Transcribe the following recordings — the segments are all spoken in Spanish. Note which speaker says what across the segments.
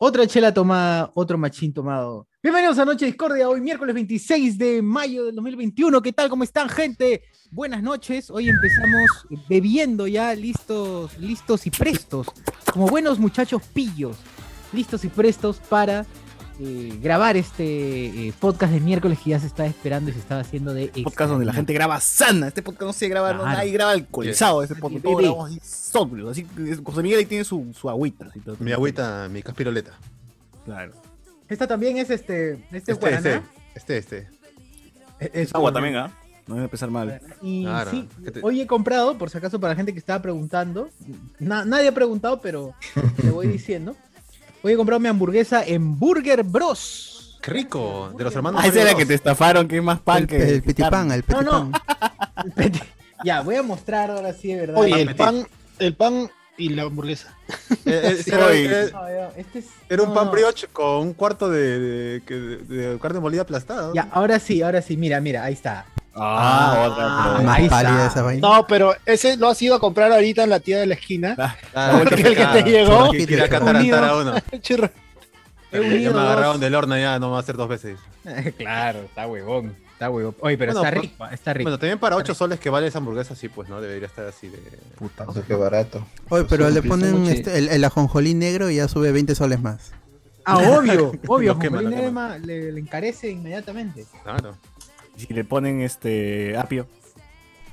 Speaker 1: Otra chela tomada, otro machín tomado. Bienvenidos a Noche Discordia, hoy miércoles 26 de mayo del 2021. ¿Qué tal? ¿Cómo están, gente? Buenas noches. Hoy empezamos bebiendo ya, listos, listos y prestos, como buenos muchachos pillos, listos y prestos para eh, grabar este eh, podcast de miércoles que ya se estaba esperando y se estaba haciendo de
Speaker 2: podcast donde la gente graba sana. Este podcast no se graba, no,
Speaker 1: Claro.
Speaker 2: nadie graba alcoholizado. Este podcast todo
Speaker 1: Bebé.
Speaker 2: grabamos así, sobrios. Así, es- José Miguel ahí tiene su, su agüita. así, todo.
Speaker 3: Mi agüita, mi caspiroleta.
Speaker 2: Claro.
Speaker 1: Esta también es este, este,
Speaker 3: Este, este, este, este.
Speaker 1: Es
Speaker 4: Agua también, ¿ah?
Speaker 2: No voy a empezar mal.
Speaker 1: Y
Speaker 3: Claro.
Speaker 1: sí,
Speaker 3: ¿Qué te-
Speaker 1: hoy he comprado, por si acaso para la gente que estaba preguntando, na- nadie ha preguntado, pero te voy diciendo. Hoy he comprado mi hamburguesa en Burger Bros.
Speaker 3: ¡Qué rico! De los hermanos.
Speaker 2: Ah, esa era
Speaker 3: Mario
Speaker 2: que te estafaron, que es más pan
Speaker 5: el,
Speaker 2: que.
Speaker 5: el pitipán, el
Speaker 1: No,
Speaker 5: pitipán.
Speaker 1: no. Espérate. ya, voy a mostrar ahora sí, de verdad.
Speaker 6: Oye, el pan, el pan y la hamburguesa.
Speaker 3: Bros. Eh, eh, era,
Speaker 2: Oye.
Speaker 3: era-
Speaker 1: No, ya, este es-
Speaker 3: era un
Speaker 1: no,
Speaker 3: pan
Speaker 1: no.
Speaker 3: brioche con un cuarto de, de, que- de carne molida aplastada.
Speaker 1: Ya, ahora sí, ahora sí, mira, mira, ahí está.
Speaker 2: Ah,
Speaker 5: Ah,
Speaker 2: otra.
Speaker 5: más
Speaker 1: Ahí
Speaker 5: pálida
Speaker 1: está.
Speaker 5: esa vaina.
Speaker 6: No, pero ese lo has ido a comprar ahorita en la tienda de la esquina.
Speaker 3: Ah,
Speaker 6: el que te llegó.
Speaker 3: Que quería atarantar a uno.
Speaker 6: Chirra.
Speaker 1: He unido
Speaker 3: Ya me
Speaker 1: dos.
Speaker 3: agarraron del horno, ya no va a ser dos veces.
Speaker 1: claro, está huevón. Está huevón. Oye, pero
Speaker 3: Bueno,
Speaker 1: está
Speaker 3: pues-
Speaker 1: rico, ah, está rico.
Speaker 3: Bueno, también para 8 soles que vale esa hamburguesa, sí, pues, ¿no? Debería estar así de.
Speaker 2: Puta.
Speaker 7: Eso qué barato.
Speaker 5: Oye, pero
Speaker 7: Son
Speaker 5: le
Speaker 7: muchis-
Speaker 5: ponen
Speaker 7: son muchis-
Speaker 5: este, el, el ajonjolí negro y ya sube 20 soles más.
Speaker 1: Ah, obvio, obvio.
Speaker 3: Lo quema,
Speaker 1: Juan
Speaker 3: lo
Speaker 1: Molina
Speaker 3: quema.
Speaker 1: Ema le- le encarece inmediatamente.
Speaker 3: Claro.
Speaker 2: Si le ponen este apio.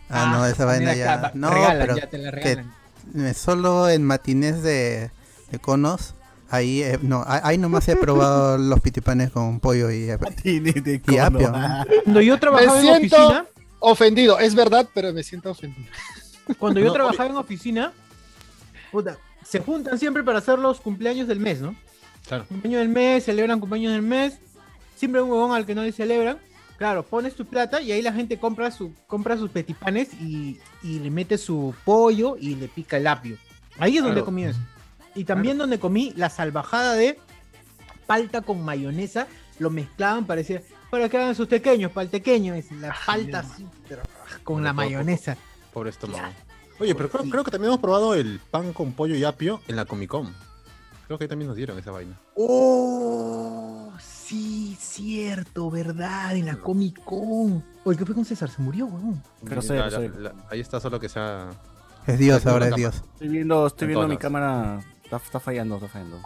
Speaker 5: Ah, no, esa vaina
Speaker 1: mira,
Speaker 5: ya.
Speaker 1: acá,
Speaker 5: No,
Speaker 1: regalan,
Speaker 5: pero
Speaker 1: ya te la regalan.
Speaker 5: eh, solo en matinés de, de conos. Ahí, eh, no, a- ahí nomás he probado los pitipanes con pollo y, pues, y apio.
Speaker 1: Cuando yo trabajaba en
Speaker 6: siento-
Speaker 1: oficina,
Speaker 6: Ofendido, es verdad, pero me siento ofendido.
Speaker 1: cuando yo
Speaker 3: No,
Speaker 1: trabajaba en oficina, puta, se juntan siempre para hacer los cumpleaños del mes, ¿no?
Speaker 3: Claro.
Speaker 1: Cumpleaños del mes, celebran cumpleaños del mes, siempre hay un huevón al que no le celebran. Claro, pones tu plata y ahí la gente compra su compra sus petipanes y, y le mete su pollo y le pica el apio. Ahí es donde
Speaker 3: Claro.
Speaker 1: comí eso. Y también donde comí la salvajada de palta con mayonesa, lo mezclaban para decir, para que hagan sus pequeños, paltequeños, es la palta así, pero, ah, con
Speaker 3: Bueno,
Speaker 1: la
Speaker 3: poco a poco.
Speaker 1: mayonesa.
Speaker 3: Pobre estómago. Oye, pero creo, creo que también hemos probado el pan con pollo y apio en la Comic Con. Creo que ahí también nos dieron esa vaina.
Speaker 1: Oh, sí, cierto, verdad, en la Comic Con. Oye, ¿qué fue con César? Se murió, weón.
Speaker 2: No sé,
Speaker 3: La-
Speaker 2: no sé.
Speaker 3: la- la- ahí está solo que sea.
Speaker 5: Es Dios,
Speaker 3: Ahí
Speaker 5: ahora es
Speaker 3: está.
Speaker 5: Dios.
Speaker 2: Estoy viendo, estoy
Speaker 3: En
Speaker 2: viendo
Speaker 3: todas
Speaker 2: mi
Speaker 3: las-
Speaker 2: cámara. Está, está fallando, está fallando.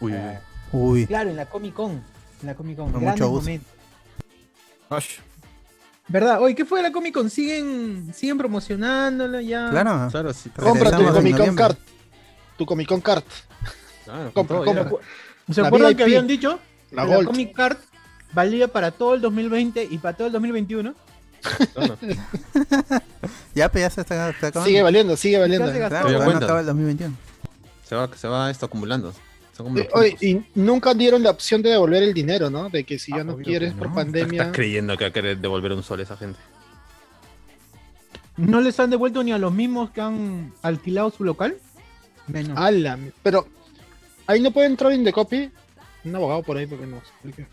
Speaker 3: Uy, uy, uy.
Speaker 1: Ah.
Speaker 5: Uy,
Speaker 1: Claro, en la Comic Con. En la Comic Con.
Speaker 5: Con
Speaker 1: Grandes
Speaker 5: mucho gusto.
Speaker 1: momentos.
Speaker 2: Osh.
Speaker 1: ¿Verdad? Oye, ¿qué fue de la Comic Con? ¿Siguen, siguen promocionándola ya?
Speaker 5: claro.
Speaker 3: Claro, sí.
Speaker 5: Pero
Speaker 6: Ah. Compra tu
Speaker 5: regresamos en
Speaker 6: Comic Con
Speaker 5: noviembre.
Speaker 6: Cart. Tu Comic Con Cart.
Speaker 3: Claro, con
Speaker 6: Compra,
Speaker 3: todo,
Speaker 6: compra.
Speaker 3: ya.
Speaker 1: ¿Se
Speaker 6: La
Speaker 1: acuerdan que
Speaker 6: VIP,
Speaker 1: habían dicho?
Speaker 6: La
Speaker 1: que la
Speaker 6: Gold.
Speaker 1: Comic Card valía para todo el 2020 y para todo el 2021.
Speaker 3: No, no.
Speaker 5: Ya, pues ya se está, está acabando.
Speaker 6: Sigue valiendo, sigue valiendo.
Speaker 1: Ya se
Speaker 5: Claro,
Speaker 1: gastó.
Speaker 3: Te dio
Speaker 5: todavía no
Speaker 3: cuenta.
Speaker 5: acaba el 2021.
Speaker 3: Se va, se va esto acumulando. Son como
Speaker 6: Eh,
Speaker 3: los
Speaker 6: oye,
Speaker 3: puntos.
Speaker 6: y nunca dieron la opción de devolver el dinero, ¿no? De que si
Speaker 3: Ah,
Speaker 6: ya no
Speaker 3: obvio
Speaker 6: quieres
Speaker 3: que
Speaker 6: por
Speaker 3: no.
Speaker 6: pandemia.
Speaker 3: Estás creyendo que va a querer devolver un sol a esa gente.
Speaker 1: ¿No les han devuelto ni a los mismos que han alquilado su local? Menos.
Speaker 6: Ala, pero ahí no puede entrar Indecopy. Un abogado por ahí, porque no. sé por qué.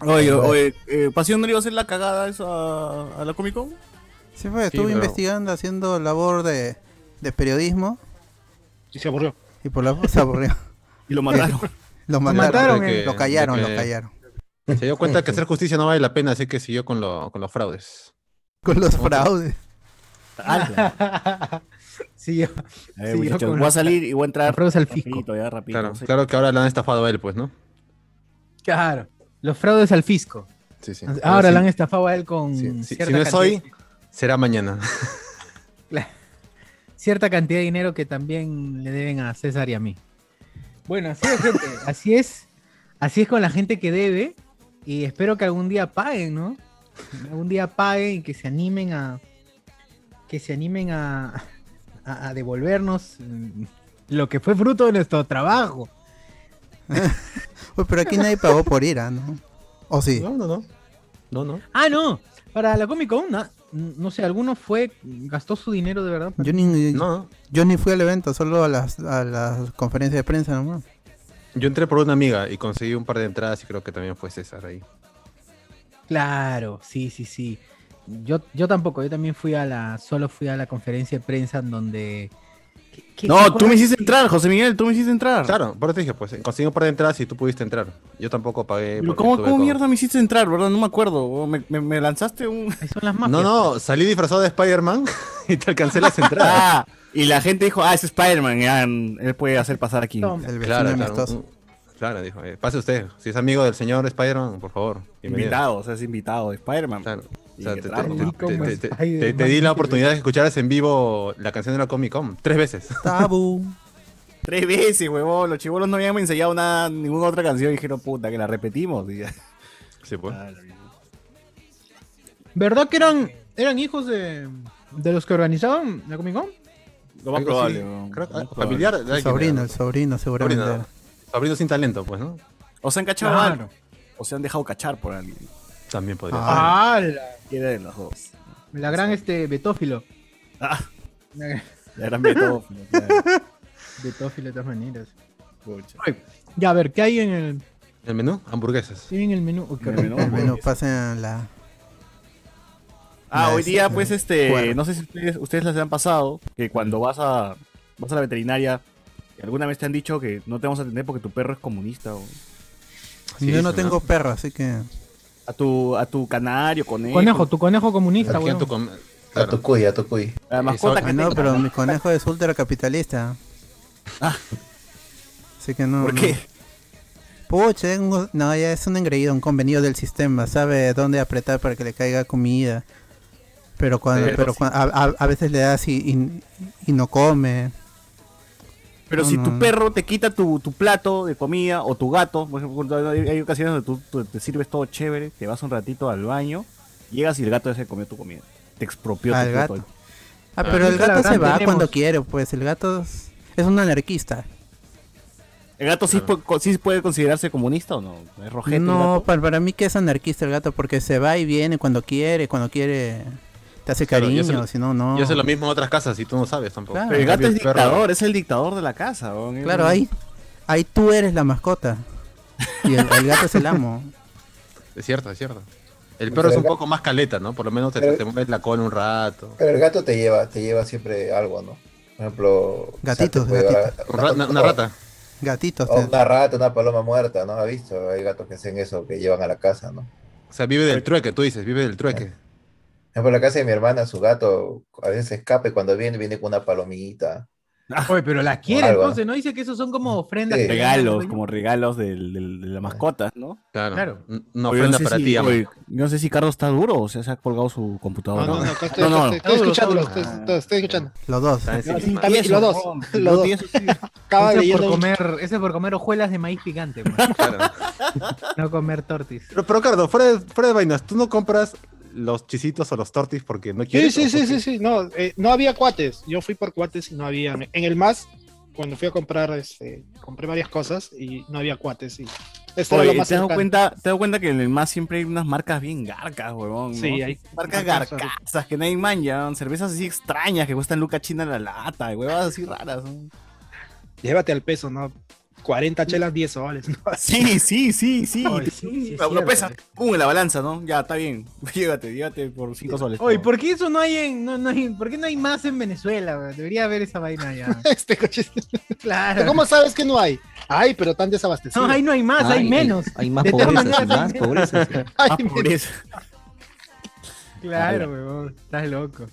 Speaker 2: Oye, oye, eh, Pasión no le iba a hacer la cagada eso a, a la Comic Con.
Speaker 5: Sí, pues,
Speaker 3: Sí,
Speaker 5: estuve
Speaker 3: pero-
Speaker 5: investigando, haciendo labor de, de periodismo
Speaker 6: Y se aburrió.
Speaker 5: y por la cosa aburrió.
Speaker 2: Y lo mataron.
Speaker 5: Los
Speaker 1: mataron,
Speaker 5: mataron,
Speaker 3: de que-
Speaker 5: los callaron,
Speaker 3: de
Speaker 5: los
Speaker 3: que
Speaker 5: callaron.
Speaker 3: Se dio cuenta que hacer justicia no vale la pena, así que siguió con, lo- con los fraudes.
Speaker 5: Con los fraudes.
Speaker 2: Ala.
Speaker 1: Sí, yo-
Speaker 2: Eh,
Speaker 1: Sí,
Speaker 2: muchachos,
Speaker 1: yo con-
Speaker 2: voy a salir y voy a entrar
Speaker 1: fraudes al fisco.
Speaker 2: rapidito, ya rapidito.
Speaker 3: Claro,
Speaker 2: sí.
Speaker 3: claro que ahora le han estafado a él, pues, ¿no?
Speaker 1: Claro. Los fraudes al fisco.
Speaker 3: Sí, sí.
Speaker 1: Ahora
Speaker 3: Sí,
Speaker 1: le han estafado a él con
Speaker 3: sí, sí.
Speaker 1: cierta
Speaker 3: Si no es
Speaker 1: cantidad-
Speaker 3: hoy, será mañana.
Speaker 1: cierta cantidad de dinero que también le deben a César y a mí. Bueno, así es, gente. Así es. Así es con la gente que debe. Y espero que algún día paguen, ¿no? Algún día paguen y que se animen a. Que se animen a, a- a devolvernos mm, lo que fue fruto de nuestro trabajo.
Speaker 5: Uy, pero aquí nadie pagó por ir, ¿ah, ¿no? O sí.
Speaker 3: No, no, no. No, no.
Speaker 1: Ah, no. Para la Comic Con, no, no sé, alguno fue, gastó su dinero de verdad.
Speaker 5: Yo ni,
Speaker 3: No, no.
Speaker 5: yo ni fui al evento, solo a las, a las conferencias de prensa nomás.
Speaker 3: Yo entré por una amiga y conseguí un par de entradas y creo que también fue César ahí.
Speaker 1: Claro, sí, sí, sí. Yo, yo tampoco, yo también fui a la, solo fui a la conferencia de prensa en donde ¿Qué- qué
Speaker 2: No, tú me
Speaker 1: juegas?
Speaker 2: hiciste entrar, José Miguel, tú me hiciste entrar.
Speaker 3: Claro, por eso te dije, pues conseguí un par de entradas y tú pudiste entrar. Yo tampoco pagué.
Speaker 2: Pero
Speaker 3: porque
Speaker 2: ¿Cómo,
Speaker 3: estuve
Speaker 2: cómo
Speaker 3: con-
Speaker 2: mierda me hiciste entrar, verdad? No me acuerdo. o Me, me- me lanzaste un.
Speaker 1: Ahí Son las mafias.
Speaker 3: No, no, salí disfrazado de Spider-Man y te alcancé las entradas.
Speaker 2: Ah, y la gente dijo, ah, es Spider-Man, ya, mm, él puede hacer pasar aquí.
Speaker 1: Toma.
Speaker 5: El vecino
Speaker 3: claro, claro.
Speaker 5: amistoso.
Speaker 3: un- Claro, dijo, eh, pase usted. Si es amigo del señor Spider-Man, por favor. bienvenido.
Speaker 2: Invitado, o sea, es invitado de Spider-Man.
Speaker 3: Claro. O sea,
Speaker 2: Y
Speaker 3: te,
Speaker 2: claro,
Speaker 3: te-
Speaker 2: ¿no?
Speaker 3: te- te-
Speaker 1: Como
Speaker 3: te- te-
Speaker 1: Spider-Man.
Speaker 3: te- te di la oportunidad
Speaker 2: pues.
Speaker 3: de escucharas en vivo la canción de la Comic Con tres veces.
Speaker 5: Tabu.
Speaker 2: Tres veces, huevón. Los chibolos no habían ensayado nada, ninguna otra canción. Y dijeron, puta, que la repetimos. Y ya.
Speaker 3: Sí, pues.
Speaker 1: ¿Verdad que eran, eran hijos de, de los que organizaban la Comic Con?
Speaker 2: Lo más
Speaker 3: Algo
Speaker 2: probable,
Speaker 3: así.
Speaker 2: huevón.
Speaker 3: Creo-
Speaker 2: Lo más
Speaker 3: ah, familiar. de
Speaker 5: El
Speaker 3: alguien,
Speaker 5: sobrino,
Speaker 3: ¿no?
Speaker 5: el sobrino, seguramente.
Speaker 3: Sobrino. Sobrino sin talento, pues, ¿no?
Speaker 2: O se han cachado
Speaker 1: Claro.
Speaker 2: algo. O se han dejado cachar por alguien.
Speaker 3: También podría
Speaker 5: Ah.
Speaker 3: ser.
Speaker 1: Ah, la,
Speaker 2: Quiera de los dos.
Speaker 1: la gran este betófilo.
Speaker 2: Ah,
Speaker 1: La gran-
Speaker 2: ya eran betófilos, claro.
Speaker 1: Betófilo de todas maneras.
Speaker 2: Pucha.
Speaker 1: Ya, a ver, ¿qué hay en el,
Speaker 3: El menú, hamburguesas.
Speaker 1: qué hay en el menú? Uy, qué
Speaker 2: En el
Speaker 1: rico.
Speaker 5: El
Speaker 2: menú.
Speaker 5: menú pasa en la.
Speaker 2: Ah,
Speaker 5: Ya,
Speaker 2: hoy
Speaker 5: sí,
Speaker 2: día,
Speaker 5: sí.
Speaker 2: pues, este,
Speaker 5: Cuerno.
Speaker 2: no sé si ustedes, ustedes las han pasado, que cuando vas a, vas a la veterinaria, alguna vez te han dicho que no te vamos a atender porque tu perro es comunista, o
Speaker 3: Sí,
Speaker 5: Yo no
Speaker 3: sí, ¿no?
Speaker 5: tengo perro, así que.
Speaker 2: a tu, a tu canario, conejo,
Speaker 1: Conejo, tu conejo comunista,
Speaker 3: Aquí en
Speaker 1: weón.
Speaker 3: tu com-
Speaker 4: A
Speaker 3: claro.
Speaker 4: Tocuy, a Tocuy.
Speaker 2: a la mascota
Speaker 3: Eso-
Speaker 5: Ah,
Speaker 2: que
Speaker 5: no,
Speaker 2: tengas.
Speaker 5: pero mi conejo es ultra capitalista.
Speaker 3: Ah.
Speaker 5: Así que no.
Speaker 2: ¿Por
Speaker 5: no.
Speaker 2: qué?
Speaker 5: Pucha, es un- no, ya es un engreído, un convenido del sistema. Sabe dónde apretar para que le caiga comida. Pero cuando,
Speaker 3: Pero
Speaker 5: pero
Speaker 3: sí.
Speaker 5: cuando- a, a- a veces le das y, y- y no come.
Speaker 2: Pero
Speaker 5: No,
Speaker 2: si
Speaker 5: no,
Speaker 2: tu
Speaker 5: no.
Speaker 2: perro te quita tu, tu plato de comida o tu gato, por ejemplo, hay, hay ocasiones donde tú, tú te sirves todo chévere, te vas un ratito al baño, llegas y el gato ya se comió tu comida. Te expropió
Speaker 5: Al
Speaker 2: tu
Speaker 5: gato.
Speaker 2: plato.
Speaker 5: Ah, pero el
Speaker 1: Ahorita la
Speaker 5: gato se
Speaker 1: gran
Speaker 5: va
Speaker 1: tenemos.
Speaker 5: cuando quiere, pues el gato es, es un anarquista.
Speaker 2: ¿El gato sí, pu- sí puede considerarse comunista o no? ¿Es rojete el
Speaker 5: No,
Speaker 2: gato?
Speaker 5: para, para mí que es anarquista el gato porque se va y viene cuando quiere, cuando quiere te hace
Speaker 3: Claro, yo
Speaker 5: cariño,
Speaker 3: se lo-
Speaker 5: si no, no.
Speaker 3: Yo sé lo mismo en otras casas y tú no sabes tampoco.
Speaker 5: Claro.
Speaker 2: Pero el
Speaker 3: En
Speaker 2: gato
Speaker 3: cambio,
Speaker 2: es
Speaker 3: perro-
Speaker 2: dictador, es el dictador de la casa. weón. Es
Speaker 5: Claro,
Speaker 2: un-
Speaker 5: ahí, ahí tú eres la mascota y el, el gato es el amo.
Speaker 3: Es cierto, es cierto. El perro es un poco más caleta, ¿no? Por lo menos te,
Speaker 4: Pero-
Speaker 3: te mueves la cola un rato.
Speaker 4: Pero el gato te lleva, te lleva siempre algo, ¿no? Por ejemplo,
Speaker 5: Gatitos,
Speaker 4: o sea, te puede llevar
Speaker 3: Un ra- una, una rata.
Speaker 5: Gatitos.
Speaker 4: O
Speaker 5: te-
Speaker 4: una rata, una paloma muerta, ¿no? ¿Ha visto? Hay gatos que hacen eso, que llevan a la casa, ¿no?
Speaker 3: O sea, vive del trueque, tú dices, vive del trueque.
Speaker 4: Por ejemplo, en la casa de mi hermana, su gato a veces se escapa y cuando viene, viene con una palomita.
Speaker 1: Oye, pero la quiere,
Speaker 4: Algo.
Speaker 1: entonces, ¿no? Dice que esos son como ofrendas.
Speaker 4: Sí.
Speaker 1: que le dan al
Speaker 2: Regalos,
Speaker 1: dueño.
Speaker 2: como regalos del- del- de la mascota, ¿no?
Speaker 3: Claro.
Speaker 1: Claro.
Speaker 3: N- Una
Speaker 2: Oye,
Speaker 3: ofrenda
Speaker 2: no sé
Speaker 3: para
Speaker 2: si-
Speaker 3: ti, amo.
Speaker 2: oye, Yo no sé si Carlos está duro o sea, se ha colgado su computadora.
Speaker 6: No, no, no, acá estoy,
Speaker 2: No, no,
Speaker 6: acá
Speaker 2: no.
Speaker 6: estoy, estoy escuchándolo,
Speaker 1: Ah.
Speaker 6: estoy, estoy- estoy escuchando.
Speaker 5: Los dos.
Speaker 3: Está encima.
Speaker 6: Sí, también, los dos, los dos. Acaba
Speaker 1: Ese
Speaker 6: de
Speaker 1: es por
Speaker 6: leyendo un-
Speaker 1: comer, ese es por comer hojuelas de maíz picante, weón.
Speaker 3: Claro.
Speaker 1: no comer tortis.
Speaker 3: Pero, pero Cardo, fuera de, fuera de vainas, tú no compras los chisitos o los tortis porque no
Speaker 6: Sí,
Speaker 3: quieres.
Speaker 6: sí,
Speaker 3: o
Speaker 6: sí,
Speaker 3: porque-
Speaker 6: sí, sí, no, eh, no había cuates, yo fui por cuates y no había, en el más, cuando fui a comprar, este, compré varias cosas y no había cuates y esto era lo más
Speaker 2: ¿te, das
Speaker 6: cercano.
Speaker 2: cuenta, te das cuenta que en el más siempre hay unas marcas bien garcas, huevón.
Speaker 6: Sí,
Speaker 2: ¿no?
Speaker 6: hay
Speaker 2: marcas
Speaker 6: marcas
Speaker 2: garcasas que nadie mancha, cervezas así extrañas que cuestan Luca China la lata, huevas así raras. ¿no?
Speaker 6: Llévate al peso, ¿no? 40 chelas, 10 soles, ¿no?
Speaker 2: Sí, sí, sí, sí.
Speaker 1: Oye, sí, sí, es
Speaker 2: Lo
Speaker 1: cierto.
Speaker 2: pesa, pum, en la balanza, ¿no? Ya, está bien. Llévate, llévate por 5 soles.
Speaker 1: Oye, ¿por qué eso no hay en, no, no hay, ¿por qué no hay más en Venezuela? weón? Debería haber esa vaina ya.
Speaker 6: Este coche.
Speaker 1: Claro.
Speaker 6: ¿Cómo sabes que no hay? Ay, pero tan desabastecido.
Speaker 1: No, ahí no hay más, hay
Speaker 7: Ay,
Speaker 1: menos.
Speaker 7: Hay más
Speaker 1: De todas
Speaker 7: pobreza, sí,
Speaker 1: maneras,
Speaker 7: más
Speaker 1: hay-
Speaker 7: pobreza. sí.
Speaker 6: Ay,
Speaker 2: Ah,
Speaker 6: me-
Speaker 2: pobreza.
Speaker 1: Claro, weón, estás loco.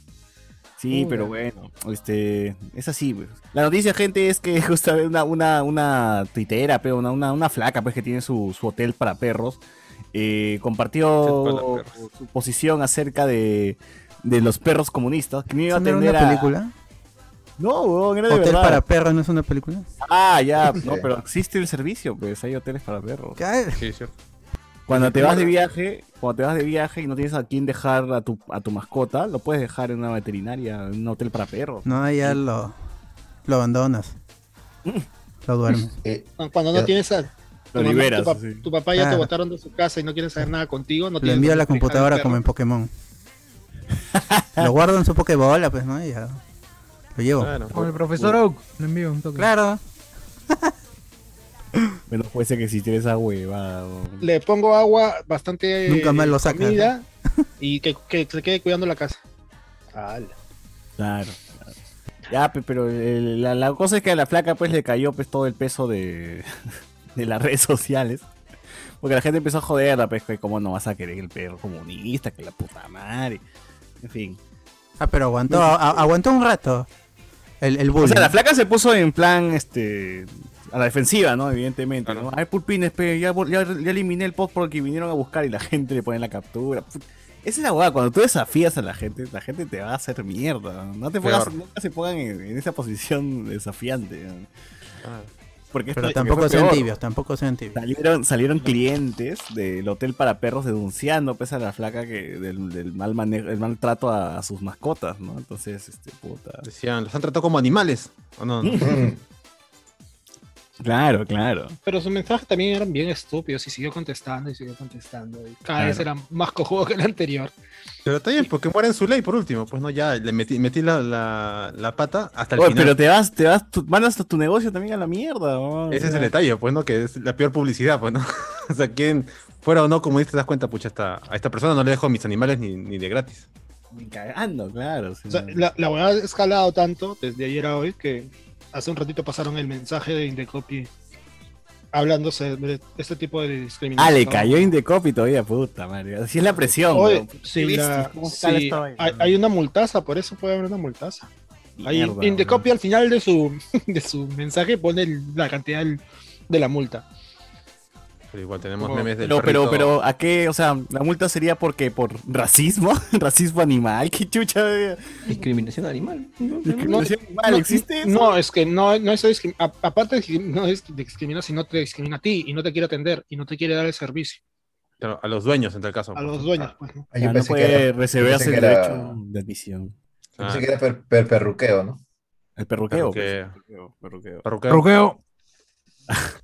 Speaker 2: Sí,
Speaker 1: Puta.
Speaker 2: pero bueno, este, es así, pues. La noticia, gente, es que justamente una, una, una tuitera, pero una, una, una flaca, pues, que tiene su, su hotel para perros, eh, compartió
Speaker 3: Hotel para
Speaker 2: su posición acerca de, de los perros comunistas, que no iba a
Speaker 5: ¿Eso no era
Speaker 2: atender
Speaker 5: una
Speaker 2: a...
Speaker 5: película?
Speaker 2: No, huevón, era de
Speaker 5: ¿Hotel
Speaker 2: verdad.
Speaker 5: para perros no es una película?
Speaker 2: Ah, ya, no,
Speaker 4: Sí.
Speaker 2: pero existe el servicio, pues, hay hoteles para perros.
Speaker 5: Claro.
Speaker 3: Sí, cierto.
Speaker 2: Cuando te vas de viaje, cuando te vas de viaje y no tienes a quién dejar a tu, a tu mascota, lo puedes dejar en una veterinaria, en un hotel para perros.
Speaker 5: No, ya lo, lo abandonas. Lo duermes.
Speaker 4: Y-
Speaker 6: Cuando no
Speaker 4: Ya.
Speaker 6: tienes a.
Speaker 2: Lo
Speaker 6: tu mamá,
Speaker 2: liberas,
Speaker 6: tu, pap-
Speaker 2: sí.
Speaker 6: tu papá ya te
Speaker 5: Claro.
Speaker 6: botaron de su casa y no quieren saber nada contigo. No
Speaker 5: Lo
Speaker 6: tienes
Speaker 5: envío a Ah. la
Speaker 6: dónde dejar el
Speaker 5: computadora
Speaker 6: perro.
Speaker 5: como en Pokémon. Lo guardo en su Pokébola, pues, ¿no? Y ya lo llevo.
Speaker 3: Claro.
Speaker 1: Con el profesor Oak, lo envío un toque.
Speaker 5: Claro.
Speaker 2: Menos puede ser que existiera esa huevada. weón.
Speaker 6: Le pongo agua, bastante.
Speaker 5: Nunca más lo
Speaker 6: eh,
Speaker 5: sacas,
Speaker 6: comida, y que, que se quede cuidando la casa. Ala.
Speaker 2: Claro. Ya, pe- pero el- la, la cosa es que a la flaca pues le cayó pues todo el peso de, de las redes sociales. Porque la gente empezó a joderla, pues, que cómo no vas a querer el perro comunista, que la puta madre. En fin.
Speaker 5: Ah, pero aguantó, a- a- aguantó un rato el, el bullying.
Speaker 2: O sea, la flaca se puso en plan, este, a la defensiva, ¿no? Evidentemente,
Speaker 3: Claro.
Speaker 2: ¿no? Ay, pulpines, pe, ya, vol- ya, ya eliminé el post porque vinieron a buscar y la gente le pone la captura. Put- Esa es la hueá, cuando tú desafías a la gente, la gente te va a hacer mierda. ¿no? No te
Speaker 3: Peor.
Speaker 2: pongas, nunca se pongan en, en esa posición desafiante. ¿no?
Speaker 3: Ah.
Speaker 2: Porque
Speaker 5: Pero
Speaker 2: esto-
Speaker 5: tampoco
Speaker 2: porque
Speaker 5: sean
Speaker 2: peor.
Speaker 5: tibios, tampoco sean tibios.
Speaker 2: Salieron, salieron clientes del hotel para perros denunciando pese a la flaca que del, del mal manejo, el maltrato a, a sus mascotas, ¿no? Entonces, este puta.
Speaker 3: Decían, los han tratado como animales. ¿O no? no?
Speaker 2: Claro, claro.
Speaker 6: Pero sus mensajes también eran bien estúpidos y siguió contestando y siguió contestando. Y cada vez
Speaker 2: Claro.
Speaker 6: era más cojudo que el anterior.
Speaker 3: Pero está bien, porque mueren su ley por último. Pues no, ya le metí, metí la, la, la pata hasta el
Speaker 2: Oye,
Speaker 3: final.
Speaker 2: pero te vas, te vas, tu- mandas tu- tu negocio también a la mierda. ¿no?
Speaker 3: Ese
Speaker 2: O
Speaker 3: es el
Speaker 2: sea,
Speaker 3: detalle, pues, ¿no? Que es la peor publicidad, pues, ¿no? o sea, quien fuera o no, como dices, te das cuenta, pucha, hasta- a esta persona no le dejo mis animales ni, ni de gratis.
Speaker 2: Ni cagando, claro. sí,
Speaker 6: O sea,
Speaker 2: no.
Speaker 6: la, la hueá ha escalado tanto desde ayer a hoy que hace un ratito pasaron el mensaje de Indecopy hablándose de este tipo de discriminación.
Speaker 2: Ah, le cayó Indecopy todavía, puta madre. Así es la presión,
Speaker 6: Oye,
Speaker 2: weón.
Speaker 6: si
Speaker 2: ¿Viste
Speaker 6: la-
Speaker 2: cómo
Speaker 6: si
Speaker 2: escala esta vaina?
Speaker 6: hay, hay una multaza, por eso puede haber una multaza. Ahí
Speaker 2: Mierda,
Speaker 6: Indecopy al final de su, de su mensaje pone el- la cantidad del- de la multa.
Speaker 3: Pero igual tenemos
Speaker 6: No,
Speaker 3: memes del
Speaker 2: Pero, pero,
Speaker 3: perrito.
Speaker 2: pero, ¿a qué? O sea, la multa sería porque por racismo, racismo animal, qué chucha. weón?
Speaker 7: Discriminación animal.
Speaker 2: Discriminación animal,
Speaker 6: no,
Speaker 2: ¿existe? eso?
Speaker 6: No, es que no, no es discrim- a- aparte de discrim- no es que te discrimina, sino te discrimina a ti y no te quiere atender y no te quiere dar el servicio
Speaker 3: Claro, a los dueños, en tal caso.
Speaker 6: a
Speaker 3: pues,
Speaker 6: los
Speaker 3: ¿no?
Speaker 6: dueños. pues, ¿no?
Speaker 4: Ay,
Speaker 2: Ya no
Speaker 4: yo pensé que
Speaker 2: puede Ah.
Speaker 4: era,
Speaker 2: reservarse
Speaker 4: pensé
Speaker 2: el
Speaker 4: que era-
Speaker 2: derecho de admisión.
Speaker 4: yo
Speaker 3: Ah,
Speaker 4: pensé que era per- per- perruqueo, ¿no?
Speaker 2: El perruqueo. pues.
Speaker 3: perruqueo,
Speaker 2: Perruqueo, perruqueo.
Speaker 3: perruqueo.
Speaker 1: Roqueo.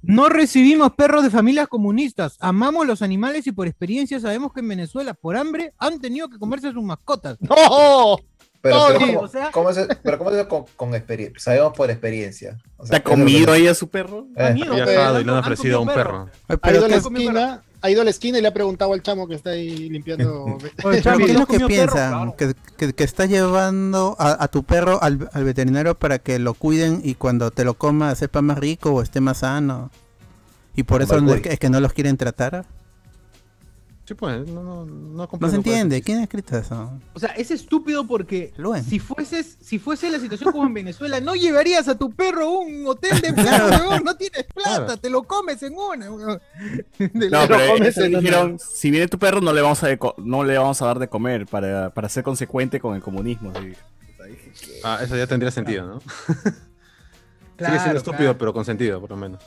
Speaker 1: No recibimos perros de familias comunistas. Amamos los animales y por experiencia sabemos que en Venezuela, por hambre, han tenido que comerse a sus mascotas.
Speaker 2: Pues,
Speaker 3: Eh,
Speaker 6: ¡No!
Speaker 4: Pero,
Speaker 6: No,
Speaker 4: pero
Speaker 6: sí,
Speaker 4: ¿cómo,
Speaker 1: o sea-
Speaker 4: cómo se- pero ¿cómo se hace con, experiencia? Sabemos por experiencia. O
Speaker 2: ¿Te
Speaker 4: sea,
Speaker 2: ha comido
Speaker 4: es
Speaker 2: ahí a su perro?
Speaker 4: lo que- eh,
Speaker 1: Amigo,
Speaker 3: Ha
Speaker 6: pero
Speaker 3: viajado y
Speaker 1: han-
Speaker 3: le han
Speaker 1: han
Speaker 3: ofrecido a un
Speaker 1: comido
Speaker 3: perro.
Speaker 5: Oye,
Speaker 6: Ha
Speaker 5: Pero
Speaker 6: ido, a
Speaker 5: ¿qué,
Speaker 6: la
Speaker 5: es-
Speaker 6: esquina, ha ido a la esquina y le ha preguntado al chamo que está ahí limpiando.
Speaker 1: Oye,
Speaker 5: pero
Speaker 1: Chami,
Speaker 5: ¿qué
Speaker 1: ¿no
Speaker 5: es lo
Speaker 1: has
Speaker 5: que
Speaker 1: comido perro?
Speaker 5: piensan?
Speaker 1: Claro.
Speaker 5: Que, que, que estás llevando a, a tu perro al, al veterinario para que lo cuiden y cuando te lo coma sepa más rico o esté más sano. Y por eso
Speaker 4: Malboy.
Speaker 5: es que, es que no los quieren tratar.
Speaker 3: Sí, pues, no, no, no comprendo
Speaker 5: No
Speaker 3: pues.
Speaker 5: se
Speaker 3: por qué.
Speaker 5: entiende. ¿Quién ha escrito eso?
Speaker 1: O sea, es estúpido porque
Speaker 5: Luen.
Speaker 1: si fueses, si fuese la situación como en Venezuela, no llevarías a tu perro a un hotel de
Speaker 5: Claro.
Speaker 1: plata, weón, no tienes plata,
Speaker 3: Claro.
Speaker 1: te lo comes en una. weón. De
Speaker 2: No,
Speaker 1: la-
Speaker 2: pero
Speaker 6: comes
Speaker 2: eso
Speaker 6: en la
Speaker 2: dijeron, si viene tu perro no le vamos a, de co- no le vamos a dar de comer para, para ser consecuente con el comunismo. sí.
Speaker 3: Ah, eso ya tendría sentido, ¿no? Sigue
Speaker 1: Claro,
Speaker 3: siendo estúpido, pero con sentido, por lo menos.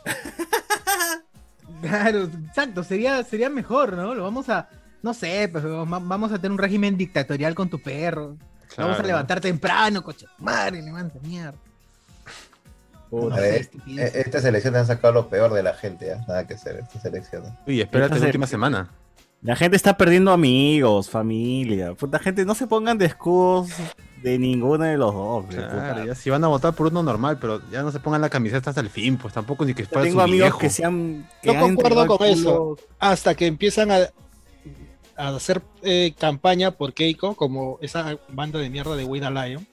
Speaker 1: Claro, exacto, sería, sería mejor, ¿no? Lo vamos a, no sé, pues va- vamos a tener un régimen dictatorial con tu perro. Vamos a
Speaker 3: Claro.
Speaker 1: levantar temprano, coche. Madre, levanta mierda.
Speaker 2: Puta.
Speaker 4: A ver,
Speaker 1: estupidez.
Speaker 4: eh, Estas elecciones han sacado lo peor de la gente, ¿ah? nada que hacer, estas elecciones.
Speaker 3: Uy, espérate
Speaker 2: Entonces-
Speaker 3: la última semana.
Speaker 2: La gente está perdiendo amigos, familia. Puta gente, no se pongan de escudos de ninguno de los dos. pues,
Speaker 3: Claro,
Speaker 2: puta.
Speaker 3: ya si van a votar por uno normal, pero ya no se pongan la camiseta hasta el fin, pues tampoco ni que
Speaker 2: Yo
Speaker 3: fuera
Speaker 2: tengo
Speaker 3: su
Speaker 2: amigos
Speaker 3: viejo.
Speaker 2: que se han. que
Speaker 6: Yo
Speaker 2: han
Speaker 6: concuerdo
Speaker 2: entregado
Speaker 6: con
Speaker 2: el
Speaker 6: eso.
Speaker 2: culo.
Speaker 6: Hasta que empiezan a, a hacer eh, campaña por Keiko, como esa banda de mierda de Wade Lion.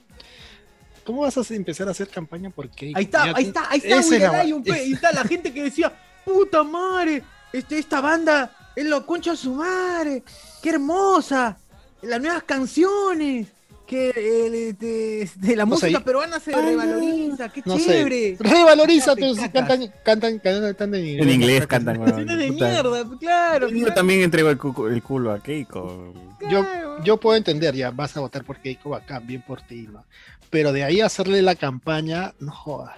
Speaker 6: ¿Cómo vas a empezar a hacer campaña por Keiko?
Speaker 1: Ahí está,
Speaker 6: Ya
Speaker 1: ahí
Speaker 6: te-
Speaker 1: está, ahí está,
Speaker 6: esa es la
Speaker 1: Will
Speaker 6: va-
Speaker 1: Lion, pe,
Speaker 6: es-
Speaker 1: ahí está la gente que decía, puta madre, este, esta banda es la concha de su madre, qué hermosa, las nuevas canciones, que el, este, este, la
Speaker 6: No sé,
Speaker 1: música
Speaker 6: y-
Speaker 1: peruana se
Speaker 6: Ay, no,
Speaker 1: revaloriza, qué
Speaker 6: no sé.
Speaker 1: chévere.
Speaker 6: Revaloriza, pero
Speaker 1: Cacas.
Speaker 6: cantan, cantan, cantan, cantan en
Speaker 2: En inglés cantan. weón,
Speaker 1: Canciones de
Speaker 2: puta.
Speaker 1: mierda, claro.
Speaker 2: Yo
Speaker 1: claro,
Speaker 2: también entrego el, cu- el culo a Keiko.
Speaker 6: Yo,
Speaker 1: claro.
Speaker 6: yo puedo entender, ya vas a votar por Keiko, bacán, bien por ti, ¿no? Pero de ahí hacerle la campaña, no jodas.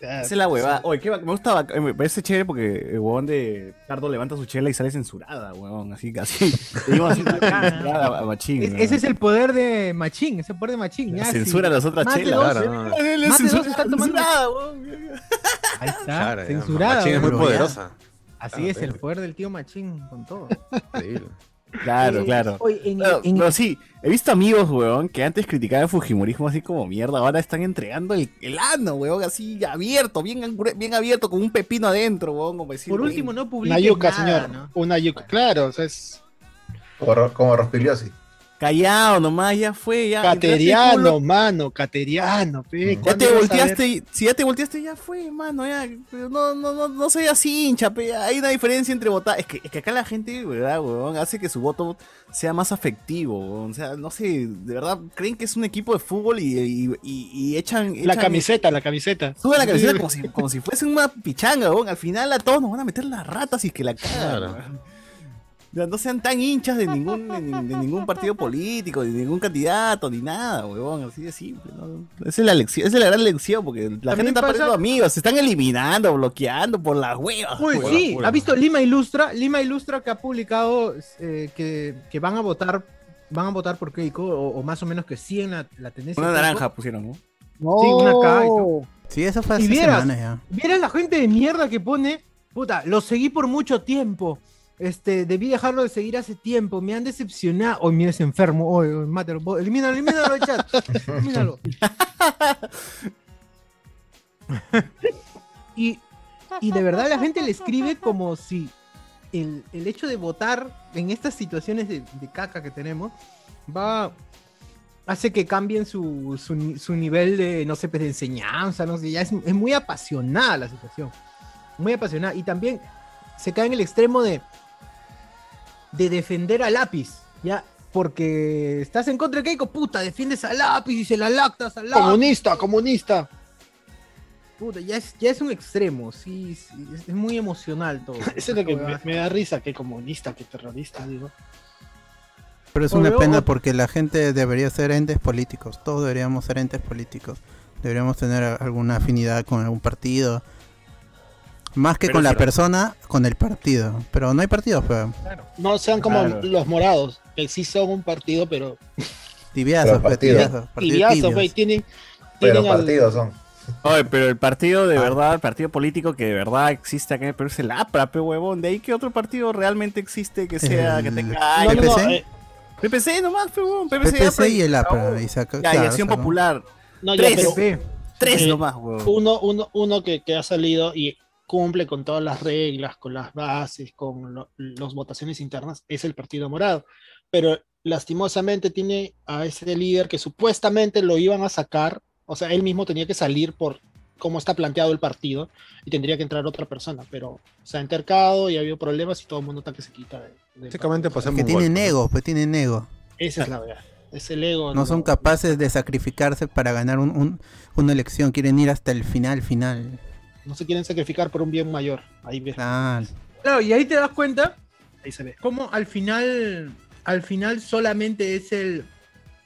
Speaker 6: Ya,
Speaker 2: Esa es la huevada. Oye, qué bac- me gusta, bac- me parece chévere porque el huevón de Tardo levanta su chela y sale censurada, huevón. Así, así. Te digo así, censurada a machín,
Speaker 1: Es-
Speaker 2: huevón.
Speaker 1: ese es el poder de Machín, ese poder de Machín.
Speaker 2: La
Speaker 1: ya, sí.
Speaker 2: censura a las otras
Speaker 1: Más de
Speaker 2: chelas.
Speaker 1: dos,
Speaker 3: Claro, no,
Speaker 2: La
Speaker 1: Más de dos
Speaker 2: censura
Speaker 1: está tomando-
Speaker 2: censurada, huevón.
Speaker 1: Ahí está,
Speaker 3: Claro, ya,
Speaker 1: censurada.
Speaker 3: Machín es muy
Speaker 1: ah, bro, ya.
Speaker 3: poderosa.
Speaker 1: Así es el poder del tío Machín con todo.
Speaker 3: Increíble.
Speaker 2: Claro, claro.
Speaker 1: Oye, en-
Speaker 2: Pero,
Speaker 1: en-
Speaker 2: pero sí, he visto amigos, huevón, que antes criticaban el Fujimorismo así como mierda, ahora están entregando el, el ano, huevón, así abierto, bien, angure- bien abierto, con un pepino adentro, huevón. Como decir,
Speaker 1: Por
Speaker 2: "Uy,
Speaker 1: último, no publiques
Speaker 6: Una yuca,
Speaker 1: nada,
Speaker 6: señor.
Speaker 1: ¿no?
Speaker 6: Una yuca, claro, o sea, es.
Speaker 4: Como, Ro- como Rospiliosi.
Speaker 2: Callado nomás, ya fue, ya.
Speaker 6: Cateriano, mano, cateriano. pe,
Speaker 2: Ya te
Speaker 6: ¿cuándo vas a ver?
Speaker 2: volteaste, y- si ya te volteaste, ya fue, mano, ya. Pero No, no, no, no soy así, hincha, pe. Hay una diferencia entre votar. Es que, es que acá la gente, ¿verdad, weón? Hace que su voto sea más afectivo, weón. O sea, no sé, de verdad, creen que es un equipo de fútbol y, y, y- y echan.
Speaker 6: La
Speaker 2: echan-
Speaker 6: camiseta, la camiseta.
Speaker 2: Sube la camiseta como si, como si fuese una pichanga, weón. Al final a todos nos van a meter las ratas si es que la cagan.
Speaker 3: Claro.
Speaker 2: weón. Ya No sean tan hinchas de ningún, de, ni- de ningún partido político, de ningún candidato, ni nada, weón. Así de simple. ¿no? Esa, es la lección, esa es la gran lección, porque la gente está
Speaker 1: pasa-
Speaker 2: perdiendo amigos, se están eliminando, bloqueando por las huevas.
Speaker 1: Uy,
Speaker 2: weón.
Speaker 1: sí,
Speaker 3: Pura,
Speaker 1: ¿has visto Lima Ilustra? Lima Ilustra que ha publicado eh, que, que van a votar van a votar por Keiko, o, o más o menos que siguen la, la tendencia.
Speaker 2: Una
Speaker 1: de Keiko.
Speaker 2: naranja pusieron, ¿no?
Speaker 1: Sí, una acá y
Speaker 6: No.
Speaker 5: Sí, eso fue
Speaker 1: Y
Speaker 5: hace
Speaker 1: vieras.
Speaker 5: semanas ya.
Speaker 1: ¿Vieras la gente de mierda que pone? Puta, lo seguí por mucho tiempo. Este, debí dejarlo de seguir hace tiempo. Me han decepcionado. Hoy mira, es enfermo. Hoy, mátalo. bo- Elimínalo, elimínalo del chat. Elimínalo. y, y de verdad la gente le escribe como si el, el hecho de votar en estas situaciones de, de caca que tenemos va hace que cambien su, su, ni- su nivel de, no sé, pues, de enseñanza, no sé, ya es, es muy apasionada la situación, muy apasionada, y también se cae en el extremo de, de defender a lápiz, ya, porque estás en contra de Keiko, puta, defiendes a lápiz y se la lactas a lápiz,
Speaker 6: Comunista, comunista.
Speaker 1: puta, ya es, ya es un extremo, sí, sí, es, es muy emocional todo.
Speaker 6: Eso es lo que me, me da risa, que comunista, que terrorista, digo.
Speaker 5: Pero es
Speaker 1: O
Speaker 5: una
Speaker 1: veo-
Speaker 5: pena
Speaker 1: o-
Speaker 5: porque la gente debería ser entes políticos. Todos deberíamos ser entes políticos. Deberíamos tener a- alguna afinidad con algún partido. Más que
Speaker 2: Pero
Speaker 5: con la
Speaker 2: será-
Speaker 5: persona, con el partido. Pero no hay partidos, pues. pero
Speaker 6: No sean como
Speaker 2: Claro.
Speaker 6: los morados, que sí son un partido, pero
Speaker 5: tibiazos,
Speaker 4: Pero
Speaker 5: pues,
Speaker 4: partido.
Speaker 5: tibiazos, partidos
Speaker 6: tibiazos,
Speaker 5: tibios.
Speaker 6: güey, tienen,
Speaker 4: Pero
Speaker 6: tienen al-
Speaker 4: partidos son.
Speaker 2: Oye, pero el partido de verdad, el partido político que de verdad existe acá en el Perú es el APRA, pe huevón. De ahí que otro partido realmente existe que sea, que
Speaker 5: El-
Speaker 2: tenga
Speaker 6: No,
Speaker 2: años.
Speaker 6: no,
Speaker 5: PPC.
Speaker 6: eh,
Speaker 2: PPC nomás, pe huevón. PPC,
Speaker 5: PPC y el
Speaker 2: APRA.
Speaker 5: APRA. Y saca-
Speaker 2: Ya, y
Speaker 5: claro,
Speaker 2: Acción
Speaker 5: sacó.
Speaker 2: Popular.
Speaker 6: no, ya,
Speaker 2: Tres.
Speaker 6: pero
Speaker 1: Pepe,
Speaker 2: Tres
Speaker 6: Sí.
Speaker 2: nomás, huevón.
Speaker 6: uno, uno, uno que, que ha salido y cumple con todas las reglas, con las bases, con lo- las votaciones internas, es el Partido Morado. Pero lastimosamente tiene a ese líder que supuestamente lo iban a sacar, o sea, él mismo tenía que salir por cómo está planteado el partido y tendría que entrar otra persona, pero se ha entercado y ha habido problemas y todo el mundo está que se quita. de- del
Speaker 3: Básicamente
Speaker 6: partido.
Speaker 3: pasamos
Speaker 5: Que
Speaker 3: un golpe,
Speaker 5: tienen
Speaker 3: ¿no?
Speaker 5: ego, pues tienen ego.
Speaker 6: Esa es la verdad. Es el ego.
Speaker 5: No son
Speaker 6: lo-
Speaker 5: capaces de sacrificarse para ganar un- un- una elección. Quieren ir hasta el final, final.
Speaker 6: No se quieren sacrificar por un bien mayor. Ahí, ves,
Speaker 5: Ah,
Speaker 1: Claro, y ahí te das cuenta
Speaker 6: ahí se ve.
Speaker 1: como al final al final solamente es el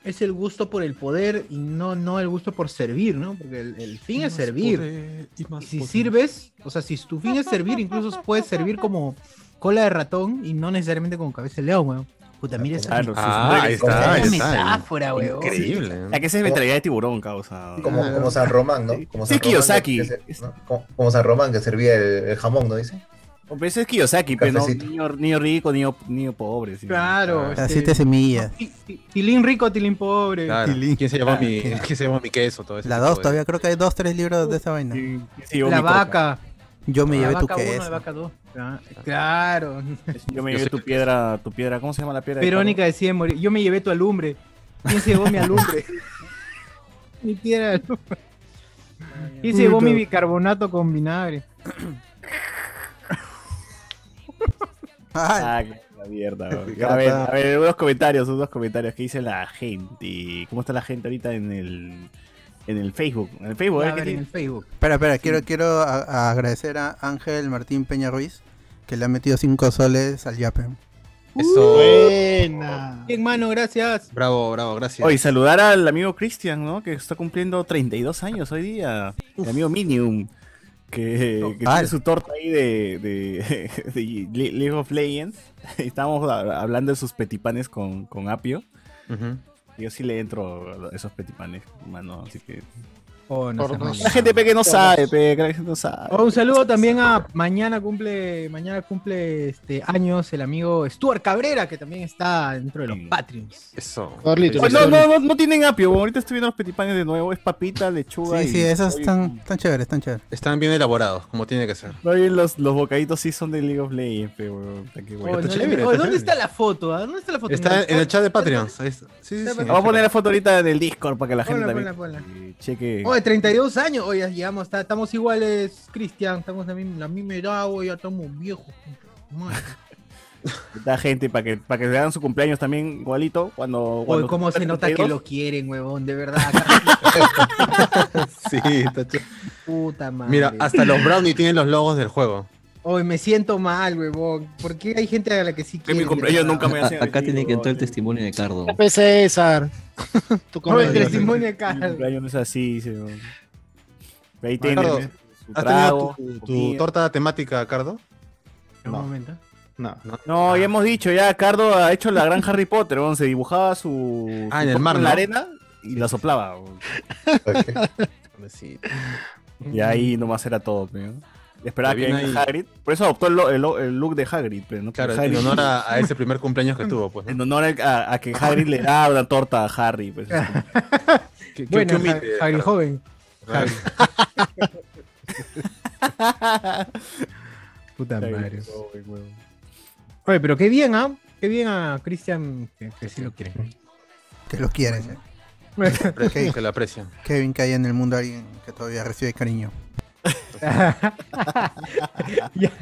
Speaker 1: es el gusto por el poder y no no el gusto por servir no porque el, el fin es servir y si sirves o sea si tu fin es servir incluso puedes servir como cola de ratón y no necesariamente como cabeza de león weón puta mira esa,
Speaker 2: Claro, sí,
Speaker 3: Ah, ahí
Speaker 4: O sea,
Speaker 3: está, ahí
Speaker 1: esa
Speaker 3: está.
Speaker 1: metáfora weón
Speaker 3: Increíble. ¿no?
Speaker 2: La que esa es mentalidad de tiburón, causa.
Speaker 4: Como, como San Román, ¿no? Como
Speaker 2: Sí,
Speaker 4: San Román,
Speaker 2: Kiyosaki.
Speaker 4: que se- ¿no? como, como San Román que servía el, el jamón, ¿no dice?
Speaker 2: O pero ese es Kiyosaki, pero no,
Speaker 4: Cafecito.
Speaker 2: niño, niño rico, niño, niño pobre. sí. Ah,
Speaker 1: claro
Speaker 5: las
Speaker 1: este,
Speaker 5: siete semillas.
Speaker 1: ti- ti- tilín rico tilín pobre
Speaker 3: Claro.
Speaker 5: Tilín.
Speaker 3: ¿Quién se llevó
Speaker 2: Ah,
Speaker 3: mi,
Speaker 5: ¿quién?
Speaker 3: ¿quién se llevó mi queso? Todo ese
Speaker 5: La
Speaker 3: tipo
Speaker 5: dos,
Speaker 3: de-
Speaker 5: todavía creo que hay dos, tres libros de esa vaina.
Speaker 2: Sí, sí, yo
Speaker 1: la
Speaker 2: mi coca.
Speaker 1: vaca
Speaker 5: Yo me
Speaker 1: la
Speaker 5: llevé tu
Speaker 1: vaca 1
Speaker 5: queso.
Speaker 1: la vaca 2 claro
Speaker 2: Yo me
Speaker 3: Yo
Speaker 2: llevé
Speaker 3: sé
Speaker 2: tu
Speaker 3: que-
Speaker 2: piedra, tu piedra, ¿cómo se llama la piedra? de
Speaker 1: Verónica decide morir. Yo me llevé tu alumbre. ¿Quién se llevó mi alumbre? mi piedra de alumbre. ¿Quién se llevó mi bicarbonato con vinagre?
Speaker 5: Ay,
Speaker 2: Ah, qué la mierda. weón.
Speaker 3: Ya
Speaker 2: A ver,
Speaker 3: está.
Speaker 2: a ver, unos comentarios, unos comentarios que dice la gente. ¿Cómo está la gente ahorita en el en el Facebook? En el Facebook,
Speaker 1: Voy
Speaker 2: a
Speaker 1: a
Speaker 2: ver qué
Speaker 1: ver en el
Speaker 2: tiene.
Speaker 1: Facebook.
Speaker 5: Espera, espera, quiero, quiero a- a agradecer a Ángel Martín Peña Ruiz, que le ha metido cinco soles al Yape.
Speaker 3: Eso.
Speaker 6: Buena.
Speaker 1: Bien, mano, gracias.
Speaker 3: Bravo, bravo, gracias.
Speaker 2: Oye, saludar al amigo Cristian, ¿no? Que está cumpliendo 32 años hoy día. El amigo Minium. Que, que tiene
Speaker 5: Total.
Speaker 2: su torta ahí de, de, de Le- League of Legends. Estábamos hab- hablando de sus petipanes con, con Apio.
Speaker 3: Ujú.
Speaker 2: Yo sí le entro a esos petipanes, mano. Así que
Speaker 1: Oh, no
Speaker 6: Por
Speaker 1: seas
Speaker 6: dos.
Speaker 1: malito.
Speaker 2: La gente pe que no sabe, pe, que la gente no sabe.
Speaker 1: Oh, un saludo también a mañana cumple mañana cumple este años el amigo Stuart Cabrera que también está dentro de los Patreons.
Speaker 3: Eso.
Speaker 6: Carlitos,
Speaker 2: Pues no, no, no, no tienen apio, ahorita estoy viendo los petipanes de nuevo, es papita, lechuga
Speaker 5: Sí,
Speaker 2: y
Speaker 5: sí, esos
Speaker 2: pollo.
Speaker 5: están, están chéveres, están chéveres.
Speaker 3: Están bien elaborados, como tiene que ser.
Speaker 2: No, y los, los bocaditos sí son de League of Legends, pe, weón. puta, qué
Speaker 1: Oh,
Speaker 2: bueno.
Speaker 1: no le-
Speaker 3: chévere,
Speaker 1: oh, ¿Dónde
Speaker 3: está chévere.
Speaker 1: está la foto? ah? ¿Dónde está la foto?
Speaker 3: Está en el chat de Patreon. Ahí está. Sí, sí, sí.
Speaker 2: Vamos a poner la foto ahorita en el Discord para que la gente
Speaker 1: Ponla,
Speaker 2: también
Speaker 1: ponla,
Speaker 2: eh, cheque.
Speaker 1: Oh, de 32 años. Oye, llegamos, está- estamos iguales, Cristian. Estamos la misma, la misma edad, oye, ya estamos viejos. Madre.
Speaker 2: Da gente para que, para que le hagan su cumpleaños también igualito cuando...
Speaker 1: Oye,
Speaker 2: cuando
Speaker 1: cómo se nota que
Speaker 2: 32.
Speaker 1: lo quieren, huevón, de verdad. Carlitos,
Speaker 3: Sí, está chévere.
Speaker 1: Puta madre.
Speaker 3: Mira, hasta los brownie tienen los logos del juego.
Speaker 1: Hoy me siento mal, huevón. ¿Por qué hay gente a la que sí
Speaker 2: Que
Speaker 1: quiere?
Speaker 2: mi cumpleaños nunca me
Speaker 7: A-
Speaker 2: hacen
Speaker 7: acá tiene que entrar el
Speaker 2: testimonio
Speaker 7: testimonio de Cardo.
Speaker 6: Pepe César. Tu
Speaker 1: No, el
Speaker 6: comedia.
Speaker 1: testimonio acá.
Speaker 2: Mi cumpleaños no es así, sí, weón. Ahí tiene
Speaker 3: Ricardo,
Speaker 2: su
Speaker 3: ¿Has
Speaker 2: trago,
Speaker 3: tenido tu, tu
Speaker 2: comida.
Speaker 3: torta temática, Cardo?
Speaker 1: Un momento.
Speaker 7: No.
Speaker 2: No, ya hemos dicho, ya Cardo ha hecho la gran Harry Potter, weón, se dibujaba su...
Speaker 3: Ah,
Speaker 2: su
Speaker 3: en el
Speaker 2: torta
Speaker 3: mar,
Speaker 2: la
Speaker 3: ¿no?
Speaker 2: arena y la soplaba. weón.
Speaker 3: Sí.
Speaker 2: Y ahí nomás era todo, pe, ¿no? Esperaba
Speaker 3: Te
Speaker 2: que
Speaker 3: viene
Speaker 2: venga
Speaker 3: ahí.
Speaker 2: Hagrid. Por eso adoptó el, lo- el lo- el look de Hagrid, pero ¿no?
Speaker 3: Claro,
Speaker 2: Porque
Speaker 3: en
Speaker 2: Hagrid-
Speaker 3: honor a, a ese primer cumpleaños que tuvo, pues. ¿no?
Speaker 2: en honor al- a, a que Hagrid le da una torta a Harry. Pues, es como-
Speaker 3: ¿Qué- qué-
Speaker 1: Bueno,
Speaker 3: qué humilde,
Speaker 1: Javi
Speaker 3: Cardo?
Speaker 1: Joven. Javi. Puta
Speaker 2: este,
Speaker 1: madre. Oye, pero qué bien, ¿ah? Qué bien a Cristian que, que sí lo quieren.
Speaker 5: Que los quieren. ¿eh?
Speaker 3: Aprecian, Que lo aprecian.
Speaker 5: Kevin, que hay en el mundo alguien que todavía recibe cariño.
Speaker 1: ya.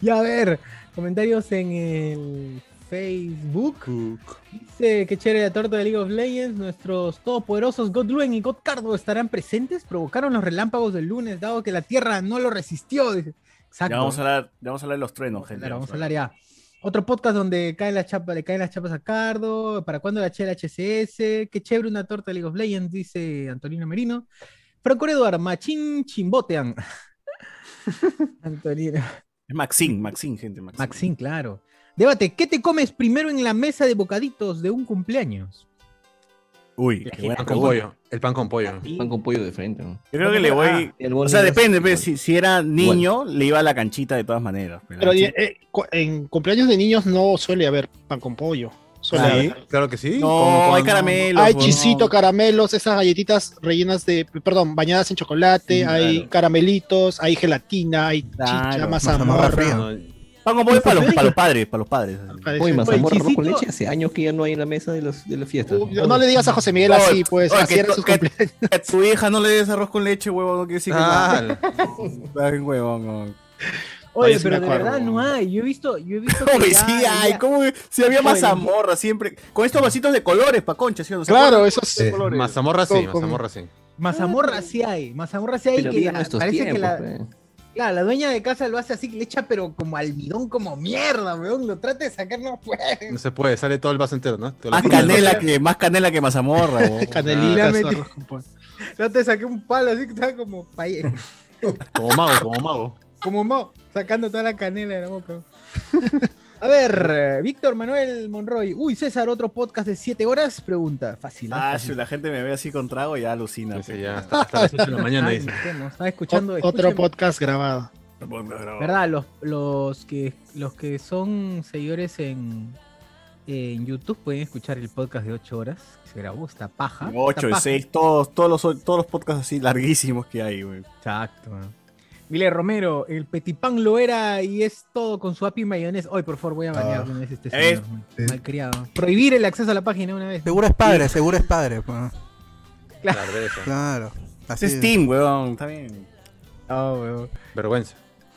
Speaker 1: Ya, a ver, comentarios en el Facebook. Dice que chévere la torta de League of Legends. Nuestros todopoderosos God Luen y God Cardo estarán presentes. Provocaron los relámpagos del lunes, dado que la Tierra no lo resistió. Dice. Exacto.
Speaker 2: ya, vamos a hablar, ya vamos a hablar de los truenos, gente.
Speaker 1: Claro, vamos a hablar ya. Otro podcast donde caen las chapas, le caen las chapas a Cardo. ¿Para cuándo la chela HCS? Qué chévere una torta de League of Legends, dice Antonino Merino. Franco Eduardo, machín chimbotean. Antonino.
Speaker 2: Es Maxine, Maxine, gente. Maxine.
Speaker 1: Maxín, claro. Debate, ¿qué te comes primero en la mesa de bocaditos de un cumpleaños?
Speaker 2: Uy,
Speaker 1: La
Speaker 2: qué
Speaker 1: gente
Speaker 2: buena
Speaker 3: Pan con
Speaker 2: pregunta.
Speaker 3: pollo. El pan con pollo.
Speaker 7: Pan con pollo de frente, ¿no?
Speaker 2: Yo creo que le voy.
Speaker 7: El
Speaker 2: O
Speaker 7: boli
Speaker 2: sea,
Speaker 7: es-
Speaker 2: depende, pues, pero si, si era niño, le iba a la canchita de todas maneras. pero
Speaker 6: Pero
Speaker 2: la
Speaker 6: eh,
Speaker 2: canchita-
Speaker 6: eh, cu- en cumpleaños de niños no suele haber pan con pollo. Suele
Speaker 2: Ah,
Speaker 3: Sí,
Speaker 6: haber.
Speaker 3: claro que sí.
Speaker 2: no,
Speaker 3: con-
Speaker 2: hay
Speaker 3: con-
Speaker 2: caramelo.
Speaker 6: Hay
Speaker 2: pues,
Speaker 6: chisito,
Speaker 2: no.
Speaker 6: caramelos, esas galletitas rellenas de, perdón, bañadas en chocolate,
Speaker 2: Sí,
Speaker 6: hay
Speaker 2: claro.
Speaker 6: caramelitos, hay gelatina, hay chicha,
Speaker 2: Claro.
Speaker 5: Mazamorra
Speaker 6: mazamorra.
Speaker 5: fría.
Speaker 3: No,
Speaker 2: Pan con pollo para los, para los padres, para los padres.
Speaker 7: Uy,
Speaker 6: Pues,
Speaker 7: mazamorra arroz con
Speaker 1: chisito.
Speaker 7: leche hace años que ya no hay en la mesa de las, de las fiestas.
Speaker 6: Uy, No le digas a José Miguel así, pues,
Speaker 2: Oye,
Speaker 6: así
Speaker 2: que
Speaker 6: eran
Speaker 2: to-
Speaker 6: sus
Speaker 2: que-
Speaker 6: cumpleaños.
Speaker 2: que a tu hija no le des arroz con leche, huevón, no quiere decir que
Speaker 3: Ah, la-
Speaker 2: Está bien, huevón, huevón.
Speaker 1: Oye,
Speaker 6: Oye, sí
Speaker 1: pero
Speaker 6: me
Speaker 1: de
Speaker 6: acuerdo.
Speaker 1: verdad no hay. Yo he visto, yo he visto.
Speaker 2: ¿Cómo
Speaker 1: que
Speaker 2: que
Speaker 1: ya-
Speaker 2: sí hay?
Speaker 1: ya-
Speaker 2: ¿Cómo que- Si había
Speaker 1: Joder.
Speaker 2: mazamorra siempre. Con estos vasitos de colores, pa' concha, ¿sí o no? ¿Se
Speaker 6: Claro,
Speaker 2: acuerdan?
Speaker 6: eso es.
Speaker 4: Sí.
Speaker 2: colores.
Speaker 3: Mazamorra sí,
Speaker 6: Con- con-
Speaker 3: mazamorra sí.
Speaker 1: Mazamorra sí hay. Mazamorra sí hay.
Speaker 7: Pero
Speaker 1: que
Speaker 7: bien
Speaker 1: la-
Speaker 7: nuestros
Speaker 1: parece
Speaker 7: tiempos, pues.
Speaker 1: que la,
Speaker 7: pe.
Speaker 1: Claro, la dueña de casa lo hace así, que le echa pero como almidón, como mierda, weón. Lo trata de sacar, no pues. puede.
Speaker 3: No se puede, sale todo el vaso entero, ¿no? Te lo
Speaker 2: Más
Speaker 3: pones-
Speaker 2: canela que, más canela que mazamorra, huevón.
Speaker 1: Ah,
Speaker 6: Canelitas,
Speaker 1: le metí-
Speaker 6: arroz con pollo.
Speaker 1: Yo te saqué un palo así que estaba como paye-
Speaker 3: Como mago, como mago.
Speaker 1: como mo, sacando toda la canela de la boca. A ver, eh, Víctor Manuel Monroy. Uy, César, otro podcast de 7 horas. Pregunta. Fácil. ¿no?
Speaker 2: Ah, si
Speaker 1: Fácil.
Speaker 2: la gente me ve así con trago, ya alucina.
Speaker 3: Dice
Speaker 2: pe.
Speaker 3: ya, hasta, hasta las 8 de la mañana
Speaker 1: Ay,
Speaker 3: dice.
Speaker 1: no sé, Ah, no, estaba escuchando.
Speaker 6: Ot- Otro
Speaker 1: escúchenme.
Speaker 6: podcast grabado.
Speaker 1: ¿Verdad? Los, los, que, los que son seguidores en, en YouTube pueden escuchar el podcast de 8 horas. que Se grabó, está paja. está
Speaker 2: 8 de
Speaker 1: paja.
Speaker 2: 6, todos, todos, los, todos los podcasts así larguísimos que hay, güey.
Speaker 1: Exacto. Mile Romero, el petipán lo era y es todo con su API mayonesa. Hoy, por favor, voy a banear
Speaker 4: Ah,
Speaker 1: de una vez este
Speaker 2: ya ves.
Speaker 1: señor. mal- Malcriado. Prohibir el acceso a la página una vez.
Speaker 5: Seguro es padre, seguro es padre. pues,
Speaker 3: Claro, debe ser.
Speaker 5: Claro. Así
Speaker 2: Es Steam, weón, está bien.
Speaker 3: Vergüenza.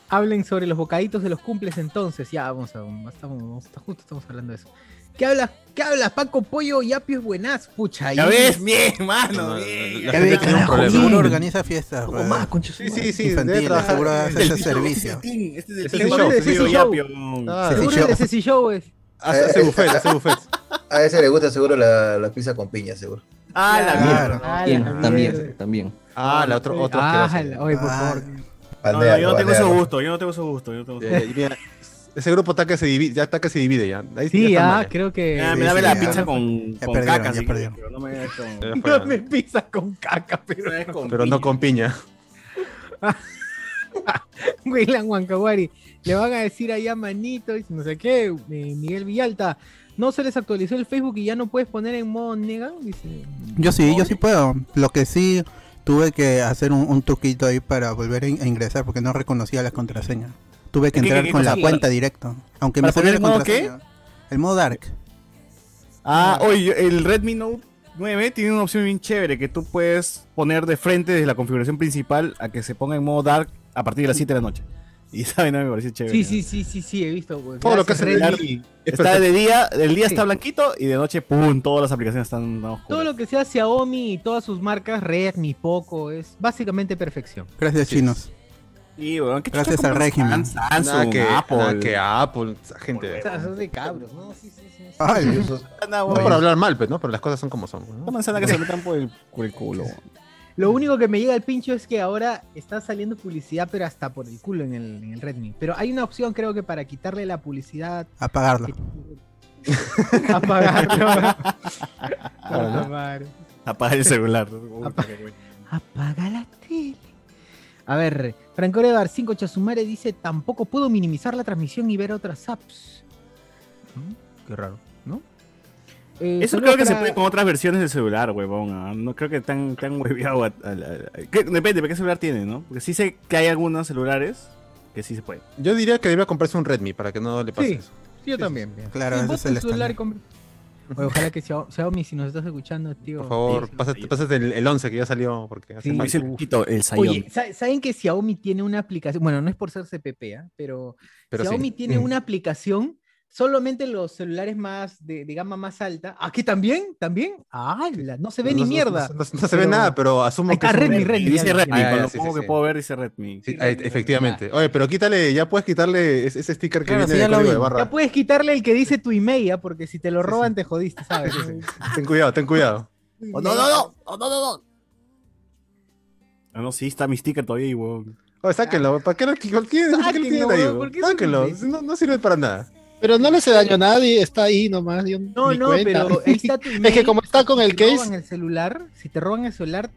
Speaker 1: Ah, Hablen sobre los bocaditos de los cumples entonces. Ya, vamos a. Estamos, vamos- está- justo estamos hablando de eso. ¿Qué hablas? ¿Qué hablas? Paco Pollo y Apio es buenas. Pucha,
Speaker 2: Ya
Speaker 1: ahí-
Speaker 2: ves, bien, mano,
Speaker 3: No,
Speaker 2: bien.
Speaker 3: la
Speaker 5: Ya
Speaker 3: gente
Speaker 5: ve,
Speaker 3: tiene un
Speaker 5: carajo,
Speaker 3: problema.
Speaker 5: seguro organiza fiestas.
Speaker 1: Poco
Speaker 5: pues,
Speaker 1: más, concha su
Speaker 3: Sí,
Speaker 1: madre.
Speaker 3: sí, sí.
Speaker 5: infantiles,
Speaker 3: debe trabajar.
Speaker 5: seguro hace ese servicio.
Speaker 2: Este es el team,
Speaker 3: Este es el
Speaker 2: este
Speaker 3: show,
Speaker 2: es
Speaker 1: este
Speaker 2: el
Speaker 1: es el
Speaker 2: show,
Speaker 1: show.
Speaker 2: ya, weón.
Speaker 3: Claro.
Speaker 5: Sí,
Speaker 1: Seguro el de Ceci Show es.
Speaker 3: Hace, hace buffet, hace buffet.
Speaker 4: A ese le gusta seguro la, la pizza con piña, seguro.
Speaker 2: Ah, la mierda.
Speaker 5: Claro.
Speaker 1: Ah,
Speaker 7: Bien,
Speaker 1: la
Speaker 7: también,
Speaker 1: mierda.
Speaker 7: también.
Speaker 3: Ah, la otro, otro
Speaker 1: Ah,
Speaker 3: asqueroso.
Speaker 1: la- oye, por
Speaker 5: Ah,
Speaker 1: favor.
Speaker 2: No, no, yo no tengo ese
Speaker 4: Banealo.
Speaker 2: gusto, yo no tengo ese gusto, yo no tengo ese
Speaker 3: Ya, ya,
Speaker 2: gusto.
Speaker 3: ya, mira, Ese grupo está que se divide, ya está que se divide ya. Ahí
Speaker 1: Sí,
Speaker 3: está
Speaker 1: ya,
Speaker 3: mal, ya.
Speaker 1: creo que.
Speaker 2: Ah,
Speaker 5: Sí,
Speaker 2: me dame
Speaker 5: sí,
Speaker 2: la
Speaker 5: ya.
Speaker 2: pizza con,
Speaker 5: Ya
Speaker 2: con
Speaker 5: perdieron,
Speaker 2: caca,
Speaker 5: ya
Speaker 2: sí,
Speaker 5: perdieron.
Speaker 2: pero no me des con-
Speaker 3: Ya fue,
Speaker 1: No me pisa con caca, pero.
Speaker 2: no me des con
Speaker 3: Pero no
Speaker 2: piña.
Speaker 3: con piña.
Speaker 1: Weyland Huancahuari. Le van a decir allá manito y no sé qué. eh, Miguel Villalta. No se les actualizó el Facebook y ya no puedes poner en modo nega. Dice.
Speaker 5: Yo sí, yo sí puedo. Lo que sí tuve que hacer un, un truquito ahí para volver a in- a ingresar porque no reconocía las contraseñas. Tuve
Speaker 2: ¿Qué-
Speaker 5: que
Speaker 2: qué-
Speaker 5: entrar
Speaker 2: qué
Speaker 5: con la
Speaker 2: cosa?
Speaker 5: cuenta directo. Aunque me
Speaker 2: ¿Para
Speaker 5: salió
Speaker 2: poner
Speaker 5: la
Speaker 2: el modo qué?
Speaker 5: contraseña. El modo dark.
Speaker 2: Ah, oye, el Redmi Note 9 tiene una opción bien chévere que tú puedes poner de frente desde la configuración principal a que se ponga en modo dark a partir de las 7 de la noche. Y esa vaina me parece chévere.
Speaker 1: Sí, sí, sí, sí, sí, he visto. pues.
Speaker 3: Todo lo que hace
Speaker 1: Gracias, Redmi.
Speaker 3: Redmi es
Speaker 2: Está
Speaker 3: perfecto.
Speaker 2: de día, el día está
Speaker 1: Sí.
Speaker 2: blanquito y de noche, pum, todas las aplicaciones están oscuras.
Speaker 1: Todo lo que sea Xiaomi y todas sus marcas, Redmi, Poco, es básicamente perfección.
Speaker 5: Gracias,
Speaker 2: Sí.
Speaker 5: chinos.
Speaker 2: Sí, weón, ¿qué chucha
Speaker 5: Gracias al
Speaker 2: compras?
Speaker 5: régimen.
Speaker 3: Nada
Speaker 2: Samsung,
Speaker 3: que
Speaker 2: Apple.
Speaker 3: Apple. que Apple, esa gente.
Speaker 1: sea, son de cabros, ¿no? Sí, sí, sí. sí.
Speaker 5: Ay,
Speaker 2: Manzana,
Speaker 3: No
Speaker 2: weón.
Speaker 3: para hablar mal, pues, ¿no? Pero las cosas son como son. ¿no?
Speaker 2: Una manzana que se metan por el, por el culo. weón.
Speaker 1: Lo único que me llega al pincho es que ahora está saliendo publicidad, pero hasta por el culo en el, en el Redmi. Pero hay una opción, creo que para quitarle la publicidad,
Speaker 5: apagarlo.
Speaker 1: apagarlo.
Speaker 3: Claro,
Speaker 1: Apagar.
Speaker 2: Apaga el celular. Uy, qué weón.
Speaker 1: Apaga la tele. A ver, Franco Evar 5 Chasumare dice: Tampoco puedo minimizar la transmisión y ver otras apps. Mm, Qué raro, ¿no? Eh,
Speaker 2: Eso
Speaker 1: saludos
Speaker 2: creo que se
Speaker 1: para-
Speaker 2: puede con otras versiones del celular, huevón. ah. No creo que tan, tan hueveado. a- a la- a- que- depende, ¿de qué celular tiene, no? Porque sí sé que hay algunos celulares que sí se puede.
Speaker 3: Yo diría que debería comprarse un Redmi para que no le pase
Speaker 1: Sí.
Speaker 3: eso.
Speaker 1: Sí, yo también. bien.
Speaker 5: Claro,
Speaker 1: Sí,
Speaker 5: ese
Speaker 1: bota
Speaker 5: es el
Speaker 1: el celular y
Speaker 5: estándar.
Speaker 1: compra- Oye, ojalá que Xiao- Xiaomi, si nos estás escuchando, tío.
Speaker 3: Por favor,
Speaker 1: sí.
Speaker 3: pásate, pásate el, el 11 que ya salió porque hace
Speaker 1: Sí.
Speaker 3: falta.
Speaker 2: Dice el poquito, el Sion.
Speaker 1: Oye, ¿sa- ¿saben que Xiaomi tiene una aplicación? Bueno, no es por ser CPP, ¿ah? pero,
Speaker 3: Pero
Speaker 1: Xiaomi
Speaker 3: sí.
Speaker 1: tiene una aplicación solamente los celulares más de, de gama más alta. ¿Aquí también? ¿También? ¡Ah! la- No se ve
Speaker 3: No-
Speaker 1: ni
Speaker 3: no-
Speaker 1: mierda.
Speaker 3: No, no- no se ve
Speaker 1: Pero-
Speaker 3: nada, pero asumo
Speaker 1: Ahí
Speaker 3: que.
Speaker 1: está,
Speaker 3: es un
Speaker 1: Redmi, Redmi.
Speaker 2: dice
Speaker 1: ya, ya,
Speaker 2: Redmi,
Speaker 3: ya.
Speaker 2: con
Speaker 3: Ah,
Speaker 2: lo
Speaker 3: ya, sí,
Speaker 2: poco
Speaker 3: sí,
Speaker 2: que
Speaker 3: sí.
Speaker 2: puedo ver, dice Redmi.
Speaker 3: Sí, ahí- efectivamente. Oye, pero quítale, ya puedes quitarle es- ese sticker que
Speaker 5: Claro,
Speaker 3: viene
Speaker 5: sí, ya
Speaker 3: del
Speaker 5: lo
Speaker 3: código
Speaker 5: vi.
Speaker 3: de barra.
Speaker 1: Ya puedes quitarle el que dice tu email, ¿ah? porque si te lo
Speaker 3: Sí,
Speaker 1: roban
Speaker 3: sí.
Speaker 1: te jodiste, ¿sabes?
Speaker 3: Ten cuidado, ten cuidado.
Speaker 2: Oh, no, no, no, oh, no, no, no. Ah, no, sí, está mi sticker todavía ahí, huevón.
Speaker 3: Oye, sáquenlo. ¿Para qué lo ¿por qué lo
Speaker 1: Sáquenlo,
Speaker 3: tienen ahí?
Speaker 1: weón,
Speaker 3: weón?
Speaker 1: ¿por qué es un
Speaker 3: Sáquenlo.
Speaker 1: imbécil?
Speaker 3: No, no sirve para nada.
Speaker 6: Pero no le hace daño a nadie, está ahí nomás. yo
Speaker 1: No,
Speaker 6: ni
Speaker 1: no,
Speaker 6: cuenta.
Speaker 1: pero ahí está tu email.
Speaker 6: Es que como está con el
Speaker 1: Si te roban
Speaker 6: case,
Speaker 1: el celular, si te roban el celular,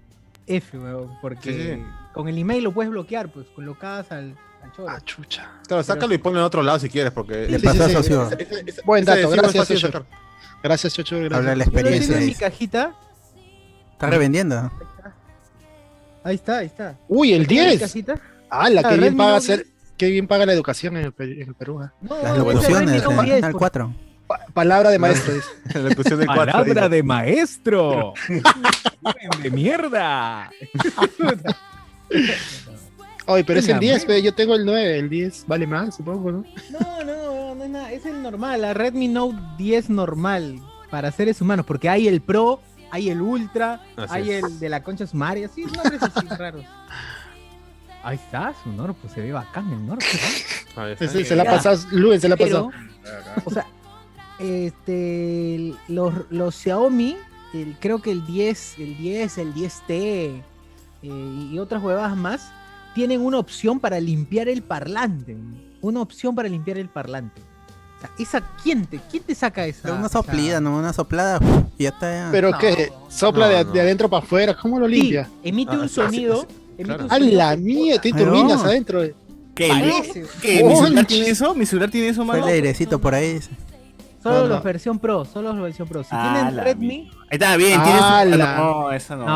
Speaker 1: F, weón, porque
Speaker 3: Sí, sí.
Speaker 1: con el email lo puedes bloquear, pues colocabas al, al choro.
Speaker 6: ah, chucha.
Speaker 3: Claro, sácalo y ponlo en otro lado si quieres, porque.
Speaker 5: Le
Speaker 6: Sí,
Speaker 5: pasó a
Speaker 6: sí, sí.
Speaker 5: socio.
Speaker 3: Ese- ese-
Speaker 6: Buen
Speaker 3: ese
Speaker 6: dato,
Speaker 3: sí, más
Speaker 6: gracias,
Speaker 3: fácil
Speaker 6: Ocho.
Speaker 3: sacar.
Speaker 6: Gracias, Chocho. Gracias.
Speaker 5: Habla la
Speaker 1: Yo lo tengo
Speaker 5: experiencia.
Speaker 1: en mi
Speaker 5: ahí.
Speaker 1: cajita.
Speaker 5: Está revendiendo.
Speaker 1: Ahí está, ahí está.
Speaker 6: Uy, el
Speaker 1: ¿En mi
Speaker 6: 10.
Speaker 1: cajita?
Speaker 6: ¡Hala!
Speaker 1: Ah,
Speaker 6: Qué bien
Speaker 1: Redmi
Speaker 6: paga
Speaker 1: Note
Speaker 6: ser. Qué bien paga la educación en el, Pe- en el Perú. ah.
Speaker 1: No,
Speaker 5: Las eh.
Speaker 1: no, ese Redmi
Speaker 5: locuciones
Speaker 1: Note
Speaker 5: de
Speaker 1: 10,
Speaker 5: Canal
Speaker 1: pues.
Speaker 5: 4.
Speaker 6: Pa- palabra de maestro. dice.
Speaker 3: La cuestión del cuatro,
Speaker 8: Palabra
Speaker 3: digo.
Speaker 8: de maestro. Joven de mierda.
Speaker 6: Oye, pero es el 10, pe, yo tengo el 9. El 10 vale más, supongo, ¿no?
Speaker 1: No, no, no es nada. Es el normal, la Redmi Note 10 normal para seres humanos, porque hay el Pro, hay el Ultra,
Speaker 3: Así
Speaker 1: hay
Speaker 3: es.
Speaker 1: el de la concha sumaria, sí, nombres así raros. Ahí está, su Norpo, se ve bacán el Norpo. ¿no?
Speaker 3: Ahí está.
Speaker 6: Sí, sí, se la ha pasado. Luen se la ha pasado.
Speaker 1: Pero, o sea, este, el- los, los Xiaomi, el- creo que el 10, el 10, el 10T eh, y otras huevadas más, tienen una opción para limpiar el parlante. Una opción para limpiar el parlante. O sea, esa, ¿quién te, quién te saca esa?
Speaker 5: Una
Speaker 1: esa-
Speaker 5: soplida, no, una soplada. Y ya está. ya.
Speaker 6: Pero
Speaker 1: No.
Speaker 6: que sopla
Speaker 3: No,
Speaker 6: de,
Speaker 3: no.
Speaker 6: de adentro para afuera. ¿Cómo lo
Speaker 1: Sí,
Speaker 6: limpia?
Speaker 1: emite
Speaker 3: Ah,
Speaker 1: un
Speaker 3: sí, sí,
Speaker 1: sonido.
Speaker 3: sí,
Speaker 1: emite
Speaker 3: claro.
Speaker 1: un
Speaker 6: ¡A
Speaker 1: sonido
Speaker 6: la
Speaker 1: que-
Speaker 6: mía! Tiene
Speaker 5: Ay,
Speaker 6: turbinas
Speaker 5: no.
Speaker 6: adentro. eh.
Speaker 2: ¿Qué?
Speaker 1: Parece.
Speaker 2: ¿Qué? ¿Mi celular
Speaker 6: Concha.
Speaker 2: tiene eso? ¿Mi celular tiene eso,
Speaker 5: Fue
Speaker 2: mano?
Speaker 5: el airecito por ahí. dice.
Speaker 1: Solo
Speaker 6: No, no.
Speaker 1: los versión Pro, solo los versión Pro. Si
Speaker 2: Ah,
Speaker 1: tienen
Speaker 2: la
Speaker 1: Redmi,
Speaker 2: Ahí Está bien, tiene
Speaker 6: Ah,
Speaker 2: su-
Speaker 6: la-
Speaker 2: No, esa no.
Speaker 3: No,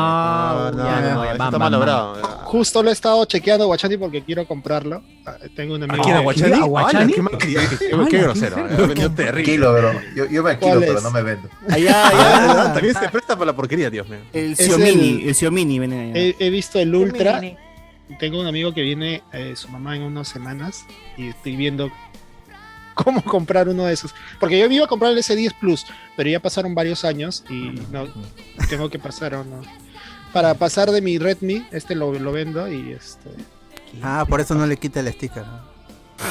Speaker 1: ya,
Speaker 3: no, no, no,
Speaker 1: ya,
Speaker 3: eso
Speaker 1: va,
Speaker 3: está
Speaker 1: va,
Speaker 3: mal
Speaker 1: va.
Speaker 3: logrado.
Speaker 6: Justo lo he estado chequeando, Guachani, porque quiero comprarlo. Ah, Tengo un amigo.
Speaker 3: ¿Quién
Speaker 6: que-
Speaker 3: aguachani?
Speaker 1: ¿Quién, aguachani?
Speaker 3: Ay, Qué mal
Speaker 1: Ay,
Speaker 3: qué
Speaker 1: la
Speaker 3: grosero.
Speaker 1: quince.
Speaker 3: Ha venido terrible.
Speaker 4: Kilo, bro. Yo, yo me alquilo,
Speaker 6: ¿Cuál
Speaker 4: pero
Speaker 6: es?
Speaker 4: no me vendo.
Speaker 2: Allá, allá.
Speaker 3: Ah, También se presta para la porquería, Dios mío.
Speaker 2: El
Speaker 6: Es
Speaker 2: Xiomini,
Speaker 6: el-
Speaker 2: el Xiomini, viene allá.
Speaker 6: He, he visto el Ultra. Tengo un amigo que viene eh, su mamá en unas semanas y estoy viendo cómo comprar uno de esos. Porque yo me iba a comprar el S10 Plus, pero ya pasaron varios años y no tengo que pasar a uno. Para pasar de mi Redmi, este lo, lo vendo y este.
Speaker 5: Ah, por eso no le quita el sticker. ¿no?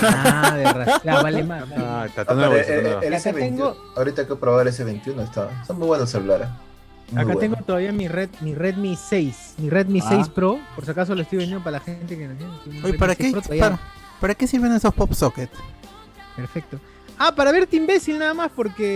Speaker 1: Ah, de ra- Ya, vale más. vale
Speaker 3: Ah,
Speaker 1: más.
Speaker 3: está
Speaker 4: Ah,
Speaker 3: tan nuevo,
Speaker 4: pero,
Speaker 3: está
Speaker 4: eh,
Speaker 3: tan nuevo.
Speaker 4: eh, el
Speaker 1: Acá
Speaker 4: S21.
Speaker 1: tengo-
Speaker 4: Ahorita hay que probar el S21. Está, son muy buenos celulares. Muy
Speaker 1: Acá tengo
Speaker 4: buenos.
Speaker 1: todavía mi red, mi Redmi 6, mi Redmi
Speaker 2: Ah.
Speaker 1: 6 Pro, por si acaso lo estoy vendiendo para la gente que no tiene. tiene un
Speaker 5: Oye,
Speaker 1: Redmi
Speaker 5: ¿para
Speaker 1: 6
Speaker 5: qué,
Speaker 1: Pro todavía.
Speaker 5: para, para qué sirven esos pop sockets?
Speaker 1: Perfecto. Ah, para verte imbécil nada más, porque.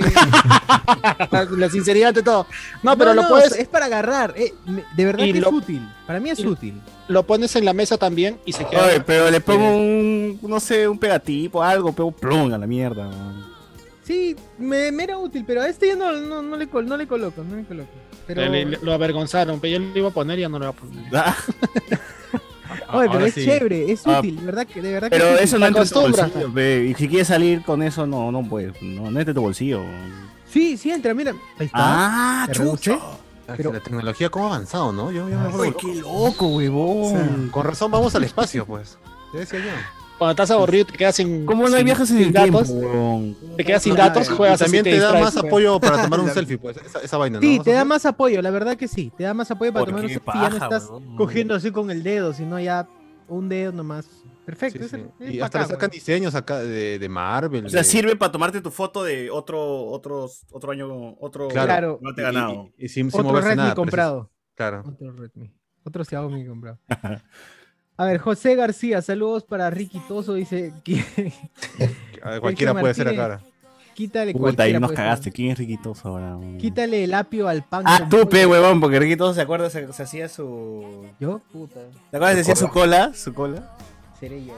Speaker 6: La, la sinceridad de todo. No, pero
Speaker 1: No,
Speaker 6: lo
Speaker 1: no,
Speaker 6: puedes,
Speaker 1: Es para agarrar. eh, me- de verdad
Speaker 6: Y
Speaker 1: que
Speaker 6: lo-
Speaker 1: es útil. Para mí es
Speaker 6: y-
Speaker 1: útil.
Speaker 6: lo pones en la mesa también y se queda.
Speaker 2: Oye, pero le pongo un, no sé, un pegatipo, algo, pero plum a la mierda. man.
Speaker 1: Sí, me, me era útil, pero a este yo no, no, no le, col- no le coloco, no le coloco. Pero,
Speaker 6: Le- le- lo avergonzaron, pero yo le iba a poner y ya no lo iba a poner.
Speaker 2: Ah,
Speaker 1: Oye, pero
Speaker 3: Ahora
Speaker 1: es
Speaker 3: sí.
Speaker 1: chévere, es
Speaker 2: Ah,
Speaker 1: útil, de ¿verdad? Que, de verdad que
Speaker 2: Pero
Speaker 1: es útil.
Speaker 2: eso no
Speaker 6: Te
Speaker 2: entra en tu
Speaker 6: acostumbras.
Speaker 2: bolsillo, pe, Y si quieres salir con eso, no, no puedes. No, no entra en tu bolsillo.
Speaker 1: Sí, sí, entra, mira. Ahí está.
Speaker 2: Ah,
Speaker 1: ¿Te
Speaker 2: chucha.
Speaker 1: rehusé?
Speaker 3: Pero... La tecnología, ¿cómo ha avanzado, no? Yo, yo me
Speaker 2: Uy,
Speaker 3: vuelvo
Speaker 2: qué loco, huevón.
Speaker 3: loco. Con razón, vamos al espacio, pues. Te decía yo.
Speaker 6: Cuando estás aburrido te quedas sin.
Speaker 2: ¿Cómo no hay
Speaker 6: sin-
Speaker 2: viajes en
Speaker 6: sin
Speaker 2: el tiempo,
Speaker 6: datos?
Speaker 2: huevón?
Speaker 6: Te quedas sin
Speaker 3: Y-
Speaker 6: datos,
Speaker 3: y
Speaker 6: juegas así,
Speaker 3: También te da
Speaker 6: distraes,
Speaker 3: más
Speaker 6: pues.
Speaker 3: apoyo para tomar un
Speaker 5: La-
Speaker 3: selfie, pues. Esa, esa vaina,
Speaker 1: Sí,
Speaker 3: ¿no?
Speaker 1: te da más apoyo, la verdad que sí. Te da más apoyo para
Speaker 2: Por
Speaker 1: tomar un
Speaker 2: qué
Speaker 1: selfie. Ya no
Speaker 2: paja,
Speaker 1: estás
Speaker 2: huevón.
Speaker 1: cogiendo así con el dedo, sino ya un dedo nomás.
Speaker 3: Sí,
Speaker 1: Perfecto.
Speaker 3: sí.
Speaker 1: ese- es
Speaker 3: Y
Speaker 1: pa'
Speaker 3: hasta le
Speaker 1: acá,
Speaker 3: sacan
Speaker 1: huevón.
Speaker 3: diseños acá de, de Marvel.
Speaker 2: O sea,
Speaker 3: de-
Speaker 2: sirve para tomarte tu foto de otro, otro, otro año, otro
Speaker 1: Claro.
Speaker 2: no te
Speaker 3: y-
Speaker 2: he ganado.
Speaker 3: Y, y sin, sin
Speaker 1: Otro
Speaker 3: moverse
Speaker 1: Redmi
Speaker 3: nada.
Speaker 1: comprado.
Speaker 3: preciso. Claro.
Speaker 1: Otro Redmi. Otro Xiaomi comprado. A ver, José García, saludos para Ricky Toso. Dice, qui-
Speaker 3: A- Cualquiera puede hacer acá.
Speaker 1: Martínez.
Speaker 3: ahora.
Speaker 1: quítale
Speaker 2: Puta, ahí
Speaker 1: cualquiera,
Speaker 2: nos
Speaker 1: pues,
Speaker 2: cagaste. ¿Quién es Riquitoso ahora?
Speaker 1: ¿no?
Speaker 2: huevón?
Speaker 1: Quítale el apio al pan.
Speaker 2: Ah,
Speaker 1: con
Speaker 2: tú,
Speaker 1: pollo.
Speaker 2: pe, huevón, porque Riquitoso se acuerda, se, se hacía su.
Speaker 1: Yo, puta,
Speaker 2: ¿Te acuerdas de decir su cola? Su cola.
Speaker 1: seré yo.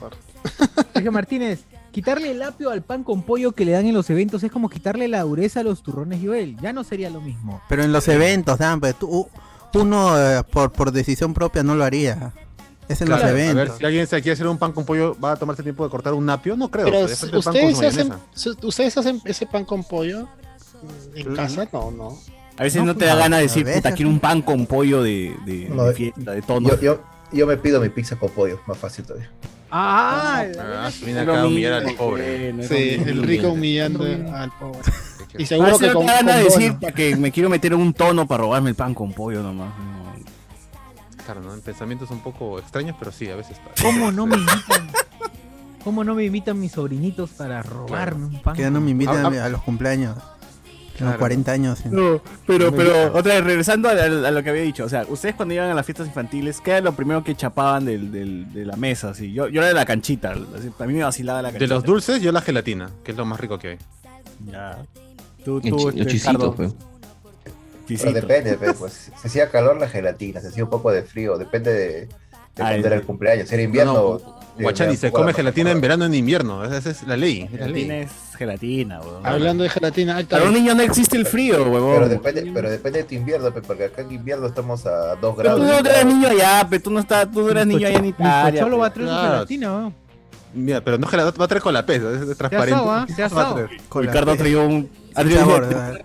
Speaker 1: pues, Sergio Martínez, quitarle el apio al pan con pollo que le dan en los eventos es como quitarle la dureza a los turrones Joel. Ya no sería lo mismo.
Speaker 5: Pero en los eventos, Dan, pues, tú, u- uno eh, por, por decisión propia no lo haría. Es en
Speaker 3: Claro,
Speaker 5: los
Speaker 3: a ver,
Speaker 5: eventos.
Speaker 3: si alguien se quiere hacer un pan con pollo, ¿va a tomarse tiempo de cortar un napio? No creo.
Speaker 6: Pero
Speaker 3: pues, después el pan con
Speaker 6: ustedes
Speaker 3: su
Speaker 6: se hacen,
Speaker 3: mayonesa.
Speaker 6: su- ustedes hacen ese pan con pollo en casa, no, no.
Speaker 2: A veces
Speaker 1: No,
Speaker 2: no, te da
Speaker 1: pues,
Speaker 2: ganas de
Speaker 5: a
Speaker 2: decir,
Speaker 5: veces.
Speaker 2: puta, quiero un pan con pollo de, de,
Speaker 4: No,
Speaker 2: de fiesta, de tono.
Speaker 4: Yo, yo, yo me pido mi pizza con pollo, más fácil todavía.
Speaker 1: Ah,
Speaker 3: Ah, viene
Speaker 2: Es
Speaker 3: acá
Speaker 2: lo
Speaker 3: a humillar
Speaker 2: mismo,
Speaker 3: al pobre.
Speaker 2: pe, no es lo
Speaker 6: Sí,
Speaker 2: mismo.
Speaker 6: el rico humillando
Speaker 1: Humillando.
Speaker 6: al pobre. Y
Speaker 2: A
Speaker 6: seguro
Speaker 2: veces
Speaker 6: que
Speaker 2: no
Speaker 6: con,
Speaker 2: te da ganas de
Speaker 6: con
Speaker 2: decir
Speaker 6: bono.
Speaker 2: pa, que me quiero meter en un tono para robarme el pan con pollo nomás. no.
Speaker 3: Claro, ¿no? En Pensamientos un poco extraños, pero sí, a veces.
Speaker 1: ¿Cómo no me invitan? ¿Cómo no me invitan mis sobrinitos para robarme un pan?
Speaker 5: Que ya no me invitan
Speaker 3: Ah,
Speaker 5: a, a los cumpleaños. Tengo
Speaker 3: Claro.
Speaker 5: 40 años. y-
Speaker 2: No, pero,
Speaker 3: No me
Speaker 2: pero,
Speaker 3: digas.
Speaker 2: otra vez, regresando a, a- a lo que había dicho, o sea, ustedes cuando iban a las fiestas infantiles, ¿qué era lo primero que chapaban del, del- de la mesa? Así? Yo, yo era de la canchita, así, a mí me vacilaba la
Speaker 3: De
Speaker 2: canchita.
Speaker 3: los dulces, yo la gelatina, que es lo más rico que hay.
Speaker 2: Ya. Tú,
Speaker 7: El
Speaker 2: tú,
Speaker 7: chi-
Speaker 2: este,
Speaker 7: Los chisitos,
Speaker 2: Ricardo,
Speaker 7: pues.
Speaker 4: Pero
Speaker 2: chisito.
Speaker 4: depende, pe, pues. Si si hacía calor, la gelatina. Si hacía un poco de frío, depende de, de
Speaker 2: Ay,
Speaker 4: cuando era el cumpleaños. Si era invierno.
Speaker 3: Ah, No,
Speaker 4: sí,
Speaker 3: Guachani,
Speaker 4: me
Speaker 3: se
Speaker 4: acuerdo,
Speaker 3: come
Speaker 4: me
Speaker 3: gelatina en
Speaker 4: acuerdo.
Speaker 3: verano en invierno. Esa, esa es la ley. es la ley.
Speaker 2: Gelatina es gelatina, weón.
Speaker 6: Hablando de gelatina, ahí está.
Speaker 2: Para un niño no existe el frío,
Speaker 4: Pero
Speaker 2: huevón.
Speaker 4: depende, pero depende de tu invierno, pe, porque acá en invierno estamos a 2
Speaker 2: Pero
Speaker 4: grados.
Speaker 2: tú no eras niño allá, pero tú no, estás, tú no eras niño allá en Italia.
Speaker 1: Pues,
Speaker 2: pues.
Speaker 1: Solo
Speaker 2: pe.
Speaker 1: va
Speaker 6: pues.
Speaker 1: a traer su
Speaker 3: Claro.
Speaker 1: gelatina, ¿no?
Speaker 3: Mira, pero no gelatina, va a traer con la pesa, es
Speaker 1: Se ha asado, ¿ah?
Speaker 3: transparente.
Speaker 1: Se ha
Speaker 3: Va a
Speaker 1: asado.
Speaker 3: traer.
Speaker 5: con la-
Speaker 2: Ricardo ha traído un... ha
Speaker 5: sin
Speaker 2: traído-
Speaker 5: sabor, ¿verdad?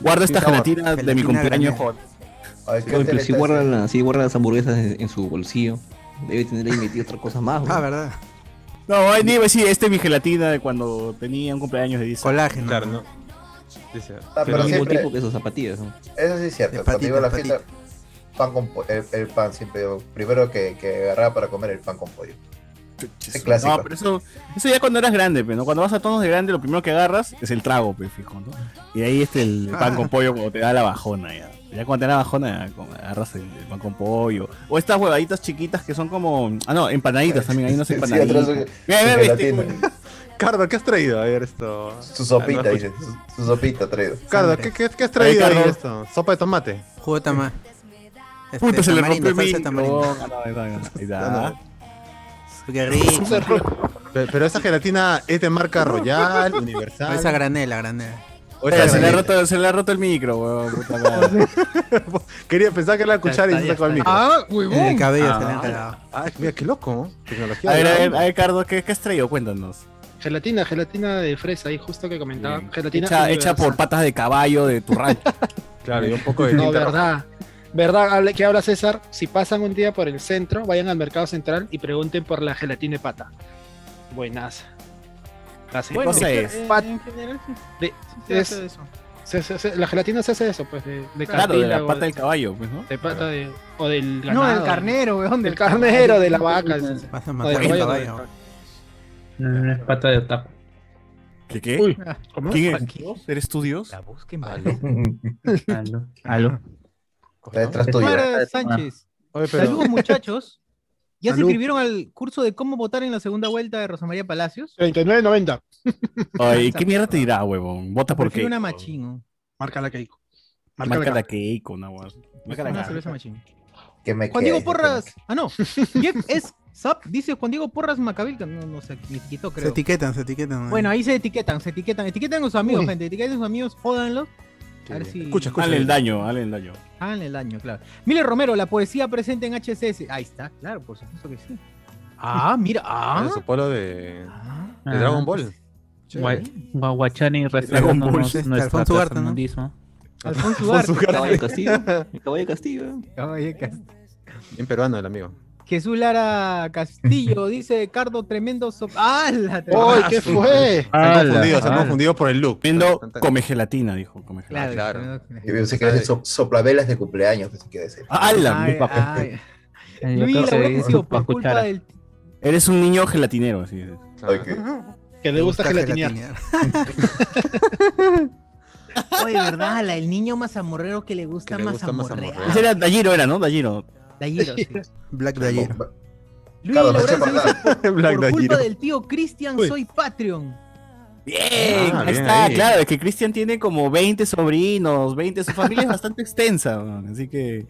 Speaker 2: Guarda esta
Speaker 3: Sin sabor.
Speaker 2: gelatina de mi
Speaker 5: Gelatina
Speaker 2: cumpleaños,
Speaker 5: granel.
Speaker 2: joder.
Speaker 4: Ay, ¿qué
Speaker 7: Oye,
Speaker 4: hotel
Speaker 7: pero si
Speaker 4: estás?
Speaker 7: guardan, la- si guardan las hamburguesas en, en su bolsillo, debe tener ahí metido otra cosa más.
Speaker 5: Ah,
Speaker 7: güey.
Speaker 5: ¿verdad?
Speaker 2: No, ahí iba a decir, este es mi gelatina de cuando tenía un cumpleaños de 10 años.
Speaker 5: Colágeno.
Speaker 3: Claro, ¿no? Dice,
Speaker 4: Ah,
Speaker 7: Pero
Speaker 4: pero
Speaker 7: el mismo
Speaker 4: siempre-
Speaker 7: tipo que esos zapatillas. ¿no?
Speaker 4: Eso sí es cierto.
Speaker 5: De
Speaker 4: Cuando iba a la
Speaker 5: patita,
Speaker 4: fiesta, pan con po- el, el pan siempre. yo Primero que, que agarraba para comer el pan con pollo. Es clásico.
Speaker 2: No, pero eso, eso ya cuando eras grande, pe, ¿no? Cuando vas a tonos de grande, lo primero que agarras es el trago, pe, fijo, ¿no? Y ahí este el pan con pollo como te da la bajona ya. Ya cuando te da la bajona, como agarras el, el pan con pollo. O estas huevaditas chiquitas que son como. Ah, no, empanaditas también, hay unas
Speaker 4: Sí,
Speaker 2: empanaditas.
Speaker 4: atrás su-
Speaker 2: Mira,
Speaker 4: su
Speaker 2: mira, este,
Speaker 4: gelatina.
Speaker 3: Cardo, ¿qué has traído? A ver esto.
Speaker 4: Su
Speaker 3: Ah,
Speaker 4: sopita,
Speaker 3: no,
Speaker 4: dice. Su, su sopita traído.
Speaker 3: Cardo, ¿qué, qué, qué has traído
Speaker 2: Ahí,
Speaker 3: ahí
Speaker 2: Cardo.
Speaker 3: esto? Sopa de tomate.
Speaker 5: Jugo de tama- este,
Speaker 2: Puta, se le
Speaker 5: tamarindo,
Speaker 2: rompió el
Speaker 5: salsa de
Speaker 2: micro.
Speaker 5: tamarindo.
Speaker 2: Ah, no, ahí está, ahí está. Ahí
Speaker 3: Ah,
Speaker 2: está.
Speaker 3: no.
Speaker 5: Qué rico.
Speaker 3: Pe- Pero esa gelatina es de marca Royal, Universal.
Speaker 5: Esa granela, granela.
Speaker 3: o esa
Speaker 2: Oye, se le ha
Speaker 3: granel.
Speaker 2: roto, se le ha roto el micro, weón. Puta madre.
Speaker 3: Quería pensar que era la cuchara y
Speaker 8: está,
Speaker 3: se
Speaker 8: ya
Speaker 3: sacó el
Speaker 8: está.
Speaker 3: micro.
Speaker 1: Ah,
Speaker 5: En el
Speaker 1: huevón.
Speaker 5: cabello
Speaker 2: Ah.
Speaker 5: se le han calado.
Speaker 3: Ay, mira, qué loco. ¿no? Tecnología.
Speaker 2: A ver,
Speaker 3: de
Speaker 2: a ver,
Speaker 3: onda.
Speaker 2: a ver, Cardo, ¿qué, qué has traído? Cuéntanos.
Speaker 6: Gelatina, gelatina de fresa, ahí justo que comentaba. Gelatina
Speaker 2: Hecha, hecha por patas de caballo de tu rancho.
Speaker 3: Claro, y un poco de
Speaker 6: No,
Speaker 3: tinta roja.
Speaker 6: verdad. ¿Verdad? Hable- ¿Qué habla César? Si pasan un día por el centro, vayan al mercado central y pregunten por la gelatina de pata. Buenas. Así. pues,
Speaker 2: Bueno,
Speaker 6: de-
Speaker 2: cosa
Speaker 1: eh,
Speaker 2: es?
Speaker 1: en general sí,
Speaker 6: de-
Speaker 1: sí se
Speaker 6: es-
Speaker 1: hace eso.
Speaker 6: se- se- se- la gelatina se hace eso, pues, de, de
Speaker 2: Claro, de la
Speaker 6: cartílago,
Speaker 2: pata del caballo, pues, ¿no?
Speaker 6: de pata de- o del
Speaker 1: No,
Speaker 6: ganado,
Speaker 1: del carnero, weón.
Speaker 6: Del carnero, de la vaca. sí, sí.
Speaker 5: Vas a
Speaker 6: O del
Speaker 5: matar el
Speaker 6: caballo.
Speaker 5: caballo.
Speaker 9: No, es pata de tapa.
Speaker 2: ¿Qué qué?
Speaker 6: Uy, ¿cómo?
Speaker 2: ¿Quién es? ¿Eres tú Dios?
Speaker 1: La busquen,
Speaker 3: Ah,
Speaker 1: vale.
Speaker 3: no.
Speaker 9: Aló, aló.
Speaker 4: Está detrás tuyo.
Speaker 1: Mara Sánchez.
Speaker 3: Oye, pero
Speaker 1: Saludos, muchachos. ¿Ya se
Speaker 6: Salud.
Speaker 1: inscribieron al curso de cómo votar en la segunda vuelta de Rosa María Palacios?
Speaker 6: Eh, 39.90.
Speaker 2: Ay, ¿qué mierda te dirá, huevón? Vota por
Speaker 1: Prefiero
Speaker 2: Keiko.
Speaker 1: una machín.
Speaker 6: Marca la Keiko. Marca,
Speaker 2: Marca
Speaker 6: la
Speaker 2: la Keiko, una huevón. Marca la
Speaker 1: Una
Speaker 2: Keiko.
Speaker 1: cerveza machín.
Speaker 4: Que me
Speaker 1: Juan Diego
Speaker 4: quede,
Speaker 1: Porras. Ah, no. Jeff es Zap. Dice Juan Diego Porras Macabil. que No, no se quitó,
Speaker 5: Se
Speaker 1: creo.
Speaker 5: etiquetan, se etiquetan.
Speaker 1: Bueno, ahí se etiquetan, se etiquetan. Etiquetan a sus amigos,
Speaker 6: Uy.
Speaker 1: gente. Etiqueten a sus amigos, jódanlos. A ver si.
Speaker 5: Escucha, escucha.
Speaker 2: Dale el daño, dale el daño.
Speaker 1: Háganle daño, claro. Miller Romero, la poesía presente en HSS. Ahí está, claro, por supuesto que sí. Ah, mira, ah.
Speaker 3: En su polo de,
Speaker 1: Ah,
Speaker 3: de Dragon Ball.
Speaker 9: Guay. Guaguachani
Speaker 5: Dragon Ball
Speaker 9: reflejándonos
Speaker 5: Z,
Speaker 9: nuestra
Speaker 5: Alfonso Ugarte, ¿no?
Speaker 9: tercermundismo.
Speaker 1: Alfonso Ugarte.
Speaker 7: Caballo Castillo. El caballo Castillo.
Speaker 1: Eh, Oye, Cas-
Speaker 3: Bien peruano el amigo.
Speaker 1: Jesús Lara Castillo dice Cardo tremendo so- ¡Ah, la
Speaker 6: Keiko. ¡Ay, qué fue!
Speaker 3: Se han
Speaker 9: Ala,
Speaker 3: confundido, se han
Speaker 9: ala.
Speaker 3: confundido por el look.
Speaker 2: Viendo
Speaker 3: Tan- tan-
Speaker 2: come gelatina, dijo. Come gelatina.
Speaker 1: Claro,
Speaker 3: claro.
Speaker 4: Yo pensé que era de so- soplavelas de cumpleaños, pensé que era ese.
Speaker 1: Ah,
Speaker 2: ¡Hala!
Speaker 1: Ay,
Speaker 2: mi papá!
Speaker 1: ay.
Speaker 9: Eh, Yo
Speaker 1: Luis,
Speaker 9: creo
Speaker 1: la verdad que
Speaker 9: que
Speaker 1: ha sido
Speaker 9: para
Speaker 1: por culpa
Speaker 9: escuchar.
Speaker 1: del
Speaker 2: Eres un niño gelatinero, así es.
Speaker 3: claro.
Speaker 4: Ok.
Speaker 6: Que le gusta, gelatinear.
Speaker 1: Oye, ¿verdad? La- el niño mazamorrero que le gusta
Speaker 3: Que le gusta
Speaker 1: mazamorrear.
Speaker 3: mazamorrear.
Speaker 2: Ese era Dalliro, era, ¿no? Dalliro.
Speaker 1: De ahí lo- sí.
Speaker 5: Black Dyer.
Speaker 1: Luis
Speaker 4: Claro, me hace
Speaker 1: Laurencio dice,
Speaker 4: acordar.
Speaker 3: Black
Speaker 1: por culpa
Speaker 3: Dagiro.
Speaker 1: del tío Cristian
Speaker 6: Uy.
Speaker 1: soy Patreon.
Speaker 2: Bien,
Speaker 3: Ah,
Speaker 2: ahí
Speaker 3: bien
Speaker 2: está,
Speaker 3: ahí.
Speaker 2: claro, es que Cristian tiene como 20 sobrinos, 20, su familia es bastante extensa, weón, así que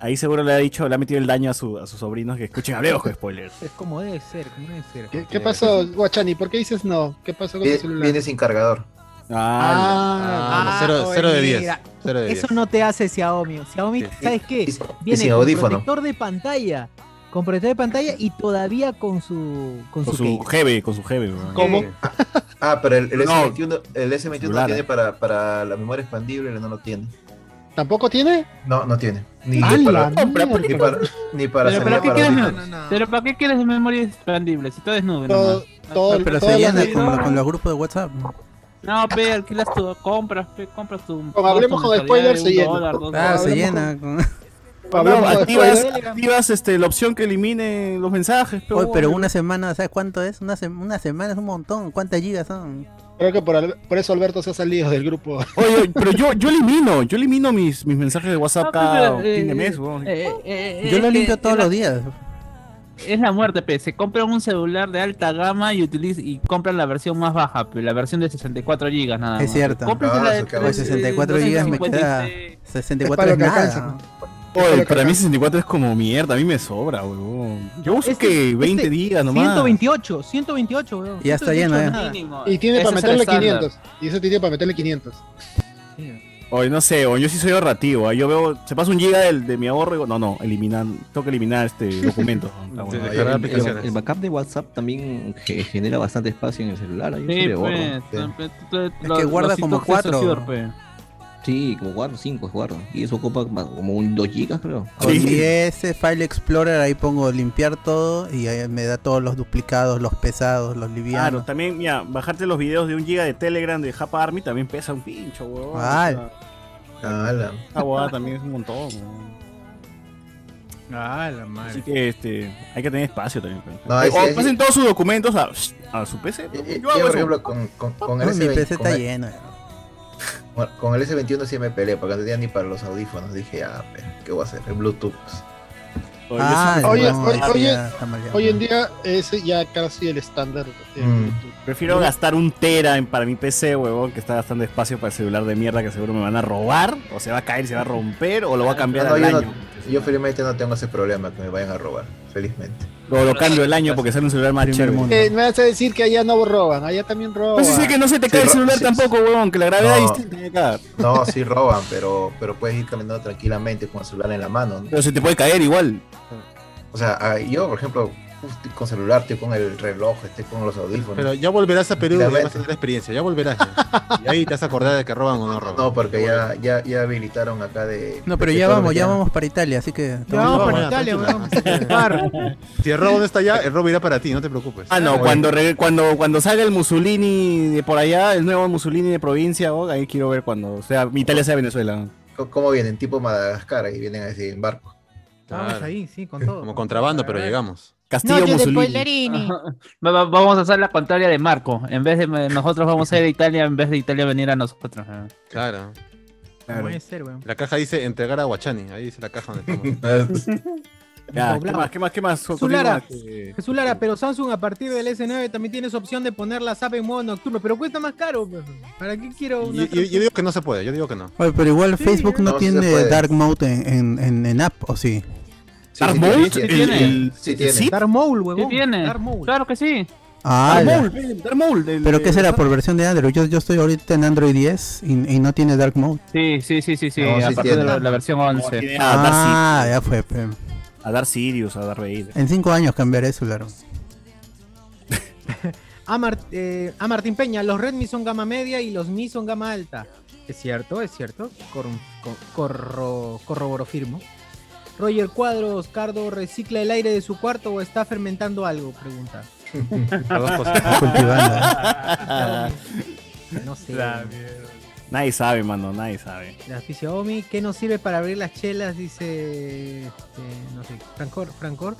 Speaker 2: ahí seguro le ha dicho, le ha metido el daño a, su- a sus sobrinos que escuchen hablemos con spoilers.
Speaker 1: Es como debe ser, como debe ser.
Speaker 6: ¿Qué, qué pasó, Guachani? ¿Por qué dices no? ¿Qué pasó con tu
Speaker 4: Viene,
Speaker 6: celular?
Speaker 4: viene sin cargador.
Speaker 2: Ah,
Speaker 6: Ah,
Speaker 3: Ah, cero- cero de
Speaker 1: mira,
Speaker 3: diez, cero de
Speaker 1: Eso
Speaker 3: diez.
Speaker 1: no te hace Xiaomi. Xiaomi,
Speaker 3: Sí.
Speaker 1: ¿sabes qué?
Speaker 4: Y- Y
Speaker 1: Viene
Speaker 4: sin
Speaker 1: con
Speaker 4: audífono.
Speaker 1: protector de pantalla. Con protector de pantalla y todavía con su. Con,
Speaker 2: con
Speaker 1: su.
Speaker 2: su
Speaker 1: case.
Speaker 2: jefe, con su jefe. weón.
Speaker 6: ¿Cómo?
Speaker 4: Ah, pero el, el
Speaker 2: No.
Speaker 4: S21, el S21
Speaker 2: Celular.
Speaker 4: no tiene para, para la memoria expandible, no lo tiene.
Speaker 6: ¿Tampoco tiene?
Speaker 4: No, no tiene. Ni,
Speaker 6: ¡A
Speaker 4: ni
Speaker 6: la
Speaker 4: para,
Speaker 6: mierda!
Speaker 4: ni para, ni para
Speaker 9: Pero,
Speaker 4: salida
Speaker 9: ¿para qué
Speaker 4: para
Speaker 9: quieres
Speaker 4: audífonos.
Speaker 9: Pero ¿para qué quieres memoria expandible? Si todo es nube.
Speaker 6: Todo, todo,
Speaker 5: Pero
Speaker 6: todas
Speaker 5: se
Speaker 6: las
Speaker 5: llena
Speaker 6: de-
Speaker 5: con, con los grupos de WhatsApp.
Speaker 9: No, pe, alquilas tu, compras, pe, compras tu.
Speaker 6: Como hablemos
Speaker 9: tu
Speaker 6: con
Speaker 9: mensualidad
Speaker 6: spoilers,
Speaker 9: de
Speaker 6: se
Speaker 9: un
Speaker 6: llena.
Speaker 9: dólar, dos
Speaker 5: Ah,
Speaker 9: dólares.
Speaker 5: se
Speaker 6: hablemos
Speaker 5: llena. con-
Speaker 2: No,
Speaker 6: Hablemos de
Speaker 2: activas,
Speaker 6: spoilers.
Speaker 2: activas, este, la opción que elimine los mensajes. pe,
Speaker 5: Oye, pero
Speaker 2: weón.
Speaker 5: una semana, ¿sabes cuánto es? Una, sem- una semana es un montón. ¿Cuántas gigas son?
Speaker 6: Creo que por, al- por eso Alberto se ha salido del grupo.
Speaker 2: Oye, pero yo, yo elimino, yo elimino mis, mis mensajes de WhatsApp
Speaker 9: No,
Speaker 2: cada
Speaker 9: pero, eh,
Speaker 2: fin de mes, weón.
Speaker 9: Eh, eh, eh,
Speaker 5: Ah, Yo lo
Speaker 9: es que
Speaker 5: limpio todos
Speaker 9: es la-
Speaker 5: los días.
Speaker 9: Es la muerte, pe. Se compran un celular de alta gama y utiliz y compran la versión más baja, pe, la versión de 64 gigas nada más.
Speaker 5: Es cierto. Pues
Speaker 9: Cómprense
Speaker 4: Ah,
Speaker 9: la
Speaker 4: su
Speaker 9: de eh,
Speaker 4: cabrón.
Speaker 5: 64 gigas me queda- 64
Speaker 6: Es
Speaker 5: es
Speaker 6: para lo que
Speaker 5: nada.
Speaker 6: alcanza.
Speaker 2: Oye, para mí 64 es como mierda, a mí me sobra, weón. Yo uso
Speaker 1: Este-
Speaker 2: que 20
Speaker 1: este
Speaker 2: días nomás.
Speaker 1: 128, 128, weón.
Speaker 5: Ya está lleno,
Speaker 1: 128
Speaker 5: eh.
Speaker 1: nada.
Speaker 6: Y tiene
Speaker 9: Ese
Speaker 6: para
Speaker 9: es el
Speaker 6: meterle
Speaker 9: estándar.
Speaker 6: 500. Y eso tiene para meterle 500.
Speaker 2: Oye, no sé, o yo sí soy ahorrativo. ah, Yo veo, se pasa un giga del- de mi ahorro y digo, no, no, eliminar, tengo que eliminar este documento. Ah, bueno,
Speaker 3: Sí,
Speaker 2: ahí-
Speaker 3: claro.
Speaker 7: El, el-
Speaker 3: aplicaciones.
Speaker 7: el backup de WhatsApp también ge- genera bastante espacio en el celular. ahí
Speaker 9: Sí, pues.
Speaker 7: se le borra.
Speaker 9: pe, pe, pe,
Speaker 5: Es
Speaker 9: lo-
Speaker 5: que guarda
Speaker 9: los
Speaker 5: como
Speaker 9: intox de
Speaker 5: cuatro.
Speaker 9: Saussure, pe.
Speaker 7: Sí, como 4 o 5 guardo. Y eso ocupa ma- como un 2 gigas, creo.
Speaker 5: Con
Speaker 2: Sí.
Speaker 5: 10 File Explorer ahí pongo limpiar todo y ahí me da todos los duplicados, los pesados, los
Speaker 2: Claro,
Speaker 5: livianos.
Speaker 2: también, mira, bajarte los videos de un giga de Telegram de Japa Army también pesa un pincho, weón.
Speaker 5: Ay.
Speaker 4: Ah, la-
Speaker 2: Esta huevada también es un montón, weón.
Speaker 1: Ah, la
Speaker 2: Así
Speaker 1: madre.
Speaker 2: que este, hay que tener espacio también. pero-
Speaker 4: No, ahí sí,
Speaker 2: o
Speaker 4: ahí sí.
Speaker 2: pasen todos sus documentos a, a su PC.
Speaker 4: Y- y-
Speaker 2: weón.
Speaker 4: Yo,
Speaker 2: Yo hago
Speaker 4: por
Speaker 2: eso.
Speaker 4: ejemplo, con, con, con el
Speaker 5: No, mi PC
Speaker 4: S20, con
Speaker 5: está
Speaker 4: e- el,
Speaker 5: lleno.
Speaker 4: con el S21 sí me peleé, porque no tenía ni para los audífonos. Dije, ah, pe, ¿qué voy a hacer? El Bluetooth.
Speaker 2: Oye,
Speaker 5: Ah,
Speaker 2: eso-
Speaker 6: Oye,
Speaker 5: no,
Speaker 6: oye,
Speaker 5: está
Speaker 6: oye,
Speaker 5: mal, está mal, ya.
Speaker 6: Hoy en día ese ya casi el estándar. eh,
Speaker 4: Mm.
Speaker 2: Prefiero gastar un tera en- para mi PC, huevón, que está gastando espacio para el celular de mierda que seguro me van a robar, o se va a caer, se va a romper, o lo va a cambiar
Speaker 4: Ah, No,
Speaker 2: al
Speaker 4: yo no-
Speaker 2: año.
Speaker 4: Yo felizmente no tengo ese problema que me vayan a robar. Felizmente.
Speaker 2: O lo cambio el año porque sale un celular más
Speaker 5: Primer
Speaker 2: chévere.
Speaker 5: mundo.
Speaker 6: Eh, me vas a decir que allá no roban, allá también roban.
Speaker 2: No sé si es Pues que no se te
Speaker 4: Sí,
Speaker 2: cae el
Speaker 4: ro-
Speaker 2: celular
Speaker 4: sí,
Speaker 2: tampoco, huevón, que la gravedad
Speaker 4: No.
Speaker 2: es distinta acá.
Speaker 4: No, sí roban, pero, pero puedes ir caminando tranquilamente con el celular en la mano. ¿no?
Speaker 2: Pero se te puede caer igual.
Speaker 4: O sea, ah, yo, por ejemplo, uf, estoy con celular, estoy con el reloj, estoy con los audífonos.
Speaker 3: Pero ya volverás a Perú, ya vas a
Speaker 4: Claramente.
Speaker 3: tener la experiencia, ya volverás. ya. Y ahí te vas a acordar de que roban o no roban.
Speaker 4: no, porque ya, ya, ya habilitaron acá de.
Speaker 5: No, pero ya vamos, ya vamos para Italia, así que...
Speaker 1: vamos
Speaker 3: No,
Speaker 1: para
Speaker 3: ya,
Speaker 1: Italia,
Speaker 3: tranquila.
Speaker 1: weón.
Speaker 3: Si el robo no está allá, el robo irá para ti, no te preocupes.
Speaker 2: Ah, no,
Speaker 4: Oye.
Speaker 2: cuando, re- cuando, cuando salga el Mussolini de por allá, el nuevo Mussolini de provincia, huevón, ahí quiero ver cuando sea Italia sea Venezuela.
Speaker 4: Co- ¿Cómo vienen? Tipo Madagascar, ahí vienen así en barco.
Speaker 3: Claro.
Speaker 1: Vamos ahí, sí, con todo.
Speaker 3: Como contrabando, pero llegamos.
Speaker 2: Castillo Mussolini.
Speaker 9: Va- va- Vamos a hacer la contraria de Marco. En vez de nosotros vamos a ir a Italia, en vez de Italia venir a nosotros. eh.
Speaker 3: Claro.
Speaker 1: Puede ser, weón.
Speaker 3: La caja dice entregar a Guachani. Ahí dice la caja donde estamos.
Speaker 2: Ya, ¿Qué
Speaker 1: Doblado.
Speaker 2: más? ¿Qué más? ¿Qué más?
Speaker 1: Jesús Lara,
Speaker 2: Continúa, que-
Speaker 1: Jesús Lara, pero Samsung a partir del S9 también tiene su opción de poner la SAP en modo nocturno, pero cuesta más caro. pues. ¿Para qué quiero una
Speaker 3: Yo, yo- yo digo que no se puede, yo digo que no.
Speaker 5: Oye, pero igual
Speaker 1: Sí,
Speaker 5: Facebook
Speaker 4: no,
Speaker 5: no,
Speaker 4: sí se
Speaker 5: tiene
Speaker 4: puede.
Speaker 5: Dark Mode en, en, en, en app, ¿o sí?
Speaker 2: Dark
Speaker 4: sí
Speaker 2: Mode,
Speaker 4: tiene,
Speaker 2: el- el-
Speaker 4: sí tiene.
Speaker 2: ¿sí?
Speaker 1: Dark Maul, huevón?
Speaker 9: tiene?
Speaker 1: Dark Maul.
Speaker 9: Claro que sí.
Speaker 5: Ah,
Speaker 2: Dark
Speaker 5: ya.
Speaker 2: Maul, ven, Dark Maul, el-
Speaker 5: pero ¿qué
Speaker 2: el-
Speaker 5: será por versión de Android? Yo, yo estoy ahorita en Android 10 y, y no tiene Dark Mode.
Speaker 9: Sí, sí, sí, sí, sí.
Speaker 4: No,
Speaker 9: a
Speaker 4: sí
Speaker 9: partir de
Speaker 4: tiene.
Speaker 9: la, la versión
Speaker 2: No,
Speaker 9: 11.
Speaker 2: tiene a Dark Sirius.
Speaker 5: Ah, ya fue. pe.
Speaker 2: a dar Sirius, a dar Vader.
Speaker 5: En cinco años cambiaré eso, claro.
Speaker 1: A, Mar- eh, a Martín Peña, los Redmi son gama media y los Mi son gama alta. Es cierto, es cierto. Cor- cor- corro- corroboro firmo. Roger Cuadros, Cardo, ¿recicla el aire de su cuarto o está fermentando algo? Pregunta.
Speaker 3: Las dos cosas.
Speaker 5: Cultivando. ¿eh?
Speaker 1: No sé.
Speaker 2: Nadie sabe, mano, nadie sabe.
Speaker 1: La Xiaomi, ¿qué nos sirve para abrir las chelas? Dice, este, no sé, Francor, Francor.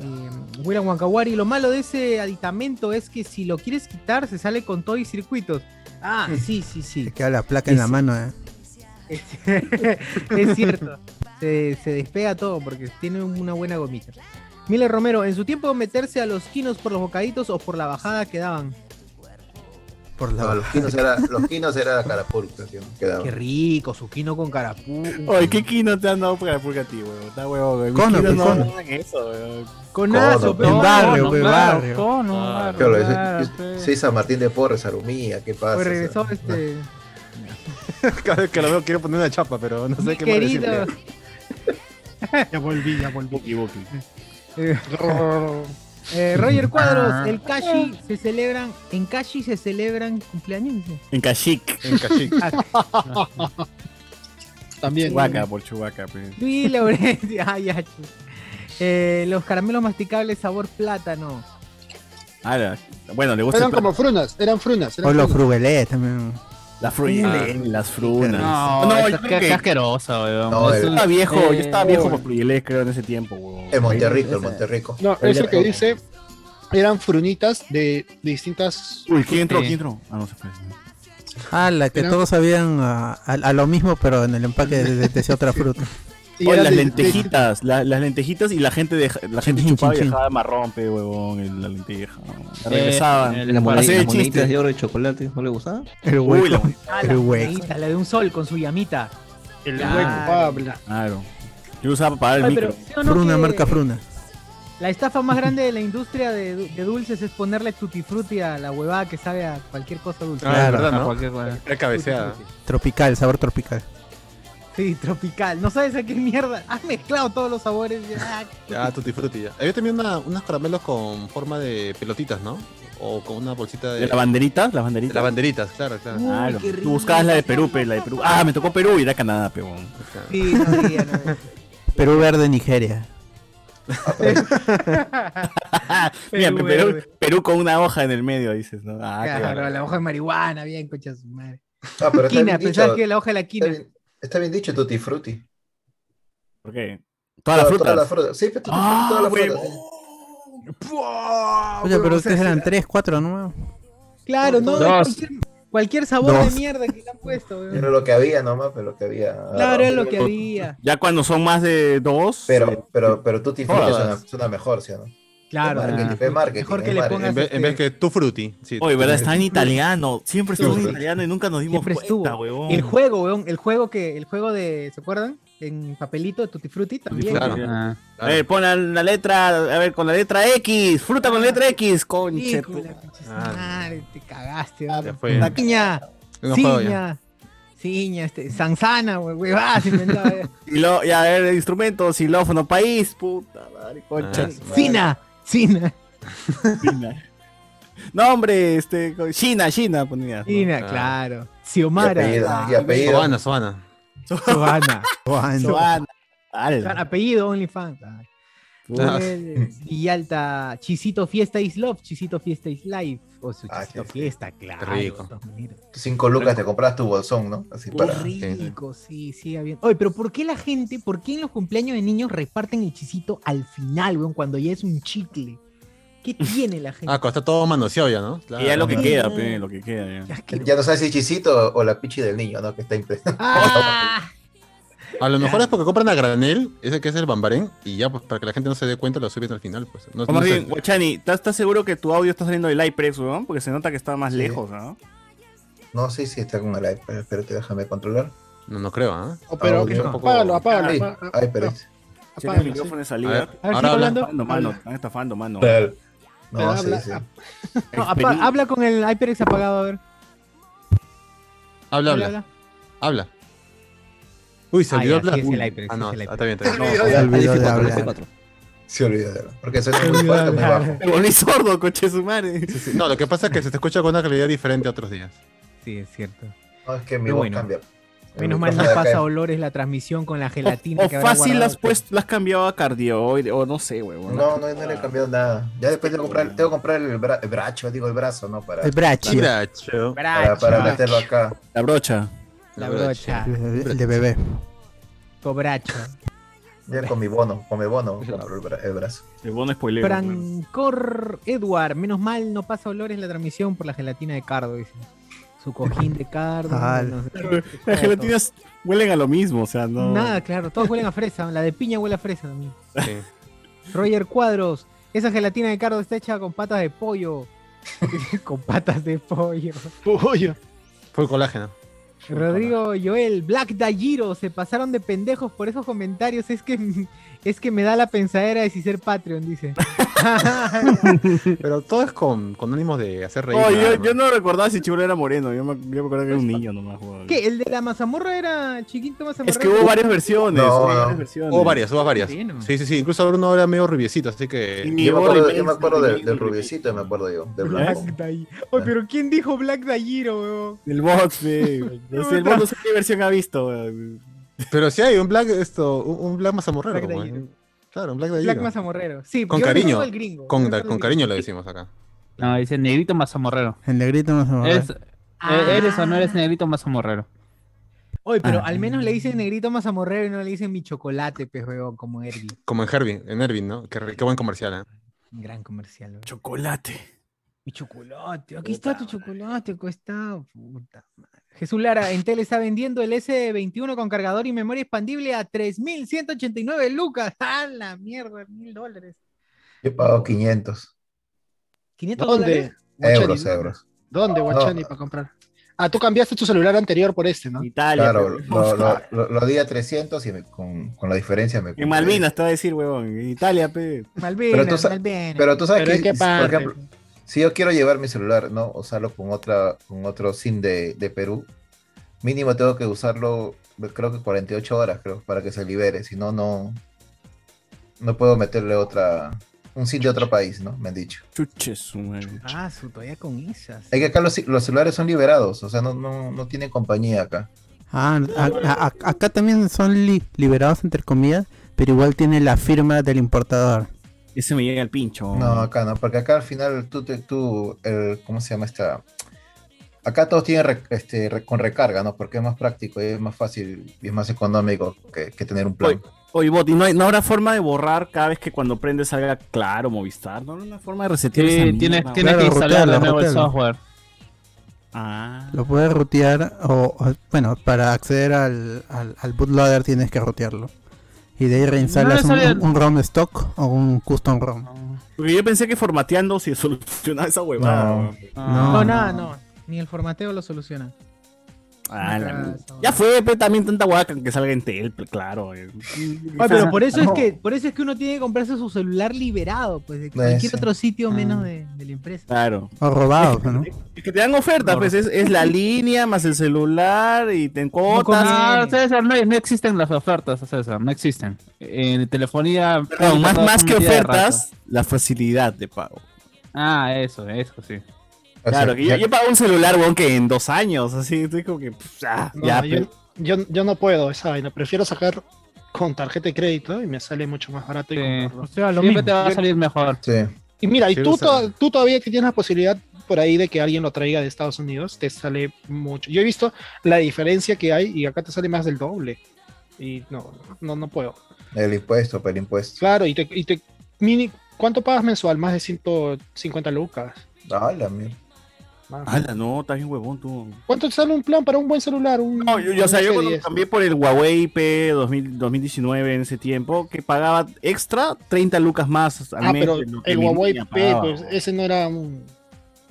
Speaker 1: Eh, William Wankawari, lo malo de ese aditamento es que si lo quieres quitar se sale con todo y circuitos. Ah, sí, sí, sí.
Speaker 5: Te queda la placa en la
Speaker 1: Sí.
Speaker 5: mano, eh.
Speaker 1: Es, es cierto. Se, se despega todo porque tiene una buena gomita. Miller Romero, en su tiempo meterse a los quinos por los bocaditos o por la bajada que daban.
Speaker 5: Por la
Speaker 4: No, los quinos era, los quinos era la carapulca, tío, que daba.
Speaker 1: Qué rico, su quino con carapú.
Speaker 2: Oye, ¿qué kino te han dado para purga a ti, weón? Está huevo, weón. Mis
Speaker 5: Cono,
Speaker 2: kinos
Speaker 5: pues,
Speaker 2: no
Speaker 5: cono.
Speaker 2: dan eso, weón.
Speaker 1: Conazo,
Speaker 4: Codo,
Speaker 1: pero-
Speaker 5: En barrio, pues,
Speaker 9: claro,
Speaker 5: barrio.
Speaker 9: cono,
Speaker 2: Ah,
Speaker 9: barrio,
Speaker 4: Claro, ese-
Speaker 9: claro,
Speaker 4: ese-
Speaker 9: pe.
Speaker 4: sí, San Martín de Porres, Arumía, ¿qué pasa?
Speaker 1: Pues regresó
Speaker 4: O sea,
Speaker 1: este.
Speaker 3: Cada vez que lo veo quiero poner una chapa, pero no
Speaker 1: Mi
Speaker 3: sé qué más
Speaker 1: querido.
Speaker 3: decirle.
Speaker 6: Ya volví, ya volví.
Speaker 2: Buki, buki.
Speaker 1: Eh, eh, Roger Cuadros, el Kashi se celebran. En Kashi se celebran cumpleaños. dice.
Speaker 2: En Kashik.
Speaker 3: En cachic.
Speaker 6: También.
Speaker 2: Chubaca, por Chubaca, pues.
Speaker 1: Luis Laurencio. ay, ay, chu. Eh, los caramelos masticables sabor plátano.
Speaker 2: Ala, Ah, Bueno, le gusta
Speaker 6: Eran
Speaker 2: el plato.
Speaker 6: como frunas, eran frunas.
Speaker 5: O
Speaker 6: Eran
Speaker 5: los
Speaker 6: frunas.
Speaker 5: frugelés también.
Speaker 2: La fruta, las frunas. Ah,
Speaker 9: No,
Speaker 2: no,
Speaker 9: no,
Speaker 2: yo
Speaker 9: es
Speaker 2: creo que-
Speaker 9: asqueroso, weón.
Speaker 4: No,
Speaker 9: Es
Speaker 4: el-
Speaker 2: Yo
Speaker 9: un-
Speaker 2: estaba viejo, yo estaba
Speaker 9: Eh,
Speaker 2: viejo por Pluyelés, creo, en ese tiempo, weón.
Speaker 4: El Monterrico, el Monterrico.
Speaker 6: No, eso que dice, eran frunitas de distintas.
Speaker 2: Uy, ¿quién entró?
Speaker 9: Sí.
Speaker 2: ¿Quién entró? Ah, no se fue.
Speaker 5: Ah, la que
Speaker 6: Era-
Speaker 5: todos sabían a, a- a lo mismo, pero en el empaque de, de- de esa otra fruta.
Speaker 6: y
Speaker 2: Oye,
Speaker 6: eran
Speaker 2: las
Speaker 6: de-
Speaker 2: lentejitas, la- las lentejitas y la gente deja- la gente
Speaker 5: chin,
Speaker 2: chupaba y
Speaker 5: chin.
Speaker 2: dejaba marrón, pe, huevón, el- la lenteja.
Speaker 9: eh,
Speaker 2: Regresaban.
Speaker 9: el
Speaker 7: Las
Speaker 9: espada.
Speaker 2: Así de
Speaker 7: moneditas,
Speaker 2: chiste.
Speaker 7: de oro de chocolate, ¿no le gustaba?
Speaker 5: El
Speaker 2: Uy, la
Speaker 5: hueco.
Speaker 1: Ah,
Speaker 5: El
Speaker 1: la,
Speaker 5: hueco.
Speaker 1: monedita, la de un sol con su llamita.
Speaker 6: El
Speaker 1: Claro.
Speaker 6: hueco habla.
Speaker 2: Claro. Yo lo usaba para pagar el
Speaker 1: Ay,
Speaker 2: micro.
Speaker 1: pero, ¿sí o no
Speaker 5: Fruna,
Speaker 1: que
Speaker 5: marca Fruna.
Speaker 1: La estafa más grande de la industria de, du- de dulces es ponerle tutti frutti a la huevada que sabe a cualquier cosa dulce.
Speaker 3: Ah, es
Speaker 5: Claro,
Speaker 3: verdad,
Speaker 9: a
Speaker 3: ¿no?
Speaker 9: cualquier weón.
Speaker 3: Es cabeceada.
Speaker 5: Tropical, sabor tropical.
Speaker 1: Sí, tropical. No sabes a qué mierda. Has mezclado todos los sabores. ya. Ah,
Speaker 3: Ya, tutti frutti ya. Había también una- unos caramelos con forma de pelotitas, ¿no? O con una bolsita de...
Speaker 2: ¿De las banderitas? Las
Speaker 3: de
Speaker 2: banderitas.
Speaker 3: las banderitas, claro, claro.
Speaker 2: Claro. Tú buscabas la de Perú, pe, la de Perú. Ah, me tocó Perú y era Canadá, pe, huevón.
Speaker 1: Sí, no diría, no
Speaker 4: Ah,
Speaker 1: diría.
Speaker 5: Perú verde, Nigeria.
Speaker 2: Mira, pe-
Speaker 1: Perú
Speaker 2: Perú,
Speaker 1: verde.
Speaker 2: Perú con una hoja en el medio, dices, ¿no? Ah, qué
Speaker 1: Claro,
Speaker 2: barato.
Speaker 1: la hoja de marihuana, bien, concha su madre.
Speaker 4: Ah, pero está
Speaker 1: Quina,
Speaker 4: bien
Speaker 1: pensás
Speaker 4: dicho.
Speaker 1: que la hoja de la
Speaker 4: Está
Speaker 1: quina.
Speaker 4: bien, está bien dicho Tutti Frutti.
Speaker 2: ¿Por qué? Todas las
Speaker 4: Toda- toda la
Speaker 2: frutas.
Speaker 4: fruta. Sí, pero Tutti Frutti,
Speaker 2: Ah,
Speaker 4: toda la fruta.
Speaker 2: huevón.
Speaker 5: Oye, Ah, pero ustedes eran tres, cuatro, ¿no?
Speaker 1: Claro, no,
Speaker 9: Dos.
Speaker 1: cualquier, cualquier sabor de
Speaker 5: Dos.
Speaker 1: mierda que le han puesto, weón.
Speaker 4: Era lo que había nomás, pero lo que había.
Speaker 1: Claro, era lo que había.
Speaker 2: Ya cuando son más de dos. eh,
Speaker 4: Pero, pero, pero Tutti Frutti
Speaker 3: Todas.
Speaker 4: suena, suena mejor, ¿sí o no?
Speaker 1: Claro,
Speaker 4: Es marketing,
Speaker 1: claro.
Speaker 4: es marketing,
Speaker 1: mejor que
Speaker 4: es
Speaker 1: le
Speaker 4: marketing.
Speaker 1: pongas este,
Speaker 3: En vez, en vez que tu frutti. Sí,
Speaker 2: Oye,
Speaker 3: tu
Speaker 2: ¿verdad?
Speaker 3: frutti.
Speaker 2: Está en italiano. Siempre estuvo en
Speaker 4: Sí.
Speaker 2: italiano y nunca nos dimos
Speaker 1: Siempre
Speaker 2: cuenta,
Speaker 1: estuvo.
Speaker 2: huevón.
Speaker 1: El juego, weón, el juego que, el juego de, ¿se acuerdan? En papelito, Tutti Frutti también.
Speaker 2: Frutti,
Speaker 1: weón.
Speaker 3: claro.
Speaker 9: Ah.
Speaker 2: A ver, pon la, la letra, a ver, con la letra X, fruta con la letra X, conche.
Speaker 1: Hijo de la concha de su
Speaker 3: Ah,
Speaker 1: madre, te cagaste,
Speaker 3: Ya
Speaker 1: weón.
Speaker 3: fue.
Speaker 1: Piña,
Speaker 3: No juego ya.
Speaker 1: ciña, ciña, este, Sansana, weón, weón, se eh. inventaba.
Speaker 2: Y lo, ya, a ver, instrumento, xilófono, país, puta madre, concha.
Speaker 3: Ah,
Speaker 2: su madre.
Speaker 1: Sina, Sina,
Speaker 2: China. No, hombre, este, con- China, China, ponía. ¿no?
Speaker 1: Sina,
Speaker 3: Ah.
Speaker 1: claro.
Speaker 4: Y apellido,
Speaker 1: Xiomara,
Speaker 4: y apellido.
Speaker 3: Sobana, sobana.
Speaker 1: Joana.
Speaker 2: Soana. Ala,
Speaker 1: Apellido OnlyFans.
Speaker 2: puta.
Speaker 1: Joel Villalta, Chisito Fiesta is Love, Chisito Fiesta is Life. O su
Speaker 4: Ah,
Speaker 1: Chisito
Speaker 4: sí, sí.
Speaker 1: Fiesta, claro.
Speaker 3: Rico.
Speaker 1: de todas maneras.
Speaker 4: Cinco lucas te compras tu bolsón, ¿no? Así
Speaker 1: Qué
Speaker 4: para.
Speaker 1: rico, sí, sí, bien. Oye, pero ¿por qué la gente, por qué en los cumpleaños de niños reparten el chisito al final, weón, cuando ya es un chicle? ¿Qué tiene la gente?
Speaker 3: Ah, cuando está todo manoseado ya, ¿no? Claro.
Speaker 2: Y ya lo que
Speaker 1: Ah.
Speaker 2: queda, pe, lo que queda.
Speaker 1: Qué
Speaker 2: Ya.
Speaker 1: asqueroso.
Speaker 4: Ya no sabes si chisito o la pichi del niño, ¿no? Que está impresionante.
Speaker 1: ¡Ah!
Speaker 3: A lo mejor es porque compran a granel, ese que es el bambarén, y ya, pues para que la gente no se dé cuenta, lo suben al final. Pues. No,
Speaker 2: O más
Speaker 3: no sé.
Speaker 2: bien, Guachani, ¿estás estás seguro que tu audio está saliendo del iPrex, weón? Porque se nota que está más lejos, ¿no?
Speaker 4: No sé si está con el iPad, espérate, déjame controlar.
Speaker 3: No, no creo, ¿ah?
Speaker 6: Oh, pero-
Speaker 4: Audio.
Speaker 6: apágalo, apágalo,
Speaker 4: Ahí,
Speaker 6: apá-
Speaker 4: ahí, espérate.
Speaker 2: Checa el
Speaker 6: Apágalo,
Speaker 2: Ah, micrófono de
Speaker 3: A ver,
Speaker 2: salida.
Speaker 1: A ver,
Speaker 3: ahora
Speaker 1: sigue
Speaker 3: habla.
Speaker 1: hablando.
Speaker 2: Estafando, mano, están estafando, mano.
Speaker 4: Eh, No, sí,
Speaker 6: Habla-
Speaker 4: sí.
Speaker 6: ap-
Speaker 1: No, apa- habla con el HyperX apagado, a ver.
Speaker 3: Habla, habla, habla. Uy, se
Speaker 1: Ah,
Speaker 3: olvidó
Speaker 1: ya,
Speaker 3: hablar.
Speaker 1: sí, es el iPrex,
Speaker 3: Ah,
Speaker 1: sí,
Speaker 3: no,
Speaker 1: es el
Speaker 3: está bien, está bien.
Speaker 4: Se
Speaker 3: No,
Speaker 4: olvidó de hablar.
Speaker 5: Olvidó de
Speaker 7: F4,
Speaker 5: hablar.
Speaker 7: F4.
Speaker 4: Se olvidó de hablar. Porque suena muy fuerte, muy bajo.
Speaker 2: Me volví sordo, coche su madre.
Speaker 3: sí, sí. No, lo que pasa es que se te escucha con una calidad diferente a otros días.
Speaker 1: Sí, es cierto.
Speaker 4: No, es que mi
Speaker 1: Pero
Speaker 4: voz
Speaker 1: bueno.
Speaker 4: cambia. El
Speaker 1: Menos mal no
Speaker 4: micrófono de acá
Speaker 1: pasa olores la transmisión con la gelatina.
Speaker 2: O
Speaker 1: que habrá
Speaker 2: fácil
Speaker 1: guardado.
Speaker 2: las puesto, las cambiado a cardioide, o no sé, weón.
Speaker 4: No, no, no le he cambiado nada. Ya después tengo que comprar, tengo que comprar el, bra- el bracho, digo el brazo, ¿no? Para,
Speaker 5: El brachi,
Speaker 3: Mira,
Speaker 4: para,
Speaker 1: Bracha,
Speaker 4: para meterlo acá.
Speaker 2: La brocha.
Speaker 1: la brocha,
Speaker 5: el el de bebé.
Speaker 1: cobracha.
Speaker 4: Ya con mi bono, con mi bono compro el, bra- el brazo.
Speaker 2: El bono spoiler. weón.
Speaker 1: Francor Edward, menos mal no pasa olores la transmisión por la gelatina de cardo, dice. Su cojín de cardo.
Speaker 5: Ah,
Speaker 1: no sé.
Speaker 2: Las gelatinas huelen a lo mismo, o sea, no.
Speaker 1: Nada, claro, todos huelen a fresa. La de piña huele a fresa también.
Speaker 3: Sí.
Speaker 1: Roger Cuadros, esa gelatina de cardo está hecha con patas de pollo. con patas de pollo.
Speaker 6: Uy,
Speaker 3: Fue colágeno.
Speaker 1: Rodrigo Joel, Black Dayiro, se pasaron de pendejos por esos comentarios. Es que, es que me da la pensadera de si ser Patreon, dice.
Speaker 3: Pero todo es con, con ánimos de hacer reír.
Speaker 2: No, yo,
Speaker 3: nada
Speaker 2: yo
Speaker 3: más.
Speaker 2: no recordaba si Chibolo era moreno. Yo me, yo me acuerdo que era un niño nomás. weón.
Speaker 1: Pues, ¿Qué? ¿El de la mazamorra era chiquito mazamorra?
Speaker 2: Es que hubo varias versiones.
Speaker 4: No,
Speaker 2: hubo
Speaker 4: no.
Speaker 2: varias versiones.
Speaker 3: Hubo varias, hubo varias.
Speaker 1: Sí, ¿no?
Speaker 3: Sí, sí, sí. Incluso ahora uno era medio rubiecito, así que.
Speaker 2: Mi
Speaker 4: Yo me acuerdo,
Speaker 2: Borre
Speaker 4: yo me acuerdo
Speaker 2: Benz,
Speaker 4: del, del
Speaker 2: mi-
Speaker 4: rubiecito, me acuerdo yo, del
Speaker 1: Black
Speaker 4: blanco.
Speaker 1: Day- Oye, pero ¿quién dijo Black Dayiro, weón?
Speaker 2: El bot, sí. No sé, el bot no sé qué versión ha visto. weón.
Speaker 3: Pero sí hay un black, esto, un un black mazamorrero.
Speaker 1: Black de
Speaker 3: como, ¿eh?
Speaker 1: Hiro.
Speaker 3: Claro, un black de
Speaker 1: Black
Speaker 3: Hiro.
Speaker 1: mazamorrero. Sí,
Speaker 3: Con
Speaker 1: yo
Speaker 3: cariño,
Speaker 1: recuerdo al gringo.
Speaker 3: Con,
Speaker 1: Yo recuerdo
Speaker 3: con
Speaker 1: al
Speaker 3: cariño
Speaker 1: gringo.
Speaker 3: lo decimos acá.
Speaker 9: No, dice negrito mazamorrero.
Speaker 5: El negrito no se me
Speaker 9: Es-
Speaker 5: olvida.
Speaker 4: eh.
Speaker 1: Eh,
Speaker 9: e- ¿Eres o no eres negrito mazamorrero?
Speaker 1: Oye, pero al menos le dicen negrito mazamorrero y no le dicen mi chocolate, pues, weón, como Ergi.
Speaker 3: Como en Herbie, en Ervin, ¿no? Qué, re- qué buen comercial, ¿eh?
Speaker 1: Un gran comercial, weón.
Speaker 2: Chocolate.
Speaker 1: Mi chocolate, aquí está tu chocolate, acá está, puta madre. Jesús Lara, Intel está vendiendo el S21 con cargador y memoria expandible a 3.189 lucas. ¡A la mierda! Mil dólares.
Speaker 4: Yo pago 500
Speaker 1: ¿500 dólares?
Speaker 6: ¿Dónde? Guachani,
Speaker 4: euros, euros.
Speaker 6: ¿Dónde, Guachani,
Speaker 4: No.
Speaker 6: para comprar? Ah, tú cambiaste tu celular anterior por este, ¿no?
Speaker 2: Italia.
Speaker 4: Claro,
Speaker 2: pero-
Speaker 4: lo, lo, lo, lo di a 300 y me- con, con la diferencia me
Speaker 2: En Malvinas te va a decir, huevón. En Italia, pe.
Speaker 1: Malvinas,
Speaker 4: tú sa-
Speaker 1: Malvinas.
Speaker 4: Pero tú sabes
Speaker 6: Pero es
Speaker 4: que,
Speaker 6: que
Speaker 4: por
Speaker 6: parte.
Speaker 4: ejemplo, si yo quiero llevar mi celular, ¿no? Usarlo con otra, con otro SIM de, de Perú, mínimo tengo que usarlo, creo que 48 horas, creo, para que se libere. Si no, no, no puedo meterle otra, un SIM de otro país, ¿no? Me han dicho.
Speaker 2: Chuches, huevón.
Speaker 1: Ah, su todavía con esas.
Speaker 4: Es que acá los, los celulares son liberados, o sea, no, no, no tienen compañía acá.
Speaker 5: Ah, a- a- a- acá también son li- liberados entre comillas, pero igual tiene la firma del importador.
Speaker 2: Ese me llega al pincho.
Speaker 4: No, acá no, porque acá al final tú, te- tú el, ¿cómo se llama esta? Acá todos tienen re- este, re- con recarga, ¿no? Porque es más práctico y es más fácil y es más económico que, que tener un plan.
Speaker 2: Oye, Bot, ¿y no, hay- no habrá forma de borrar cada vez que cuando prendes salga claro Movistar? ¿No habrá una forma de resetear esa
Speaker 9: Sí,
Speaker 2: mierda,
Speaker 9: tienes,
Speaker 2: huevón?
Speaker 9: tienes
Speaker 5: Claro,
Speaker 9: que instalar de
Speaker 5: rotearlo,
Speaker 9: nuevo el
Speaker 5: rotearlo.
Speaker 9: software.
Speaker 2: Ah.
Speaker 5: Lo puedes rutear o, o- bueno, para acceder al, al, al bootloader tienes que rutearlo. Y de ahí reinstalas
Speaker 9: No
Speaker 5: un,
Speaker 9: le sale-
Speaker 5: un ROM stock o un custom ROM.
Speaker 2: Porque yo pensé que formateando se solucionaba esa huevada.
Speaker 4: No.
Speaker 2: huevón.
Speaker 9: Ah.
Speaker 1: No,
Speaker 5: No,
Speaker 1: nada, no. Ni el formateo lo soluciona. Ah,
Speaker 2: Ah, la mierda.
Speaker 1: esa
Speaker 2: Ya
Speaker 1: huevada.
Speaker 2: fue, pe, también tanta hueá que que salga en tel, pe, claro. eh.
Speaker 1: Oye, Ah, pero por eso es que, por eso es que uno tiene que comprarse su celular liberado, pues de cualquier
Speaker 4: sí.
Speaker 1: otro sitio
Speaker 2: Ah.
Speaker 1: menos de, de la empresa.
Speaker 2: Claro.
Speaker 5: O robado, ¿no?
Speaker 2: Es que te dan ofertas, pues es, es la línea más el celular y te encuentras.
Speaker 9: No,
Speaker 1: Sí.
Speaker 9: Ah, César, no, no existen las ofertas, César, no existen. En telefonía.
Speaker 2: Perdón, más,
Speaker 9: todas
Speaker 2: más
Speaker 9: son
Speaker 2: que
Speaker 9: metidas de rato.
Speaker 2: ofertas, la facilidad de pago.
Speaker 9: Ah, eso, eso sí.
Speaker 4: O sea,
Speaker 2: claro, que yo,
Speaker 4: ya-
Speaker 2: yo pago un celular, weón, que en dos años, así, estoy como que. pff, ah,
Speaker 6: No,
Speaker 2: ya,
Speaker 6: yo,
Speaker 2: pe.
Speaker 6: yo, yo no puedo esa vaina. Prefiero sacar con tarjeta de crédito y me sale mucho más barato. y
Speaker 9: Sí.
Speaker 6: comprarlo.
Speaker 1: sea,
Speaker 9: Siempre te va a salir mejor.
Speaker 4: sí.
Speaker 6: Y mira, y
Speaker 3: Sí,
Speaker 6: tú,
Speaker 3: lo sabe.
Speaker 6: to- tú todavía que tienes la posibilidad por ahí de que alguien lo traiga de Estados Unidos, te sale mucho. Yo he visto la diferencia que hay y acá te sale más del doble. Y no, no, no puedo.
Speaker 4: El impuesto, pero el impuesto.
Speaker 6: Claro, y te, y te mini, ¿cuánto pagas mensual? Más de 150 lucas.
Speaker 4: Ah, la mierda.
Speaker 2: Ala, no, estás bien huevón tú.
Speaker 6: ¿Cuánto sale un plan para un buen celular? Un,
Speaker 2: No, yo, yo, o sea, yo
Speaker 6: un
Speaker 2: cuando
Speaker 6: S10.
Speaker 2: cambié por el Huawei P 2000 2019 en ese tiempo, que pagaba extra 30 lucas más al
Speaker 6: Ah,
Speaker 2: mes
Speaker 6: pero
Speaker 2: de lo que
Speaker 6: el
Speaker 2: mi
Speaker 6: Huawei
Speaker 2: niña
Speaker 6: P,
Speaker 2: pagaba.
Speaker 6: pues ese no era un.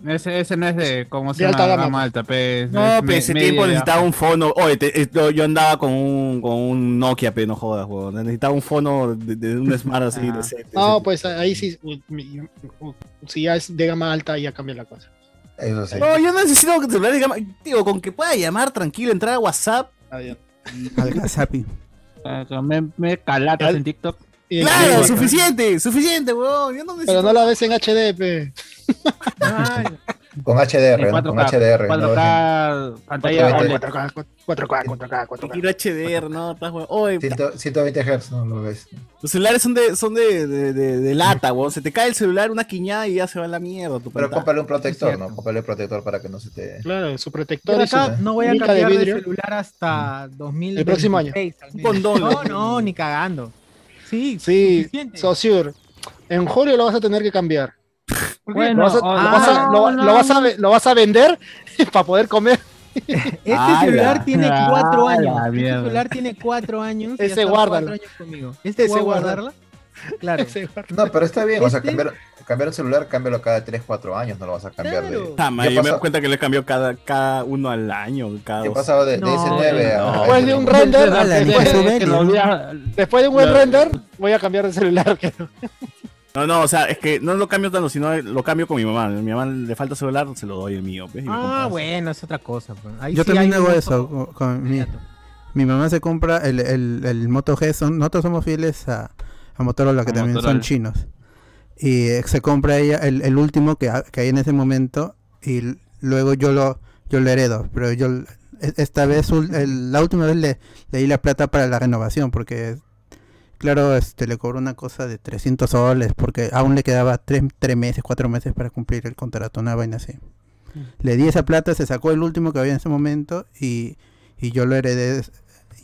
Speaker 9: Ese, ese no es de, ¿cómo se
Speaker 6: De
Speaker 9: llama?
Speaker 6: alta gama.
Speaker 9: Gama alta, pe, es-
Speaker 2: No,
Speaker 9: es
Speaker 2: pero
Speaker 9: me-
Speaker 2: ese
Speaker 9: media
Speaker 2: tiempo
Speaker 9: y
Speaker 2: necesitaba
Speaker 9: baja.
Speaker 2: un fono. Oye, te- eh, yo- yo andaba con un, con un Nokia, pero no jodas, huevón. Necesitaba un fono de, de un Smart así.
Speaker 9: Ah.
Speaker 2: decente,
Speaker 6: No,
Speaker 2: decente.
Speaker 6: pues ahí sí. u- mi- u- Si ya es de gama alta, ya cambia la cosa.
Speaker 4: Eso sí.
Speaker 2: No, yo necesito que celular de gama. Digo, con que pueda llamar tranquilo, entrar a WhatsApp.
Speaker 6: Ah, ya.
Speaker 5: Al Casapi.
Speaker 9: Ah, Me, me calatas
Speaker 6: Al-
Speaker 9: en TikTok.
Speaker 6: Y-
Speaker 2: Claro,
Speaker 6: y-
Speaker 2: suficiente, suficiente, huevón. Yo no necesito.
Speaker 6: Pero no la ves en HD, pe.
Speaker 4: Con HDR, ¿no? Con
Speaker 9: 4K,
Speaker 4: HDR. ¿no?
Speaker 9: 4K, pantalla
Speaker 4: 4K,
Speaker 9: OLED.
Speaker 6: 4K, 4K, 4K, 4K.
Speaker 2: Quiero HDR, no, estás huevón. Oye,
Speaker 4: 100 120 Hz, no lo ves.
Speaker 2: Los celulares son de, son de, de, de- de lata, weón. Se te cae el celular, una quiñada y ya se va a la mierda tu
Speaker 4: Pero
Speaker 2: pantalla.
Speaker 4: cómprale un protector, ¿no?
Speaker 1: cierto.
Speaker 4: Cómprale un protector para que no se te.
Speaker 6: Claro, su
Speaker 1: Yo
Speaker 6: protector
Speaker 1: de
Speaker 6: y su-
Speaker 1: acá no voy a
Speaker 6: mica de
Speaker 1: cambiar de
Speaker 6: vidrio.
Speaker 1: celular hasta
Speaker 2: Mm.
Speaker 1: 2000.
Speaker 6: El próximo año.
Speaker 1: Un
Speaker 2: condón.
Speaker 1: No, no, ni cagando. Sí,
Speaker 6: Sí,
Speaker 1: suficiente.
Speaker 6: Sosur. En julio lo vas a tener que cambiar.
Speaker 1: ¿Por qué?
Speaker 9: Bueno,
Speaker 6: Lo vas a-
Speaker 9: o-
Speaker 6: lo vas a-
Speaker 9: ah,
Speaker 6: lo-
Speaker 9: no,
Speaker 6: lo vas a ve- Lo vas a vender para poder comer.
Speaker 1: Este
Speaker 2: Ah,
Speaker 1: celular
Speaker 2: ya.
Speaker 1: tiene cuatro
Speaker 9: Ah,
Speaker 1: años.
Speaker 9: la
Speaker 1: Este
Speaker 9: mierda.
Speaker 1: celular tiene cuatro años.
Speaker 6: Ese
Speaker 1: guarda
Speaker 6: guárdalo.
Speaker 1: conmigo. Este
Speaker 6: Ese
Speaker 1: se
Speaker 6: guárdalo.
Speaker 1: guardarla. Claro.
Speaker 4: No, pero está bien. O sea,
Speaker 1: Este-
Speaker 4: cambiar, cambiar un celular, cámbialo cada 3, 4 años. No lo vas a cambiar de.
Speaker 1: Claro.
Speaker 2: Puta madre,
Speaker 4: ¿Qué
Speaker 2: yo me
Speaker 4: pasa?
Speaker 2: doy cuenta que lo he cambiado cada, cada uno al año, cada
Speaker 4: Yo he
Speaker 2: dos.
Speaker 4: pasado de, de
Speaker 1: No,
Speaker 4: ese 9 a.
Speaker 2: no.
Speaker 4: a
Speaker 6: Después
Speaker 4: ese
Speaker 6: pues de un
Speaker 4: número.
Speaker 6: render,
Speaker 5: Ah, la
Speaker 6: después
Speaker 5: Nicosu
Speaker 6: de-
Speaker 5: Belli,
Speaker 9: que lo
Speaker 5: ¿no?
Speaker 9: vea-
Speaker 6: después de un buen
Speaker 9: No.
Speaker 6: render, voy a cambiar de celular.
Speaker 2: No, no, o sea, es que no lo cambio tanto, sino lo cambio con mi mamá. A mi mamá le falta celular, se lo doy el mío. pues, y me
Speaker 1: Ah,
Speaker 2: compras.
Speaker 1: bueno, es otra cosa. pues. Ahí
Speaker 5: Yo
Speaker 1: sí
Speaker 5: también
Speaker 1: hay
Speaker 5: hago
Speaker 1: un-
Speaker 5: eso. con- con mi, mi mamá se compra el, el, el Moto G. Son, nosotros somos fieles a, a Motorola, que
Speaker 9: A
Speaker 5: también
Speaker 9: Motorola.
Speaker 5: son chinos. Y eh, se compra ella el, el último que, ha- que hay en ese momento. Y l- luego yo lo, yo lo heredo. Pero yo l- e- esta vez, ul- el- la última vez le, le di la plata para la renovación. Porque, claro, este le cobró una cosa de 300 soles. Porque aún le quedaba 3, meses, 4 meses para cumplir el contrato. Una vaina así.
Speaker 1: Mm.
Speaker 5: Le di esa plata, se sacó el último que había en ese momento. Y, y yo lo heredé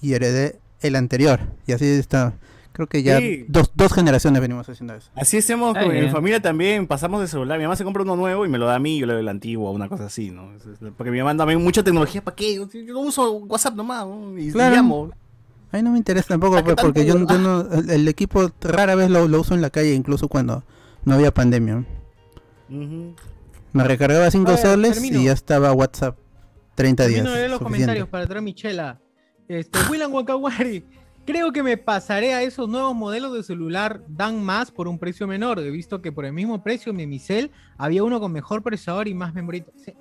Speaker 5: y heredé el anterior. Y así está. Creo que ya
Speaker 2: Sí.
Speaker 5: dos, dos generaciones venimos haciendo eso.
Speaker 2: Así hacemos
Speaker 9: Está
Speaker 2: con mi
Speaker 9: bien.
Speaker 2: familia también, pasamos de celular. Mi mamá se compra uno nuevo y me lo da a mí, yo le doy el antiguo, una cosa así, ¿no? Es- es- Porque mi mamá también mucha tecnología, ¿para qué? Yo, yo uso WhatsApp nomás ¿no? y, y
Speaker 5: Claro.
Speaker 2: llamo.
Speaker 5: A mí no me interesa tampoco,
Speaker 2: Ah,
Speaker 5: pues,
Speaker 2: ¿qué
Speaker 5: porque yo,
Speaker 2: tanto?
Speaker 5: yo no,
Speaker 1: Ah.
Speaker 5: el, el equipo rara vez lo, lo uso en la calle, incluso cuando no había pandemia.
Speaker 2: Ujú.
Speaker 5: Me recargaba 5
Speaker 1: A ver,
Speaker 5: soles
Speaker 1: termino.
Speaker 5: y ya estaba WhatsApp 30 días.
Speaker 1: Termino de leer los
Speaker 5: suficiente.
Speaker 1: comentarios para traer Michela. Este, Willan Wakawari. Creo que me pasaré a esos nuevos modelos de celular. Dan más por un precio menor. He visto que por el mismo precio, mi Micel, había uno con mejor procesador y más memoria. Sí,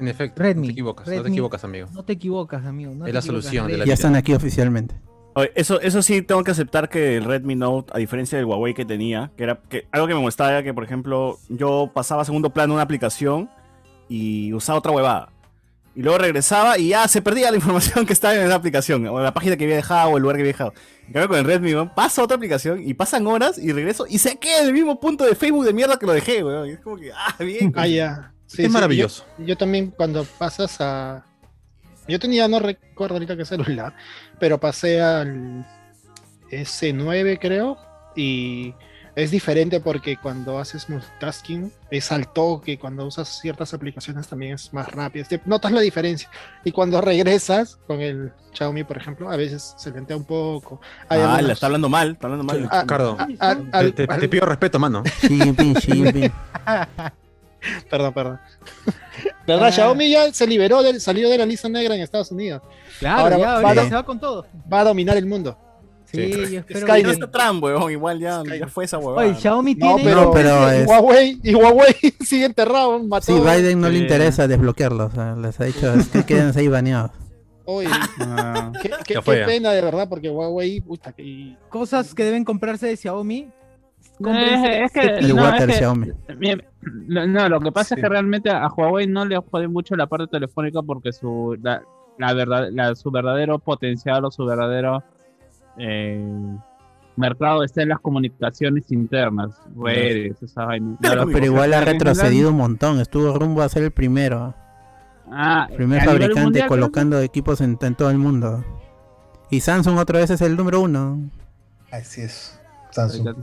Speaker 3: En efecto, no
Speaker 1: Redmi,
Speaker 3: te equivocas, no te
Speaker 1: Redmi.
Speaker 3: equivocas, amigo.
Speaker 1: No te equivocas, amigo. no
Speaker 3: Es
Speaker 1: te
Speaker 3: la
Speaker 1: equivocas,
Speaker 3: solución de
Speaker 1: Andrés.
Speaker 3: la
Speaker 5: Ya están aquí oficialmente.
Speaker 2: Oye, Eso, eso sí, tengo que aceptar que el Redmi Note, a diferencia del Huawei que tenía, que era que, algo que me molestaba era que, por ejemplo, yo pasaba a segundo plano una aplicación y usaba otra huevada. Y luego regresaba y ya se perdía la información que estaba en esa aplicación, o la página que había dejado, o el lugar que había dejado. En cambio, con el Redmi, weón, paso a otra aplicación y pasan horas y regreso y se queda en el mismo punto de Facebook de mierda que lo dejé, weón. Y es como que, ah, bien.
Speaker 6: Ah, ya. Sí,
Speaker 3: es
Speaker 6: sí,
Speaker 3: maravilloso.
Speaker 6: Yo, yo también cuando pasas a... Yo tenía, no recuerdo ahorita qué celular, pero pasé al S9 creo y es diferente porque cuando haces multitasking es al toque, cuando usas ciertas aplicaciones también es más rápido, Te- notas la diferencia y cuando regresas con el Xiaomi por ejemplo a veces se lentea un poco. Hay
Speaker 2: Ah, la
Speaker 6: algunos-
Speaker 2: está hablando mal, está hablando mal.
Speaker 6: Ah,
Speaker 3: Ricardo,
Speaker 6: a- a- al-
Speaker 3: te, te-
Speaker 6: al-
Speaker 3: te pido respeto, mano.
Speaker 5: Xi Jinping, Xi Jinping.
Speaker 6: Perdón, perdón. ¿Verdad?
Speaker 1: Ah.
Speaker 6: Xiaomi ya se liberó, del, salió de la lista negra en Estados Unidos.
Speaker 1: Claro,
Speaker 6: Ahora
Speaker 1: ya,
Speaker 6: va-
Speaker 1: ahorita
Speaker 5: va-
Speaker 1: se va con todo.
Speaker 6: Va a dominar el mundo.
Speaker 1: Sí,
Speaker 3: Sí.
Speaker 1: yo espero
Speaker 2: Pero no
Speaker 1: que-
Speaker 2: está Trump, weón, igual ya, ya fue esa huevada.
Speaker 1: Oye, Xiaomi
Speaker 6: No,
Speaker 1: tiene.
Speaker 6: pero,
Speaker 5: No, pero
Speaker 6: y
Speaker 5: es-
Speaker 6: Huawei, y Huawei sigue enterrado, mató.
Speaker 5: Sí, Biden no le
Speaker 9: Eh.
Speaker 5: interesa desbloquearlos. eh, Les ha dicho que queden ahí baneados.
Speaker 6: Oye, qué, qué-
Speaker 3: Ah. Ya fue,
Speaker 6: qué
Speaker 3: ya.
Speaker 6: pena de verdad, porque Huawei, puta, que- y-
Speaker 1: Cosas que deben comprarse de Xiaomi.
Speaker 9: No, es, es que,
Speaker 5: El
Speaker 9: Eh, no, es
Speaker 5: water
Speaker 9: que-
Speaker 5: Xiaomi.
Speaker 9: bien, no, no, lo que pasa es que realmente a Huawei no le jode mucho la parte telefónica porque su la, la verdad, la- su verdadero potencial o su verdadero eh, mercado está en las comunicaciones internas, redes, esa vaina.
Speaker 5: Claro, pero igual ha retrocedido un montón. Estuvo rumbo a ser el primero.
Speaker 9: Ah,
Speaker 5: Primer
Speaker 9: a nivel
Speaker 5: fabricante
Speaker 9: mundial, creo que-
Speaker 5: colocando equipos en, en todo el mundo. Y Samsung otra vez es el número uno.
Speaker 4: Así es. Samsung.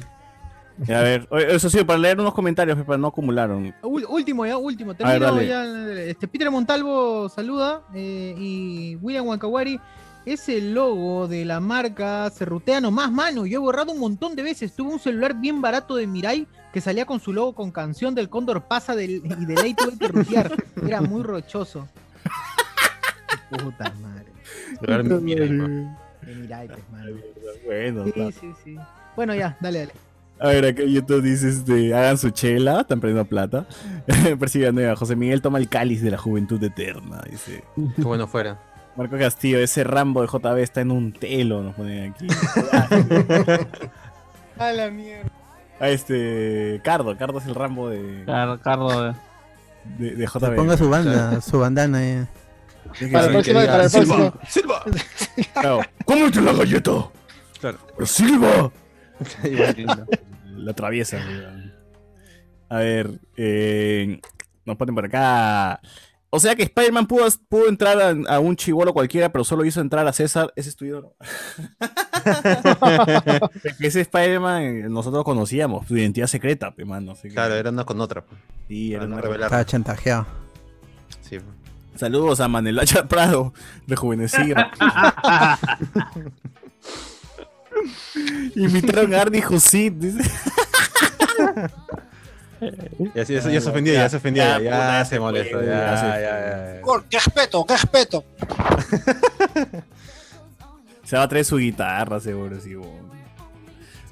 Speaker 2: Ya, A ver, oye, eso sí, para leer unos comentarios, pero no acumularon.
Speaker 1: Ul- último ya, último.
Speaker 2: A ver,
Speaker 1: Termino
Speaker 2: dale.
Speaker 1: ya. Este, Peter Montalvo saluda eh, y William Wankawari. Ese logo de la marca se rutea nomás, mano. Yo he borrado un montón de veces. Tuve un celular bien barato de Mirai que salía con su logo con canción del Cóndor Pasa del, y de ley tuve que rutear. Era muy rochoso. Puta madre. De Mirai, pues, mano.
Speaker 2: Bueno,
Speaker 1: Sí, sí, sí. Bueno, ya, dale, dale.
Speaker 2: A ver, acá YouTube dice, este, hagan su chela, están perdiendo plata. Persigue nueva, José Miguel toma el cáliz de la juventud eterna, dice.
Speaker 3: Qué bueno fuera.
Speaker 2: Marco Castillo, ese Rambo de JB está en un telo, nos ponen aquí.
Speaker 1: A la mierda.
Speaker 2: A este, Cardo, Cardo es el Rambo de,
Speaker 9: Car- Cardo, eh.
Speaker 2: de, de
Speaker 5: Se
Speaker 2: JB.
Speaker 5: ponga su banda, su bandana. eh.
Speaker 2: Tiene que
Speaker 6: Para el
Speaker 2: decir-
Speaker 6: próximo, para el próximo.
Speaker 3: Silva.
Speaker 2: Claro, ¡Cómete la galleta!
Speaker 3: Claro.
Speaker 2: ¡Pero Silva! La atraviesa. A ver, eh, nos ponen por acá. O sea que Spider-Man pudo, pudo entrar a, a un chivolo cualquiera, pero solo hizo entrar a César. Ese es tu ídolo. Porque Ese Spider-Man eh, nosotros conocíamos, su identidad secreta, pe, mano. así que-
Speaker 3: Claro, era una con otra. pues,
Speaker 2: sí, era
Speaker 3: Para no
Speaker 2: una-
Speaker 3: revelar.
Speaker 5: Estaba chantajeado.
Speaker 3: Sí, pues.
Speaker 2: Saludos a Manelacha Prado, rejuvenecido. Invitaron a Arnie Jusit, dice.
Speaker 3: Ya, sí, eso- ya se ofendió, ya, se ofendió, ya, ya se molestó, ya,
Speaker 2: ya se-
Speaker 3: ya, ya, ya.
Speaker 6: Por- ¡Qué respeto, qué respeto!
Speaker 2: Se va a traer su guitarra, seguro, sí, bo.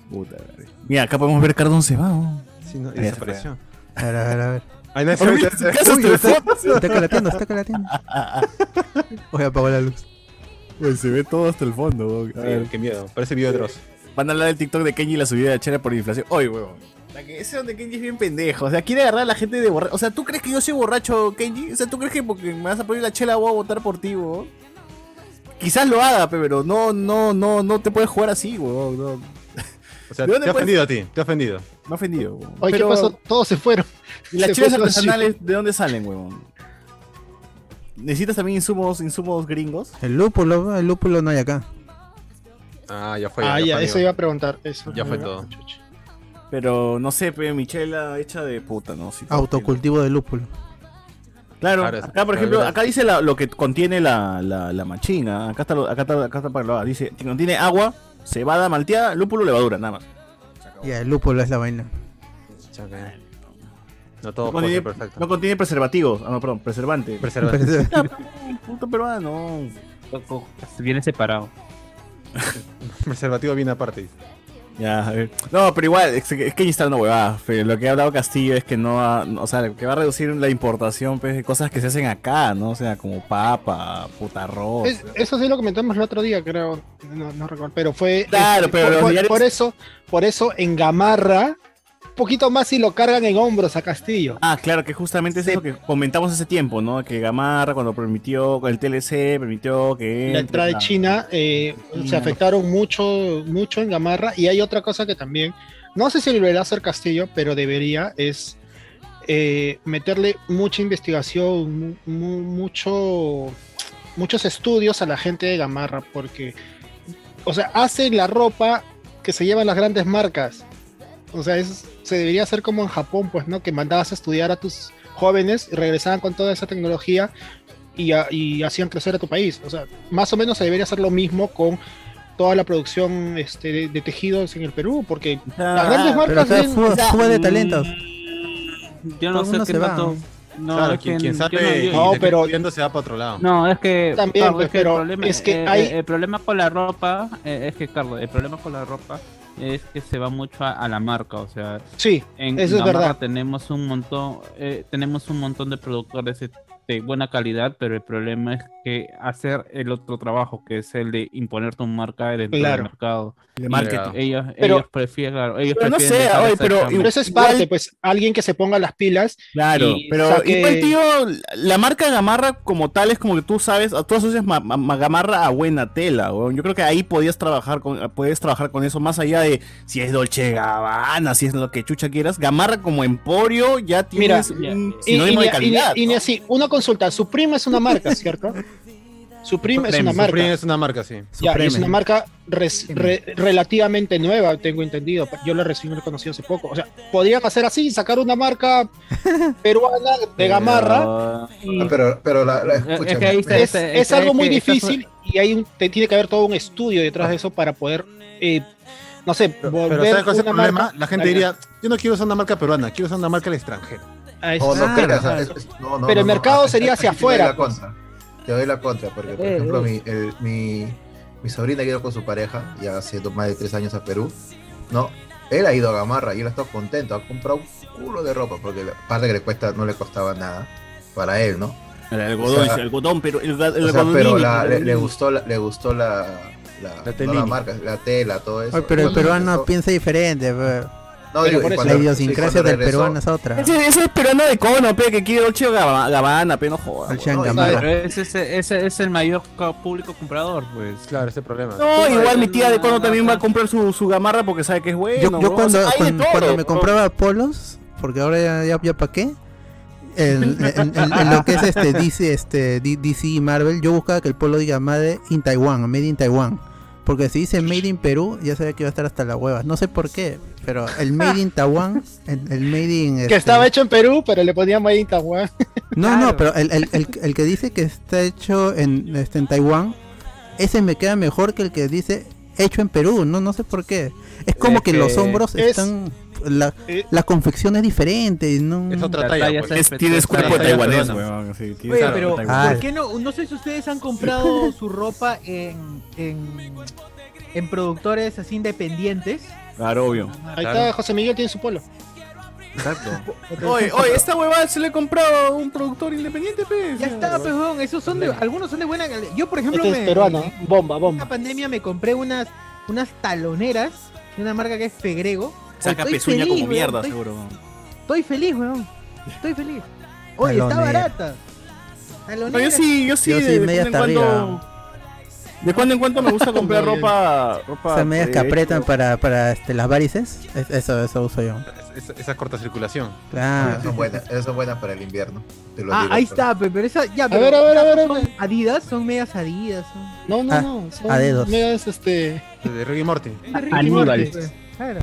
Speaker 2: Puta madre. Mira, acá podemos ver Cardón se va, bo.
Speaker 3: Sí, no, y
Speaker 2: Ahí se
Speaker 3: desapareció.
Speaker 5: A ver, a ver, a ver.
Speaker 3: Ay, no, se
Speaker 2: Oye,
Speaker 3: se-
Speaker 2: ¿qué haces
Speaker 5: Uy,
Speaker 2: tú de
Speaker 5: está,
Speaker 2: fotos?
Speaker 5: está calateando, está calateando. Voy a apagar la luz.
Speaker 2: Uy, Pues se ve todo hasta el fondo, bo. A ver,
Speaker 3: Sí, qué miedo, parece video de Dross.
Speaker 2: Van a hablar del TikTok de Kenji y la subida de chera por inflación. Oye, huevón. La que ese donde Kenji es bien pendejo. O sea, quiere agarrar a la gente de borracho. O sea, ¿tú crees que yo soy borracho, Kenji? O sea, ¿tú crees que porque me vas a poner la chela voy a votar por ti, huevón? Quizás lo haga, pe, pero no, no, no, no te puedes jugar así, huevón. No,
Speaker 3: O sea,
Speaker 2: ¿De
Speaker 3: te
Speaker 2: dónde
Speaker 3: ha
Speaker 2: puedes-
Speaker 3: ofendido a ti, te ha ofendido.
Speaker 2: me ha ofendido, huevón.
Speaker 6: Oye,
Speaker 2: Pero-
Speaker 6: ¿qué pasó? Todos se fueron.
Speaker 2: ¿Y las
Speaker 6: Se
Speaker 2: chelas
Speaker 6: fue todo
Speaker 2: artesanales de dónde salen, huevón? ¿Necesitas también insumos, insumos gringos?
Speaker 5: El lúpulo, el lúpulo no hay acá.
Speaker 3: Ah, ya fue.
Speaker 6: Ah,
Speaker 3: fue
Speaker 6: ya,
Speaker 3: amigo.
Speaker 6: eso iba a preguntar. Eso
Speaker 3: Ya fue todo.
Speaker 6: Chucha.
Speaker 2: Pero no sé, pe, mi chela hecha de puta, ¿no? Si te-
Speaker 5: Autocultivo de lúpulo.
Speaker 2: Claro,
Speaker 3: Claro,
Speaker 2: acá por ejemplo,
Speaker 3: claro.
Speaker 2: acá dice la- lo que contiene la, la, la machina. Acá está, lo- acá está, acá está para lo- Dice, que contiene agua, cebada, malteada, lúpulo, levadura, nada más.
Speaker 5: Ya, el lúpulo es la vaina.
Speaker 3: Chaca. No
Speaker 2: No
Speaker 3: todo puede
Speaker 2: contiene,
Speaker 3: ser perfecto.
Speaker 2: no contiene preservativos. Ah, no, perdón, preservante.
Speaker 3: Preservante.
Speaker 2: Puto peruano.
Speaker 9: Loco, Viene separado.
Speaker 3: Preservativo bien aparte.
Speaker 2: Ya, a ver. No, pero igual, es que, es que ahí está una huevada. fe. Lo que ha hablado Castillo es que no va, no, o sea, que va a reducir la importación pues, de cosas que se hacen acá, ¿no? O sea, como papa, puta arroz.
Speaker 6: Es- eso sí lo comentamos el otro día, creo. No, no recuerdo. Pero fue. este,
Speaker 2: Claro, pero
Speaker 6: por,
Speaker 2: los
Speaker 6: por-
Speaker 2: diarios-
Speaker 6: por eso, por eso en Gamarra, un poquito más si lo cargan en hombros a Castillo.
Speaker 2: Ah, claro, que justamente es
Speaker 6: Sí.
Speaker 2: lo que comentamos hace tiempo, ¿no? Que Gamarra, cuando permitió, con el TLC, permitió que. entre
Speaker 6: la entrada de
Speaker 2: la-
Speaker 6: China eh, se
Speaker 2: China.
Speaker 6: afectaron mucho, mucho en Gamarra. Y hay otra cosa que también, no sé si lo deberá hacer Castillo, pero debería, es eh, meterle mucha investigación, mu- mu- mucho, muchos estudios a la gente de Gamarra, porque, o sea, hacen la ropa que se llevan las grandes marcas. O sea, es- se debería hacer como en Japón, pues, ¿no? Que mandabas a estudiar a tus jóvenes y regresaban con toda esa tecnología y, a- y hacían crecer a tu país. O sea, más o menos se debería hacer lo mismo con toda la producción este, de, de tejidos en el Perú, porque
Speaker 2: Ah,
Speaker 6: las grandes
Speaker 5: Pero
Speaker 6: marcas...
Speaker 5: acá
Speaker 6: ven-
Speaker 5: fuga, fuga de talentos.
Speaker 9: Mm, Yo no
Speaker 5: Todo el mundo
Speaker 9: sé
Speaker 5: se
Speaker 9: qué
Speaker 5: va,
Speaker 9: tanto. No,
Speaker 3: claro,
Speaker 9: es
Speaker 3: quien,
Speaker 9: que-
Speaker 3: quien
Speaker 9: yo
Speaker 3: sabe.
Speaker 9: no, yo-
Speaker 6: No, pero-
Speaker 3: Viendo se va para otro lado.
Speaker 9: No, es que,
Speaker 6: También,
Speaker 9: Carlos,
Speaker 6: pues,
Speaker 9: es que
Speaker 6: pero
Speaker 9: el problema,
Speaker 6: es que
Speaker 9: eh,
Speaker 6: hay-
Speaker 9: eh, el problema con la ropa eh, es que Carlos, el problema con la ropa es que se va mucho a, a la marca, o sea,
Speaker 6: Sí,
Speaker 9: en
Speaker 6: Eso es
Speaker 9: Gamarra
Speaker 6: verdad.
Speaker 9: tenemos un montón, eh, tenemos un montón de productores de, de buena calidad, pero el problema es que hacer el otro trabajo, que es el de imponer tu marca dentro
Speaker 6: Claro.
Speaker 9: del mercado,
Speaker 2: De marketing.
Speaker 9: ellos,
Speaker 6: Pero-
Speaker 9: ellos prefieren, claro, ellos
Speaker 2: Pero no
Speaker 9: prefieren
Speaker 2: sé,
Speaker 9: dejar
Speaker 2: oye,
Speaker 9: esa
Speaker 2: pero
Speaker 9: chamba.
Speaker 6: pero eso es
Speaker 2: Igual-
Speaker 6: parte, pues, alguien que se ponga las pilas.
Speaker 2: Claro,
Speaker 6: y
Speaker 2: pero
Speaker 6: saque-
Speaker 2: igual, tío, la marca Gamarra como tal es como que tú sabes, tú asocias ma- ma- ma- Gamarra a buena tela, weón. Yo creo que ahí podías trabajar con, puedes trabajar con eso, más allá de si es Dolce Gabbana, si es lo que chucha quieras. Gamarra como emporio ya tienes
Speaker 9: Mira,
Speaker 2: un
Speaker 6: Y, y,
Speaker 2: sinónimo
Speaker 6: ni-
Speaker 2: de calidad.
Speaker 6: y ni- y ni
Speaker 2: ¿no?
Speaker 6: así, una consulta, Supreme es una marca, ¿cierto? Supreme es una marca.
Speaker 3: Supreme es una marca, sí.
Speaker 6: Ya, y es una marca res- re- relativamente nueva, tengo entendido. Yo la recién la conocí hace poco. O sea, podrían hacer así, sacar una marca peruana de gamarra. y
Speaker 4: Ah, pero, pero la, la-
Speaker 9: Eh,
Speaker 4: escúchame,
Speaker 9: es que ahí está,
Speaker 6: es,
Speaker 4: me-
Speaker 9: está-
Speaker 6: es
Speaker 9: está-
Speaker 6: algo
Speaker 9: este es
Speaker 6: muy
Speaker 9: que está-
Speaker 6: difícil y hay un, te tiene que haber todo un estudio detrás de eso para poder, eh, no sé,
Speaker 3: Pero,
Speaker 6: volver
Speaker 3: pero ¿sabes cuál es el
Speaker 6: una
Speaker 3: problema?
Speaker 6: marca-
Speaker 3: La gente diría, yo no quiero usar una marca peruana, quiero usar una marca al extranjero.
Speaker 6: a eso.
Speaker 4: no, no,
Speaker 6: Ah,
Speaker 4: creas,
Speaker 6: claro.
Speaker 4: es- es- no, no,
Speaker 6: Pero el
Speaker 4: no, no,
Speaker 6: mercado
Speaker 4: ah,
Speaker 6: sería
Speaker 4: ah,
Speaker 6: hacia
Speaker 4: te doy la
Speaker 6: afuera, pues.
Speaker 4: contra, Te doy la contra, porque por
Speaker 9: Eh,
Speaker 4: ejemplo,
Speaker 9: eh.
Speaker 4: mi, el- mi, mi sobrina que ido con su pareja, ya hace do- más de tres años a Perú, ¿no? Él ha ido a Gamarra y él ha estado contento, ha comprado un culo de ropa, porque la parte que le cuesta no le costaba nada para él, ¿no?
Speaker 2: El algodón,
Speaker 4: O sea,
Speaker 2: el algodón, pero el, ga- el
Speaker 4: O sea,
Speaker 2: algodón
Speaker 4: pero
Speaker 2: mini,
Speaker 4: la-
Speaker 2: el
Speaker 4: le, le
Speaker 2: algodón
Speaker 4: gustó la, le gustó la, la, no la
Speaker 2: telini.
Speaker 4: marca, la tela, todo eso.
Speaker 5: Ay, pero el
Speaker 4: Cuando
Speaker 5: peruano
Speaker 4: regresó-
Speaker 5: piensa diferente. pe.
Speaker 4: no,
Speaker 6: Pero
Speaker 4: digo, y
Speaker 6: por eso-
Speaker 5: La
Speaker 4: cuando- sí,
Speaker 5: idiosincrasia
Speaker 4: cuando
Speaker 5: del
Speaker 4: regresó-
Speaker 5: peruano es otra.
Speaker 2: mini. Ese, ese es peruano de cono, pe, que quiere ocho gaba- gabana, pe, no joda.
Speaker 5: El
Speaker 2: weón.
Speaker 5: Chan
Speaker 4: no,
Speaker 5: Gamarra.
Speaker 9: Pero ese, ese- ese es el mayor co- público comprador, pues.
Speaker 3: Claro, ese problema.
Speaker 2: No, igual mi tía de cono
Speaker 9: No,
Speaker 2: también
Speaker 9: no.
Speaker 2: va a comprar su, su gamarra porque sabe que es bueno.
Speaker 5: Yo, yo
Speaker 2: weón.
Speaker 5: cuando,
Speaker 2: O sea, hay de
Speaker 5: cuando,
Speaker 2: todo,
Speaker 5: cuando me
Speaker 2: weón.
Speaker 5: compraba polos, porque ahora ya, ya, para qué, en, en- en- en lo que es este DC, este, D- DC y Marvel, yo buscaba que el polo diga Made in Taiwan, Made in Taiwan. Porque si dice Made in Perú, ya sabía que iba a estar hasta las huevas. No sé por qué, pero el Made in Taiwan, el, el Made in...
Speaker 6: Que
Speaker 5: este,
Speaker 6: estaba hecho en Perú, pero le ponían ahí en Taiwán.
Speaker 5: No, no, pero el, el- el- el que dice que está hecho en, este, en Taiwán, ese me queda mejor que el que dice hecho en Perú, no, no sé por qué. Es como
Speaker 9: Es
Speaker 5: que,
Speaker 9: que
Speaker 5: los hombros
Speaker 6: es-
Speaker 5: están... La,
Speaker 6: Eh,
Speaker 5: la confección es diferente, ¿no?
Speaker 3: Es otra
Speaker 9: La
Speaker 3: talla.
Speaker 9: talla
Speaker 3: pues.
Speaker 9: se-
Speaker 2: Es- tienes
Speaker 9: Pero-
Speaker 2: cuerpo
Speaker 3: pero-
Speaker 2: taiwanés,
Speaker 3: pero-
Speaker 2: weón. sí, tienes
Speaker 1: Oye,
Speaker 2: cuerpo
Speaker 1: pero
Speaker 2: taiwanés.
Speaker 1: ¿por qué no? No sé si ustedes han comprado su ropa en, en, en productores así independientes.
Speaker 2: Claro, obvio.
Speaker 6: ahí
Speaker 3: Ah, Claro.
Speaker 6: está, José Miguel tiene su polo.
Speaker 2: Oye, oye, esta huevada se le he comprado a un productor independiente, pe.
Speaker 1: Ya está, pues, weón, esos son de, algunos son de buena calidad. Yo, por ejemplo,
Speaker 6: Este es
Speaker 1: me-
Speaker 6: peruano, ¿eh? bomba,
Speaker 1: en la
Speaker 6: bomba.
Speaker 1: pandemia me compré unas, unas taloneras de una marca que es Fegrego.
Speaker 2: Saca
Speaker 1: Estoy
Speaker 2: pezuña
Speaker 1: feliz,
Speaker 2: como
Speaker 1: weón,
Speaker 2: mierda,
Speaker 1: estoy-
Speaker 2: seguro. weón.
Speaker 1: Estoy feliz, weón. Estoy feliz. Oye, está
Speaker 5: Talonera.
Speaker 1: barata.
Speaker 2: No, yo
Speaker 1: Taloneras.
Speaker 2: sí, yo sí,
Speaker 5: Yo sí,
Speaker 2: de,
Speaker 5: medias
Speaker 2: cuando en
Speaker 5: hasta
Speaker 2: cuando. De cuando en cuando me gusta comprar ropa. ropa
Speaker 5: Esas medias
Speaker 2: eh,
Speaker 5: que apretan para, para este, las varices, es- eso, eso uso yo.
Speaker 3: es- es- Esa corta circulación.
Speaker 5: Claro.
Speaker 4: Esas son buenas, esas son buenas para el invierno. te lo
Speaker 1: Ah,
Speaker 4: digo,
Speaker 1: ahí
Speaker 4: pero-
Speaker 1: está, pe, pero esa, ya,
Speaker 6: A
Speaker 1: pero
Speaker 6: ver, a ver, a ver. a ver.
Speaker 1: son Adidas, son medias Adidas. son-
Speaker 6: No, no,
Speaker 5: Ah,
Speaker 6: no. son
Speaker 5: a dedos.
Speaker 6: medias, este,
Speaker 3: De Ricky Morty.
Speaker 1: Son de Ricky
Speaker 9: Aníbal.
Speaker 1: Morty, pe, pues. Claro.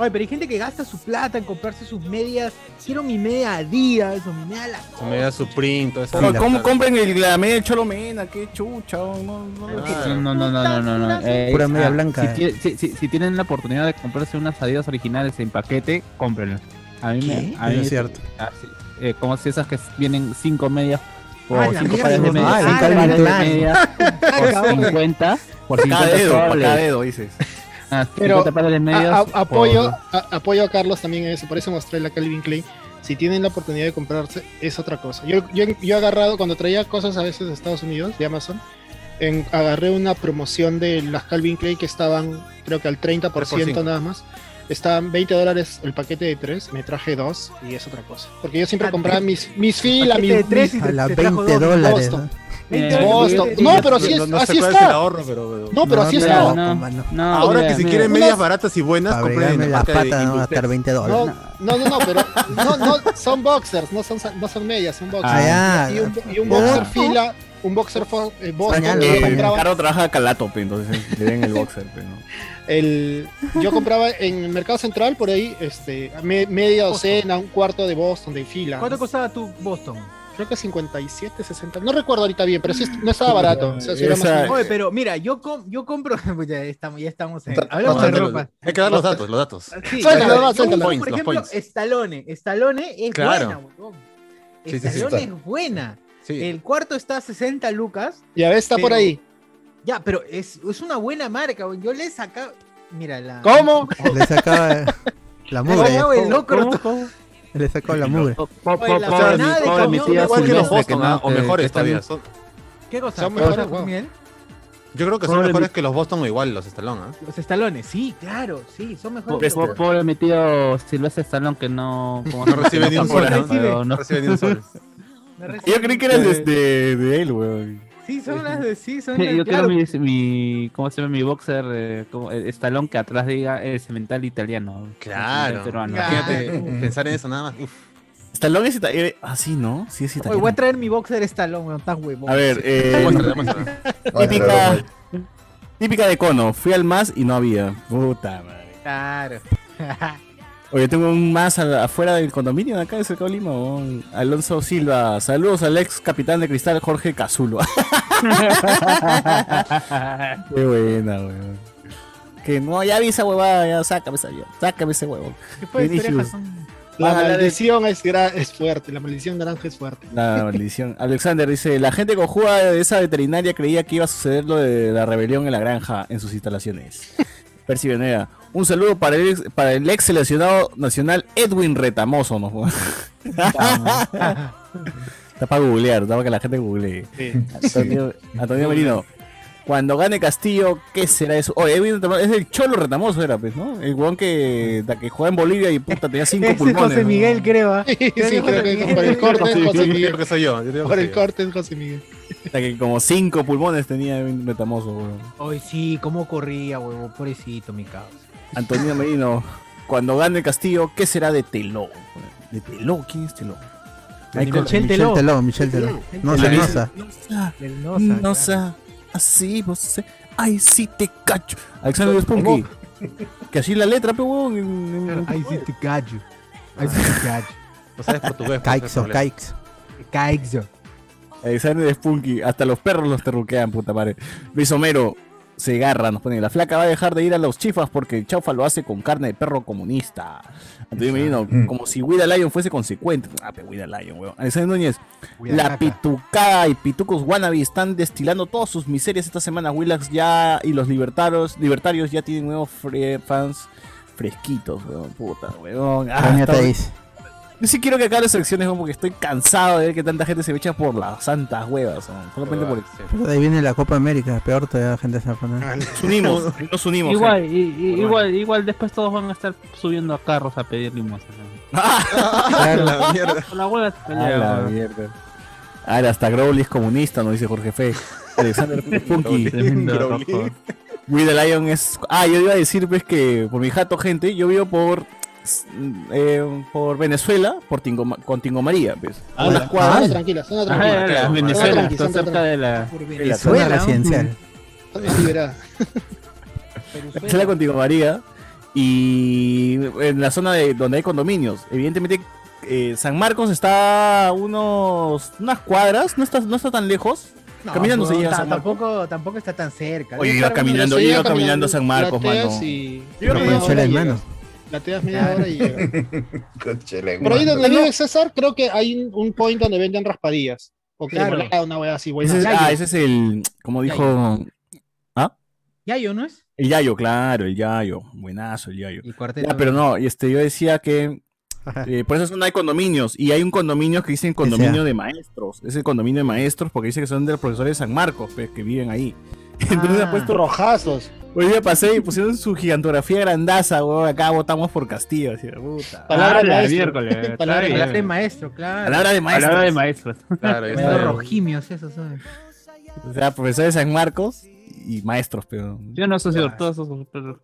Speaker 1: Oye, pero hay gente que gasta su plata en comprarse sus medias. Quiero mi media Adidas o mi media la
Speaker 3: Se me da su print, toda esa.
Speaker 2: ¿Cómo,
Speaker 3: vaina.
Speaker 2: cómo compren el, la media de Cholomena? Qué chucha, weón, no, no, no.
Speaker 3: Claro.
Speaker 9: Ah. No, no, no, no, no, no. no. Eh,
Speaker 5: Pura
Speaker 9: ah,
Speaker 5: media blanca,
Speaker 9: si
Speaker 5: eh.
Speaker 9: tie- Si, si- si tienen la oportunidad de comprarse unas Adidas originales en paquete, cómprenlas. A mí me. A mí
Speaker 5: Eso es cierto.
Speaker 9: ah, sí. Eh, como si esas que vienen cinco medias o
Speaker 1: Ah, la
Speaker 9: cinco
Speaker 1: mierda,
Speaker 9: pares de
Speaker 1: no,
Speaker 9: medias,
Speaker 1: ah,
Speaker 9: cinco
Speaker 1: la
Speaker 9: pares de
Speaker 1: verdad.
Speaker 9: medias por 50 por
Speaker 2: Cada
Speaker 9: 50
Speaker 2: dedo, para cada
Speaker 9: soles.
Speaker 2: dedo, dices.
Speaker 9: Ah,
Speaker 6: Pero,
Speaker 9: 50 pares de medias.
Speaker 6: A- a-
Speaker 9: por-
Speaker 6: apoyo, a- apoyo a Carlos también en eso, por eso mostré la Calvin Klein. Si tienen la oportunidad de comprarse, es otra cosa. Yo, yo, yo he agarrado, cuando traía cosas a veces de Estados Unidos, de Amazon, en- agarré una promoción de las Calvin Klein que estaban, creo que al 30%
Speaker 3: Tres por
Speaker 6: nada más. Estaban 20 dólares el paquete de 3, me traje dos y es otra cosa. Porque yo siempre
Speaker 1: Ah,
Speaker 6: compraba
Speaker 1: te-
Speaker 6: mis, mis filas,
Speaker 1: paquete de
Speaker 6: mis,
Speaker 1: tres y
Speaker 5: A
Speaker 1: te-
Speaker 5: las
Speaker 1: te trajo
Speaker 5: 20
Speaker 1: dos.
Speaker 5: dólares.
Speaker 6: Boston.
Speaker 9: Eh,
Speaker 6: mis Boston.
Speaker 1: sí,
Speaker 6: No,
Speaker 1: sí,
Speaker 6: pero
Speaker 3: No-
Speaker 6: sí es,
Speaker 3: no, no sé
Speaker 6: así
Speaker 3: cuál es el
Speaker 6: está.
Speaker 3: ahorro, pero. pero-
Speaker 6: No, pero así
Speaker 5: no,
Speaker 6: está.
Speaker 5: no,
Speaker 9: No.
Speaker 5: no.
Speaker 9: No,
Speaker 3: Ahora
Speaker 9: mira,
Speaker 3: que si
Speaker 9: mira.
Speaker 3: quieren
Speaker 6: unas-
Speaker 3: medias baratas y buenas,
Speaker 5: Para
Speaker 3: compren
Speaker 5: abrirme
Speaker 3: en la
Speaker 5: las
Speaker 3: marca de
Speaker 5: patas, no,
Speaker 3: Inditex.
Speaker 5: hasta 20
Speaker 6: No,
Speaker 5: dólares.
Speaker 6: no, no, no, pero no, no, son boxers, no son, no son medias, son boxers.
Speaker 5: Ah, ya.
Speaker 6: y, un, y un
Speaker 5: Ya.
Speaker 6: boxer fila, un boxer fo- eh, Boston
Speaker 5: Pañal,
Speaker 6: que
Speaker 5: ¿no?
Speaker 6: yo compraba,
Speaker 2: Caro trabaja calato, pe, entonces eh, le den el boxer, pe, ¿no?
Speaker 6: el, yo compraba en el mercado central por ahí, este, me- media docena, un cuarto de Boston de fila.
Speaker 1: ¿Cuánto
Speaker 6: ¿no?
Speaker 1: costaba tu Boston?
Speaker 6: Creo que 57, 60, no recuerdo ahorita bien, pero sí, no estaba barato. o sea, sí era más o
Speaker 2: Esa-
Speaker 6: menos-
Speaker 1: Oye, pero mira, yo, com- yo compro. Pues ya estamos, ya estamos en.
Speaker 4: Está-
Speaker 1: Hablamos de
Speaker 3: bastante-
Speaker 1: ropa. Ah,
Speaker 3: Hay que dar los datos, los datos.
Speaker 1: Sí,
Speaker 6: Suéltalo,
Speaker 1: yo-
Speaker 6: nomás,
Speaker 1: yo uso,
Speaker 6: suéltalo.
Speaker 3: Points,
Speaker 1: Por
Speaker 3: los
Speaker 1: ejemplo,
Speaker 3: points.
Speaker 1: Stallone. Stallone es
Speaker 3: Claro.
Speaker 1: buena, huevón.
Speaker 3: Sí, sí, sí,
Speaker 1: Stallone
Speaker 4: está.
Speaker 1: es buena.
Speaker 3: Sí.
Speaker 1: El cuarto está a 60 lucas.
Speaker 6: Ya ves, está por
Speaker 1: Pero-
Speaker 6: ahí.
Speaker 1: Ya, pero es, es una buena marca. huevón. Yo le saca. Mira, la.
Speaker 6: ¿Cómo?
Speaker 5: Le sacaba
Speaker 1: Le
Speaker 5: la mugre.
Speaker 1: sacaba
Speaker 3: ¿eh?
Speaker 1: el locro.
Speaker 5: Le sacaba la mugre.
Speaker 9: Po- po-
Speaker 1: Oye,
Speaker 9: po-
Speaker 1: la
Speaker 9: pobre mi-
Speaker 1: jornada de
Speaker 9: pobre mi
Speaker 1: camión,
Speaker 9: tía
Speaker 3: Igual que los
Speaker 9: Silvestre,
Speaker 3: Boston,
Speaker 9: que
Speaker 3: ¿ah?
Speaker 9: no,
Speaker 3: o
Speaker 9: que-
Speaker 3: mejores
Speaker 9: que también-
Speaker 3: todavía. son-
Speaker 1: ¿Qué cosa?
Speaker 6: Son
Speaker 1: ¿Qué
Speaker 6: mejores,
Speaker 1: cosa,
Speaker 6: huevón.
Speaker 1: Miguel?
Speaker 3: yo creo que son
Speaker 9: Pobre
Speaker 3: mejores que los Boston o igual, los Stallone, ¿ah?
Speaker 1: Los Stallone, sí, claro, sí, son
Speaker 9: po-
Speaker 1: mejores.
Speaker 9: po- Pobre mi tío Silvestre Stallone que no. como
Speaker 3: No
Speaker 9: se-
Speaker 3: recibe ni un
Speaker 9: tampoco,
Speaker 3: sol, ¿no?
Speaker 9: pero
Speaker 3: No
Speaker 9: no-
Speaker 3: reciben ni un sol.
Speaker 1: Me recibe-
Speaker 2: Pues, Yo creí que eran
Speaker 3: Eh.
Speaker 2: de, este- de, de él, weón.
Speaker 1: Sí, son las de. Sí, son las
Speaker 9: Yo
Speaker 1: claro.
Speaker 9: quiero mi, mi, ¿cómo se llama? Mi boxer, eh, como, eh, estalón que atrás diga eh, el cemental italiano.
Speaker 3: Claro.
Speaker 9: Cemental peruano.
Speaker 3: Imagínate,
Speaker 1: Claro.
Speaker 3: pensar en eso nada más. Uf.
Speaker 2: Stallone es italiano. Ah, sí, ¿no? Sí, es
Speaker 1: Oye, voy a
Speaker 2: italiano.
Speaker 1: traer mi boxer Stallone, weón. Estás huevón.
Speaker 2: A ver, eh,
Speaker 3: Demuestra, demuestra.
Speaker 4: Oye, pero-
Speaker 2: típica, Típica de Cono, fui al más y no había. Puta madre.
Speaker 1: Claro.
Speaker 2: Oye, tengo un más al- afuera del condominio de acá de Cercado Lima. weón. Alonso Silva, saludos al ex capitán de cristal Jorge Cazulo. Qué buena, weón. Que no, ya vi esa huevada, ya sácame esa, ya, sácame ese huevo.
Speaker 1: ¿Qué fue? Tus
Speaker 2: Vinicius.
Speaker 1: orejas son-
Speaker 6: La
Speaker 2: Van al-
Speaker 6: maldición es, gra- es fuerte, la maldición naranja es fuerte.
Speaker 2: La maldición. Alexander dice, la gente conjuga de esa veterinaria creía que iba a suceder lo de la rebelión en la granja en sus instalaciones. Percy Venera, un saludo para el, ex- para el ex seleccionado nacional Edwin Retamoso, ¿no? Está para googlear, está para que la gente googlee. Antonio, Antonio Merino, cuando gane Castillo, ¿qué será eso? Oye, Edwin Retamoso, es el cholo Retamoso era, pues, ¿no? El guan que, la que juega en Bolivia y puta tenía cinco
Speaker 1: Ese es
Speaker 2: pulmones.
Speaker 1: José
Speaker 2: ¿no?
Speaker 1: Miguel, creo. ¿ah?
Speaker 6: Sí,
Speaker 1: Creo
Speaker 6: creo
Speaker 1: que
Speaker 6: que
Speaker 1: José
Speaker 6: por el
Speaker 1: Miguel.
Speaker 6: corte es José
Speaker 3: Yo
Speaker 6: Miguel.
Speaker 3: creo que soy yo. yo creo que
Speaker 6: Por
Speaker 3: soy
Speaker 6: el
Speaker 3: yo.
Speaker 6: corte es José Miguel.
Speaker 2: La que como cinco pulmones tenía Edwin Retamoso, weón.
Speaker 1: Ay, sí, cómo corría, huevo. Pobrecito, mi caos.
Speaker 2: Antonio Merino, cuando gane el Castillo, ¿qué será de Teló? ¿De Teló? ¿Quién es Teló?
Speaker 1: Michel
Speaker 2: Michael
Speaker 5: Michel
Speaker 1: Teló.
Speaker 5: Teló, Michel Teló.
Speaker 1: Michel
Speaker 5: No
Speaker 1: Teló.
Speaker 5: se nosa.
Speaker 2: Nosa,
Speaker 1: Del Nosa, claro.
Speaker 2: Nosa, así Ah, vos sé. Ay, sí te cacho. Alexander Spunky. Que así la letra, pe huevón. en- en-
Speaker 1: Ay, sí te gallo. Ay, sí te gallo.
Speaker 3: No sabes portugués.
Speaker 5: Caics o
Speaker 3: por favor.
Speaker 5: caics.
Speaker 1: Caixo.
Speaker 2: Alexander Spunky. Hasta los perros los terruquean, puta madre. Luis Homero. Se garra, nos pone. La flaca va a dejar de ir a los chifas porque Chaufa lo hace con carne de perro comunista. Antonio Merino,
Speaker 4: Mm.
Speaker 2: como si Wida Lion fuese consecuente. Ah, pe Wida Lion, weón. Alexander Núñez, La
Speaker 1: Cuidado, caca.
Speaker 2: pitucada y pitucos wannabe están destilando todas sus miserias esta semana. Willax ya y los libertarios, libertarios ya tienen nuevos fre- fans fresquitos, weón. Puta, weón. Ah,
Speaker 5: Tania
Speaker 2: está-
Speaker 5: Teis.
Speaker 2: Yo sí quiero que acabe las elecciones, weón, porque estoy cansado de ver que tanta gente se me echa por las santas huevas, weón. Solamente por
Speaker 3: Sí.
Speaker 5: Pero ahí viene la Copa América. Peor todavía la gente se va a poner.
Speaker 2: Nos unimos, nos unimos.
Speaker 9: Igual, y- y-
Speaker 3: Bueno.
Speaker 9: igual, igual después todos van a estar subiendo a carros a pedir limosna. ¿no?
Speaker 3: Ah, La mierda.
Speaker 9: Por la hueva se
Speaker 2: gente. A la
Speaker 9: pelea, ¿no?
Speaker 2: mierda. Ahora, hasta Growly es comunista, nos dice Jorge Fe. Alexander Punky.
Speaker 9: Tremendo
Speaker 3: Growly.
Speaker 9: rojo.
Speaker 2: We the Lion es. Ah, yo iba a decir, pues, que por mi jato, gente, yo vivo por. eh, por Venezuela, por Tingo, con Tingo María, pues. A
Speaker 6: Ah,
Speaker 2: unas
Speaker 6: la-
Speaker 2: cuadras.
Speaker 6: zona tranquila, zona
Speaker 9: Ah,
Speaker 6: tranquila.
Speaker 3: Claro,
Speaker 9: la
Speaker 3: claro.
Speaker 9: Venezuela,
Speaker 6: Tranqui,
Speaker 9: está
Speaker 6: tranqui,
Speaker 9: cerca de la.
Speaker 1: Por
Speaker 5: Zona
Speaker 1: Venezuela.
Speaker 5: residencial.
Speaker 6: Zona liberada.
Speaker 2: Venezuela con Tingo María. Y en la zona de donde hay condominios. Evidentemente, eh, San Marcos está a unos. unas cuadras, no está, no está tan lejos.
Speaker 1: No,
Speaker 2: Caminando se
Speaker 1: huevón,
Speaker 2: llega a
Speaker 1: ta-
Speaker 2: San Marcos.
Speaker 1: tampoco, tampoco está tan cerca.
Speaker 2: Oye,
Speaker 1: Debe
Speaker 2: iba
Speaker 1: estar una-
Speaker 2: caminando, yo
Speaker 6: Pero se
Speaker 2: iba
Speaker 6: llega
Speaker 2: caminando a San Marcos,
Speaker 6: lateas
Speaker 2: mano.
Speaker 6: Y...
Speaker 2: Yo
Speaker 6: media
Speaker 5: Con
Speaker 6: hora
Speaker 5: Chela, hermano.
Speaker 6: llegas. Lateas media hora y llegas.
Speaker 4: Cónchale,
Speaker 6: Por ahí
Speaker 4: mano.
Speaker 6: donde vive César, creo que hay un- un point donde venden raspadillas. O
Speaker 1: Claro.
Speaker 6: cremolada, una wea así,
Speaker 2: Ese es-
Speaker 6: buena.
Speaker 2: ah, ese es el. Como dijo.
Speaker 1: Yayo, ¿no es?
Speaker 2: El Yayo, claro, el Yayo. Buenazo, el Yayo.
Speaker 1: Y cuarteto.
Speaker 2: Ya, pero no, este, yo decía que eh, por eso son- hay condominios y hay un condominio que dicen condominio
Speaker 5: sea.
Speaker 2: de maestros. Es el condominio de maestros porque dice que son de los profesores de San Marcos pues, que viven ahí. Entonces
Speaker 1: Ah.
Speaker 2: ha puesto
Speaker 6: Rojazos.
Speaker 2: Hoy día pasé y pusieron su gigantografía grandaza, weón. Acá votamos por Castillo. así, puta.
Speaker 6: Palabra
Speaker 9: Ah, la
Speaker 6: maestra.
Speaker 9: miércoles, está
Speaker 6: Palabra
Speaker 9: bien.
Speaker 1: Palabra de maestro, claro.
Speaker 2: Palabra de maestros.
Speaker 9: Palabra de maestros.
Speaker 3: Claro, ya
Speaker 1: Tremendo
Speaker 3: está.
Speaker 1: rojimios, esos son.
Speaker 2: O sea, profesores de San Marcos y maestros, pero.
Speaker 9: Yo no soy todos esos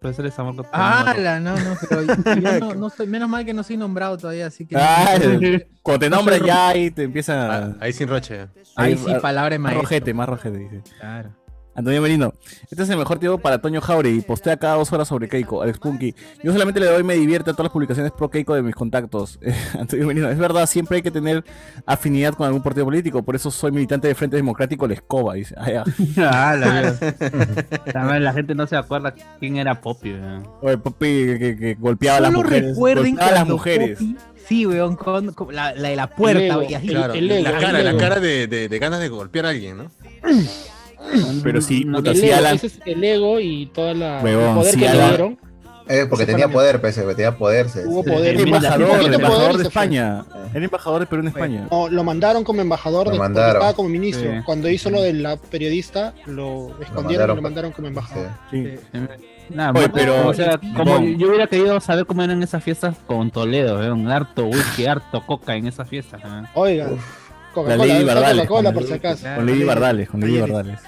Speaker 9: profesores de San Marcos.
Speaker 1: ¡Hala! No, no, pero yo no, no soy, menos mal que no soy nombrado todavía, así que.
Speaker 2: Ah, el- cuando te
Speaker 1: No
Speaker 2: nombran
Speaker 1: soy
Speaker 2: ya y te empiezan
Speaker 3: Ah,
Speaker 2: a.
Speaker 3: Ahí sin roche.
Speaker 1: Ahí sí,
Speaker 2: a-
Speaker 1: palabra de
Speaker 2: más
Speaker 1: maestro.
Speaker 2: rojete, más rojete, dice.
Speaker 1: Claro.
Speaker 2: Antonio Merino, este es el mejor tiempo para Toño Jauregui. Postea cada dos horas sobre Keiko, Alex Punky. Yo solamente le doy me divierte a todas las publicaciones pro Keiko de mis contactos. Antonio Merino, es verdad, siempre hay que tener afinidad con algún partido político. Por eso soy militante de Frente Democrático La Escoba. Dice. Ah, ya.
Speaker 9: Ah, la mierda. También la gente no se acuerda quién era Poppy. weón.
Speaker 2: Oye, papi, que, que- que golpeaba a las
Speaker 1: Solo
Speaker 2: mujeres.
Speaker 1: recuerden
Speaker 2: Golpeaba a las
Speaker 1: cuando
Speaker 2: mujeres.
Speaker 1: Poppy- sí, weón, con, con la, la de la puerta,
Speaker 6: Lego,
Speaker 1: oye, así.
Speaker 3: Claro,
Speaker 6: el ego,
Speaker 3: la
Speaker 6: el
Speaker 3: cara, la
Speaker 6: ego.
Speaker 3: cara de, de- de ganas de golpear a alguien, ¿no?
Speaker 2: Pero sí,
Speaker 9: No,
Speaker 2: puta,
Speaker 6: El
Speaker 2: sí,
Speaker 6: ego,
Speaker 2: Alan.
Speaker 6: ese es el ego y toda la
Speaker 2: Huevón,
Speaker 6: el poder
Speaker 2: sí,
Speaker 6: que le
Speaker 2: Alan.
Speaker 6: dieron.
Speaker 4: Eh, porque tenía poder, pese, tenía poder. se-
Speaker 6: Hubo
Speaker 4: se-
Speaker 6: poder.
Speaker 2: El
Speaker 9: Mira,
Speaker 2: embajador,
Speaker 6: poquito
Speaker 2: el
Speaker 6: poder
Speaker 2: embajador
Speaker 6: y
Speaker 2: de
Speaker 6: se fue.
Speaker 2: España. El embajador de Perú en España.
Speaker 6: No, lo mandaron como embajador
Speaker 4: Lo
Speaker 6: de cuando
Speaker 4: mandaron.
Speaker 6: estaba como ministro.
Speaker 9: Sí.
Speaker 6: Cuando hizo lo de la periodista, lo escondieron y
Speaker 4: mandaron.
Speaker 6: lo mandaron como embajador.
Speaker 4: se-
Speaker 2: Sí.
Speaker 9: Nada,
Speaker 2: Oye,
Speaker 9: más,
Speaker 2: pero-
Speaker 9: o sea, como
Speaker 2: Bon.
Speaker 9: yo, yo hubiera querido saber cómo eran esas fiestas con Toledo, weón. harto whisky, harto coca en esas fiestas. weón.
Speaker 6: Oiga,
Speaker 2: La Lady
Speaker 6: Coca-Cola, está
Speaker 2: Bardales.
Speaker 6: Coca-Cola por si acaso.
Speaker 2: Con Lady Bardales, con Lady Bardales.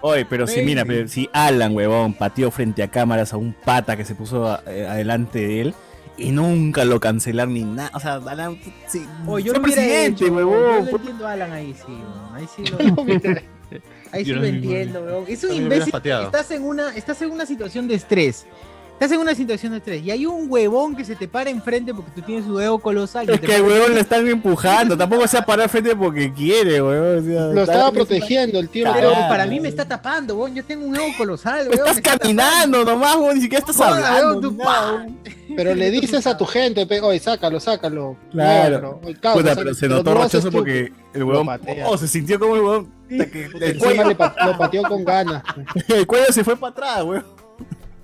Speaker 2: Oye, pero si mira, pero si Alan, huevón, pateó frente a cámaras a un pata que se puso a- eh, adelante de él y nunca lo cancelar ni nada. O sea, Alan, sí,
Speaker 1: O yo
Speaker 2: sé
Speaker 1: lo hubiera
Speaker 2: presidente,
Speaker 1: hecho,
Speaker 2: huevón.
Speaker 1: Yo lo entiendo a Alan ahí sí, huevón. Ahí sí lo, ahí sí
Speaker 6: Yo
Speaker 1: lo
Speaker 6: no
Speaker 1: entiendo, huevón. Es un
Speaker 3: También me
Speaker 1: imbécil.
Speaker 3: hubieras pateado.
Speaker 1: Estás en, una, estás en una situación de estrés. Estás en una situación de estrés. Y hay un huevón que se te para enfrente porque tú tienes su ego colosal. y
Speaker 2: Es
Speaker 1: te
Speaker 2: que,
Speaker 1: para-
Speaker 2: weón, le están empujando. Tampoco se ha parado al frente porque quiere, weón. o sea,
Speaker 6: Lo
Speaker 2: está-
Speaker 6: estaba protegiendo el tío. lo
Speaker 1: Pero
Speaker 6: estaba-
Speaker 2: Cagada,
Speaker 1: para mí me está tapando, huevón. Yo tengo un ego colosal, huevón.
Speaker 2: Ah, Estás
Speaker 1: me está
Speaker 2: caminando nomás, weón. Ni siquiera estás
Speaker 1: tapando. Joda,
Speaker 2: hablando.
Speaker 1: huevón, tú,
Speaker 2: ni
Speaker 1: pa.
Speaker 2: nada, huevón.
Speaker 6: Pero le dices a tu gente, pe, oye, sácalo, sácalo.
Speaker 2: Claro.
Speaker 6: muévelo, oye, causa,
Speaker 2: Puta,
Speaker 6: sácalo".
Speaker 2: pero se
Speaker 6: Pero
Speaker 2: notó
Speaker 6: tú lo haces
Speaker 2: rochoso
Speaker 6: tú,
Speaker 2: porque el
Speaker 6: Lo
Speaker 2: huevón.
Speaker 6: patea.
Speaker 2: Oh, se sintió como el huevón. puta, que-
Speaker 6: pe.
Speaker 2: El
Speaker 6: Encima
Speaker 2: cuello,
Speaker 6: le pat- lo pateó con ganas. pe.
Speaker 2: el cuello se fue para atrás, weón.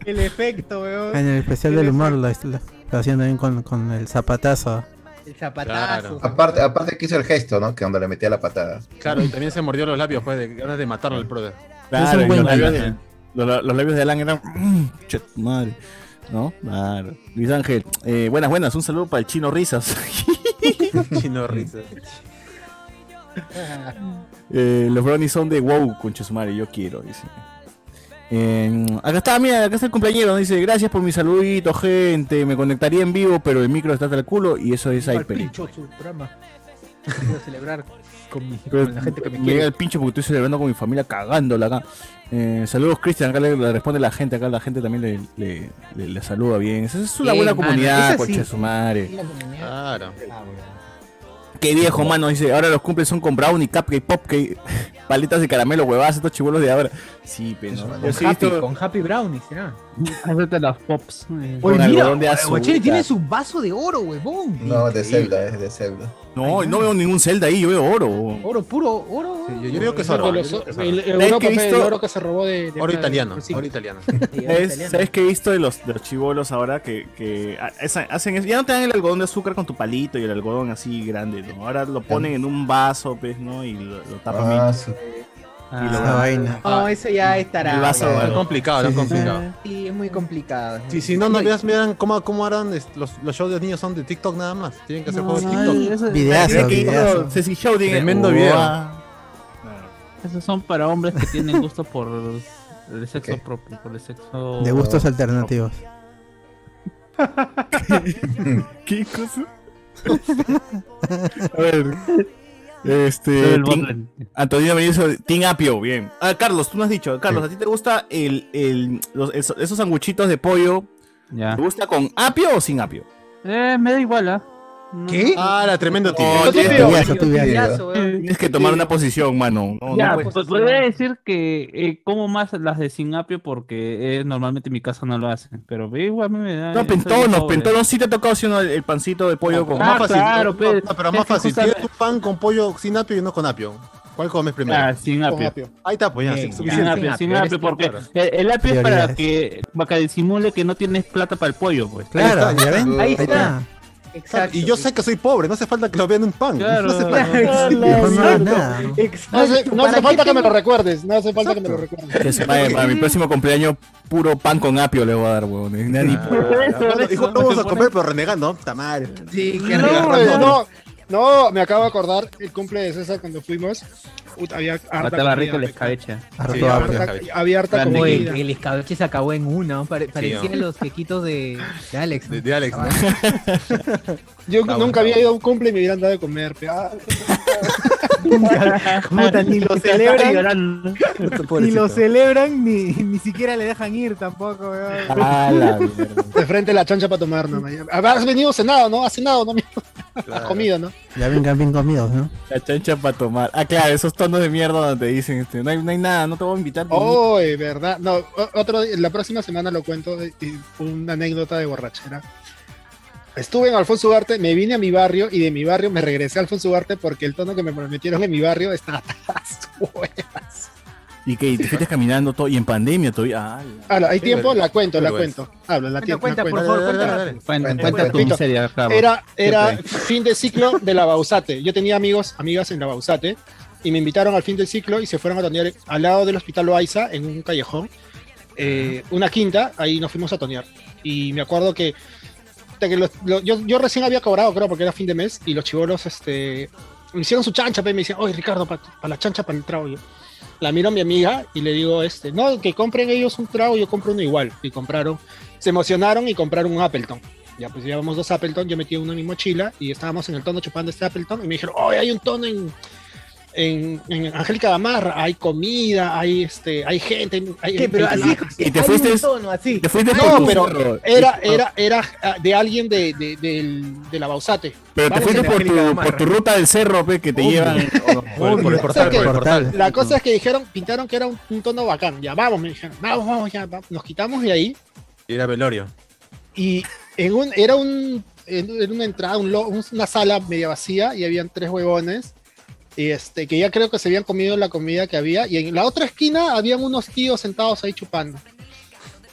Speaker 1: El efecto, huevón.
Speaker 5: En el especial del humor lo, lo- lo hacían también con, con el zapatazo.
Speaker 1: El zapatazo.
Speaker 3: Claro.
Speaker 4: Aparte, aparte que hizo el gesto, ¿no? Que cuando le metía la patada.
Speaker 3: Claro, y también se mordió los labios, pues, de ganas de matarlo al brother.
Speaker 5: Es un
Speaker 2: y
Speaker 5: buen
Speaker 2: los, labios de,
Speaker 5: galán.
Speaker 2: los, los labios de Alan eran. "Mm, che, tu madre. ¿No? Claro. Luis Ángel, eh, buenas, buenas. Un saludo para el chino Risas.
Speaker 3: Chino risa.
Speaker 2: Eh, los brownies son de wow, conchesumare, yo quiero, dice. Eh, acá está, mira, acá está el compañero, dice, gracias por mi saludito, gente, me conectaría en vivo, pero el micro está hasta el culo y eso es
Speaker 1: Al
Speaker 2: Hyper.
Speaker 1: pincho su programa. Quiero celebrar con, mi-
Speaker 2: Pero
Speaker 1: con la gente que me
Speaker 2: me Pues, llega
Speaker 1: quiere.
Speaker 2: el pincho porque estoy celebrando con mi familia cagándola acá. Eh, saludos, Cristian. Acá le, le responde la gente. Acá la gente también le, le- le- le saluda bien. Esa es una
Speaker 1: Bien,
Speaker 2: buena
Speaker 1: mano,
Speaker 2: comunidad,
Speaker 1: esa sí.
Speaker 2: coche su madre.
Speaker 3: Claro.
Speaker 2: Qué viejo, mano. Dice: Ahora los cumples son con brownie, cupcake, popcake, paletas de caramelo, huevadas. Estos chibolos de ahora. Sí, pero
Speaker 4: Eso,
Speaker 2: yo
Speaker 4: mano.
Speaker 2: sí he visto
Speaker 1: con Happy Brownie, será.
Speaker 9: Hacerte las pops. eh.
Speaker 2: Con
Speaker 1: Oye, mira,
Speaker 2: algodón de azúcar.
Speaker 1: Guachani tiene su vaso de oro, huevón.
Speaker 4: No, de
Speaker 2: Increíble.
Speaker 4: Zelda, es de Zelda.
Speaker 2: No, no veo ningún Zelda ahí, yo veo oro.
Speaker 1: Oro puro, oro.
Speaker 3: Sí, yo, yo digo que es oro.
Speaker 6: Porque
Speaker 3: yo digo
Speaker 6: los-
Speaker 3: que es
Speaker 6: el-
Speaker 3: oro.
Speaker 6: Europa,
Speaker 2: que he
Speaker 6: pe, el
Speaker 2: visto-
Speaker 6: oro que se robó de. de-
Speaker 3: Oro
Speaker 6: de-
Speaker 3: italiano,
Speaker 6: sí.
Speaker 3: oro italiano.
Speaker 2: Es- ¿Sabes qué he visto de los, de los chibolos ahora? Que, que ha- esa- hacen eso. Ya no te dan el algodón de azúcar con tu palito y el algodón así grande, ¿no? Ahora lo ponen en un vaso, pues, ¿no? Y lo, lo tapan bien.
Speaker 4: Ah, su-
Speaker 9: Ah,
Speaker 2: lo-
Speaker 5: Esa vaina.
Speaker 1: No,
Speaker 6: Ah,
Speaker 1: eso ya estará.
Speaker 2: El vaso,
Speaker 1: huevón.
Speaker 2: bueno.
Speaker 3: Está complicado,
Speaker 5: Sí,
Speaker 3: está
Speaker 5: sí, sí.
Speaker 3: complicado.
Speaker 1: Sí, es muy complicado. es muy
Speaker 3: Si si no, no
Speaker 1: complicado.
Speaker 3: veas, miran cómo, cómo harán es- los, los shows de los niños son de TikTok nada más. Tienen que hacer juegos de TikTok.
Speaker 5: Videazo,
Speaker 2: Mira que
Speaker 5: videazo.
Speaker 2: hizo Ceci Show, tiene-
Speaker 3: Tremendo
Speaker 2: Uah.
Speaker 3: video.
Speaker 9: Esos son para hombres que tienen gusto por el sexo
Speaker 4: Ok.
Speaker 9: propio, por el sexo.
Speaker 5: De gustos alternativos.
Speaker 2: ¿Qué cosa? A ver. Este.
Speaker 9: Del
Speaker 2: Tin-
Speaker 9: botón.
Speaker 2: Antonio me hizo Team Apio, bien. Ah, Carlos, tú me has dicho, Carlos, ¿a ti te gusta el, el- los- esos, esos sanguchitos de pollo?
Speaker 9: Ya.
Speaker 3: Ah.
Speaker 2: ¿Te gusta con apio o sin apio?
Speaker 9: Eh, me da igual, ¿ah? No-
Speaker 1: ¿Qué?
Speaker 3: Ah, la tremendo tío.
Speaker 2: No, tío.
Speaker 5: Tibiazo, tibiazo.
Speaker 1: Tibiazo, huevón.
Speaker 2: Tienes que tomar una posición, mano. No,
Speaker 9: ya,
Speaker 2: no
Speaker 9: pues
Speaker 2: puedes-
Speaker 9: podría decir que eh, como más las de sin apio porque eh, normalmente en mi casa no lo hacen, pero eh, igual a mí me
Speaker 2: No,
Speaker 9: da. yo soy
Speaker 2: pentonos,
Speaker 9: pobre.
Speaker 2: pentonos sí te ha tocado si no, el, el pancito de pollo con
Speaker 9: Ah,
Speaker 2: apio.
Speaker 3: más fácil.
Speaker 9: claro,
Speaker 3: no,
Speaker 9: pero-
Speaker 3: no, pero
Speaker 9: es
Speaker 3: más
Speaker 9: que
Speaker 3: fácil.
Speaker 9: justamente-
Speaker 3: Tienes tu pan con pollo sin apio y uno con apio. ¿Cuál comes primero?
Speaker 9: Ah, sin
Speaker 6: Con
Speaker 9: apio.
Speaker 6: apio.
Speaker 3: Ahí está, pues ya,
Speaker 1: Bien,
Speaker 3: es
Speaker 9: Sin
Speaker 1: Sin
Speaker 3: suficiente.
Speaker 9: apio, sin
Speaker 1: apio,
Speaker 9: apio,
Speaker 1: eres
Speaker 9: porque
Speaker 3: claro.
Speaker 9: el, el apio es para
Speaker 5: Prioridades.
Speaker 9: que, para que disimule que no tienes plata para el pollo, pues.
Speaker 5: Claro,
Speaker 3: está,
Speaker 5: ¿ya ven?
Speaker 1: Ahí
Speaker 5: Ahí
Speaker 1: está.
Speaker 5: está.
Speaker 1: Exacto.
Speaker 3: Y yo sé que soy pobre, no hace falta que lo vean en un pan.
Speaker 9: Claro.
Speaker 3: No hace falta.
Speaker 5: Mejor no hagas nada.
Speaker 6: No hace,
Speaker 1: Exacto.
Speaker 6: no hace
Speaker 1: ¿Para
Speaker 6: falta
Speaker 1: qué
Speaker 6: que me lo
Speaker 1: tengo-
Speaker 6: recuerdes. No hace falta que me lo recuerdes.
Speaker 2: Que se vaya, para mi próximo cumpleaños, puro pan con apio le voy a dar, huevón. Ni- ni-
Speaker 3: Ah, bueno,
Speaker 9: eso,
Speaker 3: hijo, no
Speaker 9: se
Speaker 3: vamos a
Speaker 9: pone-
Speaker 3: comer, pero renegando. Está mal.
Speaker 1: Sí, qué rico.
Speaker 6: No, güey, no, no, me acabo de acordar el cumple de César cuando fuimos. Puta, había harta
Speaker 9: Mataba rico la
Speaker 6: comida,
Speaker 9: escabecha.
Speaker 5: Harto
Speaker 6: Sí,
Speaker 5: apio.
Speaker 6: harta- había harta
Speaker 2: Grande
Speaker 1: Oye,
Speaker 6: comida.
Speaker 1: que el escabeche se acabó en uno. pare- Parecían
Speaker 3: hombre.
Speaker 1: los quequitos de, de Alex.
Speaker 3: De, de Alex, ¿no?
Speaker 6: Yo
Speaker 3: bueno.
Speaker 6: nunca había ido a un cumple y me hubieran dado de comer. pe. Ah,
Speaker 1: Puta, ni lo celebran.
Speaker 9: Llorando.
Speaker 3: este
Speaker 1: Ni lo celebran ni, ni siquiera le dejan ir tampoco. weón.
Speaker 2: Ah, la mierda.
Speaker 6: de frente la chancha para tomar. No, me- Has venido cenado, ¿no? Has cenado, ¿no? Has comido, ¿no?
Speaker 5: Ya vengan bien comidos, ¿no?
Speaker 2: La chancha para tomar. Ah, claro, esos tonos de mierda donde te dicen, este, no, hay, no hay nada, no te voy a invitar.
Speaker 6: Oh, verdad. No, o- otro, día- la próxima semana lo cuento de- de una anécdota de borrachera. Estuve en Alfonso Ugarte, me vine a mi barrio y de mi barrio me regresé a Alfonso Ugarte porque el tono que me prometieron en mi barrio estaba hasta las huevas.
Speaker 2: Y que y te fuiste caminando todo, y en pandemia todavía. Ah, la-
Speaker 6: Habla, ¿hay
Speaker 3: Qué
Speaker 6: tiempo? La
Speaker 3: vergüenza,
Speaker 6: cuento,
Speaker 3: qué
Speaker 6: la
Speaker 3: vergüenza.
Speaker 6: cuento. Habla, la
Speaker 1: Cuenta,
Speaker 6: tiempo,
Speaker 1: cuenta, por
Speaker 6: la cuenta.
Speaker 1: favor,
Speaker 3: Dale, dale,
Speaker 1: cuenta.
Speaker 3: dale,
Speaker 9: Cuenta,
Speaker 4: Cuenta,
Speaker 9: cuenta tu
Speaker 6: cuenta.
Speaker 9: miseria, Javo.
Speaker 6: Era, era fin de ciclo de la Bausate. Yo tenía amigos, amigas en la Bausate y me invitaron al fin del ciclo y se fueron a tonear al lado del hospital Loaiza en un callejón, eh, una quinta, ahí nos fuimos a tonear. Y me acuerdo que, puta, que los- lo- yo, yo recién había cobrado, creo, porque era fin de mes y los chivolos este, me hicieron su chancha, pe, y me dicen, oye Ricardo, para la chancha, para el trago. Yo, la miro a mi amiga y le digo, este, no, que compren ellos un trago, yo compro uno igual. Y compraron, se emocionaron y compraron un Appleton. Ya pues llevamos dos Appleton, yo metí uno en mi mochila y estábamos en el tono chupando este Appleton y me dijeron, oye, hay un tono en, en, en Angélica Gamarra, hay comida, hay este, hay gente, hay
Speaker 1: ¿Qué? Pero así,
Speaker 2: Y te
Speaker 1: hay
Speaker 2: fuiste-
Speaker 1: un tono así.
Speaker 2: Te fuiste por
Speaker 6: No,
Speaker 2: tu
Speaker 6: pero
Speaker 2: cerro.
Speaker 6: era, era, era ah, de alguien de, de, del- de la Bausate.
Speaker 2: Pero te
Speaker 1: Vamos
Speaker 2: fuiste
Speaker 1: en
Speaker 2: por
Speaker 1: Angélica
Speaker 2: tu,
Speaker 1: Gamarra.
Speaker 2: por tu ruta del cerro, pe, que te llevan.
Speaker 3: Por el- por el portal, por el portal.
Speaker 5: Portal.
Speaker 6: La cosa es que dijeron, pintaron que era un, un tono bacán. Ya vamos, me dijeron, vamos, vamos, ya, vamos. Nos quitamos de ahí
Speaker 3: Y era velorio.
Speaker 6: y en un, era un, en- en una entrada, un lo- un- una sala media vacía y habían tres huevones y este, que ya creo que se habían comido la comida que había y en la otra esquina habían unos tíos sentados ahí chupando.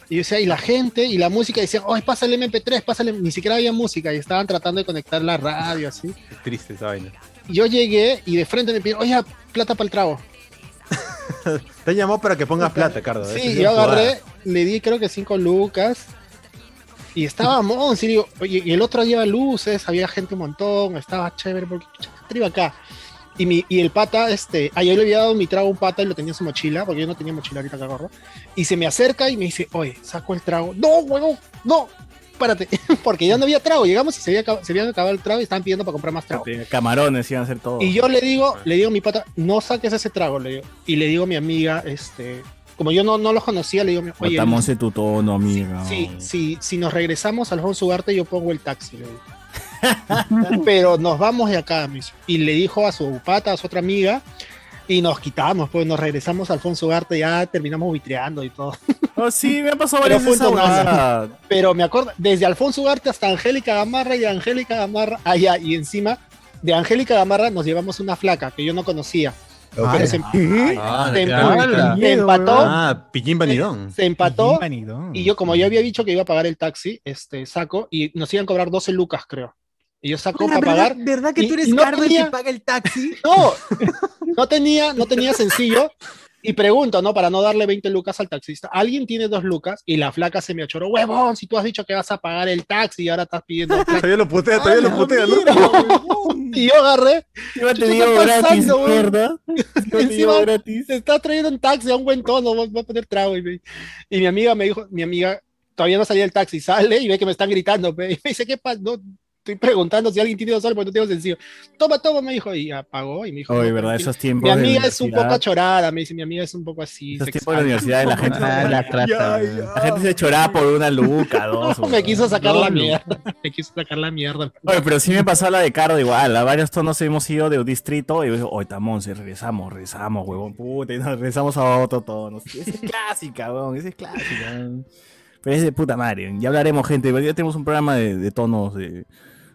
Speaker 6: Y, yo decía, y la gente y la música decían, oye, pasa el MP3, pásale, ni siquiera había música y estaban tratando de conectar la radio así.
Speaker 3: Qué triste esa vaina.
Speaker 6: Yo llegué y de frente me pidieron, oye, plata para el trago.
Speaker 3: Te llamó para que pongas plata, Cardo. Esa
Speaker 6: Sí,
Speaker 3: es
Speaker 6: yo
Speaker 3: una
Speaker 6: agarré, le di creo que cinco lucas. Y estaba Mons, y digo, oye, y el otro día luces, había gente un montón, estaba chévere, porque "Pucha, ¿qué iba acá. Y, mi, y el pata, este, ayer le había dado mi trago a un pata y lo tenía en su mochila, porque yo no tenía mochila ahorita que agarro. Y se me acerca y me dice, oye, saco el trago. No, huevón, no, párate, porque ya no había trago. Llegamos y se, había, acab- se habían acabado el trago y estaban pidiendo para comprar más trago.
Speaker 2: Este, Camarones iban a ser todo.
Speaker 6: Y yo le digo, le digo a mi pata, no saques ese trago, le digo. Y le digo a mi amiga, este, como yo no, no los conocía, le digo, oye,
Speaker 2: Matamos de tu tono, amigo.
Speaker 6: si, si, si nos regresamos a Alfonso Ugarte, yo pongo el taxi, le digo. Pero nos vamos de acá, me dice. Y le dijo a su pata, a su otra amiga, y nos quitamos, pues nos regresamos a Alfonso Ugarte, ya terminamos vitreando y todo.
Speaker 2: Oh, sí, me ha pasado
Speaker 6: Pero
Speaker 2: varias veces
Speaker 6: fue
Speaker 2: esa
Speaker 6: un tonazo.
Speaker 2: huevada.
Speaker 6: Pero me acuerdo, desde Alfonso Ugarte hasta Angélica Gamarra y de Angélica Gamarra allá, y encima de Angélica Gamarra nos llevamos una flaca que yo no conocía.
Speaker 4: Ok.
Speaker 6: Pero se-
Speaker 3: Ah,
Speaker 6: se,
Speaker 3: claro.
Speaker 6: empu-
Speaker 9: ¡Hala!
Speaker 6: se empató,
Speaker 3: Ah, Pillín Vanidón.
Speaker 6: se empató
Speaker 1: Manidón.
Speaker 6: y yo como yo había dicho que iba a pagar el taxi, este saco y nos iban a cobrar 12 lucas, creo. Y yo saco
Speaker 1: Hola,
Speaker 6: para
Speaker 1: ¿verdad,
Speaker 6: pagar.
Speaker 1: ¿Verdad que
Speaker 6: Y-
Speaker 1: tú eres
Speaker 6: y no
Speaker 1: Cardo y
Speaker 6: tenía-
Speaker 1: te paga el taxi?
Speaker 6: No, no tenía, no tenía sencillo. Y pregunto, ¿no? Para no darle 20 lucas al taxista. ¿Alguien tiene dos lucas? Y la flaca se me achoró. Huevón, si tú has dicho que vas a pagar el taxi y ahora estás pidiendo.
Speaker 3: Todavía lo putea, todavía lo putea, ¿no?
Speaker 6: y yo agarré.
Speaker 2: Yo te
Speaker 6: ¿Qué
Speaker 2: digo
Speaker 6: está
Speaker 2: gratis,
Speaker 6: pasando, huevón?
Speaker 2: mierda. Yo te digo
Speaker 6: Encima-
Speaker 2: gratis.
Speaker 6: se está trayendo un taxi a un buen tono, voy voy a poner trago. Y, me- y mi amiga me dijo, mi amiga, todavía no salía del taxi, sale y ve que me están gritando. pe, y me dice, ¿qué pasa? No, estoy preguntando si alguien tiene dos soles, porque no tengo sencillo. Toma, toma, me dijo, y apagó. Y me dijo,
Speaker 2: Oye,
Speaker 6: "No,
Speaker 2: verdad,
Speaker 6: tranquilo".
Speaker 2: esos tiempos.
Speaker 6: mi
Speaker 2: de
Speaker 6: amiga es un poco
Speaker 2: universidad,
Speaker 6: achorada, me dice, mi amiga es un poco así.
Speaker 2: Esos tiempos de la universidad,
Speaker 6: sexual.
Speaker 2: la gente,
Speaker 9: Ah, la trata.
Speaker 2: la gente se choraba por una luca, dos.
Speaker 6: No, me
Speaker 2: huevón.
Speaker 6: quiso sacar
Speaker 9: No,
Speaker 6: la
Speaker 9: no.
Speaker 6: mierda. Me quiso sacar la mierda.
Speaker 2: Oye, pero sí me pasó la de Cardo igual. A varios tonos hemos ido de un distrito y digo, oye, tamón, regresamos, regresamos, huevón, puta, y nos regresamos a otro tono. Sí, Esa es clásica, huevón, esa es clásica. huevón. Pero es de puta madre. Ya hablaremos, gente. Ya tenemos un programa de, de tonos, de, de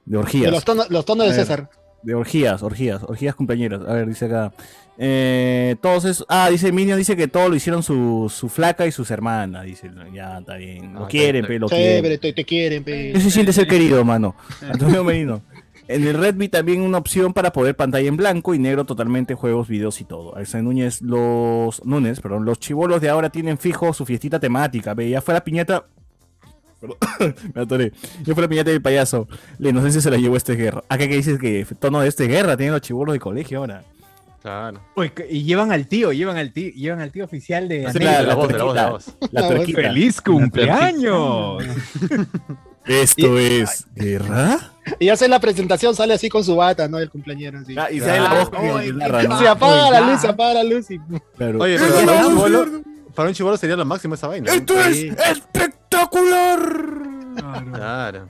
Speaker 6: De
Speaker 2: orgías.
Speaker 6: los tonos, los tonos de
Speaker 2: A ver.
Speaker 6: César.
Speaker 2: De orgías, orgías, orgías compañeras. A ver, dice acá. Eh, todos es, ah, dice Minion, dice que todo lo hicieron su, su flaca y sus hermanas. Dice, ya, está bien. Lo
Speaker 3: Ah,
Speaker 2: quieren,
Speaker 3: está
Speaker 2: pe, lo quieren.
Speaker 6: Chévere, te, te quieren, pe.
Speaker 2: ¿Qué se siente ser querido, mano? Antonio Merino. En el Redmi también una opción para poder pantalla en blanco y negro totalmente, juegos, videos y todo. Alexander Núñez, los Núñez, perdón, los chivolos de ahora tienen fijo su fiestita temática. Ve, ya fue la piñata. Perdón, me atoré. Ya fue la piñata del payaso. La inocencia se la llevó este guerra. Acá que dices que tono de este guerra tienen los chivolos de colegio ahora.
Speaker 3: Claro.
Speaker 1: Oye, que- Pues, y llevan al tío, llevan al tío, llevan al tío oficial de.
Speaker 2: Hace
Speaker 3: Sí,
Speaker 2: la-
Speaker 3: de
Speaker 2: la
Speaker 3: la voz, de la voz, de la
Speaker 2: tuerquita.
Speaker 3: voz.
Speaker 2: La tuerquita.
Speaker 8: ¡Feliz cumpleaños!
Speaker 2: Esto es guerra.
Speaker 6: Y hace la presentación, sale así con su bata, ¿no? El cumpleañero. así.
Speaker 2: Ah, y sale la voz que-
Speaker 1: Ay,
Speaker 2: que narra, ¿no?
Speaker 6: Se apaga la luz, se apaga la luz y
Speaker 2: Claro.
Speaker 3: Oye, pero para un chibolo, para un chibolo sería lo máximo esa vaina. ¿no?
Speaker 6: Sí.
Speaker 2: espectacular!
Speaker 3: Claro.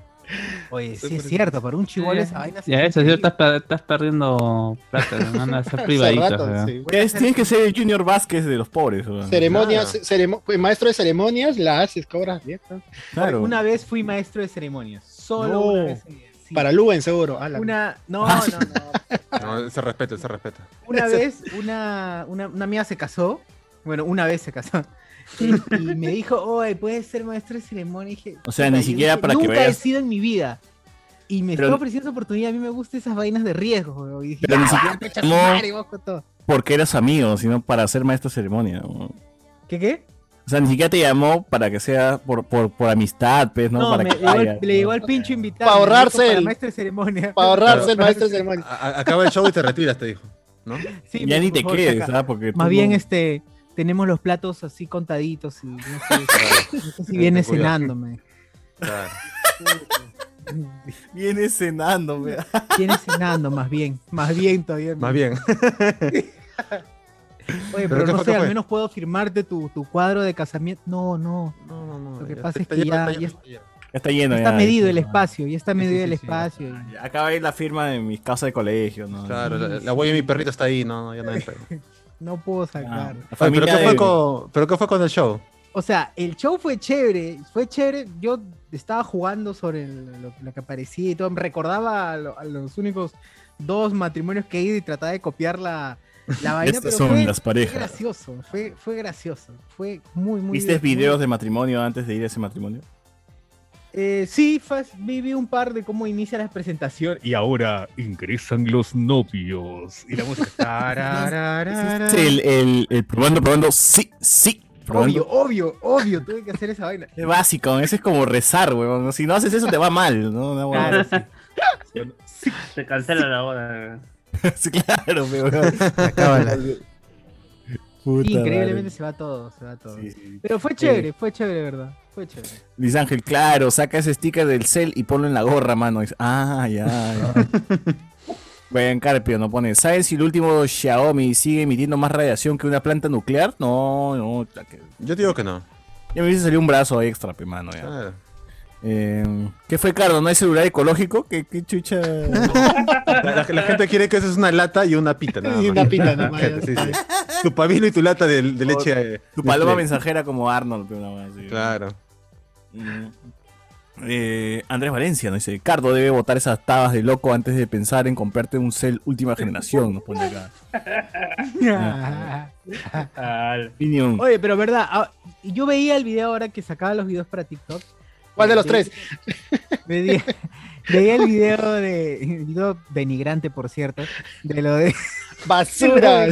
Speaker 1: Oye, Pues sí es cierto, para un chivolo esa vaina.
Speaker 9: Ya eso, sí, estás, per- estás perdiendo plata, ¿no? Anda a ser
Speaker 6: Hace
Speaker 9: privaditos.
Speaker 6: rato,
Speaker 9: ¿verdad?
Speaker 6: sí.
Speaker 2: tienes que ser el Junior Vázquez de los pobres. weón.
Speaker 6: Ceremonias,
Speaker 3: Claro.
Speaker 6: ceremo- pues, maestro de ceremonias, la haces, cobras bien. ¿no?
Speaker 2: Claro.
Speaker 1: Una vez fui maestro de ceremonias. Solo
Speaker 6: No.
Speaker 1: una vez. en mi vida, sí.
Speaker 6: Para Luen, seguro. ala.
Speaker 1: Una, no, no, no.
Speaker 3: No, se respeta, se respeta.
Speaker 1: Una vez, una, una, una amiga se casó. Bueno, una vez se casó. Y, y me dijo, oye, puedes ser maestro de ceremonia. Y dije,
Speaker 2: O sea, ni
Speaker 1: "Puta", yo
Speaker 2: siquiera
Speaker 1: dije,
Speaker 2: para que
Speaker 1: Nunca he
Speaker 2: veas".
Speaker 1: sido en mi vida. Y me
Speaker 2: Pero-
Speaker 1: estaba ofreciendo esa oportunidad. A mí me gustan esas vainas de riesgo. weón. Y dije,
Speaker 2: Pero ni
Speaker 1: "Ya,
Speaker 2: siquiera
Speaker 1: concha
Speaker 2: te
Speaker 1: tu
Speaker 2: llamó.
Speaker 1: madre, vos, con todo".
Speaker 2: Porque eras amigo, sino para ser maestro de ceremonia. weón.
Speaker 1: ¿Qué qué?
Speaker 2: O sea, ni siquiera te llamó para que sea por, por, por amistad, pues, ¿no?
Speaker 1: No,
Speaker 2: para
Speaker 1: me,
Speaker 2: que
Speaker 1: le llegó al-
Speaker 2: vayas,
Speaker 1: le
Speaker 2: ¿no?
Speaker 1: llegó al pincho invitado.
Speaker 6: Pa'
Speaker 1: me dijo,
Speaker 6: ahorrarse
Speaker 1: Para
Speaker 6: el-
Speaker 1: maestro de ceremonia.
Speaker 6: Para ahorrarse el maestro de ceremonias.
Speaker 3: A- a- acaba el show y te retiras, te dijo. ¿No?
Speaker 1: Sí, me
Speaker 2: Ya
Speaker 1: dijo,
Speaker 2: ni
Speaker 1: por
Speaker 2: te
Speaker 1: favor,
Speaker 2: quedes,
Speaker 1: saca.
Speaker 2: ¿sabes? Porque tú
Speaker 1: Más bien,
Speaker 2: no-
Speaker 1: este, tenemos los platos así contaditos y no sé, no sé si viene
Speaker 3: Ten cuidado.
Speaker 1: cenándome.
Speaker 3: Claro.
Speaker 2: Viene cenando, güey.
Speaker 1: Viene cenando, más bien. Más bien todavía.
Speaker 3: Más bien.
Speaker 1: Oye,
Speaker 3: ¿Pero
Speaker 1: pero,
Speaker 3: qué
Speaker 1: no
Speaker 3: foto
Speaker 1: sé, al
Speaker 3: fue?
Speaker 1: menos puedo firmarte tu, tu cuadro de casamiento. No, no.
Speaker 3: No, no, no.
Speaker 1: Lo que
Speaker 3: ya
Speaker 1: pasa
Speaker 3: está-
Speaker 1: es que
Speaker 3: está-
Speaker 1: ya-
Speaker 3: está-
Speaker 1: ya-
Speaker 3: ya-
Speaker 2: Ya está lleno,
Speaker 1: Ya está
Speaker 2: ya.
Speaker 1: medido el espacio, ya está
Speaker 3: sí,
Speaker 1: medido
Speaker 3: sí,
Speaker 1: el
Speaker 3: sí.
Speaker 1: espacio. y-
Speaker 2: Acaba de ir la firma de mis casas de colegio, ¿no?
Speaker 3: Claro, la, la huella de mi perrito está ahí, no, no, ya no entra. Oye,
Speaker 1: No puedo
Speaker 2: Ah,
Speaker 1: sacar.
Speaker 2: la
Speaker 3: ¿pero,
Speaker 2: familia
Speaker 3: qué fue
Speaker 2: de-
Speaker 3: con, ¿Pero qué fue con el show?
Speaker 1: O sea, el show fue chévere, fue chévere. Yo estaba jugando sobre el- lo, lo que aparecía y todo. Me recordaba a, lo- a los únicos dos matrimonios que he ido y trataba de copiar la, la vaina.
Speaker 2: Estas
Speaker 1: pero
Speaker 2: son
Speaker 1: fue,
Speaker 2: las
Speaker 1: fue
Speaker 2: parejas.
Speaker 1: gracioso, fue, fue gracioso. Fue muy, muy
Speaker 2: ¿Viste
Speaker 1: muy-
Speaker 2: videos de matrimonio antes de ir a ese matrimonio?
Speaker 1: Eh, sí, fas- vi, vi un par de cómo inicia las presentaciones.
Speaker 8: Y ahora ingresan los novios. Y la música. tarararara.
Speaker 2: Sí, el, el, el probando, probando, sí, sí.
Speaker 1: Obvio,
Speaker 2: Probando.
Speaker 1: obvio, obvio, tuve que hacer esa vaina.
Speaker 2: Es básico, ese es como rezar, weón. Si no haces eso, te va mal, ¿no? Una huevada
Speaker 10: Claro. Se cancela la boda.
Speaker 2: así. Sí, claro, weón.
Speaker 5: Acábala.
Speaker 2: Puta
Speaker 1: Increíblemente se va todo, se va todo.
Speaker 2: madre. Sí.
Speaker 1: Pero fue chévere, fue chévere, ¿verdad? Fue chévere.
Speaker 2: Luis Ángel, claro, saca ese sticker del cel y ponlo en la gorra, mano. Y- Ah, ya. ya. Brian Carpio no pone, ¿sabes si el último Xiaomi sigue emitiendo más radiación que una planta nuclear? No, no. la que-
Speaker 3: Yo digo que no.
Speaker 2: Ya me hubiese salido un brazo extra, pe, mano. ya.
Speaker 3: Ah,
Speaker 2: Eh, ¿Qué fue, Cardo? ¿No hay celular ecológico? ¿Qué, qué chucha?
Speaker 3: La, la- la gente quiere que eso es una lata y una pita, nada más.
Speaker 6: Y una pita nomás,
Speaker 3: Gente,
Speaker 6: ya
Speaker 3: sí, sí. Tu pabilo y tu lata de, de leche. eh,
Speaker 2: Tu paloma
Speaker 3: nuclear.
Speaker 2: mensajera como Arnold, pe, una huevada así.
Speaker 3: Claro.
Speaker 2: Mm. Eh, Andrés Valencia nos dice, Cardo debe botar esas tabas de loco antes de pensar en comprarte un cel última generación, nos pone acá.
Speaker 10: Al-
Speaker 2: Opinión.
Speaker 1: Oye, pero verdad, ah, yo veía el video ahora que sacaba los videos para TikTok.
Speaker 6: ¿Cuál de los tres?
Speaker 1: Veía, veía el video de el video denigrante, por cierto, de lo de
Speaker 6: Basura.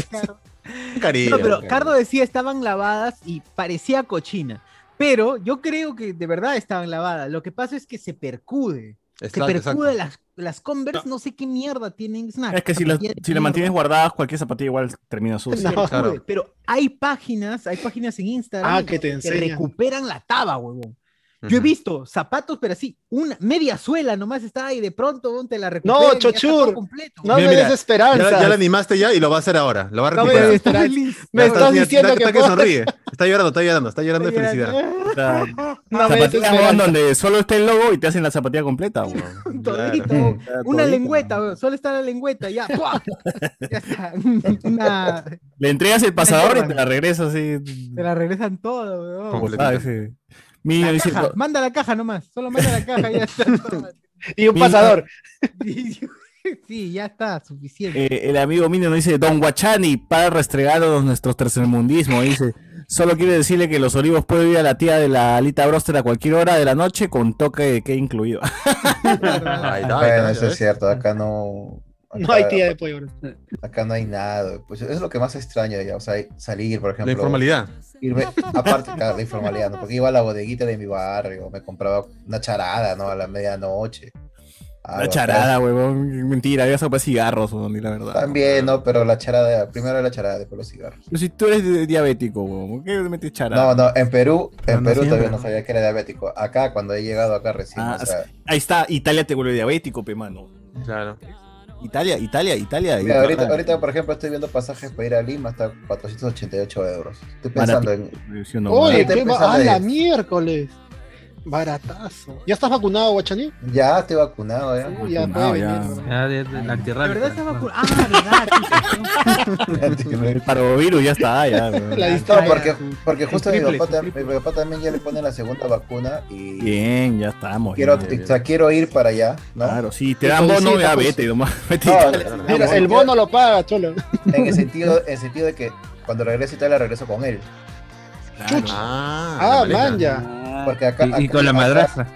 Speaker 3: Cariño.
Speaker 1: No, pero Cardo decía estaban lavadas y parecía cochina. Pero yo creo que de verdad estaban lavadas. Lo que pasa es que se percude.
Speaker 3: Exacto,
Speaker 1: se
Speaker 3: exacto.
Speaker 1: percude las, las Converse, no sé qué mierda tienen. Es, una
Speaker 2: Es que si las
Speaker 1: zapatilla de
Speaker 2: si las
Speaker 1: mierda.
Speaker 2: mantienes guardadas, cualquier zapatilla igual termina sucia.
Speaker 6: No,
Speaker 1: Joder,
Speaker 3: Claro.
Speaker 1: Pero hay páginas, hay páginas en Instagram
Speaker 6: Ah, que te enseñan.
Speaker 1: recuperan la taba, huevón. Yo he
Speaker 3: Ujú.
Speaker 1: visto zapatos, pero así, una media suela nomás está ahí, de pronto huevón, te la recuperan.
Speaker 6: No,
Speaker 1: y ya está
Speaker 6: chochur.
Speaker 1: todo completo.
Speaker 6: No
Speaker 3: Mira,
Speaker 6: me
Speaker 3: mira,
Speaker 6: des
Speaker 3: Ya,
Speaker 6: esperanza.
Speaker 3: ya la animaste ya y lo va a hacer ahora. Lo va a
Speaker 6: No me
Speaker 3: recuperar.
Speaker 6: des-
Speaker 1: Está
Speaker 6: Esperanza.
Speaker 1: feliz.
Speaker 6: Me
Speaker 3: Ya
Speaker 6: estás
Speaker 3: mira,
Speaker 6: diciendo
Speaker 3: está-
Speaker 6: que
Speaker 3: está que
Speaker 6: puedo-
Speaker 3: sonríe. Está llorando, está llorando, está llorando de felicidad.
Speaker 2: O sea,
Speaker 6: No me des
Speaker 2: zapatillas weón,
Speaker 6: esperanza.
Speaker 2: donde solo está el logo y te hacen la zapatilla completa, weón.
Speaker 1: Todito,
Speaker 3: Claro.
Speaker 4: Mm.
Speaker 1: huevón.
Speaker 2: Está
Speaker 1: Una
Speaker 2: todita.
Speaker 1: lengüeta, huevón, solo está la lengüeta, ya. ¡pua! Ya está. Una-
Speaker 2: Le entregas el pasador y te la regresas así.
Speaker 1: te la regresan todo, huevón.
Speaker 3: Como
Speaker 2: Botada, ese. Mira, dice,
Speaker 1: Caja, manda la caja nomás, solo manda la caja, ya está. todo.
Speaker 6: Y un
Speaker 2: Mira.
Speaker 6: pasador.
Speaker 1: Sí, ya está, suficiente.
Speaker 2: Eh, el amigo Mino nos dice, Don Guachani, para restregarnos nuestros tercermundismo, dice, solo quiere decirle que los olivos puede ir a la tía de la Alita Broster a cualquier hora de la noche con toque de que incluido.
Speaker 4: Ah,
Speaker 3: Ahí está, ¿eh? ahí está,
Speaker 4: Bueno,
Speaker 3: ya
Speaker 4: eso es
Speaker 3: ves.
Speaker 4: cierto, acá no.
Speaker 6: No
Speaker 4: acá-
Speaker 6: hay tía de pollo. bro.
Speaker 4: Acá no hay nada. Pues eso es lo que más extraño ya. O sea, salir, por ejemplo.
Speaker 3: La informalidad.
Speaker 4: irme- aparte, claro, la informalidad, ¿no? Porque iba a la bodeguita de mi barrio, me compraba una charada, ¿no? A la medianoche. Ah,
Speaker 2: la
Speaker 4: bacán.
Speaker 2: charada, huevón. Mentira, yo sopa cigarros, huevón, di la verdad.
Speaker 4: También, ¿no? Pero la charada, primero la charada, después los cigarros.
Speaker 2: Pero si tú eres di- diabético, huevón, ¿por qué le metes charada?
Speaker 4: No, no, en Perú,
Speaker 5: Pero
Speaker 4: en
Speaker 5: no
Speaker 4: Perú todavía
Speaker 5: siempre.
Speaker 4: no sabía que era diabético. Acá, cuando he llegado acá recién,
Speaker 2: Ah,
Speaker 4: o sea,
Speaker 2: Ahí está, Italia te vuelve diabético, pe mano.
Speaker 3: Claro.
Speaker 2: Italia, Italia, Italia.
Speaker 4: Mira,
Speaker 2: Italia.
Speaker 4: ahorita, ahorita, por ejemplo, estoy viendo pasajes para ir a Lima hasta 488 euros. Estoy pensando en.
Speaker 2: Sí, no,
Speaker 6: Oye,
Speaker 4: te
Speaker 6: qué
Speaker 4: pesas
Speaker 6: va. ¡A
Speaker 4: de-
Speaker 6: la miércoles! Baratazo. ¿Ya estás vacunado, Guachani?
Speaker 4: Ya estoy vacunado, ¿eh? ¿ya?
Speaker 6: Ya
Speaker 2: Vacunado,
Speaker 6: puede
Speaker 2: ya.
Speaker 6: venir, bro.
Speaker 10: Ya, Ah, de- de- la
Speaker 1: La
Speaker 10: antirrábica.
Speaker 1: verdad está vacunado. Ah, verdad.
Speaker 2: El parovirus ya está, ya. huevón.
Speaker 6: La
Speaker 4: No,
Speaker 6: distancia.
Speaker 4: porque, porque justo mi
Speaker 1: triple,
Speaker 4: papá,
Speaker 1: su
Speaker 4: tam- mi papá también ya le pone la segunda vacuna y
Speaker 2: Bien, ya estamos.
Speaker 4: quiero,
Speaker 2: ya,
Speaker 4: o sea, quiero ir para allá, ¿no?
Speaker 2: Claro, sí, te
Speaker 6: Y
Speaker 2: dan
Speaker 6: con
Speaker 2: bono,
Speaker 6: cita,
Speaker 2: ya
Speaker 6: pues.
Speaker 2: vete, nomás. Vete,
Speaker 4: No,
Speaker 2: Italia.
Speaker 4: no, no, no.
Speaker 6: Mira, el bono lo paga, cholo.
Speaker 4: En el sentido, en el sentido de que cuando regrese a Italia regreso con él.
Speaker 2: Claro.
Speaker 3: Ah,
Speaker 6: Ah,
Speaker 3: la
Speaker 6: man,
Speaker 3: pareja.
Speaker 6: ya.
Speaker 4: Porque acá,
Speaker 10: Y, y
Speaker 4: acá-
Speaker 10: con la
Speaker 4: acá-
Speaker 10: madrastra.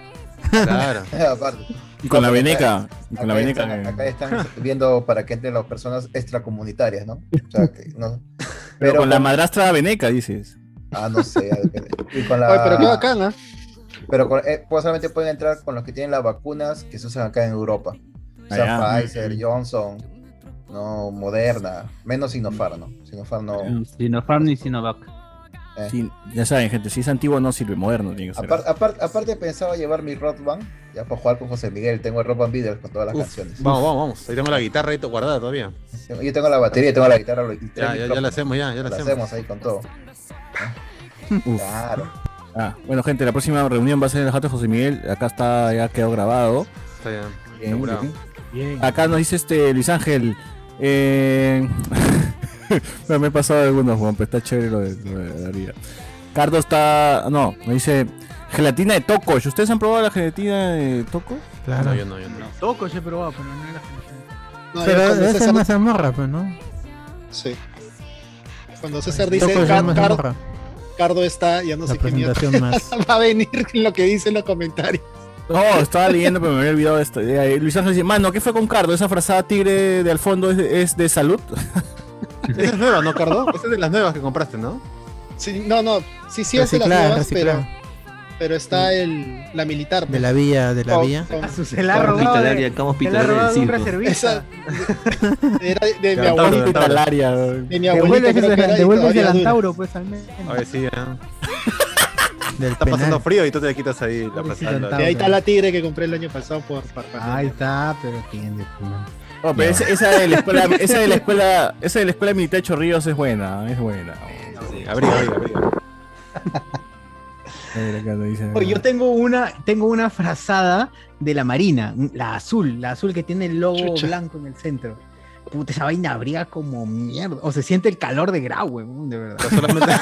Speaker 3: Claro.
Speaker 4: aparte,
Speaker 2: Y con la
Speaker 4: Acá-
Speaker 2: veneca. Y con la
Speaker 4: acá,
Speaker 2: veneca.
Speaker 4: están,
Speaker 2: eh.
Speaker 4: acá están viendo para que entren las personas extracomunitarias, ¿no? O sea, que no.
Speaker 2: Pero
Speaker 4: Pero
Speaker 2: con la madrastra veneca, dices.
Speaker 4: Ah, no sé. ya depende. Y con la-
Speaker 6: Oye, pero qué bacán, ¿ah?
Speaker 4: Pero con- eh, pues solamente pueden entrar con los que tienen las vacunas que se usan acá en Europa. O sea,
Speaker 2: Allá.
Speaker 4: Pfizer, Johnson, no, Moderna, menos Sinopharm, ¿no? Sinopharm no.
Speaker 10: Sinopharm y Sinovac.
Speaker 2: Sí, ya saben, gente, si es antiguo no sirve, moderno tiene que ser.
Speaker 4: Apar- apar- aparte pensaba llevar mi Rock Band, ya para jugar con José Miguel, tengo el Rock Band Video con todas las
Speaker 3: Uf,
Speaker 4: canciones.
Speaker 3: Vamos, vamos, vamos. Ahí tengo la guitarra ahí to- guardada todavía.
Speaker 4: Tengo- Yo tengo la batería, tengo la guitarra. y tres
Speaker 3: Ya, ya, ya la
Speaker 4: micrófonos.
Speaker 3: hacemos, ya, ya la
Speaker 4: La
Speaker 3: hacemos. eh.
Speaker 4: hacemos ahí con todo.
Speaker 2: Uf.
Speaker 4: Claro.
Speaker 2: Ah, bueno, gente, la próxima reunión va a ser en el Jato de José Miguel. Acá está, ya quedó grabado.
Speaker 3: Está ya.
Speaker 2: Bien,
Speaker 3: inaugurado.
Speaker 2: bien. Acá nos dice este Luis Ángel. eh, no, me he pasado algunos, Juan, pero está chévere lo de, lo de la vida. Cardo está. No, nos dice. Gelatina de toco. ¿Ustedes han probado la gelatina de toco?
Speaker 5: Claro.
Speaker 3: No, yo no, yo no.
Speaker 1: Toco yo he probado, pero no era como-
Speaker 6: No,
Speaker 5: Pero
Speaker 6: yo cuando
Speaker 5: esa es
Speaker 6: César-
Speaker 5: una zamorra, pues, ¿no?
Speaker 6: Sí.
Speaker 5: Pues
Speaker 6: Cuando César dice
Speaker 5: Toco es
Speaker 6: Car-
Speaker 5: una
Speaker 6: Car-
Speaker 5: mazamorra.
Speaker 6: Cardo está, ya no
Speaker 5: La
Speaker 6: sé qué mierda
Speaker 5: presentación más.
Speaker 6: va a venir lo que dicen los comentarios.
Speaker 2: No, Oh, estaba leyendo, pero me había olvidado esto. Y ahí Luis Ángel dice: Mano, ¿qué fue con Cardo? Esa frazada tigre de al fondo es de, es de salud.
Speaker 3: Esa es nueva, ¿no, Cardo? Esa es de las nuevas que compraste, ¿no?
Speaker 6: Sí, no, no, sí,
Speaker 5: Pues
Speaker 6: sí es de las
Speaker 5: Reciclar,
Speaker 6: nuevas, pero,
Speaker 5: reciclar.
Speaker 6: pero está el, la militar. pues.
Speaker 5: De la vía, de la
Speaker 6: Con-
Speaker 5: vía.
Speaker 6: con-
Speaker 1: Se la ha
Speaker 7: Cama
Speaker 1: robado. de-
Speaker 7: hospitalaria,
Speaker 1: Se
Speaker 7: cama
Speaker 1: la ha
Speaker 7: hospitalaria
Speaker 1: robado
Speaker 7: del
Speaker 1: de un
Speaker 7: circo.
Speaker 1: reservista.
Speaker 6: esa era de, de mi
Speaker 3: Claro,
Speaker 6: abuelita,
Speaker 3: claro.
Speaker 2: Hospitalaria, weón.
Speaker 6: de mi abuelita.
Speaker 1: Devuelves
Speaker 6: creo que era
Speaker 1: el
Speaker 6: y
Speaker 1: devuelves
Speaker 6: todavía
Speaker 1: el
Speaker 6: dura.
Speaker 1: antauro, pues, al menos.
Speaker 3: A ver, sí, ya.
Speaker 5: Del
Speaker 3: Está pasando
Speaker 5: penal.
Speaker 3: frío y tú te quitas ahí la
Speaker 1: Pobrecito
Speaker 3: plaza.
Speaker 6: Y
Speaker 1: Antauro.
Speaker 3: la-
Speaker 6: ahí está la tigre que compré el año pasado por
Speaker 1: Ahí
Speaker 6: Parpajal.
Speaker 1: está, pero quién de
Speaker 2: No, Oh, pero esa, esa de la escuela, esa de la escuela, esa de la escuela Militar Chorrillos es buena, es buena.
Speaker 3: Sí, Abriga, abriga, abriga.
Speaker 2: A ver, acá lo dice.
Speaker 1: Oye, Yo tengo una, tengo una frazada de la Marina, la azul, la azul que tiene el logo
Speaker 6: Chucha.
Speaker 1: blanco en el centro. Puta, esa vaina abriga como mierda. O se siente el calor de Grau, weón, de verdad.
Speaker 3: Pero solamente-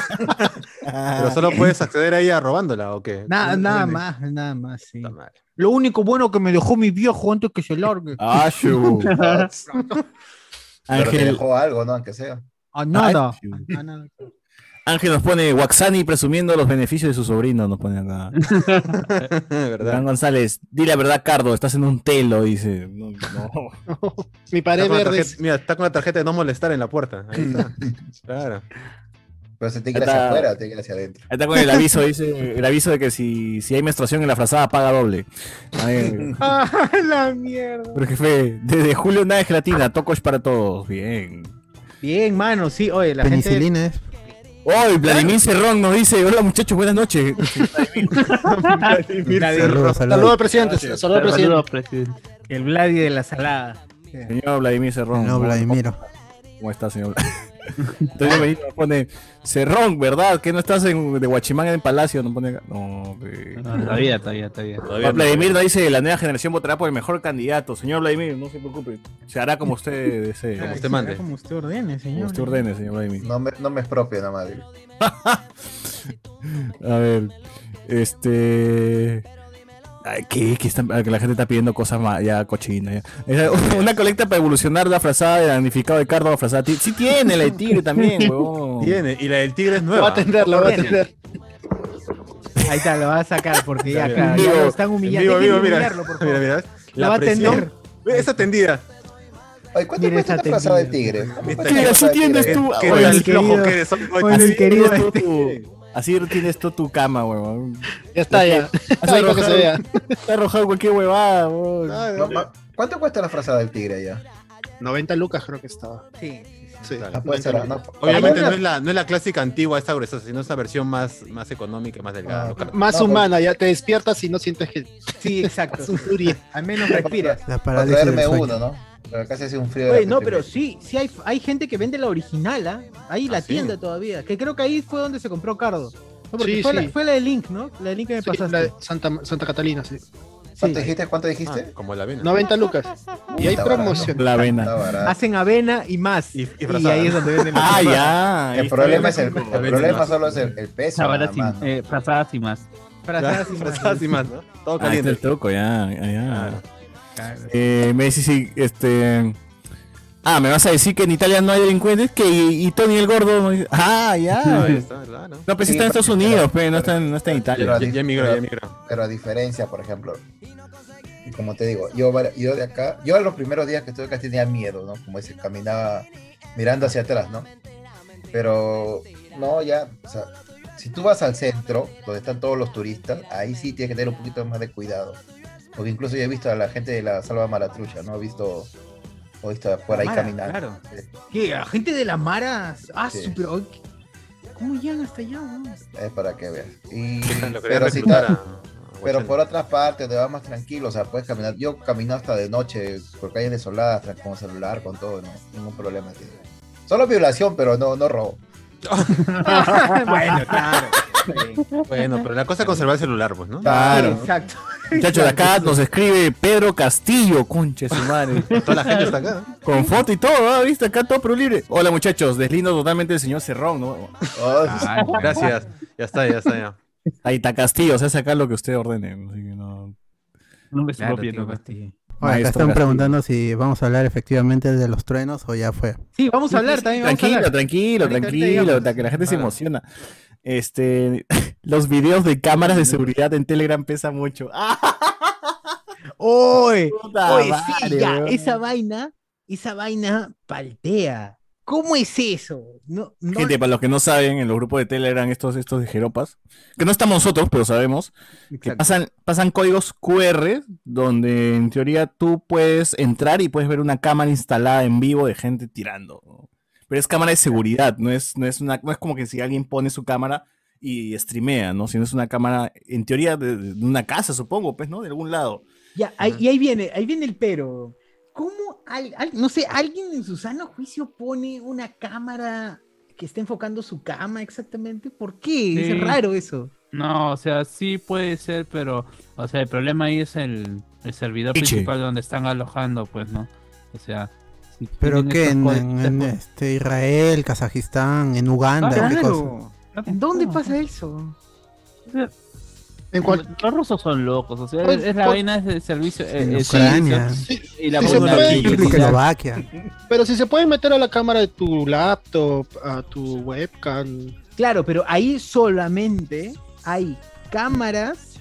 Speaker 3: Pero solo puedes acceder ahí a robándola o qué?
Speaker 1: Nada,
Speaker 3: Un-
Speaker 1: nada
Speaker 3: un-
Speaker 1: más, nada más, sí.
Speaker 3: Puta madre.
Speaker 1: Lo único bueno que me dejó mi viejo antes que se largue.
Speaker 2: Ah, shu.
Speaker 4: Pero te
Speaker 2: Ángel,
Speaker 4: dejó algo, ¿no? Aunque sea.
Speaker 1: A nada.
Speaker 2: Ay, sí.
Speaker 1: A nada.
Speaker 2: Ángel nos pone Waxani presumiendo los beneficios de su sobrino, nos pone acá.
Speaker 3: ¿Verdad?
Speaker 2: Juan González, di la verdad, Cardo, estás en un telo, dice. No, no.
Speaker 6: Mi
Speaker 3: Está
Speaker 6: pared
Speaker 3: con la
Speaker 6: verde.
Speaker 3: tarjeta- mira, está con la tarjeta de no molestar en la puerta. Ahí está. Claro.
Speaker 4: Pero se te quiere hacia
Speaker 2: Está-
Speaker 4: afuera, o te quiere hacia adentro.
Speaker 2: Ahí Está con el aviso, dice, el aviso de que si, si hay menstruación en la frazada, paga doble. A ver.
Speaker 1: Ah, la mierda.
Speaker 2: Pero jefe, desde julio nada de gelatina, tocos para todos. Bien.
Speaker 1: Bien, mano, sí, oye, la gente.
Speaker 5: Penicilina eh. es.
Speaker 2: Hoy Vladimir Cerrón nos dice, hola muchachos, buenas noches.
Speaker 5: Saludos, saludos.
Speaker 6: Saludos, presidente. Saludos, presidente.
Speaker 10: Saludos, presidente.
Speaker 1: El Vladi de la salada.
Speaker 2: Señor Vladimir Cerrón.
Speaker 5: No, Vladimiro.
Speaker 2: ¿Cómo está, señor? Entonces me nos pone Cerrón, ¿verdad? Que no estás en, de Huachimán en Palacio. No pone acá. No, que-
Speaker 9: Ah,
Speaker 7: Todavía, todavía, todavía.
Speaker 3: Todavía no.
Speaker 2: Vladimir nos dice, la nueva generación votará por el mejor candidato. Señor Vladimir, no se preocupe. Se hará como usted desee.
Speaker 3: Como
Speaker 2: Como
Speaker 1: Ay,
Speaker 2: usted,
Speaker 3: usted mande.
Speaker 1: será Como usted ordene, señor.
Speaker 2: como usted ordene, señor Vladimir.
Speaker 4: No me, no me expropio nada más.
Speaker 2: A ver. Este. Ay, ¿qué? ¿Qué están- ah, que la gente está pidiendo cosas más ya cochinas. ya. Era Una colecta para evolucionar la frazada de damnificado de Cardo a la frazada. de tigre. Sí tiene la de tigre también, huevón.
Speaker 3: Tiene. Y la del tigre es
Speaker 6: Lo va a
Speaker 3: nueva.
Speaker 6: atender, lo va a atender.
Speaker 1: Ahí está, lo va a sacar porque ya,
Speaker 3: Está bien.
Speaker 1: claro, ya
Speaker 2: Vivo,
Speaker 1: lo están humillando.
Speaker 3: Vivo,
Speaker 1: Hay que
Speaker 3: vivo, mira.
Speaker 1: humillarlo, por favor.
Speaker 3: Mira, mira.
Speaker 1: Lo va
Speaker 3: La
Speaker 1: a
Speaker 3: presión.
Speaker 1: atender.
Speaker 3: Ve Esa tendida.
Speaker 4: Oye, ¿cuánto
Speaker 1: Mira
Speaker 4: cuesta
Speaker 1: esa
Speaker 4: una frazada de
Speaker 1: tendida.
Speaker 4: tigre? ¿Cuánto
Speaker 3: Mira,
Speaker 4: cuesta
Speaker 3: sí
Speaker 4: una frazada de
Speaker 2: tienes
Speaker 4: tigre?
Speaker 2: tú.
Speaker 3: Eh, Qué
Speaker 2: Oye,
Speaker 3: real
Speaker 1: mi
Speaker 3: flojo
Speaker 1: querido.
Speaker 3: que eres. Oye,
Speaker 1: Oye, mi
Speaker 3: sí,
Speaker 1: querido. este.
Speaker 3: oye,
Speaker 2: Tú tu- Así tienes tú tu cama, huevón.
Speaker 6: Ya está, ya. Ahí para que se vea. Ah,
Speaker 2: Te ha arrojado cualquier huevada, huevón.
Speaker 4: No, ma- ¿Cuánto cuesta la frazada del tigre allá?
Speaker 6: 90 lucas creo que estaba.
Speaker 1: Sí, sí, sí.
Speaker 6: Sí.
Speaker 4: No puede
Speaker 6: 90
Speaker 4: ser,
Speaker 6: lucas.
Speaker 4: no-
Speaker 3: Obviamente no
Speaker 4: no,
Speaker 3: es, la, no es la clásica antigua esta gruesa, sino es la versión más, más económica, más delgada.
Speaker 4: Ah,
Speaker 6: Más
Speaker 4: No,
Speaker 6: humana, ya te despiertas y no sientes que
Speaker 1: Sí, exacto.
Speaker 6: es un furia.
Speaker 1: Al menos respiras.
Speaker 5: La
Speaker 4: para
Speaker 5: parálisis del
Speaker 4: traerme
Speaker 5: sueño.
Speaker 4: uno, ¿no? Pero acá se hace un frío. de este
Speaker 1: Oye,
Speaker 4: la
Speaker 1: no,
Speaker 4: puta
Speaker 1: pero
Speaker 4: madre.
Speaker 1: sí, sí hay, hay gente que vende la original, ¿ah? Ahí la
Speaker 3: Ah, sí.
Speaker 1: tienda todavía. Que creo que ahí fue donde se compró Cardo. No, porque
Speaker 6: Sí,
Speaker 1: fue,
Speaker 6: sí.
Speaker 1: La, fue la de Link, ¿no? La de Link que me
Speaker 6: Sí, la
Speaker 1: pasaste.
Speaker 6: de Santa, Santa Catalina, sí.
Speaker 1: Sí.
Speaker 4: ¿Cuánto dijiste? ¿Cuánto
Speaker 3: Ah,
Speaker 4: dijiste?
Speaker 3: como la avena.
Speaker 6: 90 lucas. Y hay
Speaker 4: Está barato.
Speaker 6: promoción.
Speaker 2: La
Speaker 4: Está
Speaker 2: avena.
Speaker 4: barato.
Speaker 1: Hacen avena y más.
Speaker 3: Y-
Speaker 1: Y,
Speaker 3: y frazada.
Speaker 1: ahí es donde venden la
Speaker 2: Ah,
Speaker 1: frazada.
Speaker 2: ya. ahí
Speaker 4: El
Speaker 2: está.
Speaker 4: problema es el, el
Speaker 3: Ahí está.
Speaker 4: problema solo es el, el peso.
Speaker 7: Ahora
Speaker 4: nada
Speaker 7: sí,
Speaker 4: más, ¿no?
Speaker 7: eh, frazadas y más.
Speaker 1: Frazadas y más.
Speaker 3: Frazadas y más, ¿no? Todo
Speaker 2: Ah, está
Speaker 3: caliente.
Speaker 2: el truco, ya. ya, ya.
Speaker 1: Claro.
Speaker 2: Ah, Eh, me dice si, este. Ah, me vas a decir que en Italia no hay delincuentes, que y, y Tony el gordo. no dice- Ah, ya.
Speaker 3: Ahí está, claro.
Speaker 2: No, pues sí
Speaker 4: Sí,
Speaker 2: está en
Speaker 4: pero-
Speaker 2: Estados Unidos, pero no está en, no está en
Speaker 4: Pero
Speaker 2: Italia.
Speaker 4: a
Speaker 3: Ya,
Speaker 4: dif-
Speaker 3: ya migró, ya migró.
Speaker 4: pero a diferencia, por ejemplo, como te digo, yo, var- yo de acá, yo a los primeros días que estuve acá tenía miedo, ¿no? Como dices, caminaba mirando hacia atrás, ¿no? Pero no, ya, o sea, si tú vas al centro, donde están todos los turistas, ahí sí tienes que tener un poquito más de cuidado. Porque incluso yo he visto a la gente de la Salva Malatrucha, ¿no? He visto, he visto por ahí
Speaker 1: Mara,
Speaker 4: caminando.
Speaker 1: claro. Que la gente de la Mara. Ah,
Speaker 4: Sí.
Speaker 1: su- pero- ¿Cómo llegan hasta allá, weón?
Speaker 4: Es para que veas. Y,
Speaker 1: Lo quería
Speaker 4: pero, si
Speaker 1: reclutar
Speaker 4: tal-
Speaker 1: a- a
Speaker 4: pero
Speaker 1: Guachani.
Speaker 4: por otras partes te vas más tranquilo, o sea, puedes caminar. Yo camino hasta de noche por calles desoladas, tra- con celular, con todo, no, ningún problema. tío. Solo violación, pero no, no robo.
Speaker 3: bueno, claro. Bueno, pero la cosa es conservar el celular, pues, ¿no?
Speaker 2: Claro. Muchachos, de acá nos escribe Pedro Castillo, conche su madre.
Speaker 3: Toda la gente está acá.
Speaker 2: Con foto y todo, ¿ah? ¿viste? Acá todo pro libre. Hola, muchachos, deslindo totalmente el señor Cerrón, ¿no?
Speaker 4: Oh,
Speaker 3: Ay, gracias. Ya está, ya está, ya.
Speaker 2: Ahí está Castillo, o sea, sacar lo que usted ordene. Así que no.
Speaker 9: No me
Speaker 2: Claro, tío pues.
Speaker 1: Castillo.
Speaker 5: Ahora, acá
Speaker 2: Maestro
Speaker 5: están
Speaker 2: Castillo.
Speaker 5: preguntando si vamos a hablar efectivamente de los truenos o ya fue.
Speaker 1: Sí, vamos a hablar también. vamos a
Speaker 2: Tranquilo,
Speaker 1: hablar.
Speaker 2: tranquilo,
Speaker 1: Ahorita, ahorita
Speaker 2: tranquilo,
Speaker 1: digamos.
Speaker 2: hasta que la gente se emociona. Este, los videos de cámaras de seguridad en Telegram pesan mucho. ¡Ah!
Speaker 1: Oye,
Speaker 2: Puta
Speaker 1: oye, sí,
Speaker 2: madre,
Speaker 1: ya,
Speaker 2: Ah, weón.
Speaker 1: esa vaina, esa vaina paltea. ¿Cómo es eso? No, no-
Speaker 6: eh.
Speaker 2: Gente, para los que no saben, en los grupos de Telegram, estos, estos de Jeropas, que no estamos nosotros, pero sabemos, que
Speaker 1: Exacto.
Speaker 2: pasan, pasan códigos QR donde en teoría tú puedes entrar y puedes ver una cámara instalada en vivo de gente tirando. ¿no? Pero es cámara de seguridad, no es, no es, una, no es como que si alguien pone su cámara y streamea, ¿no? Sino es una cámara, en teoría, de, de una casa, supongo, pues, ¿no? De algún lado.
Speaker 1: Ya, ahí-
Speaker 2: mm.
Speaker 1: y ahí viene, ahí viene el pero. ¿Cómo, al- al- no sé, alguien en su sano juicio pone una cámara que está enfocando su cama exactamente? ¿Por qué?
Speaker 9: Sí.
Speaker 1: Es raro eso.
Speaker 9: No, o sea, sí puede ser, pero, o sea, el problema ahí es el, el servidor
Speaker 2: Piche.
Speaker 9: principal donde están alojando, pues, ¿no? O sea, si
Speaker 5: Pero
Speaker 9: tienen
Speaker 5: que
Speaker 9: estos
Speaker 5: en,
Speaker 9: códigos-
Speaker 5: en- en, este, Israel, Kazajistán, en Uganda,
Speaker 9: Ah,
Speaker 5: ¿qué cosa?
Speaker 1: ¿En dónde pasa eso?
Speaker 9: En Los rusos son locos, o sea,
Speaker 1: Pues,
Speaker 9: es, es la
Speaker 1: pues-
Speaker 9: vaina del servicio.
Speaker 5: En
Speaker 9: eh, eh,
Speaker 5: Ucrania.
Speaker 9: sí, sí, y la
Speaker 6: Sí, se
Speaker 9: buena
Speaker 6: puede.
Speaker 9: vida.
Speaker 5: Eslovaquia.
Speaker 6: Pero si se pueden meter a la cámara de tu laptop, a tu webcam.
Speaker 1: Claro, pero ahí solamente hay cámaras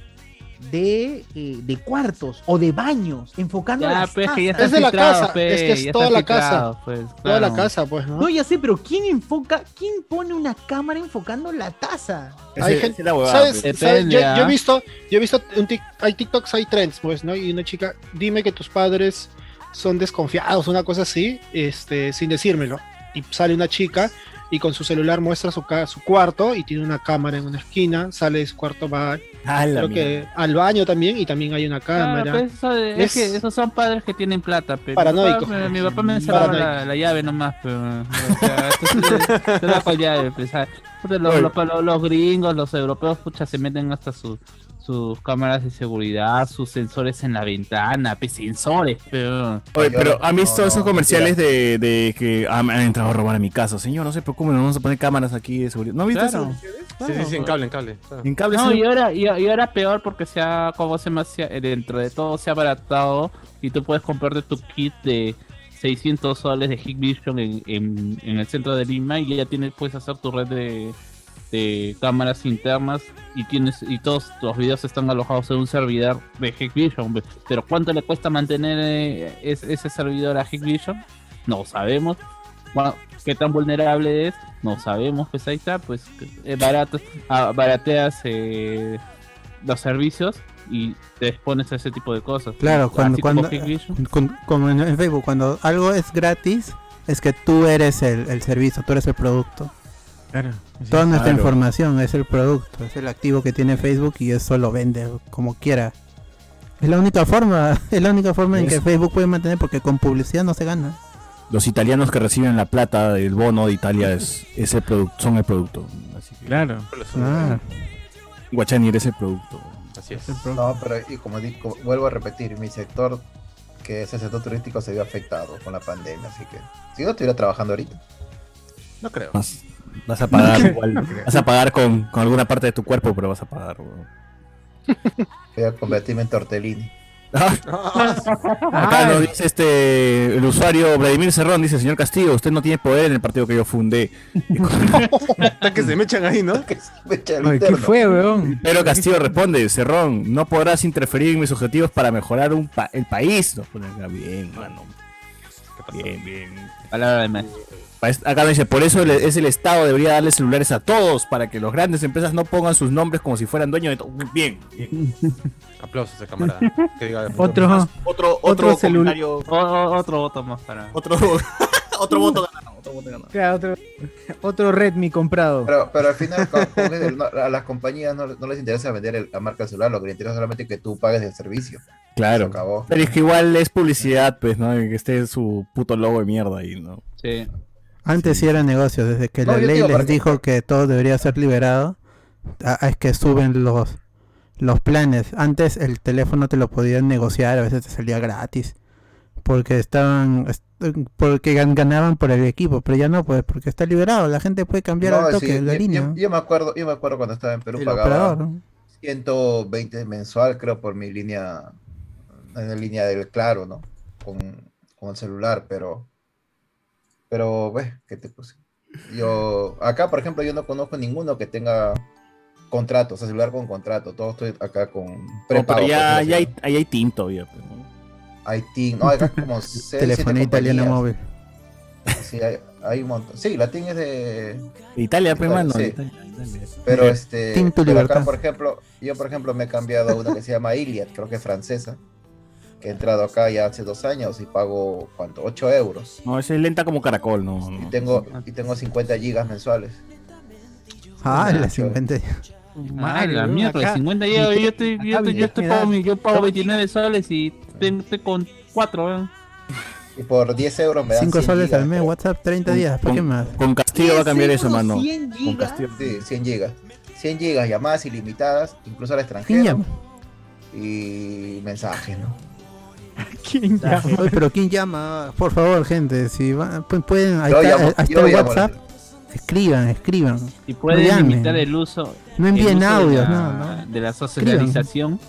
Speaker 1: de, eh, de cuartos o de baños enfocando
Speaker 9: Ya,
Speaker 1: las
Speaker 9: pues, que ya
Speaker 1: casas.
Speaker 6: Ah,
Speaker 9: están
Speaker 6: Es de la
Speaker 9: filtrados,
Speaker 6: casa,
Speaker 9: pues,
Speaker 6: es que es
Speaker 9: ya
Speaker 6: toda
Speaker 9: están
Speaker 6: la casa.
Speaker 9: filtrados, pues,
Speaker 6: Toda la
Speaker 9: claro.
Speaker 6: casa, pues, ¿no?
Speaker 1: No, ya sé, pero ¿quién enfoca, quién pone una cámara enfocando la taza?
Speaker 6: Hay
Speaker 2: Ese-
Speaker 6: gente,
Speaker 2: esa huevada,
Speaker 6: ¿sabes?
Speaker 2: pues.
Speaker 9: Depende,
Speaker 6: ¿sabes? Yo, yo he
Speaker 9: ¿ah?
Speaker 6: visto, yo he visto un tic- hay TikToks, hay trends, pues, ¿no? Y una chica, dime que tus padres son desconfiados, una cosa así, este, sin decírmelo. Y sale una chica y con su celular muestra su, ca- su cuarto y tiene una cámara en una esquina, sale de su cuarto, va
Speaker 2: A la
Speaker 6: creo
Speaker 2: mierda.
Speaker 6: que al baño también y también
Speaker 2: Ah,
Speaker 6: hay una
Speaker 9: Claro,
Speaker 6: cámara.
Speaker 9: pues, eso de- es,
Speaker 6: Es-
Speaker 9: que esos son padres que tienen plata, pero
Speaker 6: Paranoico.
Speaker 9: Mi papá, me- mi papá me encerraba la,
Speaker 6: Paranoico.
Speaker 9: la llave nomás, pero. o sea, esto se- se da con llave, pues, ¿sabes? Puta, los,
Speaker 2: Oye.
Speaker 9: los- los- los gringos, los europeos, pucha, se meten hasta sus sus cámaras de seguridad, sus sensores en la ventana, pues, sensores, pues, pero.
Speaker 2: Oye,
Speaker 4: Yo
Speaker 2: pero
Speaker 4: no-
Speaker 2: ¿han visto
Speaker 4: no, no,
Speaker 2: esos comerciales de, de que han, han entrado a robar a mi casa? Señor, no se preocupe, no vamos a poner cámaras aquí de seguridad. ¿No han visto
Speaker 9: Claro.
Speaker 2: eso?
Speaker 3: Sí, sí, sí, en cable, en cable. claro.
Speaker 2: En cable
Speaker 9: No,
Speaker 2: sí.
Speaker 9: y ahora, y, y ahora peor porque se ha, como se me hacía, eh, dentro de todo se ha abaratado y tú puedes comprarte tu kit de 600 soles de Hikvision en, en, en el centro de Lima y ya tienes, puedes hacer tu red de, de cámaras internas y tienes y todos tus videos están alojados en un servidor de Hikvision. pues. Pero ¿cuánto le cuesta mantener eh, es- ese servidor a Hikvision? No sabemos. Bueno, qué tan vulnerable es, no sabemos, pues ahí está, pues eh, barato, ah, barateas eh, los servicios y te expones a ese tipo de cosas.
Speaker 5: Claro, cuando,
Speaker 9: Así Ah, como
Speaker 5: cuando,
Speaker 9: Hikvision.
Speaker 5: con- como en en Facebook, cuando algo es gratis, es que tú eres el, el servicio, tú eres el producto. Toda nuestra
Speaker 2: Claro.
Speaker 5: información es el producto, es el activo que tiene Facebook y eso lo vende como quiera. Es la única forma, es la única forma en
Speaker 2: Es-
Speaker 5: que Facebook puede mantener porque con publicidad no se gana.
Speaker 2: Los italianos que reciben la plata del bono de Italia es, es el producto, son el producto. Así que,
Speaker 8: Claro.
Speaker 5: Ah,
Speaker 2: Guachani eres el producto.
Speaker 3: Así es.
Speaker 4: No, pero y como digo, vuelvo a repetir, mi sector, que es el sector turístico, se vio afectado con la pandemia, así que si no estuviera trabajando ahorita.
Speaker 3: No creo.
Speaker 2: Vas, vas a pagar, igual, vas a pagar con, con alguna parte de tu cuerpo, pero vas a pagar. weón.
Speaker 4: Voy a convertirme en tortellini.
Speaker 2: Ah,
Speaker 9: Ah,
Speaker 2: Acá nos dice este, el usuario Vladimir Cerrón, dice, señor Castillo, usted no tiene poder en el partido que yo fundé.
Speaker 3: Hasta que se me echan ahí, ¿no?
Speaker 4: Que se me echa el
Speaker 1: Ay, ¿Qué
Speaker 4: interno.
Speaker 1: fue, weón?
Speaker 2: Pero Castillo responde, Cerrón, no podrás interferir en mis objetivos para mejorar un pa- el país. Nos pone acá, bien, mano. Bien, bien.
Speaker 9: Palabra de maestro.
Speaker 2: Pa- es- Acá me dice, por eso el- es el Estado debería darle celulares a todos, para que las grandes empresas no pongan sus nombres como si fueran dueños de todo. Bien, bien.
Speaker 3: Aplausos a camarada. Que diga,
Speaker 1: Otro,
Speaker 3: Ah,
Speaker 2: Otro, otro,
Speaker 1: Otro celu-
Speaker 2: comentario,
Speaker 9: O- o- otro voto más para.
Speaker 2: otro, otro voto ganado.
Speaker 11: otro voto ganado.
Speaker 1: Claro, otro, otro Redmi comprado.
Speaker 4: Pero, pero al final, con- con el- no- a las compañías no, no les interesa vender el- la marca del celular, lo que les interesa solamente es que tú pagues el servicio.
Speaker 2: Claro.
Speaker 4: Se acabó.
Speaker 2: Pero es que igual es publicidad, pues, ¿no? Que esté su puto logo de mierda ahí, ¿no?
Speaker 9: Sí.
Speaker 5: Antes sí era negocio, desde que
Speaker 4: No,
Speaker 5: la
Speaker 4: yo
Speaker 5: ley
Speaker 4: digo,
Speaker 5: les
Speaker 4: porque-
Speaker 5: dijo que todo debería ser liberado, a- es que suben los los planes. Antes el teléfono te lo podían negociar, a veces te salía gratis, porque estaban est- porque gan- ganaban por el equipo, pero ya no pues, porque está liberado, la gente puede cambiar
Speaker 4: No,
Speaker 5: al
Speaker 4: sí,
Speaker 5: toque
Speaker 4: yo-
Speaker 5: la
Speaker 4: yo,
Speaker 5: línea.
Speaker 4: yo me acuerdo, yo me acuerdo cuando estaba en Perú
Speaker 5: El
Speaker 4: pagaba
Speaker 5: operador, ¿no?
Speaker 4: 120 mensual, creo, por mi línea, en la línea del claro, ¿no? Con, con el celular, pero, pero, pues, ¿qué te puse? Yo, acá, por ejemplo, yo no conozco ninguno que tenga contrato, o sea, celular con contrato, todo estoy acá con
Speaker 2: Pero,
Speaker 4: prepago.
Speaker 2: ya,
Speaker 4: pues, por
Speaker 2: ya hay,
Speaker 4: decirlo así,
Speaker 2: ahí hay tinto, todavía, pues, ¿no?
Speaker 4: ¿no? Hay TIN, no, acá como seis, siete
Speaker 5: Telefonía italiana
Speaker 4: compañías.
Speaker 5: móvil.
Speaker 4: Sí, hay, hay un montón. Sí, la TIN es de,
Speaker 2: De Italia, pues,
Speaker 4: Italia,
Speaker 2: mano.
Speaker 4: sí.
Speaker 2: de Italia, de Italia.
Speaker 4: Pero este,
Speaker 5: Team Tu
Speaker 4: pero acá,
Speaker 5: Libertad.
Speaker 4: por ejemplo, yo por ejemplo me he cambiado a una que se llama Iliad, creo que es francesa, que he entrado acá ya hace dos años y pago cuánto, 8 euros.
Speaker 2: No, esa es lenta como caracol, no.
Speaker 4: Y
Speaker 2: no.
Speaker 4: tengo, y tengo 50 gigas mensuales.
Speaker 5: Ah,
Speaker 4: Nacho.
Speaker 5: la 50.
Speaker 9: Ah, la
Speaker 1: Acá-
Speaker 9: mierda, 50 yo, yo estoy, yo estoy, yo estoy
Speaker 1: mira.
Speaker 9: pago, mi- yo pago 29 soles y ten- estoy con 4, weón.
Speaker 4: Y por 10 euros me dan
Speaker 5: 5
Speaker 4: 100
Speaker 5: soles
Speaker 4: gigas,
Speaker 5: al mes,
Speaker 4: creo.
Speaker 5: WhatsApp 30 días, ¿para qué más?
Speaker 2: Con Castillo va a cambiar eso, mano.
Speaker 1: 100
Speaker 2: Con
Speaker 1: gigas.
Speaker 2: Castillo.
Speaker 4: Sí, 100 gigas. 100 gigas, llamadas ilimitadas, incluso al
Speaker 5: ¿Quién
Speaker 4: extranjero.
Speaker 5: llama?
Speaker 4: Y mensajes, ¿no?
Speaker 1: ¿Quién llama?
Speaker 5: Ay, pero ¿quién llama? Por favor, gente, si van- pu- pueden, ahí
Speaker 4: Yo
Speaker 5: está,
Speaker 4: llamo-
Speaker 5: ahí está
Speaker 4: yo
Speaker 5: el
Speaker 4: llamo a la-
Speaker 5: WhatsApp, escriban, escriban.
Speaker 9: Y pueden
Speaker 5: llamen.
Speaker 9: limitar el uso.
Speaker 5: No
Speaker 9: el
Speaker 5: envíen
Speaker 9: uso
Speaker 5: audios,
Speaker 9: de
Speaker 5: no,
Speaker 9: la,
Speaker 5: no.
Speaker 9: de la socialización.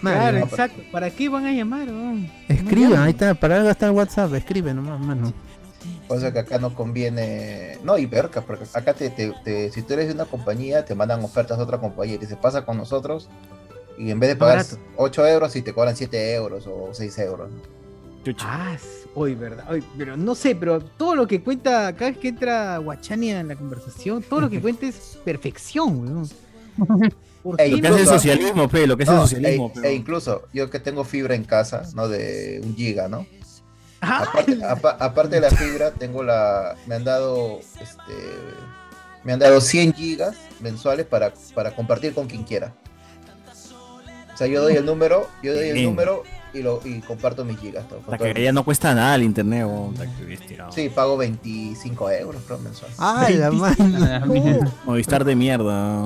Speaker 1: Claro,
Speaker 5: Madre,
Speaker 1: exacto. ¿Para qué van a llamar? weón?
Speaker 5: escriban, ahí está, para algo está el WhatsApp, escriben nomás, mano.
Speaker 4: Cosa que acá no conviene. No, y peor, que- porque acá te, te- te- si tú eres de una compañía, te mandan ofertas de otra compañía y te se pasa con nosotros. Y en vez de
Speaker 1: Más
Speaker 4: pagar
Speaker 1: barato.
Speaker 4: 8 euros, y te cobran 7 euros o 6 euros. ¿no?
Speaker 2: Chucha.
Speaker 1: Ah, s- hoy, ¿verdad? Hoy, pero no sé, pero todo lo que cuenta, cada vez que entra Guachania en la conversación, todo lo que cuenta es perfección, weón. ¿Por
Speaker 4: Ey,
Speaker 1: qué
Speaker 2: Lo que
Speaker 1: no-
Speaker 2: hace el
Speaker 4: incluso-
Speaker 2: socialismo, pe, lo que hace
Speaker 4: No,
Speaker 2: el socialismo,
Speaker 4: e,
Speaker 2: pe.
Speaker 4: e incluso yo que tengo fibra en casa, ¿no? De un giga, ¿no?
Speaker 1: Ah,
Speaker 4: Aparte, apa- aparte de la fibra, tengo la. Me han dado. Este, me han dado 100 gigas mensuales para, para compartir con quien quiera. O sea, yo doy el número, yo doy el
Speaker 2: Bien.
Speaker 4: número y, lo, y comparto mis gigas. todo- con
Speaker 2: Puta,
Speaker 4: todo el
Speaker 2: que ya no cuesta nada el internet, weón. Puta, que bestia.
Speaker 4: mundo. Sí, pago 25 euros creo, mensual.
Speaker 5: Ay, la mano.
Speaker 9: Ah, mira.
Speaker 2: Movistar de mierda.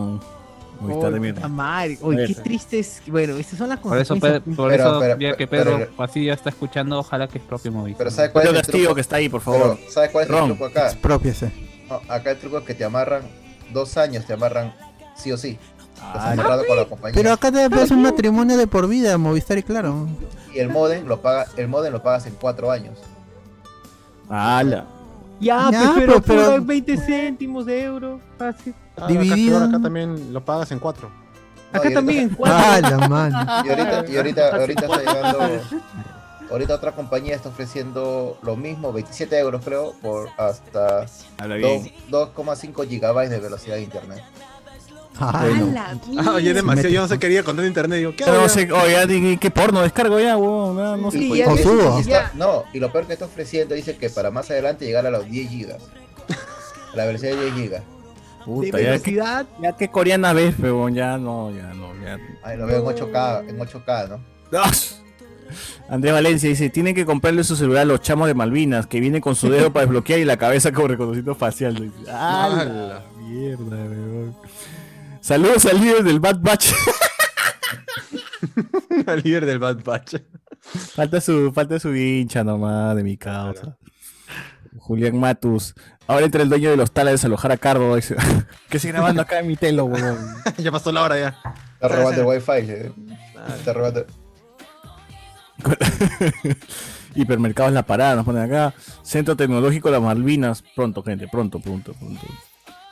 Speaker 2: Movistar
Speaker 1: Oy, puta
Speaker 2: de mierda.
Speaker 1: madre. Oy,
Speaker 2: A ver.
Speaker 1: qué triste es. Bueno, estas son las
Speaker 9: Por eso,
Speaker 1: consecuencias.
Speaker 9: Pe- por
Speaker 4: Pero-
Speaker 9: eso
Speaker 4: pero-
Speaker 9: ya que
Speaker 4: pero-
Speaker 9: Pedro Pasillo está escuchando, ojalá que es propio móvil.
Speaker 4: Pero ¿sabes cuál
Speaker 2: Pedro
Speaker 4: es el
Speaker 2: Castillo
Speaker 4: truco?
Speaker 2: que está ahí, por favor.
Speaker 4: Pero, ¿Sabes cuál es el
Speaker 2: Ron.
Speaker 4: truco acá?
Speaker 5: Expropiese.
Speaker 4: No, acá el truco es que te amarran dos años, te amarran sí o sí. Estás
Speaker 2: Ah,
Speaker 4: amarrado con la compañía.
Speaker 5: Pero acá te ves un matrimonio de por vida, Movistar y claro.
Speaker 4: Y el modem lo paga, el modem lo pagas en cuatro años.
Speaker 2: Ala.
Speaker 1: Ya,
Speaker 5: Ya,
Speaker 1: pues, pero,
Speaker 5: pues, pero-
Speaker 1: por 20 céntimos de euro. Fácil.
Speaker 3: Ah,
Speaker 5: Dividido.
Speaker 3: Acá, acá también lo pagas en cuatro.
Speaker 4: No,
Speaker 1: Acá
Speaker 4: y ahorita-
Speaker 1: también, ¿cuál?
Speaker 5: Ah, la mano.
Speaker 4: Y ahorita, y ahorita, ahorita está llegando. Ahorita otra compañía está ofreciendo lo mismo, 27 euros creo, por hasta
Speaker 2: Habla
Speaker 4: dos-
Speaker 2: bien.
Speaker 4: 2,5 gigabytes de velocidad de internet.
Speaker 5: Ay,
Speaker 2: Bueno.
Speaker 3: Ah, oye, es demasiado. Yo no sé quería contar internet. Digo, ¿qué
Speaker 2: Pero
Speaker 3: hago?
Speaker 2: no sé, oye, ya di- ¿qué porno descargo ya, weón? No, no sé.
Speaker 1: Sí,
Speaker 4: Y- pues,
Speaker 1: ya
Speaker 4: y-
Speaker 5: O
Speaker 4: y-
Speaker 5: subo.
Speaker 4: y está- no, y lo peor que está ofreciendo dice que para más adelante llegar a los 10 gigas. La velocidad de 10 gigas.
Speaker 1: De
Speaker 2: Puta, ya que,
Speaker 1: velocidad.
Speaker 2: ya que coreana ves, weón. Ya no, ya no, ya.
Speaker 4: Ay, lo veo en 8K, en 8K, ¿no?
Speaker 2: Andrés Valencia dice, tienen que comprarle su celular a los chamos de Malvinas, que viene con su dedo para desbloquear y la cabeza con reconocimiento facial. Dice, ¡Ah, la mierda, weón! Saludos al líder del Bad Batch.
Speaker 3: Al líder del Bad Batch.
Speaker 2: Falta su, falta su hincha nomás de mi causa. Julián Matus. Ahora entra el dueño del hostal a desalojar a Cardo. dice. que se grabando acá en mi telo, huevón.
Speaker 3: ya pasó la hora ya.
Speaker 4: Está robando el wifi, ¿eh? Está robando.
Speaker 2: Hipermercados La Parada, nos ponen acá. Centro Tecnológico Las Malvinas. Pronto, gente, pronto, pronto, pronto.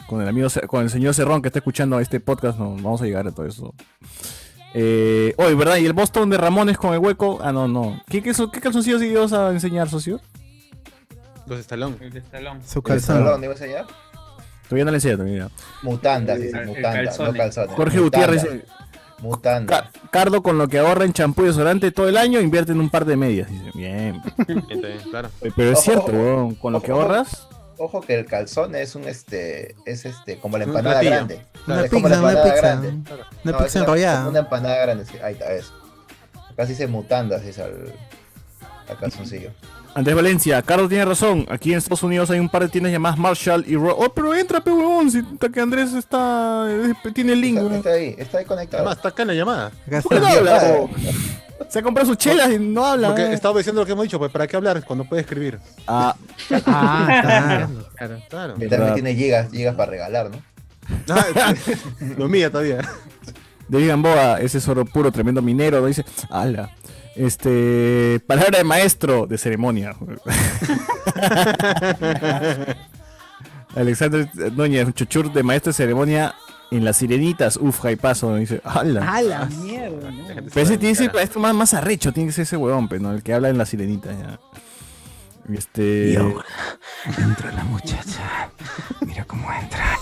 Speaker 2: Con el amigo, Ce- con el señor Cerrón que está escuchando este podcast, nos vamos a llegar a todo eso. Eh, Oye, ¿verdad? ¿Y el Boston de Ramones con el hueco? Ah, no, no. ¿Qué, qué, qué calzoncillos ibas a enseñar, socio?
Speaker 3: Los estalón.
Speaker 10: El de Stallone.
Speaker 5: Su
Speaker 4: ¿El
Speaker 5: calzón.
Speaker 4: salón, iba a enseñar?
Speaker 2: Todavía no le enseño, mira.
Speaker 4: Mutandas, dice,
Speaker 10: El- el
Speaker 4: mutandas, no
Speaker 10: calzones.
Speaker 4: calzones.
Speaker 2: Jorge
Speaker 4: Mutandas.
Speaker 2: Gutiérrez dice,
Speaker 4: Mutando.
Speaker 2: Ca- Cardo con lo que ahorra en champú y desodorante todo el año invierte en un par de medias. Dice, Bien.
Speaker 3: claro.
Speaker 2: Eh, Pero es
Speaker 4: Ojo,
Speaker 2: cierto,
Speaker 4: ojo.
Speaker 2: weón, con lo que
Speaker 4: Ojo, ojo.
Speaker 2: ahorras.
Speaker 4: Ojo que el calzón es un este, es este, como la
Speaker 3: Un
Speaker 4: empanada
Speaker 3: platillo.
Speaker 4: grande.
Speaker 5: Una
Speaker 4: es como la
Speaker 5: pizza, una
Speaker 4: empanada
Speaker 5: pizza.
Speaker 4: grande.
Speaker 5: Una
Speaker 4: No, es
Speaker 5: pizza enrollada.
Speaker 4: Una empanada grande, sí. Ahí está, eso. Casi se mutando así es al, al calzoncillo.
Speaker 2: Andrés Valencia, Cardo tiene razón. Aquí en Estados Unidos hay un par de tiendas llamadas Marshall y Ro. Oh, pero entra, pe huevón, si está que Andrés está. eh, tiene el link,
Speaker 4: Está,
Speaker 2: weón.
Speaker 4: está ahí, está ahí conectado.
Speaker 3: Además, está acá en la llamada.
Speaker 5: Acá
Speaker 2: ¿Por qué no
Speaker 5: está.
Speaker 2: habla?
Speaker 4: claro.
Speaker 2: po? Se ha comprado sus chelas y no habla.
Speaker 3: Porque
Speaker 2: eh.
Speaker 3: estaba diciendo lo que hemos dicho, pues ¿para qué hablar cuando puede escribir?
Speaker 2: Ah,
Speaker 5: Ah,
Speaker 3: Claro, claro. Ah,
Speaker 4: Y
Speaker 2: verdad.
Speaker 4: también tiene gigas, gigas para regalar, ¿no?
Speaker 3: Lo mía todavía.
Speaker 2: David Gamboa, ese es oro puro, tremendo minero, ¿no? dice, ala. Este, palabra de maestro de ceremonia. Alexander Núñez, chuchur de maestro de ceremonia en las sirenitas, uf, paso, dice, ala.
Speaker 1: A la mierda, ¿no?
Speaker 2: Pero ese tiene que
Speaker 3: pues.
Speaker 2: ser maestro más, más arrecho, tiene que ser ese huevón, pues, ¿no? el que habla en las sirenitas. ya. Este,
Speaker 7: Entra la muchacha. Mira cómo entra.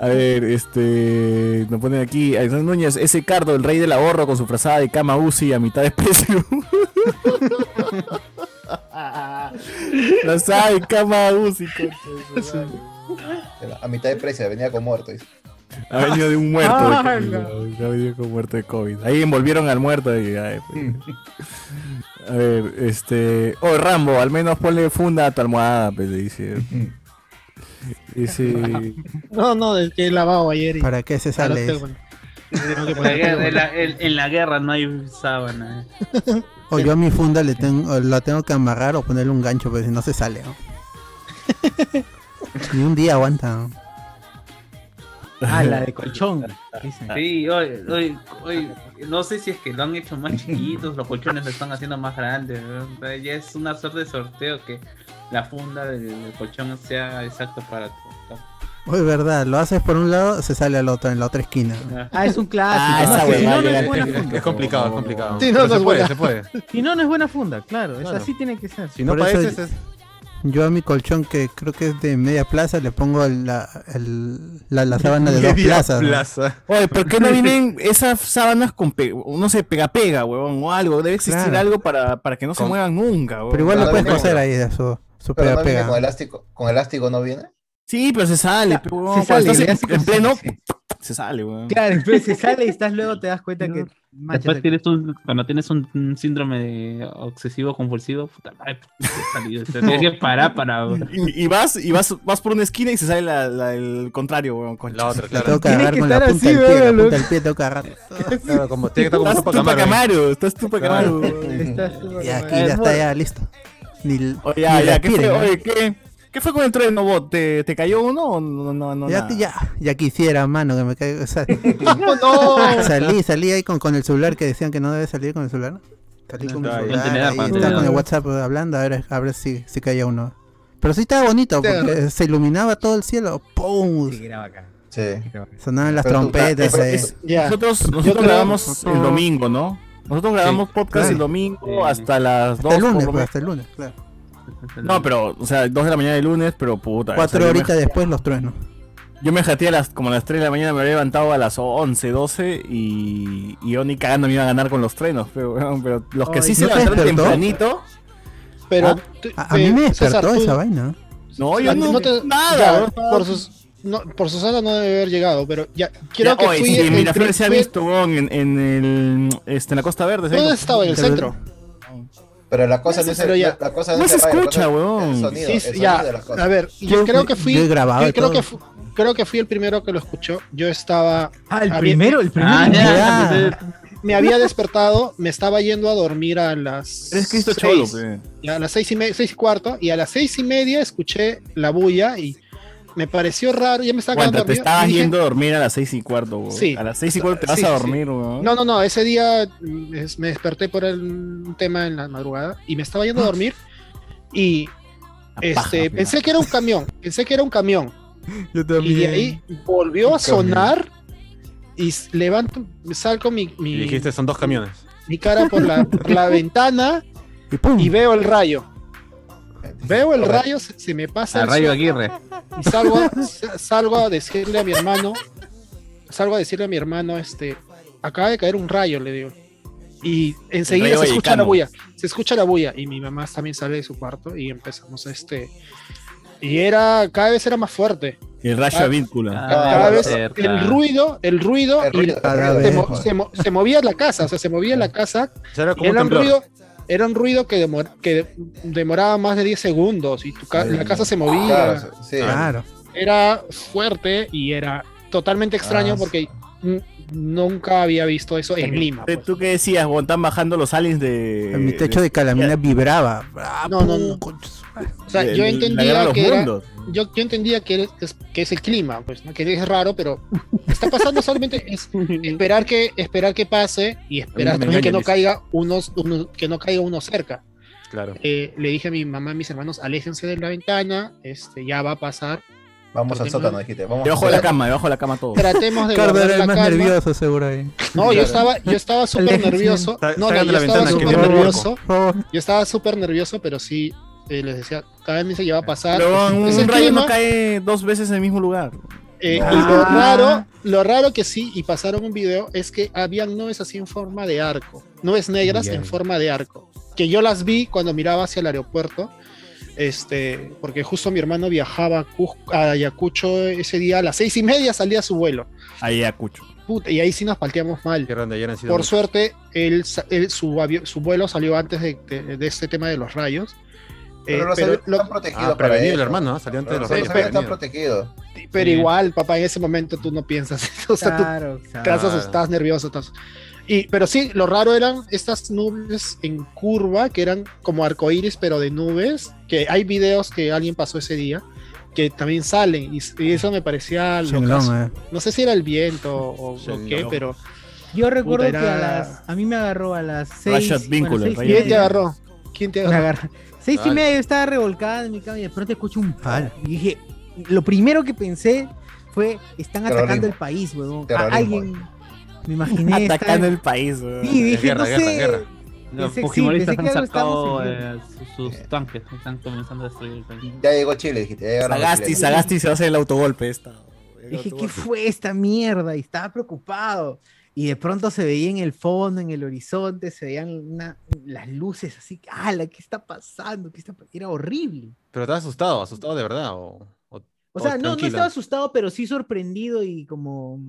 Speaker 2: a ver, este, nos ponen aquí, Alexander Núñez, ese cardo, el rey del ahorro con su frazada de cama UCI a mitad de precio. La sabe, cama UCI, concha de su madre.
Speaker 4: A mitad de precio, venía con muerto. dice.
Speaker 2: Ha venido de un muerto. de COVID, weón. ha venido con muerto de COVID. Ahí envolvieron al muerto. y, ay, pues. A ver, este. Oh, Rambo, al menos ponle funda a tu almohada, pues le dice. Dice.
Speaker 6: No, no, del que he lavado ayer. Y...
Speaker 5: ¿Para qué se sale?
Speaker 6: Ahora
Speaker 5: eso?
Speaker 6: tengo- tengo que
Speaker 10: En la
Speaker 6: poner-
Speaker 10: guerra- en la- en- en la guerra no hay sábana. eh.
Speaker 5: O yo a mi funda le tengo, la tengo que amarrar o ponerle un gancho, pero si no se sale. ¿no? Ni un día aguanta. ¿no?
Speaker 1: Ah, la de colchón. dicen.
Speaker 10: Sí, hoy, hoy, hoy, no sé si es que lo han hecho más chiquitos, los colchones lo están haciendo más grandes. ¿no? O sea, Ya es una suerte de sorteo que la funda del, del colchón sea exacto para tu.
Speaker 5: Oh, es verdad, lo haces por un lado, se sale al otro, en la otra esquina. ¿no?
Speaker 1: Ah, es un clásico.
Speaker 2: Ah, esa
Speaker 1: No, si
Speaker 2: huevada
Speaker 1: no, no
Speaker 2: ya
Speaker 1: es
Speaker 2: la
Speaker 1: buena
Speaker 2: tengo.
Speaker 1: funda.
Speaker 3: Es complicado, es complicado.
Speaker 6: Sí,
Speaker 3: Pero
Speaker 6: no, no es
Speaker 3: se puede,
Speaker 6: buena.
Speaker 3: se puede.
Speaker 1: Si no, no es buena funda, claro. Es
Speaker 3: Claro.
Speaker 1: así tiene que ser.
Speaker 3: Si no
Speaker 5: Por eso-
Speaker 3: padeces, es.
Speaker 5: Yo a mi colchón, que creo que es de media plaza, le pongo la, el- la, la sábana de dos
Speaker 3: media
Speaker 5: plazas. ¿no?
Speaker 3: plaza.
Speaker 2: Oye, ¿por qué no vienen esas sábanas con. pe- No sé, pega-pega, huevón, o algo? Debe existir
Speaker 5: Claro.
Speaker 2: algo para, para que no se
Speaker 3: Con-
Speaker 2: muevan nunca, huevón.
Speaker 5: Pero igual
Speaker 4: No,
Speaker 5: lo
Speaker 4: no
Speaker 5: puedes
Speaker 4: viene
Speaker 5: coser
Speaker 4: con-
Speaker 5: ahí, de su, su
Speaker 4: Pero
Speaker 5: pega
Speaker 4: no viene
Speaker 5: pega.
Speaker 4: con elástico, con elástico no viene.
Speaker 2: Sí, pero se sale, pe, huevón.
Speaker 1: se
Speaker 2: Cuando
Speaker 1: sale, le hace
Speaker 2: estás en, en
Speaker 1: como-
Speaker 2: pleno, se sale, huevón.
Speaker 1: Claro, pero se sale y estás luego, te das cuenta que. manchas
Speaker 10: Después
Speaker 1: el-
Speaker 10: tienes un, cuando tienes un, un síndrome de obsesivo compulsivo, puta madre, pues, te ha salido. Te tienes que parar para.
Speaker 2: Y, y vas, y vas, vas por una esquina y se sale la, la- el contrario, huevón, concha.
Speaker 3: La otra,
Speaker 5: La
Speaker 3: claro.
Speaker 5: tengo que
Speaker 1: Tienes
Speaker 5: agarrar
Speaker 1: que
Speaker 5: con la
Speaker 1: estar
Speaker 5: punta
Speaker 1: así,
Speaker 5: del pie, la
Speaker 1: véalo.
Speaker 5: punta del pie tengo que agarrar.
Speaker 3: Claro, como, tiene que estar como
Speaker 2: Estás
Speaker 3: sopa
Speaker 2: tú
Speaker 3: camaro.
Speaker 2: pa' Camaro, estás tú pa' Camaro.
Speaker 1: Estás tú-
Speaker 5: Y aquí ya está, ya listo. Ni,
Speaker 2: Oye, ya,
Speaker 5: ni
Speaker 2: ya, ¿qué fue,
Speaker 5: respiren, ¿no?
Speaker 2: oye, ¿qué, ¿qué fue con el tren, bot? ¿Te, ¿Te cayó uno o no? no, no
Speaker 5: Ya,
Speaker 2: nada? Eh,
Speaker 5: ya, ya quisiera, mano, que me caiga. o sea,
Speaker 6: no!
Speaker 5: salí, salí ahí con, con el celular que decían que no debe salir con el celular. Salí con mi
Speaker 3: Está ahí.
Speaker 5: celular,
Speaker 10: Contenedor,
Speaker 5: ahí estaba
Speaker 10: contenedor.
Speaker 5: con el WhatsApp hablando, a ver, a ver si, si caía uno. Pero sí estaba bonito, porque se iluminaba todo el cielo. ¡Pum!
Speaker 1: Sí, era bacán.
Speaker 4: Sí.
Speaker 5: Sonaban las
Speaker 4: Pero tú-
Speaker 5: trompetas. eh,
Speaker 4: pero
Speaker 5: ahí.
Speaker 2: pues, Es-
Speaker 6: Ya.
Speaker 2: Nosotros, nosotros
Speaker 6: creo-
Speaker 2: grabamos el domingo, ¿no? Nosotros grabamos podcast
Speaker 5: claro.
Speaker 2: el domingo
Speaker 10: Sí.
Speaker 2: hasta las
Speaker 5: Hasta
Speaker 2: 2
Speaker 5: el lunes,
Speaker 2: por lo
Speaker 5: pues,
Speaker 2: menos.
Speaker 5: hasta el lunes, claro.
Speaker 2: No, pero, o sea, 2 de la mañana del lunes, pero puta. o
Speaker 5: Cuatro
Speaker 2: sea, yo me-
Speaker 5: horitas después los truenos.
Speaker 2: Yo me jateé a las, como a las 3 de la mañana, me había levantado a las 11, 12 y, y yo ni cagando me iba a ganar con los trenos. Pero, weón, pero los que
Speaker 1: Ay,
Speaker 2: sí se
Speaker 5: ¿no te
Speaker 2: levantaron
Speaker 5: despertó?
Speaker 2: tempranito.
Speaker 6: Pero.
Speaker 2: Ah,
Speaker 6: tú-
Speaker 5: A, a mí me
Speaker 6: eh, César,
Speaker 5: despertó
Speaker 6: tú-
Speaker 5: esa vaina.
Speaker 2: No, yo
Speaker 6: a ti
Speaker 2: no.
Speaker 6: no te- ya,
Speaker 2: nada, weón.
Speaker 6: por, sus, no, por Susana no debe haber llegado, pero ya. Creo
Speaker 2: Ya,
Speaker 6: que
Speaker 2: oye,
Speaker 6: fui.
Speaker 2: sí,
Speaker 6: el
Speaker 2: Miraflores se ha
Speaker 6: fui-
Speaker 2: visto, weón, en, en el, este, en la Costa Verde. se ha
Speaker 6: ¿Dónde
Speaker 2: visto.
Speaker 6: estaba? En el
Speaker 5: Pero-
Speaker 6: centro.
Speaker 4: Pero la cosa no,
Speaker 6: Pero
Speaker 4: es el,
Speaker 6: ya-
Speaker 4: la cosa no,
Speaker 2: no
Speaker 4: es
Speaker 2: se
Speaker 4: el radio, la
Speaker 2: escucha,
Speaker 4: cosa es
Speaker 2: weón.
Speaker 4: El sonido,
Speaker 6: Sí,
Speaker 4: el
Speaker 6: sí,
Speaker 4: sonido
Speaker 6: ya.
Speaker 4: de las cosas.
Speaker 6: A ver, yo creo que fui.
Speaker 5: Yo he grabado
Speaker 6: yo
Speaker 5: y
Speaker 6: creo
Speaker 5: todo.
Speaker 6: que fu- creo que fui el primero que lo escuchó. Yo estaba.
Speaker 1: Ah, el
Speaker 6: Había-
Speaker 1: primero, el primero.
Speaker 10: Ah,
Speaker 5: ya.
Speaker 10: ya, entonces,
Speaker 6: Me había despertado, me estaba yendo a dormir a las.
Speaker 2: Eres Cristo Cholo,
Speaker 6: seis,
Speaker 2: pe.
Speaker 6: ya, a las seis y, me- seis y cuarto, y a las seis y media escuché la bulla y me pareció raro. Ya me estaba quedando
Speaker 2: Aguanta, te
Speaker 6: dormido.
Speaker 2: estabas
Speaker 6: y dije,
Speaker 2: yendo a dormir a las 6 y cuarto, weón.
Speaker 6: Sí.
Speaker 2: A las 6 y cuarto te vas
Speaker 6: Sí,
Speaker 2: a
Speaker 6: sí.
Speaker 2: dormir, weón.
Speaker 6: No, no, no, ese día mm, es- me desperté por el- un tema en la madrugada y me estaba
Speaker 2: Ah.
Speaker 6: yendo a dormir y este, pensé que era un camión, pensé que era un camión
Speaker 5: Yo
Speaker 6: y eh, de ahí volvió a sonar y s- levanto, salgo mi, mi-
Speaker 3: Y dijiste, son dos camiones.
Speaker 6: mi cara por la, por la ventana
Speaker 5: Y pum.
Speaker 6: y veo el rayo. Veo el rayo, se, se me pasa.
Speaker 10: Al
Speaker 6: el
Speaker 10: Rayo
Speaker 6: sueño
Speaker 10: Aguirre.
Speaker 6: Y salgo, a- sa- salgo a decirle a mi hermano, salgo a decirle a mi hermano, este, acaba de caer un rayo, le digo. Y enseguida
Speaker 2: rayo
Speaker 6: se escucha
Speaker 2: vallecano.
Speaker 6: la bulla, se escucha la bulla. Y mi mamá también sale de su cuarto y empezamos este. Y era, cada vez era más fuerte.
Speaker 2: El rayo
Speaker 6: Ah,
Speaker 2: a víncula.
Speaker 4: Ah,
Speaker 6: Cada vez
Speaker 10: cerca.
Speaker 6: el ruido, el ruido,
Speaker 4: El
Speaker 6: y
Speaker 4: ruido,
Speaker 6: la-
Speaker 4: el
Speaker 5: cada
Speaker 4: ruido.
Speaker 6: se,
Speaker 5: vez.
Speaker 6: mo- se mo- se movía la casa, o sea, se movía la casa.
Speaker 3: Era como un
Speaker 6: Era un
Speaker 3: temblor.
Speaker 6: ruido, era un ruido que, demor- que demoraba más de 10 segundos y tu ca- la casa se movía
Speaker 4: Claro, sí.
Speaker 5: Claro.
Speaker 6: era fuerte y era totalmente extraño
Speaker 4: Ah,
Speaker 6: porque n- nunca había visto eso en Lima.
Speaker 2: ¿Tú-
Speaker 6: pues.
Speaker 2: ¿Tú qué decías, Juan? Están bajando los aliens de.
Speaker 5: mi techo de calamina vibraba. Ah,
Speaker 6: No, no, no. O sea,
Speaker 2: de-
Speaker 6: yo
Speaker 2: de- la guerra de
Speaker 6: entendía
Speaker 2: los
Speaker 6: que era-
Speaker 2: mundos.
Speaker 6: yo, yo entendía que es, que es el clima, pues, ¿no? que es raro, pero está pasando solamente es esperar que esperar que pase y
Speaker 3: A
Speaker 6: esperar
Speaker 3: mí no me
Speaker 6: también que no
Speaker 3: engañes.
Speaker 6: caiga unos, uno- que no caiga uno cerca.
Speaker 3: Claro.
Speaker 6: Eh, le dije a mi mamá, a mis hermanos, aléjense de la ventana, este, ya va a pasar.
Speaker 4: Vamos al
Speaker 6: Porque no-
Speaker 4: sótano, dijiste. Vamos
Speaker 2: Debajo de la cama, debajo de la cama
Speaker 3: Oh.
Speaker 2: todo.
Speaker 6: Tratemos de
Speaker 5: Ricardo
Speaker 6: guardar
Speaker 5: era
Speaker 6: la
Speaker 5: el más
Speaker 6: calma.
Speaker 5: nervioso, seguro ahí.
Speaker 6: No, yo estaba, yo estaba súper
Speaker 5: Aléjense.
Speaker 6: nervioso.
Speaker 3: Sa-
Speaker 6: No, no,
Speaker 3: salgan de
Speaker 6: yo
Speaker 3: la
Speaker 6: estaba
Speaker 3: ventana, que
Speaker 6: súper
Speaker 3: viene el
Speaker 6: nervioso.
Speaker 5: Por favor.
Speaker 6: Yo estaba súper nervioso, pero sí eh, les decía, cada vez se lleva a pasar.
Speaker 2: Pero un,
Speaker 6: Es el
Speaker 2: un rayo no
Speaker 6: clima.
Speaker 2: cae dos veces en el mismo lugar.
Speaker 6: Eh,
Speaker 4: No.
Speaker 6: y lo
Speaker 5: Ah.
Speaker 6: raro, lo raro que sí, y pasaron un video, es que habían nubes así en forma de arco, nubes negras en forma de arco, que yo las vi cuando miraba hacia el aeropuerto, este, porque justo mi hermano viajaba a, Cus- a Ayacucho ese día, a las seis y media salía su vuelo,
Speaker 2: Ahí a Cucho.
Speaker 6: Puta, y ahí sí nos palteamos mal.
Speaker 3: Tierra donde ayer han sido
Speaker 6: Por
Speaker 3: muchos.
Speaker 6: suerte, él, sa- él- su, avio- su vuelo salió antes de, de- de este tema de los rayos. Eh,
Speaker 4: Pero los
Speaker 6: pero
Speaker 4: aviones
Speaker 6: lo-
Speaker 4: están protegidos.
Speaker 3: Ah, prevenido el
Speaker 4: para
Speaker 3: hermano, ¿ah? salió antes de
Speaker 4: Pero
Speaker 3: los
Speaker 4: los
Speaker 6: Sí,
Speaker 3: rayos.
Speaker 4: aviones están
Speaker 3: prevenido.
Speaker 4: protegidos.
Speaker 6: pero
Speaker 2: Bien.
Speaker 6: igual, papá, en ese momento tú no piensas. O sea, tú
Speaker 1: Claro,
Speaker 6: te
Speaker 1: claro.
Speaker 6: has asustado, estás nervioso. estás- Y, pero sí, lo raro eran estas nubes en curva, que eran como arcoíris, pero de nubes, que hay videos que alguien pasó ese día, que también salen, y, y eso me parecía locazo.
Speaker 5: Shenlong, eh.
Speaker 6: No sé si era el viento o, o qué, pero...
Speaker 1: Yo recuerdo
Speaker 6: Puta,
Speaker 1: que
Speaker 6: era-
Speaker 1: a las. A mí me agarró a las seis.
Speaker 2: Rashad Víncula,
Speaker 1: seis-
Speaker 2: el rayo
Speaker 6: ¿Quién te agarró? ¿Quién te
Speaker 1: Me
Speaker 6: agarró?
Speaker 1: agarró. Seis y media yo estaba revolcada en mi cama y de pronto escucho un.
Speaker 5: Ala.
Speaker 1: Y dije, lo primero que pensé fue: están atacando
Speaker 4: Terrorismo.
Speaker 1: el país, huevón. A
Speaker 4: Terrorismo.
Speaker 1: alguien. Me imaginé. estar-
Speaker 2: Atacando el país, weón.
Speaker 1: Sí, dije,
Speaker 3: Guerra,
Speaker 1: no
Speaker 3: guerra,
Speaker 1: sé.
Speaker 3: guerra.
Speaker 10: Los
Speaker 1: Pensé que sí,
Speaker 10: fujimoristas
Speaker 1: pensé que
Speaker 10: han
Speaker 1: algo
Speaker 10: sacado
Speaker 1: estábamos
Speaker 10: eh, sus, sus tanques, están comenzando a destruir el país.
Speaker 4: Ya llegó Chile, dijiste. Ya llegaron a
Speaker 2: Sagasti,
Speaker 4: Chile.
Speaker 2: Sagasti se va a hacer el autogolpe esta. El
Speaker 1: Dije, ¿qué
Speaker 2: autogolpe.
Speaker 1: fue esta mierda? Y estaba preocupado. Y de pronto se veía en el fondo, en el horizonte, se veían una- las luces así. ¡Hala! ¿Qué está pasando? ¿Qué está pa-?" Era horrible.
Speaker 3: Pero estás asustado, asustado de verdad. O, o-
Speaker 1: O sea, no,
Speaker 3: Oh,
Speaker 1: no
Speaker 3: tranquilo.
Speaker 1: estaba asustado, pero sí sorprendido y como,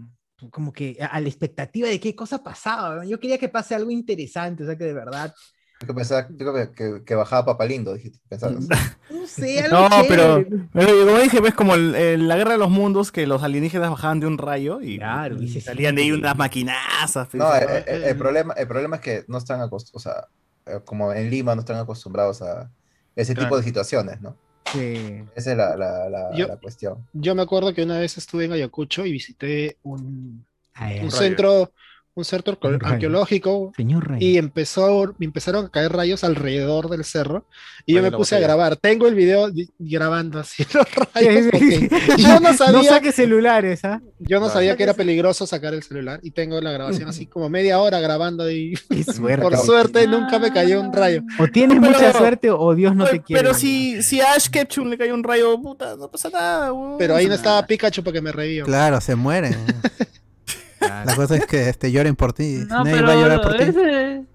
Speaker 1: como que a, a la expectativa de qué cosa pasaba. ¿no? Yo quería que pase algo interesante, o sea, que de verdad.
Speaker 4: Yo que pensaba yo que, que, que bajaba Papalindo, dijiste. Pensabas.
Speaker 1: No sé, algo
Speaker 2: No, pero,
Speaker 1: chévere.
Speaker 2: pero como dije, ves como el- el- la guerra de los mundos que los alienígenas bajaban de un rayo y,
Speaker 1: Claro,
Speaker 2: y
Speaker 1: y se
Speaker 2: salían de ahí unas maquinazas. pues,
Speaker 4: No,
Speaker 2: ¿no?
Speaker 4: el,
Speaker 6: eh,
Speaker 4: el- el problema, el problema es que no están acostumbrados, o sea, eh, como en Lima no están acostumbrados a ese tipo de situaciones, ¿no?
Speaker 1: Sí.
Speaker 4: Esa es la, la, la,
Speaker 6: Yo-
Speaker 4: la cuestión.
Speaker 6: Yo me acuerdo que una vez estuve en Ayacucho y visité un,
Speaker 1: Ay,
Speaker 6: un
Speaker 1: ay,
Speaker 6: centro, un centro arqueo-
Speaker 1: Un rayo.
Speaker 6: arqueológico
Speaker 1: señor Rey.
Speaker 6: y empezó, empezaron a caer rayos alrededor del cerro y yo
Speaker 3: Vale,
Speaker 6: me
Speaker 3: la
Speaker 6: puse a
Speaker 3: botella.
Speaker 6: grabar. Tengo el video di- grabando así los rayos porque yo no
Speaker 1: no
Speaker 6: sabía,
Speaker 1: saque celulares, ¿ah?
Speaker 6: yo no
Speaker 3: Vale.
Speaker 6: sabía que era peligroso sacar el celular y tengo la grabación así como media hora grabando y
Speaker 1: Qué suerte.
Speaker 6: por suerte nunca me cayó un rayo.
Speaker 1: O tienes
Speaker 2: Pero-
Speaker 1: mucha suerte o Dios no
Speaker 2: Pero-
Speaker 1: te quiere.
Speaker 2: Pero si, si a Ash Ketchum le cae un rayo, puta, no pasa nada, weón.
Speaker 6: Pero ahí no estaba Pikachu para que me reviva.
Speaker 5: Claro, se mueren. La cosa es que este, lloren por ti. Nadie va a llorar por ti.
Speaker 7: ese...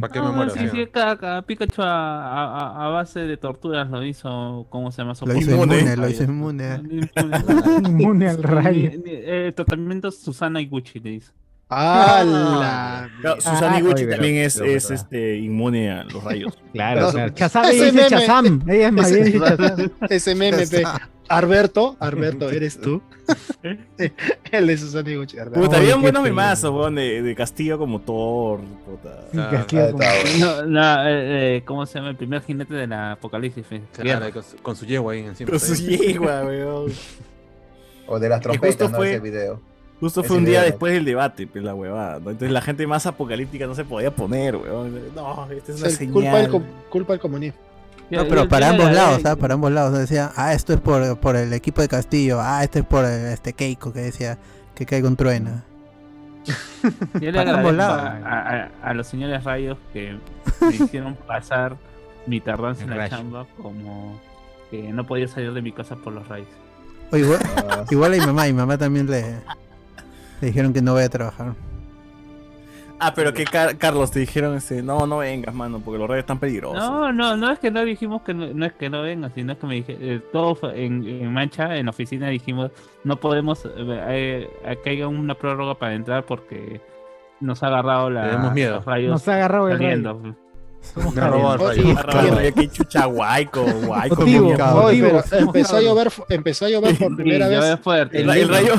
Speaker 3: ¿Para qué
Speaker 7: No,
Speaker 3: me muero?
Speaker 7: Ah, sí,
Speaker 3: tío?
Speaker 7: sí, caca. Pikachu a, a- a- a base de torturas lo hizo, ¿cómo se llama?
Speaker 5: Lo hizo
Speaker 2: Inmune.
Speaker 5: inmune, lo hizo inmune.
Speaker 7: Impune.
Speaker 1: Inmune al rayo.
Speaker 7: Ni- ni- eh, tratamiento Susana y Gucci le hizo.
Speaker 6: ¡Ah, ¡Hala!
Speaker 2: No,
Speaker 1: Ah,
Speaker 2: Susana Iguchi
Speaker 1: oye,
Speaker 2: también es,
Speaker 3: pero-
Speaker 2: es, este, inmune a los rayos.
Speaker 1: Claro,
Speaker 6: claro.
Speaker 1: Chazam,
Speaker 6: Ese
Speaker 1: ella dice
Speaker 6: meme.
Speaker 1: Chazam. Ella es más
Speaker 6: Ese-
Speaker 1: bien dice Chazam.
Speaker 6: Ese meme de Alberto, Alberto, ¿eres tú? El de Susana Gucci.
Speaker 2: Puta,
Speaker 1: Ay,
Speaker 2: habían
Speaker 1: qué
Speaker 2: buenos
Speaker 1: feo.
Speaker 2: memazos, weón, de, de Castillo como Thor, puta.
Speaker 1: Sí,
Speaker 3: Ah,
Speaker 1: Castillo
Speaker 4: ahí
Speaker 1: como-
Speaker 4: está, bueno.
Speaker 7: No, la, eh, eh, ¿Cómo se llama? El primer jinete de la apocalipsis. fe.
Speaker 3: Claro, con, su- con su yegua ahí encima.
Speaker 2: Con su yegua, weón.
Speaker 4: O de las
Speaker 2: Que justo
Speaker 4: trompetas, ¿no?
Speaker 2: fue-
Speaker 4: Ese video.
Speaker 2: Justo
Speaker 4: Ese
Speaker 2: fue un día
Speaker 4: video, ¿no?
Speaker 2: después del debate, pues la huevada. ¿no? Entonces la gente más apocalíptica no se podía poner, weón. No, esta es una
Speaker 6: Es el-
Speaker 2: señal.
Speaker 6: culpa, del, com- culpa del comunismo.
Speaker 7: Mira,
Speaker 5: No, pero
Speaker 7: yo-
Speaker 5: para
Speaker 7: yo
Speaker 5: ambos
Speaker 7: la-
Speaker 5: lados, ¿sabes? Para ambos lados. Decía, ah, esto es por, por el equipo de Castillo. Ah, esto es por eh, este Keiko que decía que caiga un trueno.
Speaker 7: yo le
Speaker 5: para ambos
Speaker 7: agradezco
Speaker 5: lados.
Speaker 7: A, a- a- a los señores rayos que me hicieron pasar
Speaker 9: mi tardanza en la
Speaker 5: Rayo.
Speaker 9: chamba como que no podía salir de mi casa por los raids.
Speaker 5: O igual, igual a mi mamá, mi mamá también le, le dijeron que no vaya a trabajar.
Speaker 2: Ah, pero que Car- Carlos te dijeron este, no, no vengas, mano, porque los rayos están peligrosos.
Speaker 9: No, no, no es que no dijimos que no, no es que no venga, sino es que me dije, eh, todos en, en Mancha, en la oficina dijimos, no podemos, eh, eh, a que haya una prórroga para entrar porque nos ha agarrado la,
Speaker 3: Le damos miedo.
Speaker 9: los rayos
Speaker 1: Nos ha agarrado el
Speaker 9: saliendo.
Speaker 1: Somos
Speaker 3: Me ha robado el rayo.
Speaker 2: Sí,
Speaker 3: Me ha robado el rayo.
Speaker 2: qué chucha guayco, guayco.
Speaker 1: Motivo,
Speaker 2: mi cabrón.
Speaker 1: motivo.
Speaker 6: Pero
Speaker 1: Somos
Speaker 6: empezó a
Speaker 1: cabros.
Speaker 6: llover, fu- empezó a llover por primera
Speaker 9: Y ya
Speaker 6: vez.
Speaker 9: ves fuerte.
Speaker 2: El, el rayo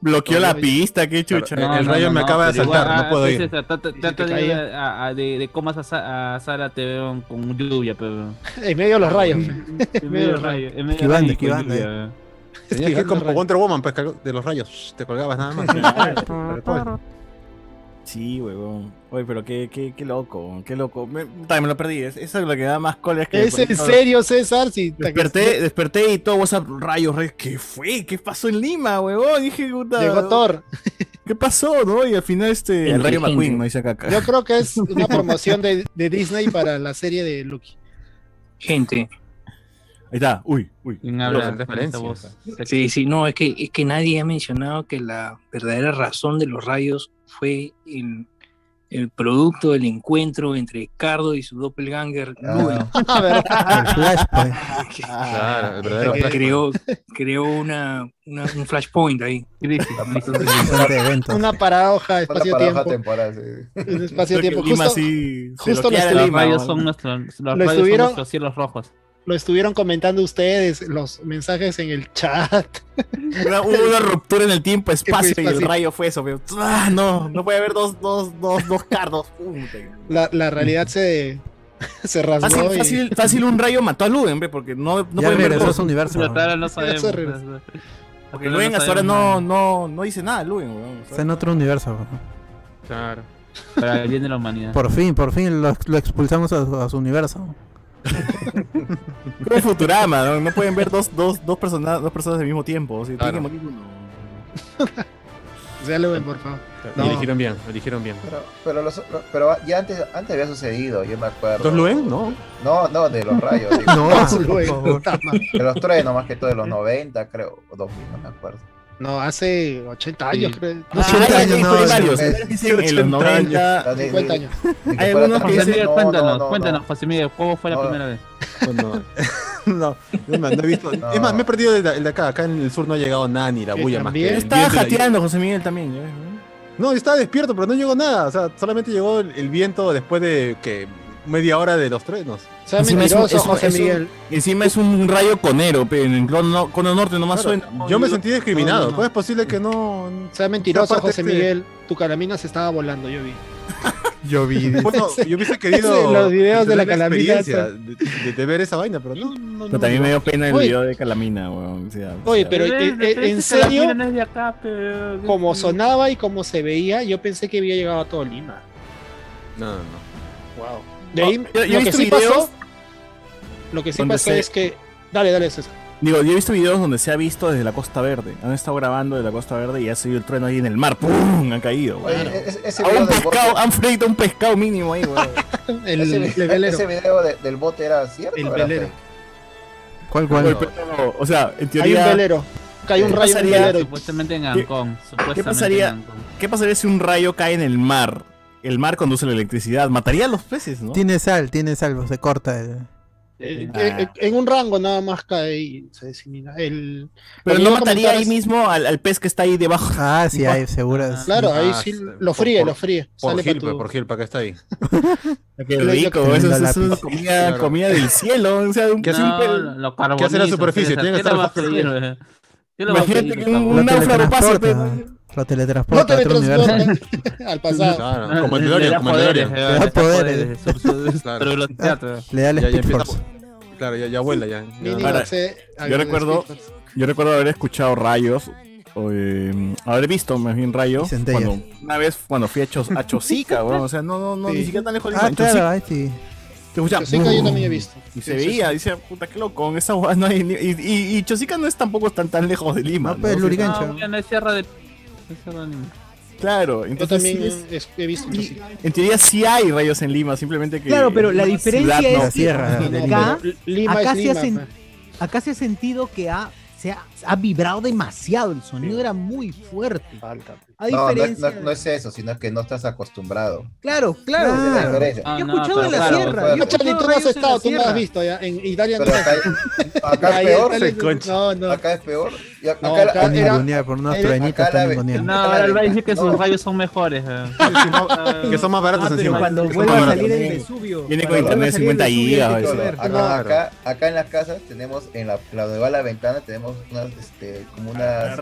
Speaker 2: bloqueó la pista, qué chucha.
Speaker 3: Claro, el rayo me acaba de
Speaker 9: pero
Speaker 3: asaltar,
Speaker 9: igual,
Speaker 3: no puedo ir.
Speaker 9: entonces, Trata,
Speaker 6: si
Speaker 9: trata
Speaker 6: te
Speaker 9: de, ir
Speaker 6: caía?
Speaker 9: a- a- de, de comas a, Sa- a Sara te veo con lluvia, pero.
Speaker 6: En medio de los rayos.
Speaker 9: En medio del rayo. En
Speaker 5: Esquivando,
Speaker 9: medio del rayo y con
Speaker 5: esquivando,
Speaker 9: lluvia.
Speaker 3: Tenías que ir como
Speaker 6: Esquivando
Speaker 3: Wonder Woman, pues, cal- de los rayos. Te colgabas nada más. Tal cual.
Speaker 2: Sí, huevón. Oye, pero qué, qué, qué loco, qué loco. Me, puta, me lo perdí. Es- Eso es lo que da más cola. que
Speaker 6: ¿Es
Speaker 2: por
Speaker 6: en
Speaker 2: ejemplo,
Speaker 6: serio, César? Si
Speaker 2: Desperté, desperté y todo WhatsApp, rayos, rayos. ¿Qué fue? ¿Qué pasó en Lima, huevón? Dije, puta.
Speaker 6: Llegó Thor.
Speaker 2: ¿Qué pasó, no? Y al final este. El
Speaker 9: Henry,
Speaker 2: rayo McQueen,
Speaker 9: Henry.
Speaker 2: no dice caca.
Speaker 6: Yo creo que es una promoción de, de Disney para la serie de Loki.
Speaker 7: Gente,
Speaker 2: Ahí está, uy, uy.
Speaker 9: ¿Quién
Speaker 3: Los
Speaker 9: habla
Speaker 3: Andrés
Speaker 9: con
Speaker 3: Valencia,
Speaker 9: esa
Speaker 3: o
Speaker 9: voz?
Speaker 7: sí, sí, no, es que, es que nadie ha mencionado que la verdadera razón de los rayos fue el, el producto del encuentro entre Cardo y su doppelganger Luen,
Speaker 4: Ah,
Speaker 6: A ver,
Speaker 5: El pues, flashpoint.
Speaker 7: que-
Speaker 3: Claro, el verdadero
Speaker 7: que
Speaker 3: flashpoint.
Speaker 7: creó, creó una, una- un flashpoint ahí.
Speaker 9: Crisis.
Speaker 5: Bastante evento.
Speaker 6: una paradoja
Speaker 4: Una paradoja
Speaker 6: espacio-tiempo.
Speaker 4: temporal, sí.
Speaker 6: Un
Speaker 2: Creo que
Speaker 6: espacio-tiempo.
Speaker 2: Lima
Speaker 6: Justo
Speaker 2: sí se
Speaker 6: justo este
Speaker 2: lo
Speaker 6: me
Speaker 2: queda
Speaker 6: estoy-
Speaker 9: Los
Speaker 2: Lima,
Speaker 9: rayos
Speaker 2: huevón.
Speaker 9: son nuestros, los rayos son
Speaker 6: estuvieron-
Speaker 9: nuestros cielos rojos.
Speaker 6: lo estuvieron comentando ustedes, los mensajes en el chat.
Speaker 2: Una- hubo una ruptura en el tiempo, espacio,
Speaker 6: Fue
Speaker 2: y el
Speaker 6: espacio.
Speaker 2: rayo fue eso. pero, ¡ah, no, no puede haber dos, dos, dos, dos cardos. Puta.
Speaker 6: La, la realidad se, se rasgó
Speaker 2: Fácil,
Speaker 6: y
Speaker 2: fácil, fácil un rayo mató a Luen, hombre, porque no, no
Speaker 5: ya
Speaker 2: pueden ver
Speaker 5: regresó a
Speaker 2: dos.
Speaker 5: su universo.
Speaker 9: Pero ahora no
Speaker 6: Ya se
Speaker 9: sabemos.
Speaker 6: regresó.
Speaker 2: Porque Luen hasta ahora no, no, no dice nada, Luen, weón.
Speaker 5: Está en otro universo.
Speaker 3: Claro.
Speaker 9: Para el bien de la humanidad.
Speaker 5: Por fin, por fin lo, lo expulsamos a su, a su universo.
Speaker 2: Como en Futurama, ¿no? No pueden ver dos, dos, dos, personas, dos personas al mismo tiempo. o sea, tiene
Speaker 3: Claro.
Speaker 2: que morir uno.
Speaker 6: Ya lo ven, por favor. No.
Speaker 3: Me eligieron bien, me eligieron bien.
Speaker 4: Pero, pero, los- pero ya antes, antes había sucedido, yo me acuerdo.
Speaker 3: ¿Dos Luen? No.
Speaker 4: No, no, de los rayos. digo.
Speaker 5: No, por
Speaker 6: Luego,
Speaker 5: favor.
Speaker 6: puta madre.
Speaker 4: De los truenos, más que todo de los 90, creo. O 2000, no me acuerdo.
Speaker 6: No, hace 80 años,
Speaker 9: Sí.
Speaker 6: creo.
Speaker 2: Ah,
Speaker 5: 80
Speaker 2: hay-
Speaker 5: años,
Speaker 2: hay
Speaker 5: no,
Speaker 2: varios.
Speaker 4: es-
Speaker 2: Dicen en los
Speaker 3: 80 años.
Speaker 2: 90,
Speaker 4: De- de-
Speaker 6: 50 años.
Speaker 4: de que
Speaker 2: Hay
Speaker 4: fuera
Speaker 2: algunos
Speaker 4: tan
Speaker 2: que
Speaker 9: José
Speaker 4: fácil.
Speaker 2: dicen,
Speaker 9: Miguel,
Speaker 4: No, no,
Speaker 9: cuéntanos,
Speaker 4: no, no.
Speaker 9: cuéntanos, José Miguel, ¿cómo fue la
Speaker 4: No.
Speaker 9: primera vez?
Speaker 3: No, no, es más, no he visto.
Speaker 4: No.
Speaker 3: Es más, me he perdido el de, el de acá. Acá en el sur no ha llegado nada ni la
Speaker 6: Que
Speaker 3: bulla más que
Speaker 6: también
Speaker 3: el
Speaker 2: Estaba
Speaker 3: viento y la lluvia.
Speaker 2: jateando José Miguel también, ya ves, ¿no?
Speaker 3: No, yo estaba despierto, pero no llegó nada. O sea, solamente llegó el, el viento después de que media hora de los truenos.
Speaker 6: Sea
Speaker 2: Encima es un-
Speaker 6: mentiroso,
Speaker 2: es un-
Speaker 6: José
Speaker 2: es un-
Speaker 6: Miguel.
Speaker 2: Encima es un rayo conero, pero en cono, cono norte nomás
Speaker 3: Claro,
Speaker 2: suena.
Speaker 3: yo me sentí discriminado.
Speaker 2: no, no, no.
Speaker 3: ¿Cómo es posible que no?
Speaker 6: Sea mentiroso,
Speaker 3: Aparte
Speaker 6: José
Speaker 3: este-
Speaker 6: Miguel. Tu calamina se estaba volando, yo vi.
Speaker 5: Yo vi.
Speaker 3: Bueno, yo hubiese querido
Speaker 6: ese, los videos de la
Speaker 3: tener
Speaker 6: calamidad,
Speaker 3: experiencia de, de- de ver esa vaina, pero no. no, no
Speaker 2: Pero también me dio pena el
Speaker 6: Oye.
Speaker 2: video de Calamina, weón. o sea,
Speaker 6: Oye,
Speaker 2: o sea,
Speaker 6: pero, eh, eh, en
Speaker 9: Ese Calamina
Speaker 6: serio-
Speaker 9: no es de acá, pero-
Speaker 6: Como sonaba y como se veía, yo pensé que había llegado a todo Lima.
Speaker 3: No, no.
Speaker 6: Wow. De ahí,
Speaker 2: No, Ah, yo- yo he
Speaker 6: lo que
Speaker 2: visto
Speaker 6: sí pasó,
Speaker 2: videos
Speaker 6: lo que sí
Speaker 2: donde
Speaker 6: pasó
Speaker 2: se-
Speaker 6: es que. Dale, dale, César.
Speaker 2: Digo, yo he visto videos donde se ha visto desde la Costa Verde. Han estado grabando desde la Costa Verde y ha subido el trueno ahí en el mar. ¡Pum! Han caído,
Speaker 4: Oye,
Speaker 2: weón.
Speaker 4: e- e- ese
Speaker 2: A
Speaker 4: video
Speaker 2: un
Speaker 4: del
Speaker 2: pescado,
Speaker 4: bote,
Speaker 2: han freído un pescado mínimo ahí, weón.
Speaker 6: El,
Speaker 4: ese,
Speaker 6: el
Speaker 4: vi-
Speaker 6: velero.
Speaker 4: ese video de- del bote era cierto.
Speaker 6: El
Speaker 4: o era
Speaker 6: velero.
Speaker 4: fake?
Speaker 5: ¿Cuál,
Speaker 2: Oye,
Speaker 5: cuál?
Speaker 2: pero, o sea, en
Speaker 6: Hay un
Speaker 2: teoría,
Speaker 6: velero. Cae un
Speaker 2: ¿Qué
Speaker 6: rayo en el
Speaker 2: pasaría-
Speaker 6: velero. pues.
Speaker 9: Supuestamente en Ancón. Supuestamente
Speaker 2: pasaría-
Speaker 9: en Ancón.
Speaker 2: ¿qué pasaría si un rayo cae en el mar? El mar conduce la electricidad. Mataría a los peces, ¿no?
Speaker 5: Tiene sal, tiene sal, se corta. el-
Speaker 6: Eh,
Speaker 2: Ah.
Speaker 6: eh, en un rango nada más cae y se disemina. El,
Speaker 2: Pero
Speaker 6: lo que
Speaker 2: no
Speaker 6: iba a
Speaker 2: mataría
Speaker 6: comentar
Speaker 2: ahí
Speaker 6: es-
Speaker 2: mismo al, al pez que está ahí debajo.
Speaker 5: Ah, sí, hay, seguro.
Speaker 9: Ah,
Speaker 6: Claro, ahí
Speaker 3: Ah,
Speaker 6: sí lo
Speaker 3: por-
Speaker 6: fríe,
Speaker 3: por-
Speaker 6: lo fríe.
Speaker 3: Por
Speaker 6: Sale
Speaker 3: Gil,
Speaker 6: para tu-
Speaker 3: pues, por Gil, para acá está ahí.
Speaker 2: Qué
Speaker 6: Lo- lo-
Speaker 2: rico,
Speaker 5: tremendo
Speaker 2: eso, eso es
Speaker 5: lápiz.
Speaker 2: una comida,
Speaker 3: Claro.
Speaker 2: comida del cielo. O sea, un
Speaker 3: ¿Qué hace un
Speaker 9: No,
Speaker 3: pel-
Speaker 9: lo- lo carbonizo,
Speaker 3: hace la superficie?
Speaker 9: César,
Speaker 3: Tiene que
Speaker 9: ¿qué
Speaker 3: estar
Speaker 9: lo va a
Speaker 3: bajo
Speaker 9: pedir,
Speaker 3: tierra.
Speaker 9: eh? ¿Qué lo va a
Speaker 2: Imagínate
Speaker 9: pedir,
Speaker 2: que un,
Speaker 9: cabrón?
Speaker 2: un
Speaker 5: Lo
Speaker 2: náufrago pase, pe,
Speaker 5: teletransporta.
Speaker 2: weón.
Speaker 5: Lo
Speaker 6: No
Speaker 5: teletransporta
Speaker 6: te
Speaker 5: a otro universo.
Speaker 6: transportan al pasado.
Speaker 3: Claro, como el
Speaker 9: Le
Speaker 3: DeLorean,
Speaker 9: da
Speaker 3: como el
Speaker 9: poderes,
Speaker 3: DeLorean.
Speaker 9: eh,
Speaker 5: Le da
Speaker 9: da
Speaker 5: poderes.
Speaker 9: poderes, su- su-
Speaker 3: Claro.
Speaker 9: pero velocidad, eh.
Speaker 5: Le da el
Speaker 3: Ya, ya
Speaker 5: Speed
Speaker 3: empieza
Speaker 5: Force.
Speaker 3: Claro, ya, ya vuela, ya. ya.
Speaker 6: Mínimo
Speaker 2: Ahora,
Speaker 6: acce- al-
Speaker 2: yo recuerdo-
Speaker 6: al Speed Force.
Speaker 2: Yo recuerdo haber escuchado rayos, o, eh, haber visto más bien
Speaker 5: Y
Speaker 2: rayos,
Speaker 5: centellas.
Speaker 2: cuando, una vez cuando fui a, Chos- a Chosica, weón, o sea, no, no, no,
Speaker 6: Sí.
Speaker 2: ni siquiera tan lejos de
Speaker 5: Ah,
Speaker 2: en
Speaker 5: claro, ahí sí.
Speaker 2: Chosica, te escuchaba,
Speaker 6: Chosica yo también he visto.
Speaker 2: Y
Speaker 6: Sí,
Speaker 2: se
Speaker 6: sí,
Speaker 2: veía, dice, puta, qué loco, en esa hueá no hay ni- y, y, y Chosica no es tampoco tan, tan lejos de Lima.
Speaker 5: No, pues,
Speaker 2: O sea,
Speaker 5: Lurigan.
Speaker 9: No, mira, no es sierra de. no es sierra de-
Speaker 2: Claro,
Speaker 6: Yo
Speaker 2: entonces
Speaker 6: también
Speaker 2: sí es-
Speaker 6: es- he visto mucho así.
Speaker 2: en teoría sí hay rayos en Lima, simplemente que...
Speaker 1: Claro, pero la
Speaker 2: ciudad
Speaker 1: diferencia
Speaker 2: no.
Speaker 1: es que acá,
Speaker 6: Lima
Speaker 1: acá
Speaker 6: es
Speaker 1: se ha
Speaker 6: Lima,
Speaker 1: sen-
Speaker 6: pues.
Speaker 1: acá se ha sentido que ha, se ha, ha vibrado demasiado, el sonido era muy fuerte. A
Speaker 4: No, no,
Speaker 1: diferencia...
Speaker 4: no- no es eso, sino que no estás acostumbrado.
Speaker 1: Claro, claro.
Speaker 4: Esa es la diferencia.
Speaker 1: Yo he escuchado en la sierra. yo he
Speaker 6: No, Charlie,
Speaker 1: escuchado
Speaker 6: tú no has
Speaker 1: rayos en la
Speaker 6: estado, tú no
Speaker 1: sierra.
Speaker 6: has visto ya. En Italia no
Speaker 4: Pero acá, acá
Speaker 6: Ahí
Speaker 4: es peor,
Speaker 6: está el- No, no.
Speaker 4: acá es peor. Y acá,
Speaker 6: No,
Speaker 4: la-
Speaker 6: acá
Speaker 4: acá-
Speaker 6: era-
Speaker 5: Ningunear por unos
Speaker 4: acá
Speaker 5: truenitos
Speaker 4: la
Speaker 5: están
Speaker 4: ve-
Speaker 5: ninguneando.
Speaker 9: No, ahora él va a decir que sus rayos son mejores.
Speaker 10: eh.
Speaker 3: Que son más baratos
Speaker 10: Ah,
Speaker 2: pero
Speaker 3: encima.
Speaker 2: cuando
Speaker 3: Que son
Speaker 2: vuelva
Speaker 3: más
Speaker 2: a
Speaker 3: baratos.
Speaker 2: salir el
Speaker 1: Vesubio.
Speaker 2: Viene con
Speaker 4: Cuando
Speaker 2: internet de
Speaker 1: vuelva a
Speaker 2: 50
Speaker 1: salir el
Speaker 2: gigas.
Speaker 1: Vesubio,
Speaker 2: eso.
Speaker 1: hay que
Speaker 4: Acá,
Speaker 1: Claro.
Speaker 4: acá, acá en las casas tenemos, en la, la donde va la ventana, tenemos unas, este, como unas,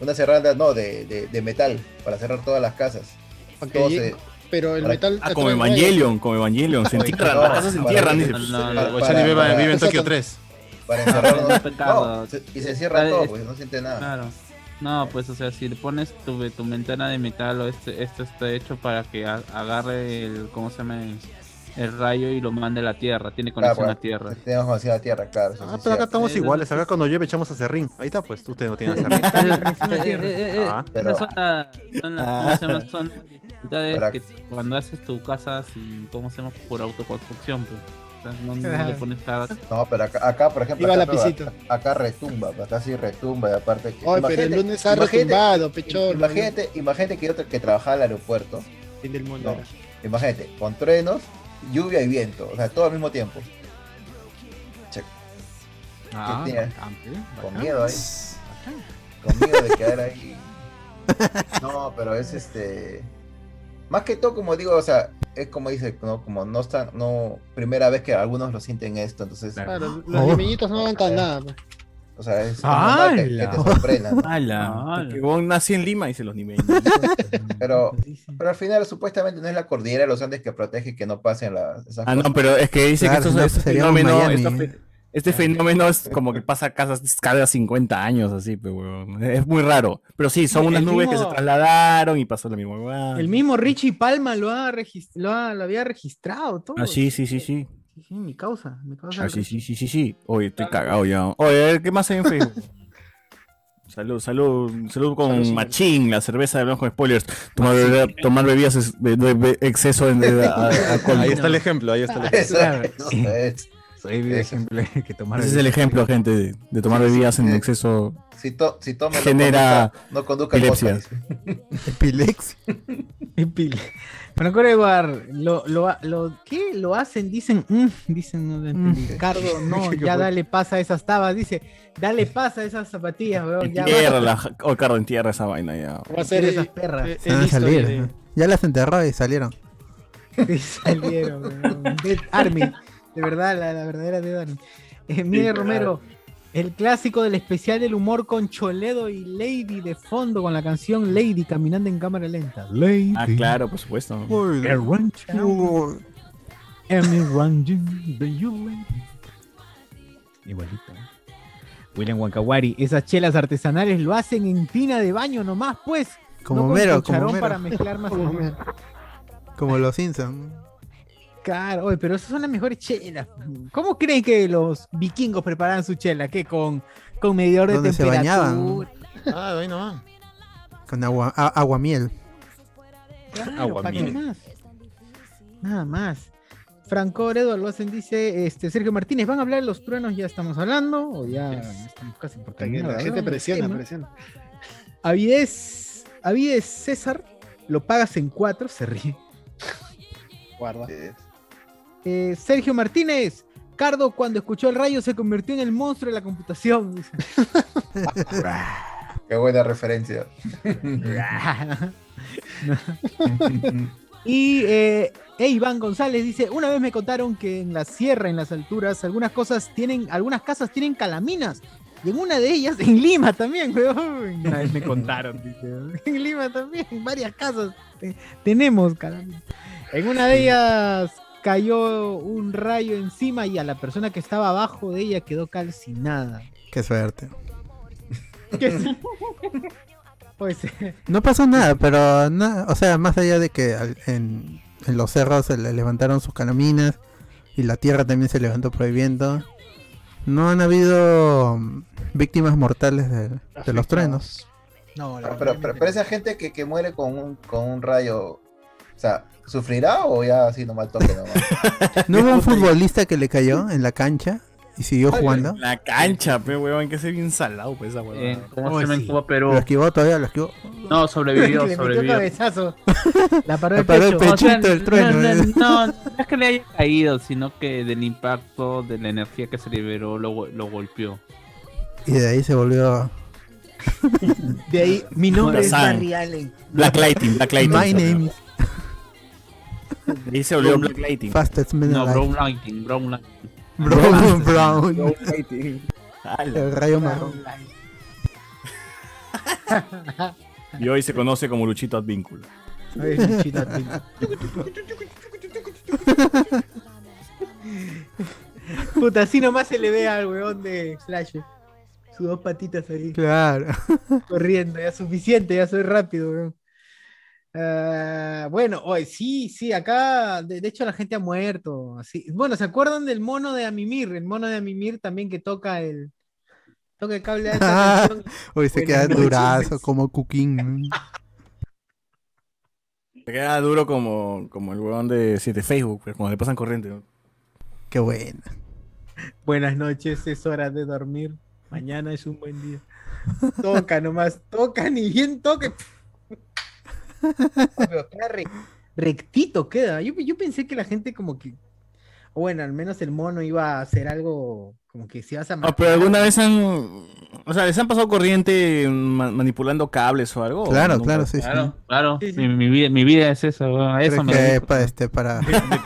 Speaker 4: unas herradas, no, de, de, de metal, para cerrar todas las casas.
Speaker 6: Ok,
Speaker 4: Todo
Speaker 6: y-
Speaker 4: se-
Speaker 6: Pero el
Speaker 4: Ahora-
Speaker 6: metal.
Speaker 2: Ah, como Evangelion, como Evangelion. Se entierran,
Speaker 4: No,
Speaker 2: las casas se
Speaker 4: para-
Speaker 2: entierran. dice.
Speaker 4: para-
Speaker 3: baratos.
Speaker 4: para-
Speaker 3: Ochani vive, vive en
Speaker 6: Exacto.
Speaker 3: Tokio 3.
Speaker 4: para encerrarnos.
Speaker 10: No, pecado.
Speaker 4: No, se- y se cierra
Speaker 10: Ay,
Speaker 4: todo,
Speaker 10: es-
Speaker 4: pues no siente
Speaker 9: Ah,
Speaker 4: nada.
Speaker 10: Claro. No, pues o sea, si le pones tu, tu ventana de metal o este, esto está hecho para que a- agarre el, ¿cómo se llama? El rayo y lo mande a la tierra, tiene conexión
Speaker 4: Claro,
Speaker 10: a tierra.
Speaker 4: Tenemos demasiada tierra, claro. eso sí
Speaker 3: Ah,
Speaker 4: es
Speaker 3: pero acá
Speaker 4: cierto.
Speaker 3: estamos
Speaker 10: Sí,
Speaker 3: iguales. Acá cuando llueve echamos a serrín. Ahí está, pues ustedes no tienen serrín. Ah,
Speaker 4: pero-
Speaker 10: eh, Esas son las, son las- ¿cómo se llama?
Speaker 5: Ah.
Speaker 10: Son las unidades
Speaker 4: Para-
Speaker 10: que cuando haces tu casa sin, ¿cómo se llama? Por autoconstrucción, pues. O sea, no, no le pones cada...
Speaker 5: Ah.
Speaker 4: No, pero acá, acá, por ejemplo,
Speaker 6: Iba
Speaker 4: acá,
Speaker 6: lapicito.
Speaker 4: acá, acá retumba, pues, acá sí retumba, y aparte que...
Speaker 6: Oye, pero el lunes ha retumbado, pechón.
Speaker 4: imagínate, imagínate que yo tra- que trabajaba en el aeropuerto,
Speaker 6: Fin del mundo.
Speaker 4: no, imagínate, con truenos, lluvia y viento, o sea, todo al mismo tiempo. Che,
Speaker 1: Ah,
Speaker 4: tenía-
Speaker 1: bastante,
Speaker 4: con
Speaker 1: bastante.
Speaker 4: miedo ahí, con miedo de quedar ahí. No, pero es este... Más que todo, como digo, o sea, es como dice, no, como no están, no, primera vez que algunos lo sienten esto, entonces,
Speaker 6: Claro,
Speaker 5: Oh.
Speaker 6: los limeñitos no aguantan nada. pues.
Speaker 4: o sea, es es
Speaker 1: ¡Hala!
Speaker 4: normal que, que te sorprendan.
Speaker 2: Ala,
Speaker 10: Ala.
Speaker 2: que vos nací en Lima, dice los niveles.
Speaker 4: Pero, pero al final supuestamente no es la cordillera de los Andes que protege que no pasen las esas
Speaker 2: Ah, no,
Speaker 4: cosas.
Speaker 2: pero es que dice
Speaker 5: Claro,
Speaker 2: que
Speaker 5: si no,
Speaker 2: estos, estos
Speaker 5: seríamos
Speaker 2: fenómenos-
Speaker 5: Miami.
Speaker 2: estos fe- este fenómeno es como que pasa cada, cada 50 años, así, pero huevón. es muy raro. Pero sí, son
Speaker 1: El
Speaker 2: unas nubes que
Speaker 1: mismo-
Speaker 2: se trasladaron y pasó la misma huevada.
Speaker 1: El mismo Richie Palma lo, ha regis- lo, ha- lo había registrado todo.
Speaker 2: Ah, sí, sí, sí, sí.
Speaker 1: Sí, sí, mi causa, mi causa.
Speaker 2: Ah, sí, sí, sí, sí, sí. Oye, estoy cagado ya. Oye, a ver, ¿qué más hay en Facebook? Salud, salud, salud con
Speaker 6: Salud, señor.
Speaker 2: Machín, la cerveza de blanco con spoilers. Tomar, bebida- tomar bebidas es- de, de- de exceso en de- a- a- alcohol.
Speaker 3: Ahí está el ejemplo, ahí está el ejemplo.
Speaker 4: Eso, eso es.
Speaker 12: Soy el ejemplo de que tomar.
Speaker 2: Ese es el ejemplo, gente, de, de tomar bebidas en exceso.
Speaker 4: Si, to, si toma,
Speaker 2: Genera
Speaker 4: no conduzca, no conduzca al
Speaker 2: epilepsia.
Speaker 4: podcast.
Speaker 5: Pilex.
Speaker 1: Pile. Bueno, Core Bar, lo, lo, lo, ¿qué? Lo hacen, dicen, mm, dicen, no lo entendí. Cardo, no, ya dale pasa a esas tabas, dice, dale pasa a esas zapatillas, weón, ya
Speaker 2: Entierra la. Oh, Cardo, entierra esa vaina ya.
Speaker 6: Va a ser
Speaker 1: esas
Speaker 6: eh,
Speaker 1: perras.
Speaker 6: eh,
Speaker 5: Se van a
Speaker 6: listo,
Speaker 5: Ah, salir.
Speaker 6: eh,
Speaker 5: ajá. Ya las enterró y salieron.
Speaker 1: Y salieron, weón. Dead Army, de verdad, la, la verdadera Dead Army. Eh, Miguel Romero, el clásico del especial del humor con Choledo y Lady de fondo con la canción Lady caminando en cámara lenta. Lady.
Speaker 2: Ah, claro, por supuesto.
Speaker 12: El rancho.
Speaker 1: Emmy
Speaker 12: de Yule. Igualito.
Speaker 1: ¿eh? William Wankawari, esas chelas artesanales lo hacen en tina de baño nomás, pues.
Speaker 5: Como
Speaker 1: no con
Speaker 5: Homero, como
Speaker 1: cucharón
Speaker 5: Homero.
Speaker 1: para mezclar más
Speaker 6: Como Homero.
Speaker 5: Como los Simpsons.
Speaker 1: Claro, oye, pero esas son las mejores chelas. ¿Cómo creen que los vikingos preparaban su chela? ¿Qué? Con, con medidor de
Speaker 5: ¿Dónde se
Speaker 1: temperatura.
Speaker 5: bañaban?
Speaker 3: Ah, ahí nomás.
Speaker 5: Con agua, a- aguamiel.
Speaker 1: Claro,
Speaker 3: Agua
Speaker 1: ¿para qué
Speaker 3: miel.
Speaker 1: más? Nada más. Franco Oredo lo hacen, dice este, Sergio Martínez, ¿van a hablar de los truenos? Ya estamos hablando, o ya, ya estamos casi por
Speaker 6: también
Speaker 1: terminar.
Speaker 6: La
Speaker 1: de
Speaker 6: gente
Speaker 1: hablar del
Speaker 6: presiona,
Speaker 1: tema?
Speaker 6: presiona.
Speaker 1: Avidez, Avidez César, lo pagas en cuatro, se ríe.
Speaker 6: Guarda.
Speaker 1: Eh, Sergio Martínez, Cardo cuando escuchó el rayo se convirtió en el monstruo de la computación. dice.
Speaker 4: Qué buena referencia.
Speaker 1: y eh, e Iván González dice, una vez me contaron que en la sierra, en las alturas, algunas cosas tienen, algunas casas tienen calaminas. Y en una de ellas, en Lima también, weón. Una vez me contaron, dice. En Lima también, en varias casas te- tenemos calaminas. En una de ellas cayó un rayo encima y a la persona que estaba abajo de ella quedó calcinada.
Speaker 5: Qué suerte.
Speaker 1: Pues,
Speaker 5: No pasó nada, pero na- o sea, más allá de que al- en, en los cerros se le levantaron sus calaminas y la tierra también se levantó prohibiendo, no han habido mm, víctimas mortales de, de los truenos.
Speaker 6: No,
Speaker 4: Ah, Pero, pero- pero- pero esa gente que, que muere con un, con un rayo, o sea, ¿sufrirá o ya así nomás toque nomás?
Speaker 5: ¿No hubo un futbolista que le cayó en la cancha y siguió jugando?
Speaker 2: La cancha, pe, huevón, que se bien salado, pues esa huevón.
Speaker 10: Eh, ¿cómo
Speaker 5: Oh,
Speaker 10: se llama en Cuba, Perú?
Speaker 5: Lo esquivó todavía, lo esquivó.
Speaker 10: No, sobrevivió,
Speaker 1: Le metió
Speaker 10: sobrevivió.
Speaker 1: cabezazo. La paró
Speaker 5: La
Speaker 1: el
Speaker 5: paró el
Speaker 1: pecho.
Speaker 5: pecho. Pechito
Speaker 9: no,
Speaker 5: del trueno,
Speaker 9: no,
Speaker 5: eh.
Speaker 9: no, no es que le haya caído, sino que del impacto, de la energía que se liberó, lo, go- lo golpeó.
Speaker 5: Y de ahí se volvió.
Speaker 1: De ahí, mi nombre es
Speaker 2: Tarzán.
Speaker 1: Barry Allen.
Speaker 2: Black Lighting, Black Lighting.
Speaker 5: My name is
Speaker 2: Ahí se volvió Black Lighting.
Speaker 5: Fastest Man
Speaker 9: No,
Speaker 5: Alive.
Speaker 9: Brown Lighting, Brown Lighting.
Speaker 5: Brown, Brown. El rayo marrón.
Speaker 2: Y hoy se conoce como Luchito Advíncula.
Speaker 1: Ay, Luchito Advíncula. Puta, así nomás se le ve al weón de Flash. Sus dos patitas ahí.
Speaker 5: Claro.
Speaker 1: Corriendo, ya suficiente, ya soy rápido, weón. Ah, bueno, hoy sí, sí, acá de, de hecho la gente ha muerto. Así. Bueno, ¿se acuerdan del mono de Amimir? El mono de Amimir también que toca el, toca el cable de alta
Speaker 5: Ah,
Speaker 1: tensión.
Speaker 5: Hoy se
Speaker 1: Buenas
Speaker 5: queda
Speaker 1: noches.
Speaker 5: durazo como Cuquín.
Speaker 2: Te queda duro como, como el huevón de, sí, de Facebook, pues, cuando le pasan corriente. ¿no?
Speaker 5: Qué bueno.
Speaker 1: Buenas noches, es hora de dormir. Mañana es un buen día. Toca nomás, toca ni bien toque.
Speaker 4: Pero queda re-
Speaker 1: Rectito queda. Yo, yo pensé que la gente como que. o Bueno, al menos el mono iba a hacer algo como que si vas a
Speaker 2: Ah, pero alguna vez han. O sea, ¿les han pasado corriente ma- manipulando cables o algo?
Speaker 5: Claro,
Speaker 2: ¿O nunca?
Speaker 5: claro, sí, sí.
Speaker 10: Claro, claro.
Speaker 1: Sí, sí.
Speaker 9: Mi, mi vida, mi vida es eso, weón,
Speaker 5: Creo
Speaker 9: eso me lo
Speaker 5: que
Speaker 9: dijo.
Speaker 5: pa- este, para,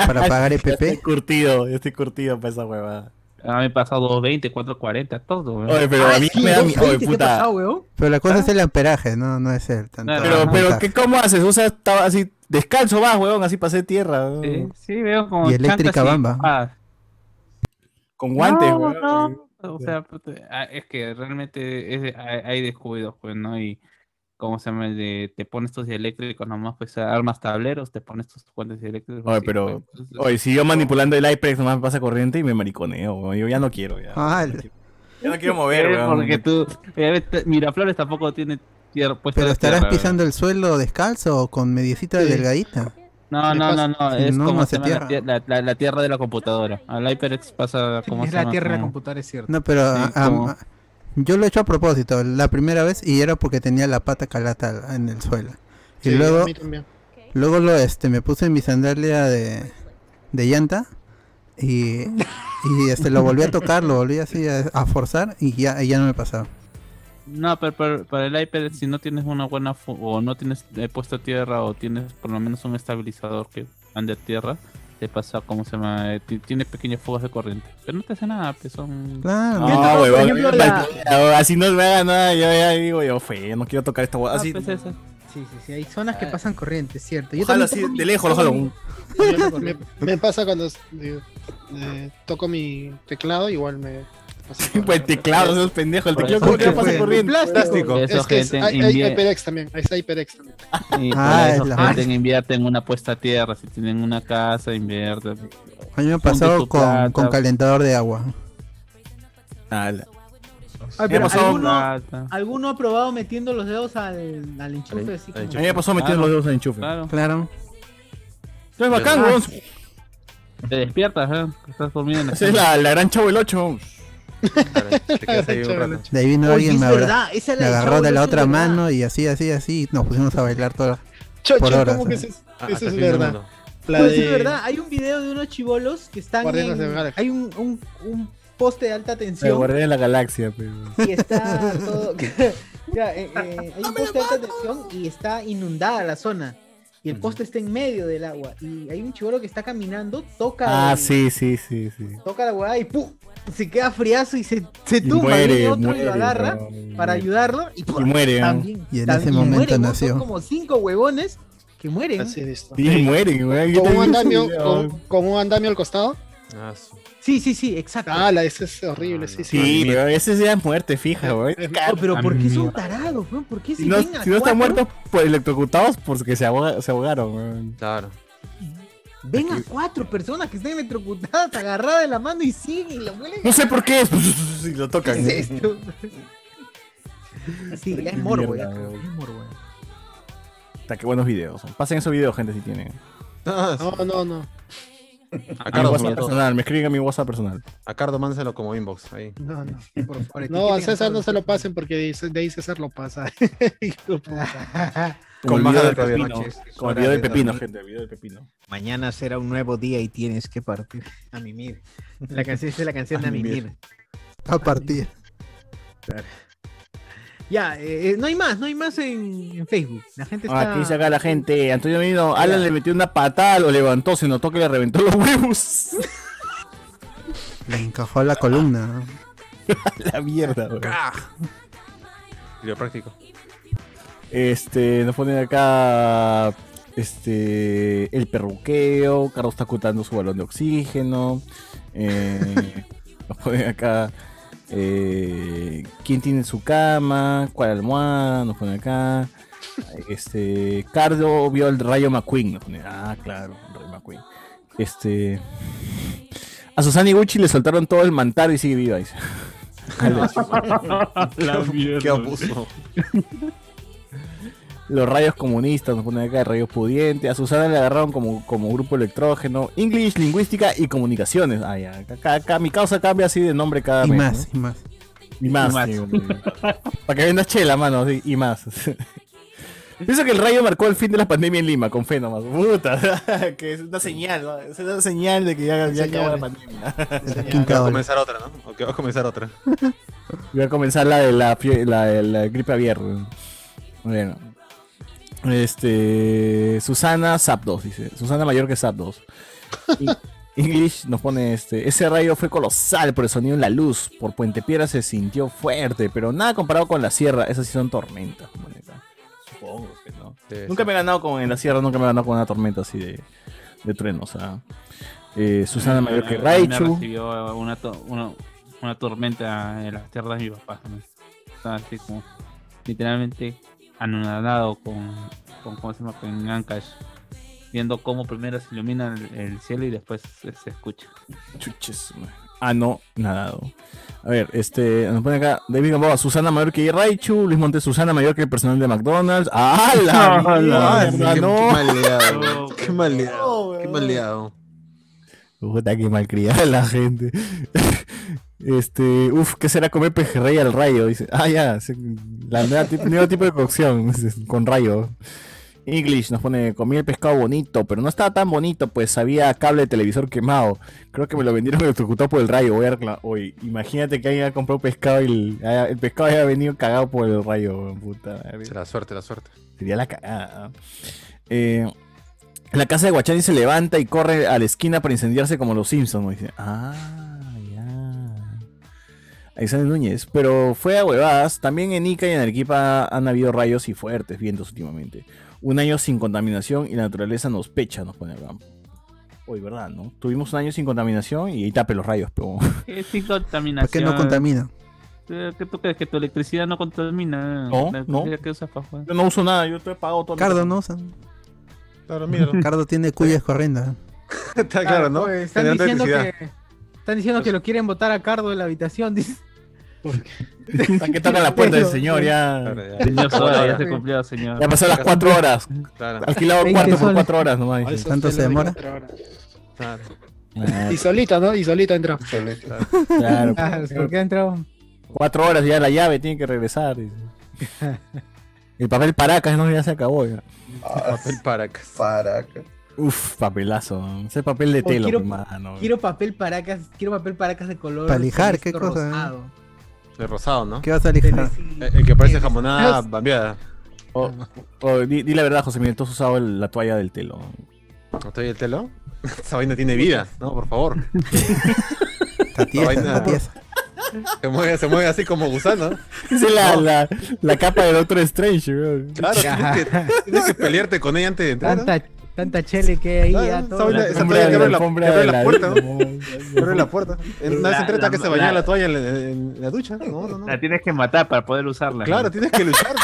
Speaker 5: para pagar
Speaker 2: Ya Estoy
Speaker 5: EPP.
Speaker 2: curtido, ya estoy curtido para esa huevada.
Speaker 9: Ah, me he pasado 220, 440, todo, weón.
Speaker 2: Ah. Oye,
Speaker 1: Ah,
Speaker 2: pero a mí me da mi- Oye,
Speaker 1: ¿Qué ha
Speaker 2: puta.
Speaker 1: pasado, weón?
Speaker 5: Pero la cosa es el amperaje, no, no es el tanto.
Speaker 9: Claro.
Speaker 2: Pero, pero,
Speaker 5: voltaje.
Speaker 2: ¿qué, ¿cómo haces? O sea, estaba así, descalzo vas, huevón, así pasé tierra. ¿no?
Speaker 9: Sí, sí, veo como
Speaker 5: Y eléctrica
Speaker 9: chanclas y-
Speaker 5: bamba.
Speaker 9: Ah,
Speaker 2: Con guantes,
Speaker 9: no,
Speaker 2: huevón.
Speaker 9: no, O sea, puta, ah, es que realmente es de- hay, hay descuidos, pues, ¿no? Y cómo se llama el de te pones estos eléctricos nomás, pues armas tableros, te pones estos guantes eléctricos.
Speaker 2: Oye,
Speaker 9: y,
Speaker 2: pero-
Speaker 9: pues, entonces-
Speaker 2: Oye, si yo manipulando el iPad nomás me pasa corriente y me mariconeo, huevón. Yo ya no quiero, ya. Ya
Speaker 5: Ah, el-
Speaker 2: no quiero- ya no quiero
Speaker 9: Eh,
Speaker 2: mover, huevón.
Speaker 9: porque tú, eh, te- Miraflores tampoco tiene tierra puesta
Speaker 5: pero
Speaker 9: la
Speaker 5: estarás
Speaker 9: tierra,
Speaker 5: pisando el suelo descalzo o con mediecita
Speaker 1: Sí.
Speaker 5: delgadita.
Speaker 9: No, no, no, no,
Speaker 5: Si
Speaker 9: es
Speaker 5: no,
Speaker 9: como
Speaker 5: no
Speaker 9: se
Speaker 5: hace
Speaker 9: llama
Speaker 5: tierra.
Speaker 9: la, tie- la- la- la tierra de la computadora. Al HyperX pasa como
Speaker 1: Es
Speaker 9: se
Speaker 1: la
Speaker 9: llama,
Speaker 1: tierra de la
Speaker 9: como-
Speaker 1: computadora, es cierto.
Speaker 5: No, pero
Speaker 9: Sí,
Speaker 5: ah,
Speaker 9: como-
Speaker 5: ah, yo lo he hecho a propósito la primera vez y era porque tenía la pata calata en el suelo. Y
Speaker 6: Sí, a
Speaker 5: luego
Speaker 6: mí también.
Speaker 5: Luego lo este me puse mi sandalia de, de llanta y, y este lo volví a tocar, lo volví así a, a forzar y ya, y ya no me pasaba.
Speaker 9: No, pero, pero para el iPad, si no tienes una buena fu- o no tienes eh, puesta tierra o tienes por lo menos un estabilizador que ande a tierra, te pasa como se llama, Eh, ti- tiene pequeñas fugas de corriente. Pero no te hace nada, pues son.
Speaker 5: Claro.
Speaker 1: Yo tampoco,
Speaker 2: No,
Speaker 1: por
Speaker 2: huevón.
Speaker 1: ejemplo,
Speaker 2: yo
Speaker 1: la-
Speaker 2: palpeo, Así no me haga nada. Yo ya digo, yo fe, no quiero tocar esta
Speaker 9: Ah,
Speaker 2: huevada. Así,
Speaker 9: pues eso.
Speaker 1: Sí, sí, sí, hay zonas que pasan corriente, es cierto. Yo
Speaker 2: ojalá
Speaker 1: también
Speaker 2: así,
Speaker 1: tengo mi-
Speaker 2: de lejos, ojalá.
Speaker 1: Yo-
Speaker 6: Me, me pasa cuando eh, eh, toco mi teclado, igual me. pasa
Speaker 2: Sí, pues el teclado, esos pendejos, el
Speaker 9: Por
Speaker 2: teclado,
Speaker 9: eso
Speaker 2: ¿cómo que
Speaker 9: que
Speaker 2: no pasa
Speaker 1: fue-
Speaker 2: corriente?
Speaker 6: Plástico.
Speaker 9: Eso,
Speaker 6: Es que es-
Speaker 9: gente,
Speaker 6: hay, hay
Speaker 9: invie-
Speaker 6: HyperX también, hay HyperX también.
Speaker 9: Y
Speaker 5: Ah,
Speaker 9: para eso,
Speaker 5: es la
Speaker 9: gente, invierten una puesta a tierra. Si tienen una casa, invierten.
Speaker 5: A mí me
Speaker 9: Ponte
Speaker 5: pasó
Speaker 9: tu
Speaker 5: con, con
Speaker 9: plata.
Speaker 5: calentador de agua.
Speaker 2: Ah, la-
Speaker 1: Ay,
Speaker 2: Me ha
Speaker 1: pero
Speaker 2: pasado-
Speaker 1: ¿alguno,
Speaker 9: Plata.
Speaker 1: ¿Alguno ha probado metiendo los dedos al, al enchufe? Así como-
Speaker 2: A mí me pasó metiendo los dedos en el enchufe.
Speaker 9: Claro,
Speaker 5: Claro.
Speaker 2: Esto es bacán,
Speaker 9: Ah.
Speaker 2: huevón.
Speaker 9: te despiertas, ¿eh? Estás durmiendo. en la
Speaker 2: Esa es
Speaker 9: cama.
Speaker 2: la, la gran chavo el 8.
Speaker 3: Te quedas ahí un rato.
Speaker 5: De ahí vino
Speaker 1: Oye,
Speaker 5: alguien
Speaker 1: Pues es
Speaker 5: me, abra-
Speaker 1: verdad, esa es
Speaker 5: me
Speaker 1: del
Speaker 5: agarró de la
Speaker 1: chavo,
Speaker 5: otra
Speaker 1: es verdad.
Speaker 5: mano y así, así, así. Nos pusimos a bailar todas.
Speaker 6: Chocho,
Speaker 5: Por horas,
Speaker 6: ¿cómo que
Speaker 5: eh.
Speaker 6: eso es,
Speaker 3: Ah, hasta
Speaker 6: eso es
Speaker 3: el fin del
Speaker 6: verdad?
Speaker 3: mundo.
Speaker 6: La
Speaker 1: Pues
Speaker 6: de...
Speaker 1: es verdad, hay un video de unos chivolos que están
Speaker 6: Guardianes de la
Speaker 1: en,
Speaker 6: Galaxia.
Speaker 1: hay un, un, un poste de alta
Speaker 2: Me
Speaker 1: tensión
Speaker 2: guardé en la galaxia, pero.
Speaker 1: y está todo ya, eh, eh, hay un poste de alta tensión y está inundada la zona y el poste está en medio del agua y hay un chivolo que está caminando, toca
Speaker 2: Ah,
Speaker 1: el-
Speaker 2: sí, sí, sí, sí.
Speaker 1: toca la hueá y ¡pum! se queda friazo y se, se
Speaker 2: Y
Speaker 1: tumba
Speaker 2: muere,
Speaker 1: viene otro y
Speaker 2: muere,
Speaker 1: lo agarra
Speaker 2: huevón.
Speaker 1: para ayudarlo y,
Speaker 2: Y muere,
Speaker 1: también,
Speaker 5: Y en
Speaker 1: tam-
Speaker 5: ese momento
Speaker 1: muere, ¿no?
Speaker 5: nació.
Speaker 1: Son como cinco huevones que mueren.
Speaker 6: Así listo.
Speaker 2: Sí, muere, güey. Yo
Speaker 6: Con un
Speaker 2: también-
Speaker 6: andamio, con, con un andamio al costado.
Speaker 3: Ah, su-
Speaker 1: Sí, sí, sí, exacto.
Speaker 6: Ah, la ese es horrible, sí,
Speaker 2: Sí,
Speaker 6: sí.
Speaker 2: pero ese sí es muerte fija, güey.
Speaker 6: Es-
Speaker 1: No, pero ¿por qué
Speaker 2: mierda.
Speaker 1: son tarados, weón? ¿Por qué
Speaker 2: Si no,
Speaker 1: ven a
Speaker 2: si no están
Speaker 1: cuatro?
Speaker 2: muertos por electrocutados, porque se, ahoga- se ahogaron, güey.
Speaker 3: Claro.
Speaker 1: Ven a cuatro personas que están electrocutadas, agarradas de la mano y siguen y la huelen.
Speaker 2: No sé por qué. Si lo tocan.
Speaker 1: ¿Qué es esto? Sí, ya es morbo, ya.
Speaker 2: Mierda, weón.
Speaker 1: Es morbo.
Speaker 2: Puta, qué buenos videos. Pasen esos videos, gente, si tienen.
Speaker 6: No, no, no.
Speaker 2: A mi
Speaker 3: Cardo
Speaker 2: WhatsApp
Speaker 3: Manzano.
Speaker 2: personal, me escriben a mi WhatsApp personal.
Speaker 3: A Cardo, mándaselo como inbox. Ahí.
Speaker 6: No, no.
Speaker 3: Por favor,
Speaker 6: No, a César no se lo pasen porque de ahí- de ahí César lo pasa. Hijo de puta.
Speaker 2: Como el video
Speaker 3: Con baja
Speaker 2: del
Speaker 3: de
Speaker 2: pepino.
Speaker 3: noches.
Speaker 2: Como el video del
Speaker 3: Horas de
Speaker 2: pepino,
Speaker 3: dormir.
Speaker 2: gente. El video del pepino.
Speaker 1: Mañana será un nuevo día y tienes que partir a mimir. La canción esa es la canción
Speaker 5: A
Speaker 1: de a
Speaker 5: mimir.
Speaker 1: mimir.
Speaker 5: A partir.
Speaker 1: Ya, eh, eh, no hay más, no hay más en, en Facebook. La gente
Speaker 2: Ah,
Speaker 1: está.
Speaker 2: aquí dice acá la gente. Antonio Mino, Alan le metió una patada, lo levantó, se notó que le reventó los huevos.
Speaker 5: Le encajó la columna. ¿no?
Speaker 2: la mierda, weón.
Speaker 3: Quiropráctico.
Speaker 2: Este, nos ponen acá. Este. El perruqueo. Carlos está ocultando su balón de oxígeno. eh, nos ponen acá. eh, ¿Quién tiene su cama? ¿Cuál almohada? Nos ponen acá. Este. Cardo vio el rayo McQueen. Nos ponen, ah, claro, el rayo McQueen. Este. A Susana y Gucci le soltaron todo el mantar y sigue viva. dice.
Speaker 9: La mierda.
Speaker 3: Qué abuso.
Speaker 2: Los rayos comunistas, nos ponen acá rayos pudientes. A Susana le agarraron como, como grupo electrógeno. English, lingüística y comunicaciones. Ah, ya. Acá, acá- acá mi causa cambia así de nombre cada
Speaker 5: Y
Speaker 9: Ah,
Speaker 2: mes.
Speaker 5: más,
Speaker 2: ¿no?
Speaker 5: y más.
Speaker 2: Y más.
Speaker 5: Y más.
Speaker 2: sí, hombre. Para que vendas chela, mano. sí, y más. Pienso que el rayo marcó el fin de la pandemia en Lima, con fe nomás. Puta, que es una señal, ¿no? es una señal de que ya, ya acabó la pandemia.
Speaker 3: Que va a comenzar otra, ¿no? O que va a comenzar otra.
Speaker 2: Voy a comenzar la de la, fie- la, de la gripe aviar. weón. Bueno. Este. Susana Zapdos, dice. Susana mayor que Zapdos. Y- English nos pone este. Ese rayo fue colosal por el sonido en la luz. Por Puente Piedra se sintió fuerte, pero nada comparado con la sierra. Esas sí son tormentas. bueno, acá. Supongo que no. Nunca me he ganado con, en la sierra, nunca me he ganado con una tormenta así de, de truenos. ah. Eh, Susana mayor que
Speaker 9: Ah, A mí me
Speaker 2: Raichu.
Speaker 9: recibió una, to- una, una tormenta en las tierras de mi papá. ¿no? Estaba así como literalmente anonadado con, con ¿cómo se llama? Con Ancash. Viendo cómo primero se ilumina el, el cielo y después se, se escucha.
Speaker 2: Chuches, Ah, no, nadado. A ver, este, nos pone acá David Gamboa, Susana mayor que Raichu, Luis Montes, Susana mayor que el personal de McDonald's. ¡Ah, la
Speaker 3: Ah, la-
Speaker 2: mierda,
Speaker 3: qué-
Speaker 2: no!
Speaker 3: qué mal liado, weón. Qué mal liado,
Speaker 2: No,
Speaker 3: qué
Speaker 2: weón.
Speaker 3: mal liado.
Speaker 2: Puta, que malcriada la gente. Este, uf, ¿qué será comer pejerrey al rayo? Dice, ah, ya, sí, la nueva tip- nuevo tipo de cocción con rayo. English nos pone, comí el pescado bonito, pero no estaba tan bonito, pues había cable de televisor quemado. Creo que me lo vendieron electrocutado por el rayo. Voy a recla- Oye, imagínate que alguien haya comprado pescado y el, haya- el pescado haya venido cagado por el rayo, weón, puta. madre.
Speaker 3: La suerte, la suerte.
Speaker 2: Sería la cagada. ¿ah? Eh, la casa de Guachani se levanta y corre a la esquina para incendiarse como los Simpsons. ¿no? Dice, ah, ya. Ahí sale Núñez. Pero fue a huevadas. También en Ica y en Arequipa han habido rayos y fuertes vientos últimamente. Un año sin contaminación y la naturaleza nos pecha, nos pone acá. Hoy, ¿verdad? ¿No? Tuvimos un año sin contaminación y ahí tape los rayos, pero.
Speaker 9: ¿Qué sin contaminación?
Speaker 5: ¿Por qué no contamina?
Speaker 9: Eh, ¿Qué tú crees? ¿Que tu electricidad no contamina?
Speaker 2: No,
Speaker 9: La
Speaker 2: no.
Speaker 9: electricidad que usas para jugar.
Speaker 2: Yo no uso nada, yo estoy pagado todo.
Speaker 5: Cardo no usa.
Speaker 3: Claro,
Speaker 5: Cardo tiene cuyas corriendo. ¿eh?
Speaker 3: Está claro, ¿no?
Speaker 1: pues, están
Speaker 3: Generando
Speaker 1: diciendo que.
Speaker 3: electricidad.
Speaker 1: Están diciendo
Speaker 2: Pues-
Speaker 1: que lo quieren votar a Cardo de la habitación. dice.
Speaker 2: que toca la puerta del señor, ya.
Speaker 3: Claro, ya.
Speaker 9: Señor Soda, ya se cumplió, señor.
Speaker 2: Ya pasaron las cuatro horas.
Speaker 3: Claro.
Speaker 2: Alquilado el
Speaker 1: Veinte
Speaker 2: cuarto por
Speaker 1: soles.
Speaker 2: cuatro horas nomás. dice. Ah,
Speaker 6: Eso
Speaker 5: ¿Tanto
Speaker 6: fue
Speaker 5: se
Speaker 6: lo de
Speaker 5: demora?
Speaker 6: cuatro horas.
Speaker 3: Claro.
Speaker 6: Y solito, ¿no? Y solito entró.
Speaker 2: Claro,
Speaker 1: Ah, ¿Por qué ha entrado?
Speaker 2: cuatro horas ya la llave tiene que regresar. dice. El papel paracas no ya se acabó ya.
Speaker 4: Ah,
Speaker 3: Papel paracas.
Speaker 4: Paracas.
Speaker 2: Uf, papelazo. ¿no? Ese papel de
Speaker 1: Oh,
Speaker 2: telo,
Speaker 1: quiero-
Speaker 2: hermano.
Speaker 1: Quiero papel paracas, quiero papel paracas de color.
Speaker 5: Para lijar, ¿qué
Speaker 1: celeste
Speaker 5: cosa, eh?
Speaker 1: rosado.
Speaker 3: El rosado, ¿no? Eh,
Speaker 5: ¿Qué vas a lijar?
Speaker 3: El el que parece jamonada bambeada.
Speaker 2: O- o Oh, di, di la verdad, José Miguel, tú has usado el- la toalla del telo.
Speaker 3: ¿No estoy el telo? Esa vaina tiene vida, ¿no? Por favor.
Speaker 5: Está tiesa,
Speaker 3: vaina-
Speaker 5: está tiesa.
Speaker 3: Se mueve, se mueve así como gusano.
Speaker 2: Esa es la, la, la capa del otro Strange, weón.
Speaker 3: Claro, tienes que, tienes que pelearte con ella antes de entrar. ¿no?
Speaker 1: Tanta, tanta chele que hay ahí.
Speaker 3: Claro,
Speaker 1: ya
Speaker 3: esa
Speaker 1: todo.
Speaker 3: vaina- esa
Speaker 2: Alfombra-
Speaker 3: toalla que abre la,
Speaker 2: alfombra
Speaker 3: que abre
Speaker 2: de
Speaker 3: la
Speaker 2: la
Speaker 3: puerta,
Speaker 2: vida,
Speaker 3: ¿no? Que abre la puerta. En una vez
Speaker 9: La-
Speaker 3: entreta
Speaker 9: la-
Speaker 3: que se bañaba
Speaker 9: la-
Speaker 3: la toalla en, en la ducha. No, no, no.
Speaker 9: La tienes que matar para poder usarla.
Speaker 3: Claro, tienes que luchar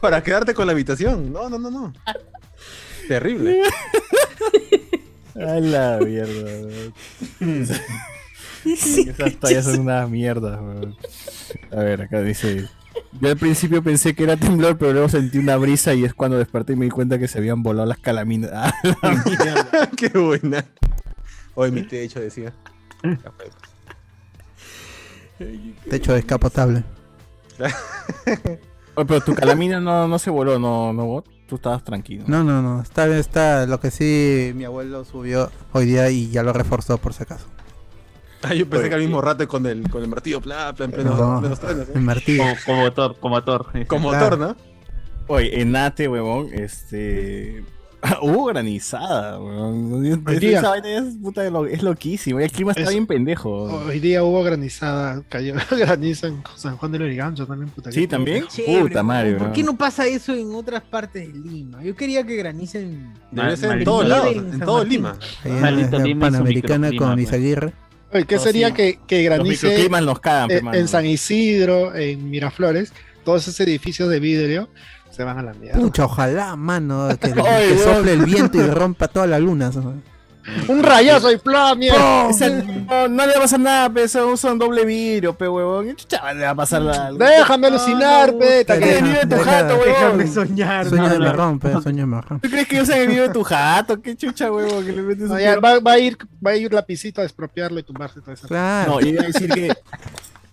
Speaker 3: para quedarte con la habitación. No, no, no, no. Terrible.
Speaker 2: A la mierda, weón. Esas toallas son una mierda, weón. A ver, acá dice. Yo al principio pensé que era temblor, pero luego sentí una brisa y es cuando desperté y me di cuenta que se habían volado las calaminas. Ah, la mierda.
Speaker 3: Qué buena. Hoy mi techo decía.
Speaker 5: Techo descapotable.
Speaker 2: Oye, pero tu calamina no, no se voló, no, no, vos? tú estabas tranquilo.
Speaker 5: No, no, no. Está bien, está. Lo que sí, mi abuelo subió hoy día y ya lo reforzó por si acaso.
Speaker 3: Ah, yo pensé que al mismo rato con el, con el martillo, bla, bla, en pleno.
Speaker 5: No,
Speaker 3: pleno truenos, ¿eh?
Speaker 5: el martillo.
Speaker 9: Como, como Thor, como Thor.
Speaker 3: Como
Speaker 5: Claro.
Speaker 3: Thor, ¿no?
Speaker 2: Oye, enate, huevón, este. Hubo granizada, huevón.
Speaker 6: Hoy
Speaker 2: Es-
Speaker 6: día.
Speaker 2: Esa vaina es, puta, es lo- es loquísimo. El clima está
Speaker 6: Es-
Speaker 2: bien pendejo.
Speaker 6: Hoy día hubo granizada, cayó granizo en San Juan del Origancho también, puta.
Speaker 2: Sí,
Speaker 6: que-
Speaker 2: también.
Speaker 1: Chévere,
Speaker 2: Puta madre,
Speaker 1: ¿Por
Speaker 2: huevón.
Speaker 1: qué no pasa eso en otras partes de Lima? Yo quería que granicen.
Speaker 3: Debe ser
Speaker 9: Mal-
Speaker 3: en todos
Speaker 1: maldito.
Speaker 3: lados,
Speaker 1: En
Speaker 3: en
Speaker 1: San
Speaker 3: todo
Speaker 1: Martín.
Speaker 3: Lima.
Speaker 5: Ahí en
Speaker 9: Maldito
Speaker 5: la
Speaker 9: Lima y su
Speaker 5: Panamericana
Speaker 9: microclima,
Speaker 5: con
Speaker 9: pues.
Speaker 5: Luis Aguirre.
Speaker 6: Oye, ¿Qué
Speaker 2: No,
Speaker 6: sería
Speaker 2: sí.
Speaker 6: que, que
Speaker 2: Los
Speaker 6: granice eh,
Speaker 2: microclimas nos cagan, pe,
Speaker 6: en,
Speaker 2: mano.
Speaker 6: en San Isidro, en Miraflores? Todos esos edificios de vidrio se van a la mierda.
Speaker 5: Pucha, ojalá, mano, que,
Speaker 2: Ay,
Speaker 5: que
Speaker 2: weón.
Speaker 5: sople el viento y rompa toda la luna. eso.
Speaker 6: Un rayazo y plá, mierda.
Speaker 2: Esa- no, no le va a pasar nada, pe, son- usan doble vidrio, pe, huevón. ¿Qué chucha le va a pasar algo?
Speaker 6: Déjame alucinar, peta.
Speaker 2: ¿Qué vive en tu
Speaker 5: Deja-
Speaker 2: jato,
Speaker 12: Déjame
Speaker 2: huevón?
Speaker 12: soñar.
Speaker 5: Sueño de
Speaker 12: nada.
Speaker 5: me rompe, sueño me rompe.
Speaker 2: ¿Tú crees que yo sé que vive en tu jato? ¿Qué chucha, huevón? Que le metes un tiro?
Speaker 6: va, va a ir, va a ir lapicito a expropiarlo y tumbarse toda esa.
Speaker 5: Claro.
Speaker 2: No, yo iba a decir que.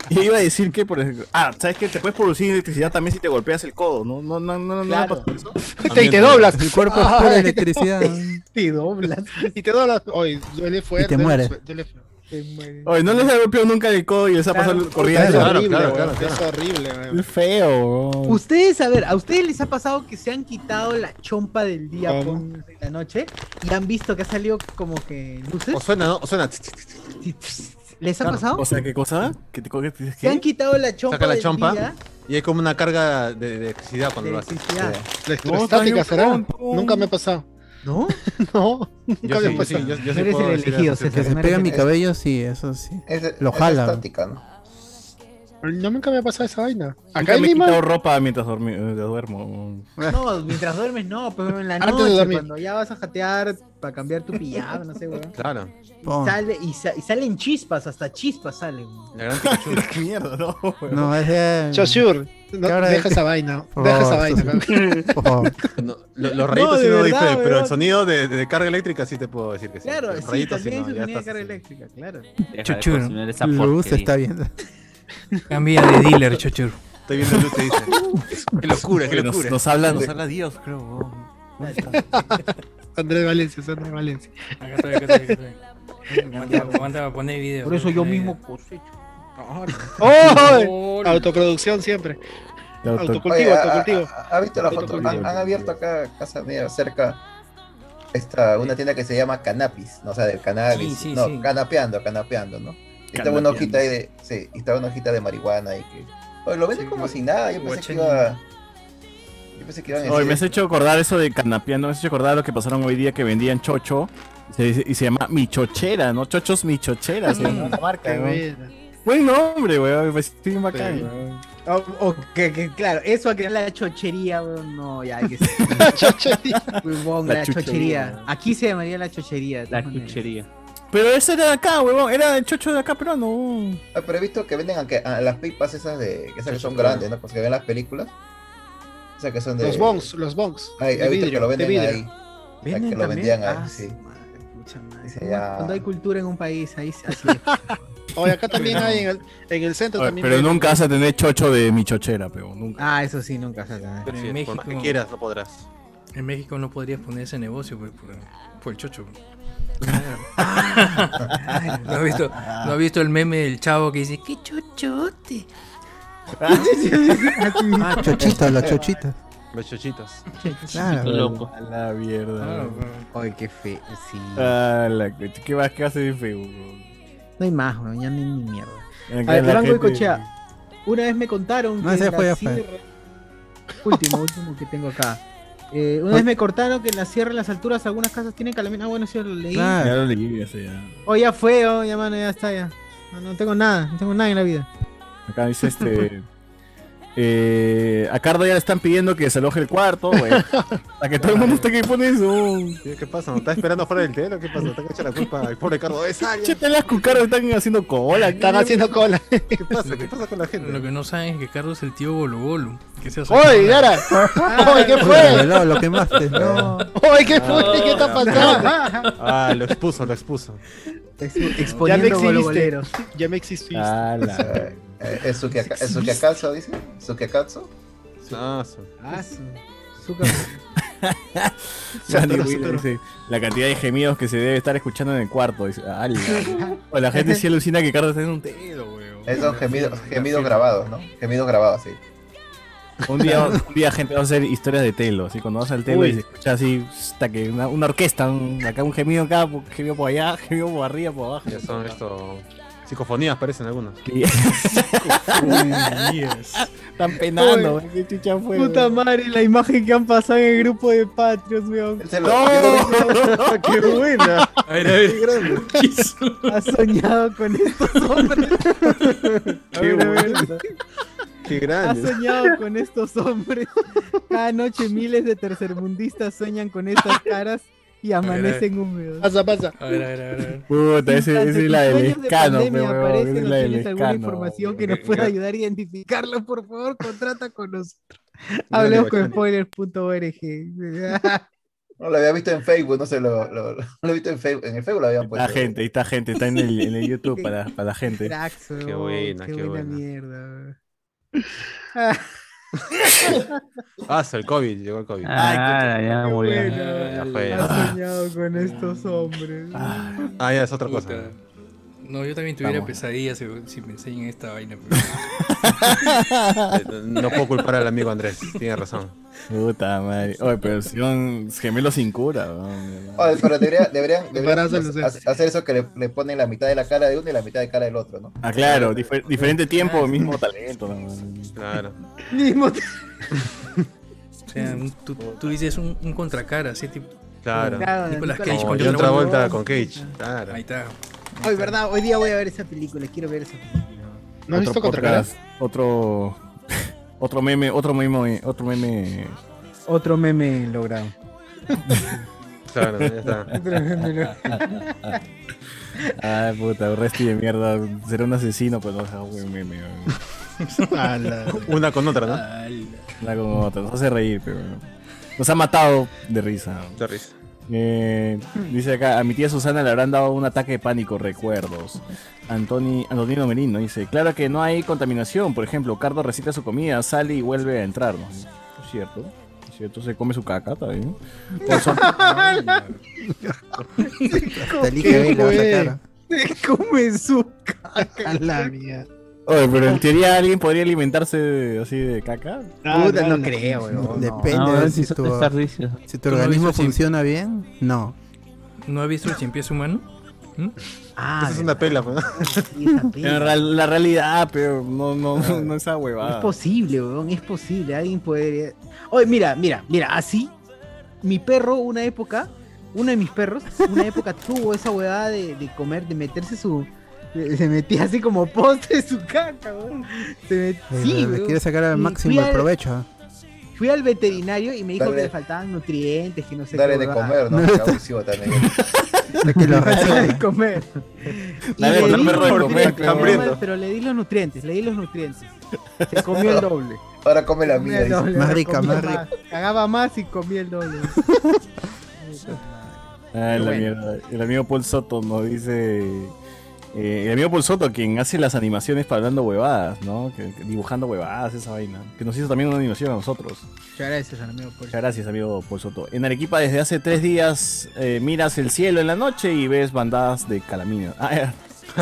Speaker 2: yo iba a decir que, por ejemplo. Ah, ¿sabes qué? Te puedes producir electricidad también si te golpeas el codo, ¿no? No, no, no, no.
Speaker 1: Claro.
Speaker 2: no pasó eso.
Speaker 6: Y te doblas.
Speaker 5: El cuerpo es pura electricidad.
Speaker 1: Te doblas.
Speaker 6: Y te doblas. Oye, duele fuerte.
Speaker 5: mueres.
Speaker 6: sue- duele fuerte.
Speaker 2: Oye, no les ha golpeado nunca el codo y les ha pasado corriendo.
Speaker 6: Es
Speaker 3: claro,
Speaker 6: horrible,
Speaker 3: claro,
Speaker 6: weón,
Speaker 3: claro,
Speaker 6: Es
Speaker 3: claro.
Speaker 6: horrible, weón.
Speaker 2: Es feo, huevón.
Speaker 1: Ustedes, a ver, ¿a ustedes les ha pasado que se han quitado la chompa del día
Speaker 6: ¿Cómo?
Speaker 1: pon, de la noche y han visto que ha salido como que luces?
Speaker 3: O suena, ¿no? O suena.
Speaker 1: ¿Les ha pasado?
Speaker 2: O sea, ¿qué cosa? ¿Qué te coges?
Speaker 1: Se han quitado la chompa
Speaker 3: Saca la
Speaker 1: del
Speaker 3: chompa
Speaker 1: día
Speaker 3: Y hay como una carga de, de electricidad
Speaker 1: de
Speaker 3: cuando lo haces.
Speaker 1: electricidad.
Speaker 6: Electrostática
Speaker 2: No,
Speaker 6: será.
Speaker 2: también pronto.
Speaker 6: Nunca me ha pasado.
Speaker 1: ¿No?
Speaker 6: No, nunca
Speaker 3: Yo
Speaker 6: me
Speaker 3: sí,
Speaker 6: ha
Speaker 3: yo sí, yo, yo
Speaker 6: pasado.
Speaker 1: No
Speaker 3: sí
Speaker 1: eres
Speaker 3: puedo
Speaker 1: el
Speaker 3: decir
Speaker 1: elegido,
Speaker 3: así, así.
Speaker 5: Que
Speaker 1: César.
Speaker 5: se pega mi cabello, sí, eso sí.
Speaker 4: Es,
Speaker 5: Lo
Speaker 4: es
Speaker 5: jala.
Speaker 4: estática, ¿no?
Speaker 6: No, nunca me ha pasado esa vaina. Acá
Speaker 2: Nunca
Speaker 6: en
Speaker 2: me he
Speaker 6: Lima.
Speaker 2: quitado ropa mientras dormi- eh, duermo.
Speaker 1: No, mientras duermes no, pero en la
Speaker 6: Antes de
Speaker 1: noche,
Speaker 6: dormir.
Speaker 1: cuando ya vas a jatear para cambiar tu pijama, no sé, weón.
Speaker 3: Claro.
Speaker 5: Pon.
Speaker 1: Sale, y, sa- y salen chispas, hasta chispas salen. weón.
Speaker 3: La gran Pikachu.
Speaker 2: ¿Qué mierda, no? huevón.
Speaker 5: No, ese.
Speaker 6: Chosur, no,
Speaker 5: Cara de-
Speaker 6: deja esa vaina.
Speaker 5: Por
Speaker 6: Deja esa
Speaker 5: favor,
Speaker 6: vaina.
Speaker 5: esto Por favor.
Speaker 3: No, lo- los rayitos
Speaker 1: No,
Speaker 3: sí
Speaker 1: de
Speaker 3: no lo
Speaker 1: verdad,
Speaker 3: dice, pero
Speaker 1: weón.
Speaker 3: el sonido de, de carga eléctrica sí te puedo decir que sí.
Speaker 1: Claro,
Speaker 3: Los
Speaker 1: sí,
Speaker 3: rayitos sí,
Speaker 1: también
Speaker 3: no,
Speaker 1: se
Speaker 3: ya
Speaker 1: tenía
Speaker 3: estás
Speaker 1: carga
Speaker 3: así.
Speaker 1: electrica, claro.
Speaker 5: Chuchur, Luz está viendo.
Speaker 11: Cambia de dealer, chochur.
Speaker 3: Estoy viendo luz, te dice.
Speaker 11: Qué locura, qué
Speaker 2: Oye,
Speaker 11: locura.
Speaker 2: nos, nos habla, nos habla Dios, creo. huevón.
Speaker 6: Andrés Valencia, es Andrés Valencia.
Speaker 11: Acá estoy, acá estoy, acá estoy. Aguanta, aguanta, poné video.
Speaker 1: Por eso yo
Speaker 11: poné
Speaker 1: mismo
Speaker 11: video.
Speaker 1: cosecho.
Speaker 6: ¡Oh! Autoproducción siempre.
Speaker 4: Oye,
Speaker 6: Autocultivo,
Speaker 4: ha-
Speaker 6: autocultivo.
Speaker 4: ha- ha- ¿Has visto la foto?
Speaker 6: Autocultivo.
Speaker 4: Han, han abierto acá, casa mía, cerca, esta, una tienda que se llama Canapis, ¿no? o sea, del
Speaker 11: Sí,
Speaker 4: cannabis.
Speaker 11: sí,
Speaker 4: no,
Speaker 11: sí.
Speaker 4: canapeando, canapeando, ¿no? Y estaba una hojita ahí de, sí, y estaba una hojita de marihuana y que. Oye, lo venden
Speaker 11: Sí,
Speaker 4: como
Speaker 11: gua-
Speaker 4: si nada, yo pensé que
Speaker 11: guachani.
Speaker 4: iba. Yo pensé que iban a
Speaker 2: Oye,
Speaker 4: decir-
Speaker 2: me has hecho acordar eso de canapiano, me has hecho acordar lo que pasaron hoy día que vendían chocho y se, dice- y se llama Michochera, ¿no? Chochos Michochera, se llama la
Speaker 4: ah,
Speaker 2: marca,
Speaker 6: Qué
Speaker 2: weón.
Speaker 6: buena.
Speaker 2: Buen nombre, weón, me parece bien bacán.
Speaker 6: Sí.
Speaker 2: weón.
Speaker 1: O, o Oh, que, que, claro, eso a crear la chochería, weón, no, ya hay que
Speaker 6: Chochería.
Speaker 1: Huevón,
Speaker 2: La
Speaker 1: la, chochería.
Speaker 2: chuchería.
Speaker 1: Aquí se llamaría la chochería. de
Speaker 9: La
Speaker 1: todas maneras.
Speaker 9: chuchería.
Speaker 2: Pero ese era de acá, weón, era el chocho de acá, pero no.
Speaker 4: Ah, pero he visto que venden aunque- a las pipas esas de. esas que son grandes, ¿no? Porque se ven las películas. O sea, que son de.
Speaker 6: Los bongs, los bongs.
Speaker 4: Ay,
Speaker 6: de
Speaker 4: he visto que lo
Speaker 6: vidrio, de
Speaker 4: venden
Speaker 6: vidrio.
Speaker 4: ahí. O sea, que
Speaker 1: ¿Venden
Speaker 4: lo
Speaker 1: también?
Speaker 4: vendían ahí,
Speaker 1: Ah,
Speaker 4: sí.
Speaker 1: su madre, pucha madre.
Speaker 4: Dice, ya.
Speaker 1: Cuando hay cultura en un país, ahí se así es.
Speaker 6: Oye, acá también hay en el, en el centro
Speaker 2: Oye,
Speaker 6: también.
Speaker 2: pero
Speaker 6: venden.
Speaker 2: nunca vas a tener chocho de Michochera, weón, nunca.
Speaker 1: Ah, eso sí, nunca se hace.
Speaker 11: Pero en
Speaker 3: Sí, por
Speaker 11: México,
Speaker 3: más que quieras, no podrás.
Speaker 11: en México no podrías poner ese negocio pues, por, por el chocho. ¿No has, visto, ¿No has visto el meme del chavo que dice, qué chochote?
Speaker 5: Ah, chochitas, las chochitas.
Speaker 3: Los chochitos.
Speaker 5: Claro.
Speaker 9: Loco.
Speaker 2: A la mierda. weón.
Speaker 1: Ay, qué fe. Sí.
Speaker 2: A la coche, ¿qué más que hace de feo, weón?
Speaker 1: No hay más, weón, ya no hay ni mierda.
Speaker 2: Acá
Speaker 1: A ver,
Speaker 2: la
Speaker 1: Durango y
Speaker 2: gente-
Speaker 1: Cochea. Una vez me contaron
Speaker 5: No,
Speaker 1: que
Speaker 5: ese
Speaker 1: en la
Speaker 5: fue, ya fue.
Speaker 1: sierra... Último, último que tengo acá. Eh, una vez me cortaron que en la sierra, en las alturas, algunas casas tienen calamina. Ah, bueno, sí, lo leí.
Speaker 5: Claro.
Speaker 2: Ya lo leí, ya sé, ya.
Speaker 1: Oh, ya fue, oh, ya, mano, ya está, ya. No, no tengo nada, no tengo nada en la vida.
Speaker 2: Acá dice este. Eh, a Cardo ya le están pidiendo que se aloje el cuarto, güey. Para que todo el mundo esté que pone su.
Speaker 3: ¿Qué pasa? ¿No está esperando fuera del telo? ¿Qué pasa? ¿Está echando la culpa al pobre Cardo? ¡Es área!
Speaker 2: Che, las con Cardo están haciendo cola.
Speaker 1: Están haciendo cola.
Speaker 3: ¿Qué pasa? ¿Qué pasa con la gente?
Speaker 13: Lo que no saben es que Carlos es el tío Bolo Bolo. Que se hace-
Speaker 1: ¡Oye, Gara! ¡Oye, qué fue!
Speaker 5: No, lo quemaste. No.
Speaker 1: ¡Oye, qué fue! ¿Qué está pasando?
Speaker 3: Ah, lo expuso, lo expuso.
Speaker 1: Ya me
Speaker 3: Exponiendo
Speaker 1: exhibiste.
Speaker 3: goloboleros.
Speaker 6: Ya me exististe.
Speaker 2: Ah,
Speaker 4: Eh, ¿Es su que aca- es su que acaso, dice? ¿Su que acaso?
Speaker 3: Ah,
Speaker 2: Sandy Wheeler dice, la cantidad de gemidos que se debe estar escuchando en el cuarto. Dice, "Ala". O la gente sí alucina que Cardo está en un té.
Speaker 4: Esos gemidos, gemidos grabados, ¿no? Gemidos grabados, sí.
Speaker 2: Un día, un día, gente, vamos a hacer historias de telo. Así cuando vas al telo
Speaker 4: Uy.
Speaker 2: y se escucha así, hasta que una, una orquesta, un- acá un gemido acá, un gemido por allá, gemido por arriba, por abajo.
Speaker 3: Ya son esto. Psicofonías parecen algunas.
Speaker 2: Están penando,
Speaker 1: Oye.
Speaker 2: güey. ¿Qué chucha fue?
Speaker 1: Puta madre, la imagen que han pasado en el grupo de Patreons, weón.
Speaker 3: ¡No! ¡Qué buena!
Speaker 13: A ver, a ver.
Speaker 1: ¡Qué grande! Has soñado con estos hombres.
Speaker 3: ¡Qué buena! ¡Qué
Speaker 1: Has
Speaker 3: grande!
Speaker 1: soñado con estos hombres. Cada noche miles de tercermundistas sueñan con estas caras y amanecen húmedos.
Speaker 6: Pasa, pasa.
Speaker 13: A ver, a ver, a ver, a ver.
Speaker 2: Puta, ese, esa es la del
Speaker 1: Sueños de
Speaker 2: escano,
Speaker 1: pandemia
Speaker 2: pero
Speaker 1: aparecen,
Speaker 2: esa es
Speaker 1: ¿no
Speaker 2: la del
Speaker 1: tienes alguna
Speaker 2: escano.
Speaker 1: información que nos
Speaker 2: Ok,
Speaker 1: pueda
Speaker 2: ok.
Speaker 1: ayudar a identificarlo? Por favor, contrata con nosotros.
Speaker 4: Mira,
Speaker 1: Hablemos
Speaker 4: le
Speaker 1: con
Speaker 4: bacán.
Speaker 1: spoilers.org.
Speaker 4: No lo había visto en Facebook, no sé, lo, lo, lo he visto en Facebook. En el Facebook
Speaker 3: pues,
Speaker 4: lo habían
Speaker 2: La
Speaker 4: puesto.
Speaker 2: gente, ahí está gente, está en el, en el YouTube para, para la gente.
Speaker 1: Cracks, weón,
Speaker 4: Qué buena,
Speaker 1: qué
Speaker 4: qué
Speaker 1: buena
Speaker 4: buena.
Speaker 1: mierda.
Speaker 3: Ah, el COVID, llegó el COVID.
Speaker 1: Ah,
Speaker 9: ya murió.
Speaker 13: Ah,
Speaker 3: Ya fue.
Speaker 1: Has soñado con estos hombres.
Speaker 3: Ah, ya es otra cosa.
Speaker 13: Puta. No, yo también tuviera
Speaker 3: Vamos.
Speaker 13: pesadillas si, si me enseñan esta vaina. pero-
Speaker 3: Eh, No puedo culpar al amigo Andrés, tiene razón.
Speaker 2: Puta madre. Oye, pero son gemelos sin cura, weón.
Speaker 4: Oye, pero debería- deberían, deberían
Speaker 2: Embarazo
Speaker 4: hacer- hacer eso que le, le ponen la mitad de la cara de uno y la mitad de cara del otro, ¿no?
Speaker 2: Ah, claro, difer- diferente tiempo, mismo talento.
Speaker 3: Claro.
Speaker 1: Mismo
Speaker 13: O sea, un- tú, tú dices un, un contracara, así tipo.
Speaker 3: Claro.
Speaker 1: Claro,
Speaker 13: Nicolas
Speaker 1: Nicolas
Speaker 13: Cage
Speaker 1: Cage.
Speaker 13: con
Speaker 3: John
Speaker 13: John
Speaker 3: Travolta con Cage. Claro.
Speaker 13: Ahí está.
Speaker 1: Hoy, verdad, hoy día voy a ver esa película, quiero ver esa película.
Speaker 6: ¿No
Speaker 2: Otro
Speaker 6: has visto Contracara?
Speaker 2: podcast, Otro. Otro meme, otro meme, otro meme.
Speaker 1: Otro meme logrado.
Speaker 3: Claro, ya está.
Speaker 2: Ay, puta, Resti de mierda. Será un asesino, pero no será un buen meme. weón.
Speaker 3: Una con otra, ¿no?
Speaker 14: Ah.
Speaker 2: Una con otra. Nos hace reír, pero. Nos ha matado de risa.
Speaker 3: De risa.
Speaker 2: Eh, dice acá, a mi tía Susana le habrán dado un ataque de pánico, recuerdos. Antoni, Antonino Merino dice, claro que no hay contaminación, por ejemplo, Cardo recita su comida, sale y vuelve a entrar, ¿no? Es cierto, es cierto, se come su caca también. O son-
Speaker 5: Del IGB le va a sacar.
Speaker 1: Se come su caca. A la mía.
Speaker 2: Oye, pero en teoría alguien podría alimentarse de- así de caca.
Speaker 1: Puta, no, creo, weón.
Speaker 5: Depende
Speaker 9: No,
Speaker 5: de
Speaker 9: es
Speaker 5: si,
Speaker 9: eso
Speaker 5: tu,
Speaker 9: es tardísimo.
Speaker 5: si
Speaker 13: ¿Tú
Speaker 5: tu
Speaker 13: no
Speaker 5: organismo
Speaker 13: dices si-
Speaker 5: funciona bien. No.
Speaker 13: ¿No has visto el cien pies humano? ¿Mm?
Speaker 1: Ah,
Speaker 3: Esa es una pela, pues, ¿no?
Speaker 2: En real- la realidad, pero no, no, no, no esa
Speaker 1: Ah. Es
Speaker 2: huevada.
Speaker 1: posible, weón, es posible. Alguien podría. Oye, mira, mira, mira, así. Mi perro, una época, uno de mis perros, una época tuvo esa huevada de, de comer, de meterse su. de- Se metía así como postre su caca, weón. Se met-
Speaker 5: Le-
Speaker 1: sí,
Speaker 5: le- le
Speaker 1: weón.
Speaker 5: quiere sacar al
Speaker 1: Y
Speaker 5: máximo
Speaker 1: fui
Speaker 5: el
Speaker 1: al-
Speaker 5: provecho. ¿ah?
Speaker 1: Fui al veterinario y me dijo
Speaker 4: Dale.
Speaker 1: que le faltaban nutrientes, que no sé
Speaker 4: Dale
Speaker 1: qué
Speaker 4: de
Speaker 1: huevada.
Speaker 4: comer, ¿no? Porque abusivo también.
Speaker 5: que lo
Speaker 1: Dale de comer. Y
Speaker 2: Dale
Speaker 1: le
Speaker 2: de
Speaker 1: di
Speaker 2: comer,
Speaker 1: los
Speaker 2: de comer,
Speaker 1: nutrientes,
Speaker 2: claro.
Speaker 1: normal, pero le di los nutrientes, le di los nutrientes. Se comió el doble.
Speaker 4: Ahora come la
Speaker 1: Comía
Speaker 4: mía.
Speaker 1: el
Speaker 4: dice.
Speaker 1: doble,
Speaker 5: Más rica,
Speaker 1: comía
Speaker 5: más rica.
Speaker 1: Cagaba más y comía el doble.
Speaker 2: Ah, la
Speaker 1: Bueno.
Speaker 2: mierda. El amigo Paul Soto nos dice. eh, el amigo Paul Soto, quien hace las animaciones para hablando huevadas, ¿no? Que- que dibujando huevadas, esa vaina. Que nos hizo también una animación a nosotros.
Speaker 1: Muchas gracias al amigo por
Speaker 2: Muchas gracias, amigo Paul Soto. En Arequipa, desde hace tres días, eh, miras el cielo en la noche y ves bandadas de calaminas. Ah, eh,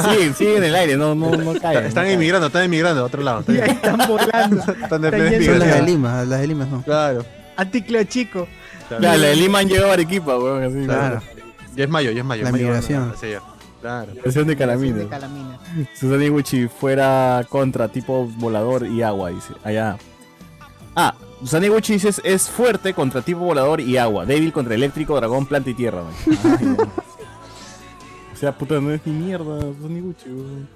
Speaker 2: siguen, siguen en el aire, no, no, no caen.
Speaker 3: Están
Speaker 2: no caen.
Speaker 3: emigrando, están emigrando a otro lado. Están,
Speaker 1: Están volando.
Speaker 3: están de
Speaker 1: Están
Speaker 3: plena
Speaker 5: Son las de
Speaker 3: migración.
Speaker 5: Lima, las de Lima no.
Speaker 3: Claro.
Speaker 1: Anticleo chico.
Speaker 2: Claro, la de Lima han llegado a Arequipa, weón. Así,
Speaker 5: Claro.
Speaker 3: Ya es mayo, ya es mayo.
Speaker 5: La
Speaker 3: mayo,
Speaker 5: migración.
Speaker 3: bueno, hacia allá. Claro.
Speaker 2: Versión de calaminas.
Speaker 1: De calamina.
Speaker 2: Susana Iguchi fuera contra tipo volador y agua, dice. Allá. Ah, Susana Iguchi dice es fuerte contra tipo volador y agua. Débil contra eléctrico, dragón, planta y tierra. man". Ay, no. o sea, puta, no es ni mierda, Susana Iguchi. weón.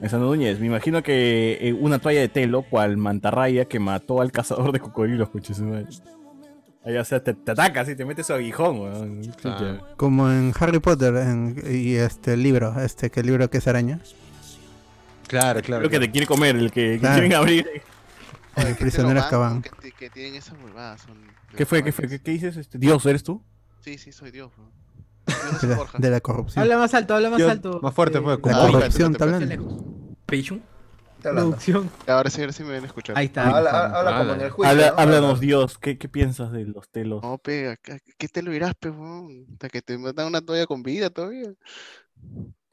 Speaker 2: En San Núñez, me imagino que eh, una toalla de telo, cual mantarraya que mató al cazador de cocodrilos, coches. Allá, o sea, te, te ataca, así, te mete su aguijón, weón. Chucha.
Speaker 5: Como en Harry Potter en- y este libro, este que el libro que es araña.
Speaker 3: Claro,
Speaker 2: Creo que te quiere comer, el que, que
Speaker 5: Claro.
Speaker 2: quieren abrir.
Speaker 5: El prisionero Azkaban.
Speaker 14: Que, ti- que tienen esas huevadas. Son
Speaker 2: ¿Qué fue? ¿Qué fue? ¿Qué, qué dices? Este, Dios, ¿eres tú?
Speaker 14: Sí, sí, soy Dios. bro.
Speaker 5: De la, de la corrupción.
Speaker 1: Habla más alto, habla más
Speaker 5: Yo-
Speaker 1: alto. Eh,
Speaker 5: más fuerte, pues, como-
Speaker 1: ahí,
Speaker 5: corrupción,
Speaker 1: perfecto,
Speaker 5: está
Speaker 1: perfecto.
Speaker 14: Producción. Ahora sí, ahora sí me van a escuchar.
Speaker 2: Ahí
Speaker 4: Ah,
Speaker 2: está.
Speaker 4: Pues
Speaker 2: Habla- Háblanos, Dios, ¿qué, ¿qué piensas de los telos?
Speaker 14: No, pega, ¿qué te lo irás, pe, huevón? Hasta que te metan una toalla con vida todavía.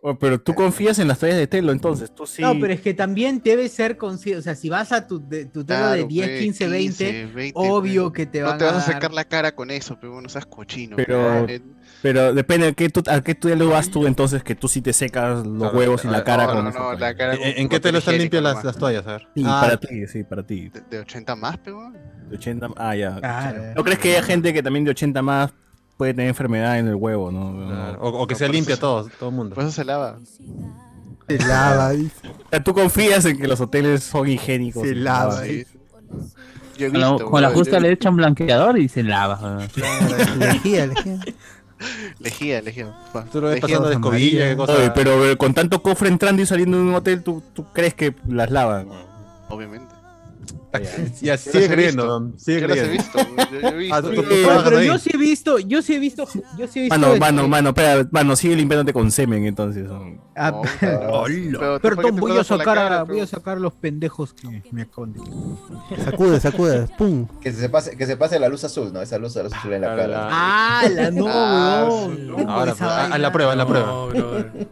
Speaker 2: Oh, pero tú confías en las toallas de telo, entonces, tú sí.
Speaker 1: No, pero es que también debe ser consciente. O sea, si vas a tu, de, tu tema de
Speaker 14: Claro,
Speaker 1: 10,
Speaker 14: pe,
Speaker 1: 15, 20,
Speaker 14: 20,
Speaker 1: obvio
Speaker 14: pe.
Speaker 1: que te
Speaker 14: No
Speaker 1: van
Speaker 14: te vas a,
Speaker 1: dar-
Speaker 14: sacar la cara con eso, pero no seas cochino. pe,
Speaker 2: Pero,
Speaker 14: dale.
Speaker 2: pero depende de qué tú, a qué telo vas tú, entonces que tú sí te secas los huevos y la cara
Speaker 14: no,
Speaker 2: con
Speaker 14: no,
Speaker 2: esa
Speaker 14: no,
Speaker 2: toalla.
Speaker 14: la cara con-
Speaker 3: ¿En, en
Speaker 14: con
Speaker 3: qué telo están
Speaker 14: higiénico
Speaker 3: limpias las,
Speaker 14: nomás.
Speaker 3: las toallas? A ver.
Speaker 2: Sí,
Speaker 3: Ah,
Speaker 2: para ti, sí, para ti.
Speaker 14: De, de 80 más, pe, huevón.
Speaker 2: De 80, ah, ya.
Speaker 14: Claro.
Speaker 2: ¿No crees que haya gente que también de 80 más puede tener enfermedad en el huevo, no?
Speaker 3: O, o que sea limpia todo, todo el mundo.
Speaker 4: Pues,
Speaker 14: Por eso se lava.
Speaker 5: Se lava, dice.
Speaker 2: O sea, tú confías en que los hoteles son higiénicos.
Speaker 5: Se
Speaker 2: y-
Speaker 5: lava,
Speaker 2: Ah,
Speaker 5: dice.
Speaker 14: Yo he
Speaker 9: Con la,
Speaker 14: visto,
Speaker 9: con la
Speaker 14: bro,
Speaker 9: justa
Speaker 14: yo-
Speaker 9: le echan blanqueador y se lava.
Speaker 5: Lejía, lejía.
Speaker 14: Lejía, lejía. Pa,
Speaker 3: Tú lo ves
Speaker 14: lejía.
Speaker 3: pasando de escobilla, qué cosa.
Speaker 2: Oye, pero eh, con tanto cofre entrando y saliendo de un hotel, ¿tú, tú crees que las lavan?
Speaker 14: Obviamente.
Speaker 3: Ya,
Speaker 14: Yo las
Speaker 3: sigue
Speaker 14: he
Speaker 3: creyendo,
Speaker 14: visto.
Speaker 3: Don, sigue
Speaker 14: Yo las he
Speaker 3: creyendo.
Speaker 14: visto, bro, yo- yo he visto.
Speaker 3: Ah, tú- tú- tú
Speaker 1: Oye,
Speaker 3: trabajas
Speaker 1: pero
Speaker 3: ahí.
Speaker 1: yo sí he visto, yo sí he visto, yo sí he visto.
Speaker 2: Mano,
Speaker 1: este-
Speaker 2: mano, mano, espera, mano, sigue limpiándote con semen entonces.
Speaker 1: Ah,
Speaker 14: Pero tú, ¿por qué
Speaker 1: Perdón,
Speaker 14: te
Speaker 1: voy a
Speaker 14: pegas por la
Speaker 1: sacar, a-
Speaker 14: cara,
Speaker 1: voy a sacar los pendejos que me esconden.
Speaker 5: Sacude, sacude, pum.
Speaker 4: Que se pase, que se pase la luz azul, ¿no? Esa luz, la luz azul en la cara.
Speaker 1: Ah, la no,
Speaker 4: Ah,
Speaker 1: weón.
Speaker 4: su-
Speaker 1: No,
Speaker 3: Ahora,
Speaker 1: esa
Speaker 3: pues, haz
Speaker 1: vaina.
Speaker 3: la prueba, haz la
Speaker 13: No,
Speaker 3: prueba.
Speaker 13: brother.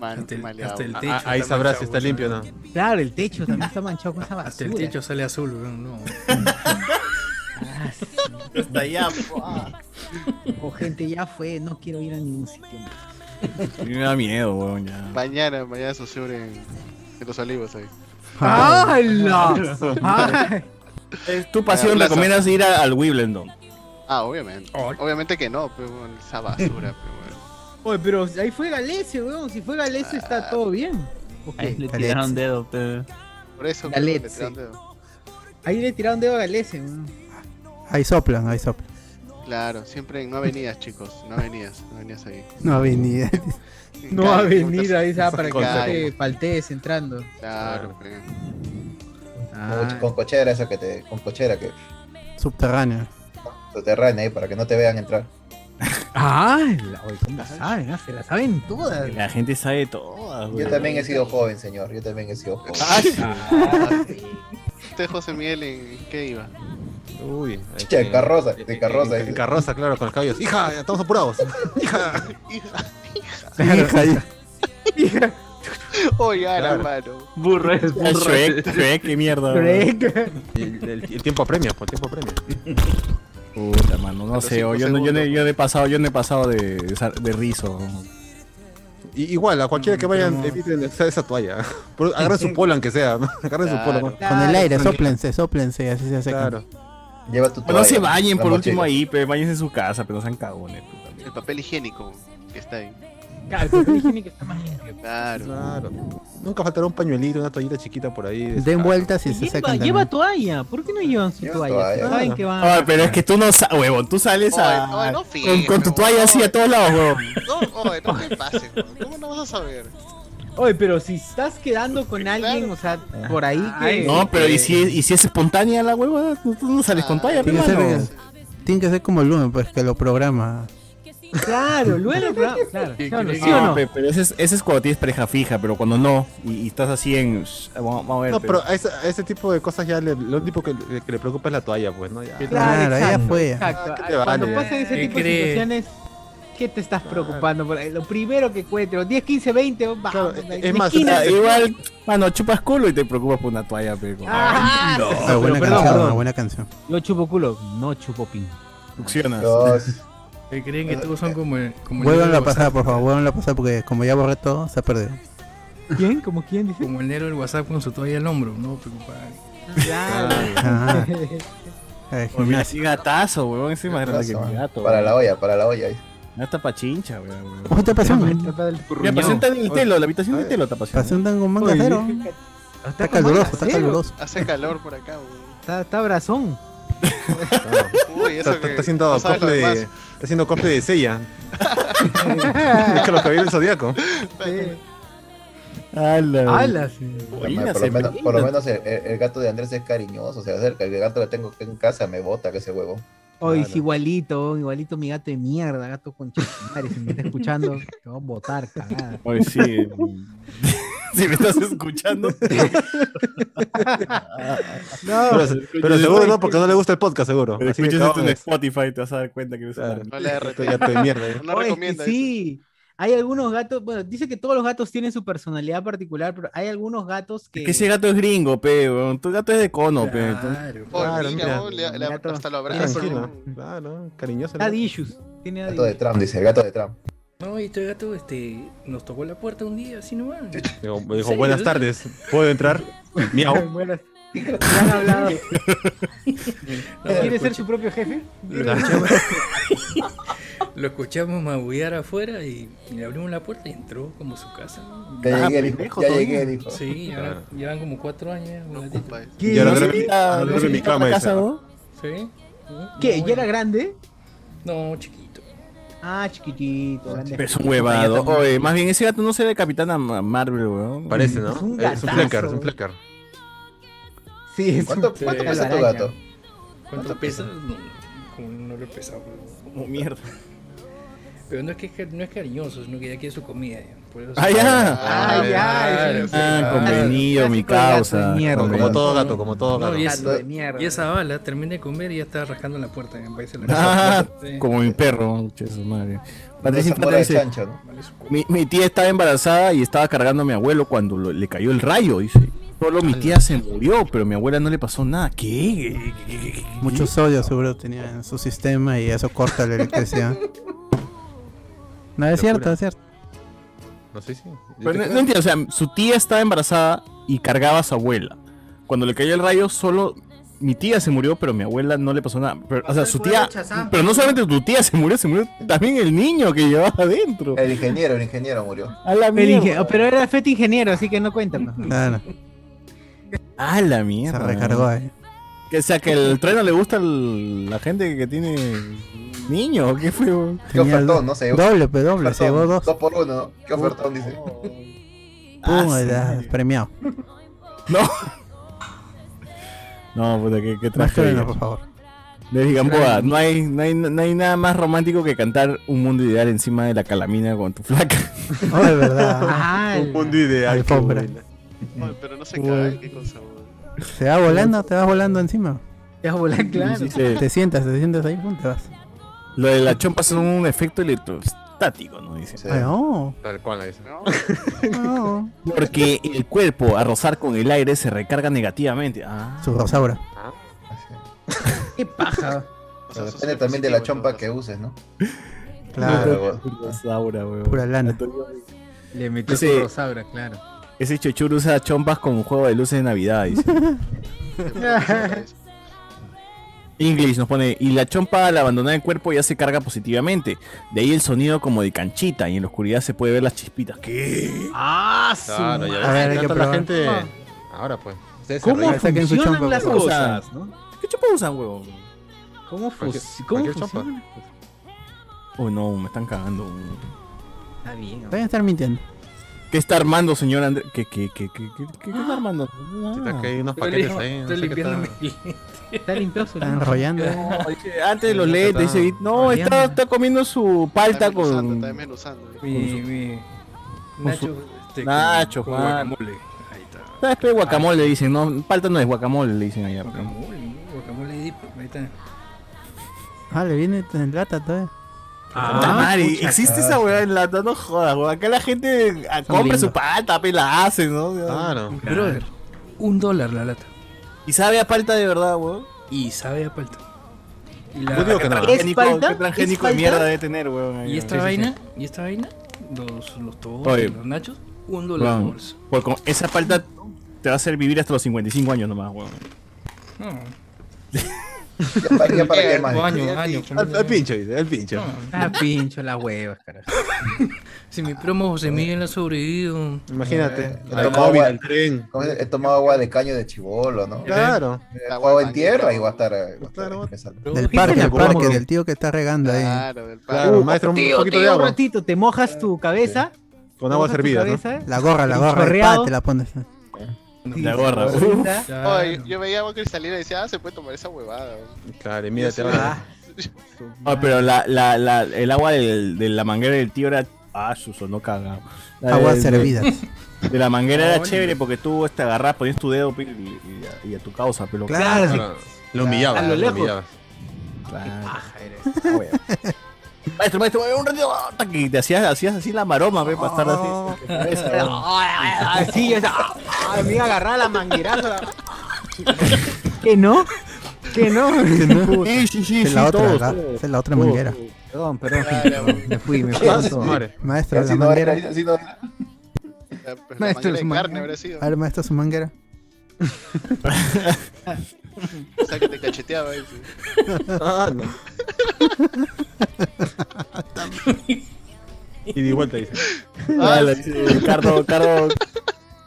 Speaker 14: Man,
Speaker 13: Hasta el-
Speaker 14: maleado.
Speaker 13: hasta el
Speaker 14: Ah,
Speaker 13: techo
Speaker 3: Ah, Ahí
Speaker 13: está
Speaker 3: sabrás si
Speaker 13: manchado,
Speaker 3: está limpio o no.
Speaker 1: Claro, el techo también está manchado con esa
Speaker 5: Ah,
Speaker 13: Hasta
Speaker 1: basura.
Speaker 13: el techo sale azul, bro, no.
Speaker 2: Hasta allá,
Speaker 14: pues.
Speaker 1: O gente, ya fue, no quiero ir a ningún sitio.
Speaker 2: Me da miedo, weón, ya.
Speaker 14: Mañana, mañana se sube en, en los olivos ahí.
Speaker 1: ¡Hala! ¡Ay!
Speaker 2: Es tu pasión, recomiendas ir a- al Wimbledon.
Speaker 14: Ah, obviamente. Obviamente que no, pero bueno, esa basura, pero bueno.
Speaker 1: Oye, pero ahí fue Galese, weón. Si fue Galese está todo bien.
Speaker 9: Ahí le tiraron dedo, pero.
Speaker 14: Por eso,
Speaker 1: La
Speaker 14: pero
Speaker 1: LED,
Speaker 14: le tiraron dedo.
Speaker 1: Ahí le tiraron dedo a Galese, weón.
Speaker 5: Ahí soplan, ahí soplan.
Speaker 14: Claro, siempre en no avenidas, chicos. No avenidas, no avenidas ahí.
Speaker 5: No avenida.
Speaker 14: En
Speaker 1: No
Speaker 14: calle,
Speaker 1: ha venido ahí,
Speaker 14: muchas-
Speaker 1: ¿sabes? Para que no
Speaker 14: calle.
Speaker 1: te faltees entrando. Ah,
Speaker 14: Claro, pe.
Speaker 4: Con- Con cochera, esa que te. Con cochera que.
Speaker 5: Subterráneo.
Speaker 4: Subterránea ahí, para que no te vean entrar.
Speaker 1: ¡Ah! La, oye, ¿cómo la saben? ah? Se la saben todas.
Speaker 2: La gente sabe todo.
Speaker 4: Yo también he sido joven, señor. Yo también he sido joven.
Speaker 14: Usted, José Miguel, ¿en qué iba?
Speaker 3: Uy,
Speaker 4: Chicha, en carroza, de carroza. eh.
Speaker 3: En, en carroza, claro, con los caballos. Hija, estamos apurados. Hija.
Speaker 5: Hija, hija.
Speaker 14: Oye, ahora,
Speaker 3: Claro.
Speaker 14: mano.
Speaker 9: Burro
Speaker 13: Ah,
Speaker 9: es burro.
Speaker 2: Ah, Shrek, Shrek, qué mierda. weón.
Speaker 3: El, el- el tiempo apremia, pues, el tiempo apremia.
Speaker 2: Puta, mano, no sé,
Speaker 3: cinco
Speaker 2: yo, no, yo, no, yo no he pasado, yo no he pasado de, de sa- de rizo.
Speaker 3: I- igual, a cualquiera que vayan,
Speaker 5: Mm,
Speaker 3: eviten esa, esa toalla. Por- Agarren su polo, aunque sea. Agarren su polo. ¿no?
Speaker 5: Con el aire, soplense, soplense, y así se hace.
Speaker 3: Claro.
Speaker 4: Lleva tu
Speaker 2: Bueno, no se
Speaker 4: toalla,
Speaker 2: bañen
Speaker 4: la
Speaker 2: por último
Speaker 4: mochila.
Speaker 2: ahí, pero bañense en su casa, pero no sean cagones. puta.
Speaker 14: El papel higiénico que está ahí. Claro.
Speaker 3: Claro. Nunca faltará un pañuelito, una toallita chiquita por ahí. de
Speaker 5: Den
Speaker 3: esas-
Speaker 5: vueltas y se
Speaker 1: Lleva,
Speaker 5: secan.
Speaker 1: lleva
Speaker 5: también.
Speaker 1: toalla. ¿Por qué no llevan su toalla? Si
Speaker 3: toalla.
Speaker 1: Saben que van.
Speaker 2: Ah, pero es que tú no sabes, huevón, tú sales a,
Speaker 14: Oye, oye, no
Speaker 2: con,
Speaker 14: fijes,
Speaker 2: con tu
Speaker 14: huevón,
Speaker 2: toalla así a
Speaker 14: oye.
Speaker 2: todos lados, huevón.
Speaker 14: No, oye, no te pases, bro. ¿cómo no vas a saber?
Speaker 1: Oye, pero si estás quedando con alguien, o sea, por ahí que.
Speaker 3: Eh,
Speaker 2: No, pero ¿y si, y si es espontánea la hueva? Tú tú no sales
Speaker 3: Ah,
Speaker 2: con toalla,
Speaker 5: Tiene que,
Speaker 2: hermano.
Speaker 5: ser, tiene que ser como el lumen, pues que lo programa.
Speaker 1: Claro, luego, claro. claro. ¿Sí o no? ¿Sí
Speaker 2: Ah,
Speaker 1: o no?
Speaker 2: pe- Pero ese es, ese es cuando tienes pareja fija, pero cuando no, y, y estás así en... shh, eh, Vamos, vamos a ver.
Speaker 3: No,
Speaker 2: pe-
Speaker 3: pero a ese, a ese tipo de cosas ya le- lo único que le, que le preocupa es la toalla, pues, ¿no? Ya.
Speaker 5: Claro, ella fue.
Speaker 1: Exacto.
Speaker 3: ¿qué te vale?
Speaker 1: Cuando pasan ese
Speaker 13: ¿Qué
Speaker 1: tipo de
Speaker 13: crees?
Speaker 1: situaciones, ¿qué te estás preocupando? Por ahí? Lo primero que encuentro, 10, 15, 20, vamos, la-
Speaker 3: es
Speaker 1: la
Speaker 3: más,
Speaker 2: O
Speaker 1: esquina.
Speaker 2: sea, igual, mano, chupas culo y te preocupas por una toalla, pe, como-
Speaker 1: Ah,
Speaker 5: No,
Speaker 1: sí,
Speaker 5: una
Speaker 1: pero
Speaker 5: buena
Speaker 1: perdón,
Speaker 5: canción,
Speaker 1: perdón.
Speaker 5: una buena canción.
Speaker 1: Yo chupo culo, no chupo pin.
Speaker 2: Succionas.
Speaker 4: Dos.
Speaker 13: Que creen que todos son como el. Como el
Speaker 5: Vuelvan
Speaker 13: negro
Speaker 5: a
Speaker 13: del
Speaker 5: pasar,
Speaker 13: WhatsApp.
Speaker 5: por favor, vuelvan a pasar porque como ya borré todo, se ha perdido.
Speaker 1: ¿Quién? ¿Cómo quién dice?
Speaker 13: Como el negro del WhatsApp con su toalla al hombro, no preocupar.
Speaker 5: Ah.
Speaker 2: Oh, mira, sí, Pues gatazo, huevón, ese es más grande que mi gato.
Speaker 4: Para
Speaker 2: huevón.
Speaker 4: la olla, para la olla. ahí.
Speaker 2: Una tapachincha, weón.
Speaker 5: Ojo, tapachincha.
Speaker 2: La pasión está en el telo, la habitación del telo tapachincha.
Speaker 5: Pasión está con manga
Speaker 1: Oye,
Speaker 5: cero.
Speaker 1: deja-
Speaker 5: Está caluroso, está caluroso.
Speaker 14: Hace calor por acá, güey.
Speaker 1: Está, está brazón.
Speaker 14: Uy,
Speaker 3: Está,
Speaker 14: eso
Speaker 3: está-
Speaker 14: que
Speaker 3: está haciendo
Speaker 14: no sabes lo
Speaker 3: cosplay de,
Speaker 14: demás.
Speaker 3: está haciendo cosplay de Seiya. Es que los cabellos del zodiaco. Ah,
Speaker 2: Ala.
Speaker 1: Ala, sí.
Speaker 4: Por lo, menos, por lo menos el, el- el gato de Andrés es cariñoso, se acerca. El gato que tengo en casa me bota que ese huevo.
Speaker 1: Hoy es Oh, igualito, igualito mi gato de mierda, gato con chimares. Si me está escuchando, te voy a botar, cagada.
Speaker 2: Oye, Pues sí. si me estás escuchando.
Speaker 1: No.
Speaker 3: Pero, pero seguro no, porque no le gusta el podcast, seguro.
Speaker 2: Pero
Speaker 3: Así que
Speaker 2: escuchas esto en
Speaker 3: cabrón,
Speaker 2: Spotify, te vas a dar cuenta que no es
Speaker 3: Claro.
Speaker 2: una-
Speaker 3: No le arrete. Gato de mierda, ¿eh?
Speaker 1: Oye,
Speaker 3: No
Speaker 1: es que
Speaker 3: recomienda eso.
Speaker 1: sí. Hay algunos gatos, bueno, dice que todos los gatos tienen su personalidad particular, pero hay algunos gatos que.
Speaker 2: Que ese gato es gringo, pe, weón. Tu gato es de cono, pe.
Speaker 1: Claro,
Speaker 14: Oh,
Speaker 1: claro,
Speaker 14: mira,
Speaker 1: mira.
Speaker 14: oh, le- le-
Speaker 1: Mi gato-
Speaker 14: hasta lo
Speaker 1: mira,
Speaker 14: abrazo.
Speaker 1: sí,
Speaker 14: ¿no?
Speaker 3: Claro, Ah, cariñoso.
Speaker 1: Daddy issues. Tiene
Speaker 4: Gato de Trump, dice, el gato de Trump.
Speaker 13: No, y este gato este, nos tocó la puerta un día, así nomás.
Speaker 3: Digo, me dijo,
Speaker 13: Sí,
Speaker 3: buenas
Speaker 13: ¿no?
Speaker 3: tardes, ¿puedo entrar? Miau.
Speaker 1: Buenas. Ya han hablado. ¿Quiere
Speaker 13: escucha.
Speaker 1: ser su propio jefe?
Speaker 13: Lo escuchamos, lo escuchamos magullar afuera y, y le abrimos la puerta y entró como su casa.
Speaker 4: Ya Ah, llegué, dijo, pendejo, ya todavía. llegué, dijo.
Speaker 13: Sí, ya
Speaker 4: Claro.
Speaker 13: llevan como cuatro años.
Speaker 3: ¿Qué? Y ahora duerme- ahora duerme en mi cama
Speaker 13: ¿La
Speaker 3: esa.
Speaker 13: Sí.
Speaker 1: ¿Qué?
Speaker 13: No,
Speaker 1: ¿Ya era grande?
Speaker 13: No, chiquito.
Speaker 1: Ah, chiquitito, grande.
Speaker 2: Es un huevado. Oye, más bien ese gato no será de Capitana Ma- Marvel, weón.
Speaker 3: Parece, ¿no? Es un
Speaker 2: flecker,
Speaker 3: Es un flecker, es un flecker.
Speaker 1: Sí,
Speaker 4: ¿Cuánto,
Speaker 13: Sí.
Speaker 4: cuánto pesa tu
Speaker 13: Telaraña.
Speaker 4: gato?
Speaker 13: ¿Cuánto pesa? No, como no lo he pesado. pero-
Speaker 2: Como mierda.
Speaker 13: Pero no es que no es cariñoso, sino que ya quiere su comida. ya. Por eso-
Speaker 2: Ah, ya.
Speaker 3: Ah, ya,
Speaker 13: Claro,
Speaker 3: ese-
Speaker 2: Ah,
Speaker 3: claro.
Speaker 2: convenido, mi causa.
Speaker 3: Como, como todo gato, como todo
Speaker 13: No,
Speaker 3: gato.
Speaker 13: y, esa-
Speaker 4: Gato de
Speaker 13: y esa bala termina de comer y ya está rascando la puerta en país de
Speaker 2: Ah,
Speaker 13: la Sí.
Speaker 2: como mi perro, che, su madre. Patricia
Speaker 4: Zamora
Speaker 2: Infante
Speaker 4: de
Speaker 2: dice,
Speaker 4: chancho, ¿no?
Speaker 2: mi, mi tía estaba embarazada y estaba cargando a mi abuelo cuando lo- le cayó el rayo, dice. Solo mi tía se murió, pero a mi abuela no le pasó nada. ¿Qué? ¿Qué? ¿Qué? ¿Qué?
Speaker 5: Mucho sodio seguro tenía en su sistema y eso corta la electricidad. No, es cierto, es cierto.
Speaker 3: No sé si.
Speaker 2: Pero no, no entiendo, o sea, su tía estaba embarazada y cargaba a su abuela. Cuando le cayó el rayo, solo mi tía se murió, pero a mi abuela no le pasó nada. Pero, o sea, su tía. Pero no solamente tu tía se murió, se murió también el niño que llevaba adentro.
Speaker 5: Eh,
Speaker 4: El ingeniero, el ingeniero murió.
Speaker 2: A la
Speaker 1: Pero,
Speaker 2: mierda.
Speaker 1: inge- pero era fete ingeniero, así que no cuenta. pues.
Speaker 5: Claro.
Speaker 2: A la mierda.
Speaker 5: Se recargó, eh.
Speaker 2: Que, o sea, que el trueno le gusta el- la gente que tiene niños. ¿Qué fue? weón?
Speaker 4: Qué ofertón, no sé.
Speaker 5: Doble, pero doble, se llevó
Speaker 4: Ofertón,
Speaker 5: dos.
Speaker 4: Dos por uno, ¿no? Qué ofertón, dice.
Speaker 5: Pum,
Speaker 2: Ah,
Speaker 5: ya, premiado.
Speaker 2: No. No, puta, qué, qué
Speaker 5: Más
Speaker 2: tragedia.
Speaker 5: trueno, por favor.
Speaker 2: Leslie Gamboa, no hay, no, hay, no hay nada más romántico que cantar un mundo ideal encima de la calamina con tu flaca.
Speaker 5: Oh, de verdad.
Speaker 1: Ah,
Speaker 3: Un mundo ideal. qué
Speaker 5: Alfombra.
Speaker 3: buena.
Speaker 14: Ay, pero no se cae, qué cosa, güey.
Speaker 5: Se va volando, te vas volando encima.
Speaker 1: te vas a volar, claro.
Speaker 2: Dice,
Speaker 5: Te sientas, te sientas ahí, pum, te vas.
Speaker 2: lo de la chompa es un efecto electrostático, ¿no? Dice.
Speaker 4: Sí.
Speaker 5: Ay, no,
Speaker 3: Tal cual, dice.
Speaker 5: no.
Speaker 2: Porque el cuerpo a rozar con el aire se recarga negativamente. Ah,
Speaker 5: Su rosaura.
Speaker 1: Qué paja.
Speaker 4: O
Speaker 14: sea, eso
Speaker 4: sea, depende
Speaker 14: es
Speaker 4: también de
Speaker 14: positivo,
Speaker 4: la
Speaker 14: en
Speaker 4: chompa
Speaker 14: todo
Speaker 4: que uses, ¿no?
Speaker 5: Claro.
Speaker 4: Claro.
Speaker 2: Rosaura, weón.
Speaker 5: Pura lana.
Speaker 12: Le metió
Speaker 2: Ese-
Speaker 12: su rosabra, claro.
Speaker 2: Ese chochur usa chompas como juego de luces de Navidad, dice. English nos pone, y la chompa al abandonar el cuerpo ya se carga positivamente. De ahí el sonido como de canchita y en la oscuridad se puede ver las chispitas. ¿Qué?
Speaker 1: Ah, su
Speaker 3: Claro, ya
Speaker 1: madre.
Speaker 3: ves,
Speaker 5: A ver, hay que
Speaker 3: encanta la
Speaker 5: probar.
Speaker 3: gente. Ahora pues. ustedes se
Speaker 1: ¿Cómo
Speaker 3: arreglan.
Speaker 5: saquen su
Speaker 1: funcionan
Speaker 5: chompa,
Speaker 1: las
Speaker 5: por favor.
Speaker 1: cosas? ¿no?
Speaker 2: ¿Qué chompa usan, huevón?
Speaker 1: ¿Cómo, fus-
Speaker 3: Cualquier-
Speaker 1: cómo
Speaker 3: cualquier chompa.
Speaker 1: funcionan?
Speaker 2: Oh no, me están cagando. weón.
Speaker 1: Está bien.
Speaker 5: Pueden estar mintiendo.
Speaker 2: ¿Qué está armando, señor Andrés? ¿Qué, qué, qué, qué, qué, qué está armando?
Speaker 3: Sí, está que hay unos
Speaker 13: Estoy,
Speaker 3: paquetes
Speaker 13: lim-
Speaker 3: ahí. no
Speaker 13: estoy
Speaker 3: sé qué
Speaker 13: limpiando
Speaker 3: tal.
Speaker 13: mi
Speaker 1: Está limpio su
Speaker 5: Están
Speaker 1: libro.
Speaker 5: enrollando.
Speaker 2: Ah, dice, Antes de los
Speaker 3: Sí,
Speaker 2: leds,
Speaker 3: está- eh.
Speaker 2: dice, no, está, está comiendo su
Speaker 14: Está
Speaker 2: palta
Speaker 14: menuzando,
Speaker 2: con...
Speaker 14: está menuzando.
Speaker 13: mi, mi-
Speaker 2: con
Speaker 13: Nacho, este, con-
Speaker 2: Nacho,
Speaker 13: con
Speaker 2: Juan. Ah,
Speaker 13: guacamole. Ahí está.
Speaker 2: ¿Sabes? Pero guacamole, le dicen, no, palta no es guacamole, le dicen allá. pero-
Speaker 13: Guacamole, ¿no? guacamole dip, ahí está.
Speaker 5: Ah, le viene en lata todavía.
Speaker 3: Ah,
Speaker 2: Puta madre, existe esa weá en lata, no jodas, weón. Acá la gente ah, compra
Speaker 5: lindos.
Speaker 2: su palta, pe, la hace, ¿no?
Speaker 3: Claro.
Speaker 13: Brother, un dólar la lata.
Speaker 2: Y sabe a palta de verdad, weón.
Speaker 13: Y sabe a palta. Y, la-
Speaker 3: Yo digo que no.
Speaker 1: ¿Es
Speaker 2: Transgénico-
Speaker 1: palta?
Speaker 2: qué transgénico
Speaker 1: ¿Es
Speaker 2: de mierda
Speaker 1: palta?
Speaker 2: debe tener, weón.
Speaker 13: y esta
Speaker 2: Sí, sí,
Speaker 13: vaina, y esta vaina, los, los tobos,
Speaker 2: Oye.
Speaker 13: los nachos, un
Speaker 2: sí.
Speaker 13: dólar
Speaker 2: Weón,
Speaker 13: por bolso.
Speaker 2: porque con esa palta te va a hacer vivir hasta los 55 años nomás, weón.
Speaker 13: No.
Speaker 4: Ya para, ya para qué más.
Speaker 13: Año, año,
Speaker 3: Al, al pincho, dice, al pincho.
Speaker 13: Ah, pincho, las huevas, carajo. si mi promo José Miguel ha sobrevivido.
Speaker 3: Imagínate.
Speaker 4: He tomado, agua, ¿cómo es? He tomado agua de caño de chivolo, ¿no?
Speaker 5: Claro.
Speaker 4: Eh, Agua en tierra y va a estar. eh, va a estar empezando.
Speaker 5: Del parque, del parque, del tío que está regando ahí.
Speaker 1: Uh, tío, tío, un ratito, te mojas tu cabeza.
Speaker 3: Con agua
Speaker 1: Te mojas tu
Speaker 3: servida, ¿no?
Speaker 1: cabeza,
Speaker 5: La gorra, la gorra, el
Speaker 1: chorreado.
Speaker 5: pa, te la pones.
Speaker 3: La gorra.
Speaker 1: Uf.
Speaker 14: Oh, yo, yo veía a Cristalina y decía, ah, se puede tomar esa huevada.
Speaker 3: Claro, y mira, te van a-
Speaker 2: Ah, pero la, la, la, el agua del- de la manguera del tío era. Ah, Suso, no caga. La de-
Speaker 5: Aguas
Speaker 2: de-
Speaker 5: servidas.
Speaker 2: De, la manguera era
Speaker 5: Oye.
Speaker 2: chévere porque tú te agarras, ponías tu dedo pe, y, y a, y a tu causa, pero.
Speaker 1: Claro.
Speaker 3: Lo humillabas.
Speaker 2: A lo lejos.
Speaker 3: humillabas.
Speaker 2: Ah, wea. Maestro, maestro, un ratito. ah, ta, que te hacías, hacías así la maroma, ve, para estar
Speaker 5: Oh.
Speaker 2: así. de cabeza, weón.
Speaker 1: Así, esa. Ay, me iba a agarrar la mangueraza. ¿Que no? ¿Que no?
Speaker 2: Sí, sí, sí.
Speaker 5: Esa es la
Speaker 2: sí,
Speaker 5: otra,
Speaker 2: todos,
Speaker 5: la-
Speaker 2: todos.
Speaker 5: esa es la otra
Speaker 2: Todos,
Speaker 5: manguera.
Speaker 1: Perdón,
Speaker 2: todos.
Speaker 1: perdón.
Speaker 5: Me fui, me fui.
Speaker 1: Ah,
Speaker 5: me
Speaker 1: su
Speaker 5: fui.
Speaker 1: madre.
Speaker 5: Maestro,
Speaker 4: Así
Speaker 5: la
Speaker 4: no era,
Speaker 5: manguera.
Speaker 4: así no era.
Speaker 14: Pues
Speaker 5: Maestro, su
Speaker 14: carne
Speaker 5: manguera.
Speaker 14: habrá sido.
Speaker 5: A ver, maestro, su manguera.
Speaker 14: O sea, que te cacheteaba. ahí, sí.
Speaker 3: Ah, no. Y de vuelta dice.
Speaker 2: Ah, la- sí, Cardo, Cardo,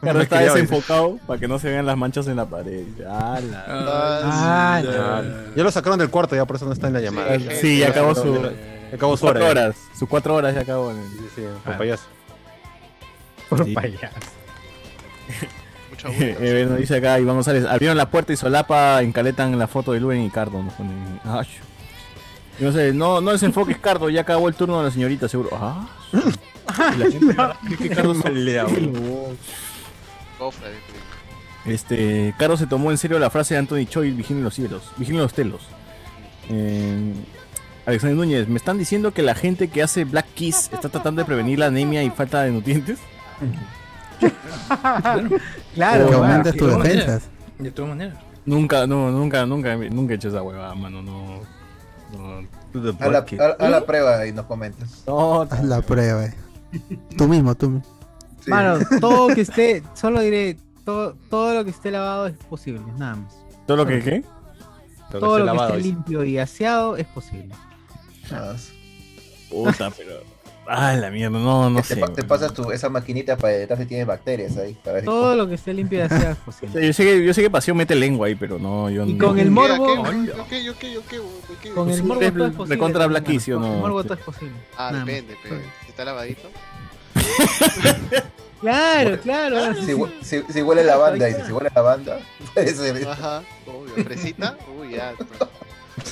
Speaker 2: Cardo
Speaker 3: Me
Speaker 2: está
Speaker 3: criaba,
Speaker 2: desenfocado para que no se vean las manchas en la pared. Ah, la-
Speaker 14: Ah,
Speaker 3: Ah, ya. Ya lo sacaron del cuarto, ya por eso no está en la llamada.
Speaker 2: Sí, sí, ya acabó su-
Speaker 3: ya acabó su hora.
Speaker 2: cuatro
Speaker 3: ya.
Speaker 2: horas. Sus cuatro horas ya acabó. en el-
Speaker 3: Sí, sí, por payaso.
Speaker 2: Por
Speaker 3: Sí.
Speaker 2: payaso.
Speaker 14: Mucha
Speaker 2: Eh, eh, nos dice acá Iván González, abrieron la puerta y solapa encaletan la foto de Luen y Cardo. Nos ponen. Ay. Y no sé, no, no desenfoques Cardo, ya acabó el turno de la señorita, seguro. Ah. Y la gente, ¿qué- qué Cardo se-
Speaker 3: Malea, weón.
Speaker 14: Gofra, eh.
Speaker 2: Este, Caro se tomó en serio la frase de Anthony Choi, vigilen los cielos, vigilen los telos. Eh, Alexander Núñez, ¿me están diciendo que la gente que hace Black Kiss está tratando de prevenir la anemia y falta de nutrientes?
Speaker 1: Claro,
Speaker 2: Que
Speaker 1: claro.
Speaker 13: De
Speaker 2: aumentes tus
Speaker 13: todas maneras,
Speaker 2: defensas.
Speaker 13: De todas maneras.
Speaker 2: Nunca, no, nunca, nunca, nunca he hecho esa huevada, mano, no. no.
Speaker 4: A la, a- a la prueba y nos comentas.
Speaker 2: No,
Speaker 5: Haz la prueba. eh. Tú mismo, tú mismo.
Speaker 1: Mano, todo que esté, solo diré, todo, todo lo que esté lavado es posible, nada más.
Speaker 2: ¿Todo lo que qué?
Speaker 1: Todo lo que esté limpio y aseado es posible.
Speaker 2: Puta, pero. Ay, la mierda, no, no
Speaker 4: Te,
Speaker 2: sé.
Speaker 4: pa- te pasas tu, esa maquinita para detectar si tienes bacterias ahí. Para ver
Speaker 1: Todo lo que esté limpio y aseado es posible.
Speaker 2: O sea, Yo sé que, yo sé que Paseo mete lengua ahí, pero no, yo
Speaker 1: Y
Speaker 2: no.
Speaker 1: con el morbo,
Speaker 14: Yo qué, yo qué, yo qué, weón, yo qué.
Speaker 1: con el morbo todo es posible.
Speaker 2: Recontra Black Kiss, ¿sí o
Speaker 1: Con el
Speaker 2: no? este-
Speaker 1: morbo todo es posible.
Speaker 14: Ah,
Speaker 1: Nada más.
Speaker 14: depende, pero si está lavadito.
Speaker 1: Claro,
Speaker 14: Ah,
Speaker 1: claro.
Speaker 4: Si, hue- si- si huele la banda, dice, si huele la banda, puede ser.
Speaker 6: Ah.
Speaker 14: Ajá, obvio. Fresita, uy, ya. pues.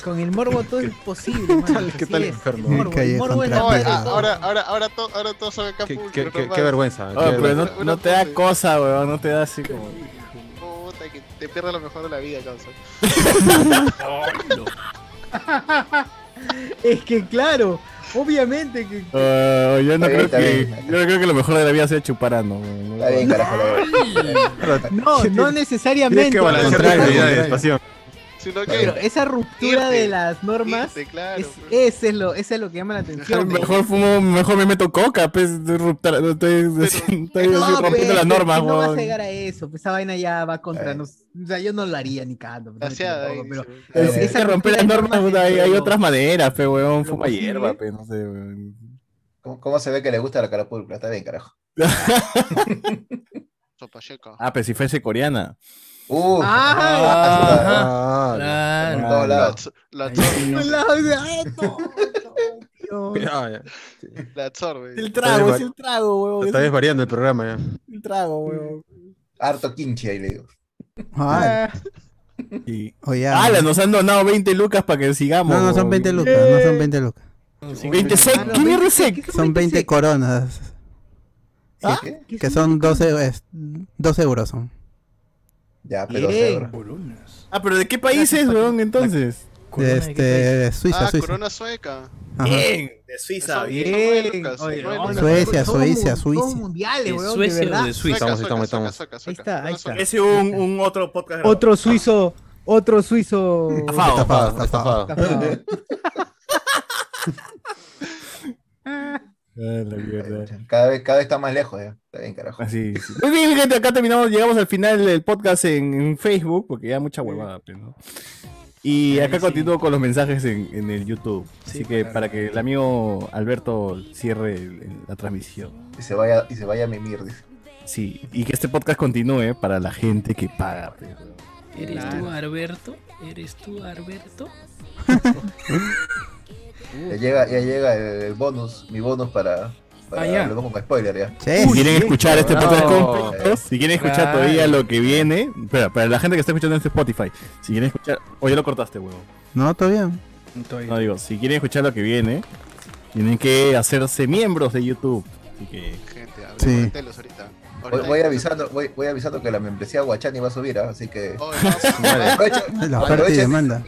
Speaker 1: Con el morbo todo es posible, mano.
Speaker 3: ¿Qué
Speaker 1: así
Speaker 3: tal
Speaker 1: es.
Speaker 3: enfermo?
Speaker 1: El morbo, el morbo es la
Speaker 14: No,
Speaker 1: madre.
Speaker 14: ah, ahora, ahora, ahora, to- ahora todos son acá
Speaker 3: Qué,
Speaker 14: pulcro,
Speaker 3: qué- qué-
Speaker 14: normal.
Speaker 3: qué vergüenza.
Speaker 2: Ah,
Speaker 3: qué
Speaker 2: pero
Speaker 3: vergüenza.
Speaker 2: no, no te da cosa, weón, no te da así como.
Speaker 14: Puta, que te pierdes lo mejor de la vida, causa.
Speaker 1: Es que claro, obviamente que.
Speaker 2: Ah, yo, no
Speaker 4: Está bien,
Speaker 2: creo
Speaker 4: está
Speaker 2: que,
Speaker 4: bien.
Speaker 2: yo no creo que lo mejor de la vida sea chuparano. weón.
Speaker 4: Está bien, carajo. la verdad.
Speaker 1: No, no necesariamente.
Speaker 3: Tienes que
Speaker 1: Al
Speaker 3: balancear tu
Speaker 1: contrario.
Speaker 3: vida de pasión.
Speaker 14: Sino
Speaker 1: Pero
Speaker 14: que
Speaker 1: esa ruptura
Speaker 14: Irte,
Speaker 1: de las normas
Speaker 14: irte, claro,
Speaker 1: es,
Speaker 14: pues.
Speaker 1: ese es lo, ese es lo que llama la atención.
Speaker 2: Mejor fumo, mejor me meto coca, pues estoy, ruptar- estoy, estoy- estoy
Speaker 1: No,
Speaker 2: así
Speaker 1: pues,
Speaker 2: rompiendo las
Speaker 1: que-
Speaker 2: normas,
Speaker 1: que no vas a
Speaker 2: weón.
Speaker 1: llegar a eso, pues esa vaina ya va contra
Speaker 4: Eh.
Speaker 1: nos. O sea, yo no lo haría ni cagando. pues, no me
Speaker 14: Graciada,
Speaker 1: equivoco,
Speaker 14: ahí
Speaker 1: pero
Speaker 14: dice.
Speaker 2: Es-
Speaker 4: Eh,
Speaker 2: es que romper las normas,
Speaker 1: normas,
Speaker 2: puta, hay, hay
Speaker 1: pero-
Speaker 2: otras maneras, pe, weón. Fuma
Speaker 1: posible.
Speaker 2: hierba, pe, no sé, weón.
Speaker 4: ¿Cómo, cómo se ve que le gusta la carapulcra? Está bien, carajo.
Speaker 14: Sopa checa.
Speaker 2: Ah, pero si fuese coreana.
Speaker 4: Uh,
Speaker 1: Ah,
Speaker 2: Ah,
Speaker 4: por
Speaker 13: Claro.
Speaker 14: La,
Speaker 4: todos lados.
Speaker 14: la
Speaker 1: no,
Speaker 14: absorbe.
Speaker 1: la- o sea, esto, no, Dios.
Speaker 3: Ah, ya.
Speaker 14: La absorbe.
Speaker 2: El trago,
Speaker 3: Está
Speaker 2: es el trago, weón.
Speaker 3: Está
Speaker 2: Es
Speaker 3: desvariando el programa ya.
Speaker 2: el trago, weón.
Speaker 4: Harto quinche ahí le digo.
Speaker 5: Ah,
Speaker 2: Y... ah,
Speaker 5: oye,
Speaker 2: Ala,
Speaker 5: no,
Speaker 2: nos han donado 20 lucas para que sigamos.
Speaker 5: no son
Speaker 2: weón.
Speaker 5: 20 lucas, no son 20 lucas.
Speaker 13: Mm,
Speaker 2: 20
Speaker 1: Ah,
Speaker 2: sec,
Speaker 1: no,
Speaker 2: ¿qué mierda
Speaker 1: 20
Speaker 2: es sec?
Speaker 1: ¿Qué son
Speaker 5: Son 20 coronas,
Speaker 13: ¿Ah?
Speaker 4: ¿Qué?
Speaker 1: ¿Qué
Speaker 5: que son 12, es- 12 euros. Son.
Speaker 4: Ya,
Speaker 1: Bien.
Speaker 4: pero seguro.
Speaker 13: Coronas.
Speaker 2: Ah, pero ¿de qué país es, weón, entonces?
Speaker 13: ¿Corona de qué
Speaker 5: este,
Speaker 14: Ah,
Speaker 5: Suiza, Suiza.
Speaker 14: corona sueca.
Speaker 5: Ajá.
Speaker 2: Bien, de Suiza,
Speaker 14: Eso-
Speaker 2: bien.
Speaker 14: eso no
Speaker 1: Bien,
Speaker 14: es Lucas,
Speaker 1: oye,
Speaker 14: no es
Speaker 1: no,
Speaker 14: Lucas.
Speaker 1: no,
Speaker 5: Suecia,
Speaker 1: todos
Speaker 5: Suecia,
Speaker 1: mun-
Speaker 5: Suiza.
Speaker 1: todos mundiales,
Speaker 13: ¿De
Speaker 1: weón, de
Speaker 13: Suecia o
Speaker 1: verdad.
Speaker 13: de Suiza?
Speaker 14: Sueca,
Speaker 3: Estamos,
Speaker 14: sueca,
Speaker 3: estamos,
Speaker 14: sueca,
Speaker 3: estamos.
Speaker 14: sueca,
Speaker 1: Ahí
Speaker 14: sueca.
Speaker 1: está, ahí está.
Speaker 2: Ese un, un otro podcast.
Speaker 1: Otro suizo, otro suizo.
Speaker 2: Estafado.
Speaker 3: Estafado, estafado.
Speaker 1: Estafado.
Speaker 2: Ah, la mierda.
Speaker 4: Cada vez, cada vez está más lejos ya. Está bien, carajo.
Speaker 2: Así. sí. Muy bien, gente, acá terminamos, llegamos al final del podcast en, en Facebook, porque ya mucha huevada, pero, ¿no? Y acá
Speaker 13: sí.
Speaker 2: continúo con los mensajes en, en el YouTube. Así que
Speaker 4: claro.
Speaker 2: para que el amigo Alberto cierre el- el- la transmisión.
Speaker 4: Y se vaya, y se vaya a mimir, dice.
Speaker 2: Sí, y que este podcast continúe para la gente que paga. pues.
Speaker 13: ¿Eres tú, Alberto? ¿Eres tú, Alberto? Uh.
Speaker 4: Ya llega, ya llega el, el bonus, mi bonus para. para
Speaker 13: Ah, ya.
Speaker 4: Lo pongo como spoiler ya.
Speaker 2: Si quieren escuchar este podcast completo, si quieren escuchar
Speaker 4: Claro.
Speaker 2: todavía lo que viene, espera, para la gente que está escuchando en este Spotify, si quieren escuchar, o ya lo cortaste, huevo.
Speaker 5: No, todavía.
Speaker 2: No digo, si quieren escuchar lo que viene, tienen que hacerse miembros de YouTube. Así que
Speaker 14: Gente, hablemos
Speaker 2: Sí.
Speaker 14: de telos ahorita.
Speaker 4: Voy, voy avisando, voy, voy avisando que la membresía Guachani va a subir, ¿ah? así que.
Speaker 14: madre.
Speaker 5: La oferta y demanda.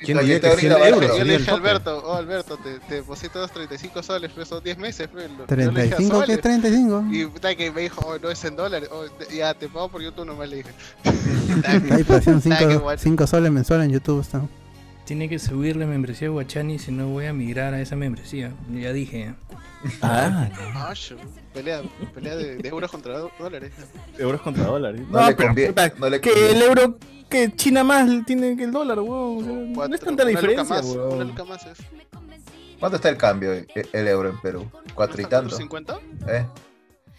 Speaker 4: ¿Quién diría que 100 euros
Speaker 14: Yo
Speaker 4: sería
Speaker 14: le
Speaker 4: el
Speaker 14: dije a
Speaker 4: tope?
Speaker 14: Alberto, oh Alberto, te, te deposito los 35 soles, pues son 10 meses. Pues, lo- yo le dije a
Speaker 5: 35, ¿qué
Speaker 14: soles.
Speaker 5: 35?
Speaker 14: Y puta que me dijo, oh, no es en dólares, oh, te- ya te pago por YouTube nomás le dije.
Speaker 5: Hay pasión
Speaker 14: Puta, qué guay.
Speaker 5: 5 soles mensuales en YouTube. Está.
Speaker 13: Tiene que subir la membresía de Guachani, si no voy a migrar a esa membresía. Ya dije.
Speaker 2: Ah.
Speaker 14: Ah, shu, pelea, pelea de, de euros contra do- dólares.
Speaker 2: euros contra dólares.
Speaker 14: No le conviene, no le
Speaker 2: que
Speaker 14: conviene.
Speaker 2: el euro, que China más tiene que el dólar, huevo. o sea, no es tanta la
Speaker 14: Una luca
Speaker 2: diferencia,
Speaker 14: más,
Speaker 2: huevo.
Speaker 14: una luca más es.
Speaker 4: ¿Cuánto está el cambio el, el euro en Perú? ¿Cuatro y tanto?
Speaker 14: ¿4.50?
Speaker 4: ¿Eh?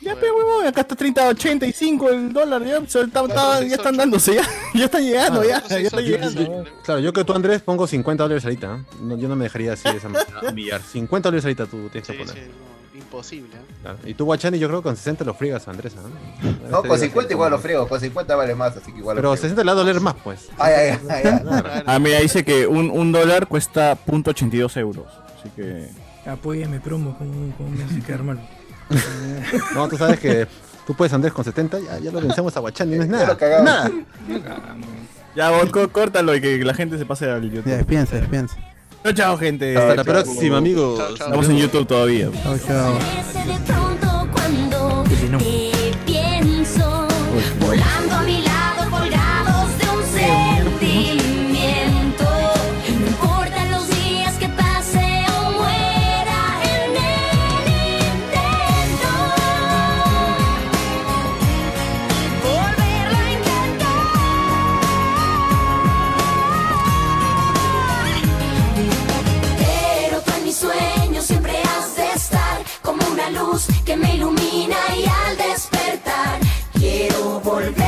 Speaker 2: Ya, pe, huevón, acá está 30, 85 el dólar, ya, o sea, está- está- ya están dándose, ya, ya están llegando, ya, ya están llegando.
Speaker 3: Claro, yo que tú, Andrés, pongo 50 dólares ahorita. ¿eh? No, yo no me dejaría así de esa manera humillar. 50 dólares ahorita tú tienes que
Speaker 14: Sí,
Speaker 3: poner.
Speaker 14: sí, no, imposible. ¿eh?
Speaker 3: Claro. Y tú, Guachani, yo creo que con 60 lo friegas a Andrés. ¿eh?
Speaker 4: No, con 50 igual lo friego, con 50 vale más, así que igual
Speaker 3: Pero
Speaker 4: lo
Speaker 3: 60 le va a doler más, pues.
Speaker 4: Ay, ay, ay, ay.
Speaker 2: Ah, mira, dice que un, un dólar cuesta 0.82 euros, así que...
Speaker 13: Apóyame, promo, ¿cómo, cómo me hace quedar mal?
Speaker 3: No, tú sabes que tú puedes, Andrés, con 70. Ya, ya lo vencemos a Guachani, no es nada.
Speaker 4: cagamos.
Speaker 3: Nada.
Speaker 2: Ya, vos, co- córtalo y que la gente se pase al YouTube.
Speaker 5: Ya, despídense, despídense.
Speaker 2: Chao, chao, gente.
Speaker 3: Hasta la próxima, amigos.
Speaker 2: Estamos en YouTube todavía.
Speaker 5: Chao, chao.
Speaker 15: cuando te pienso volando a mi lado colgados de un sentimiento no importan los días que pase o muera en el intento volverlo a intentar pero tú en mis sueños siempre has de estar como una luz que me ilumina y al despertar quiero volver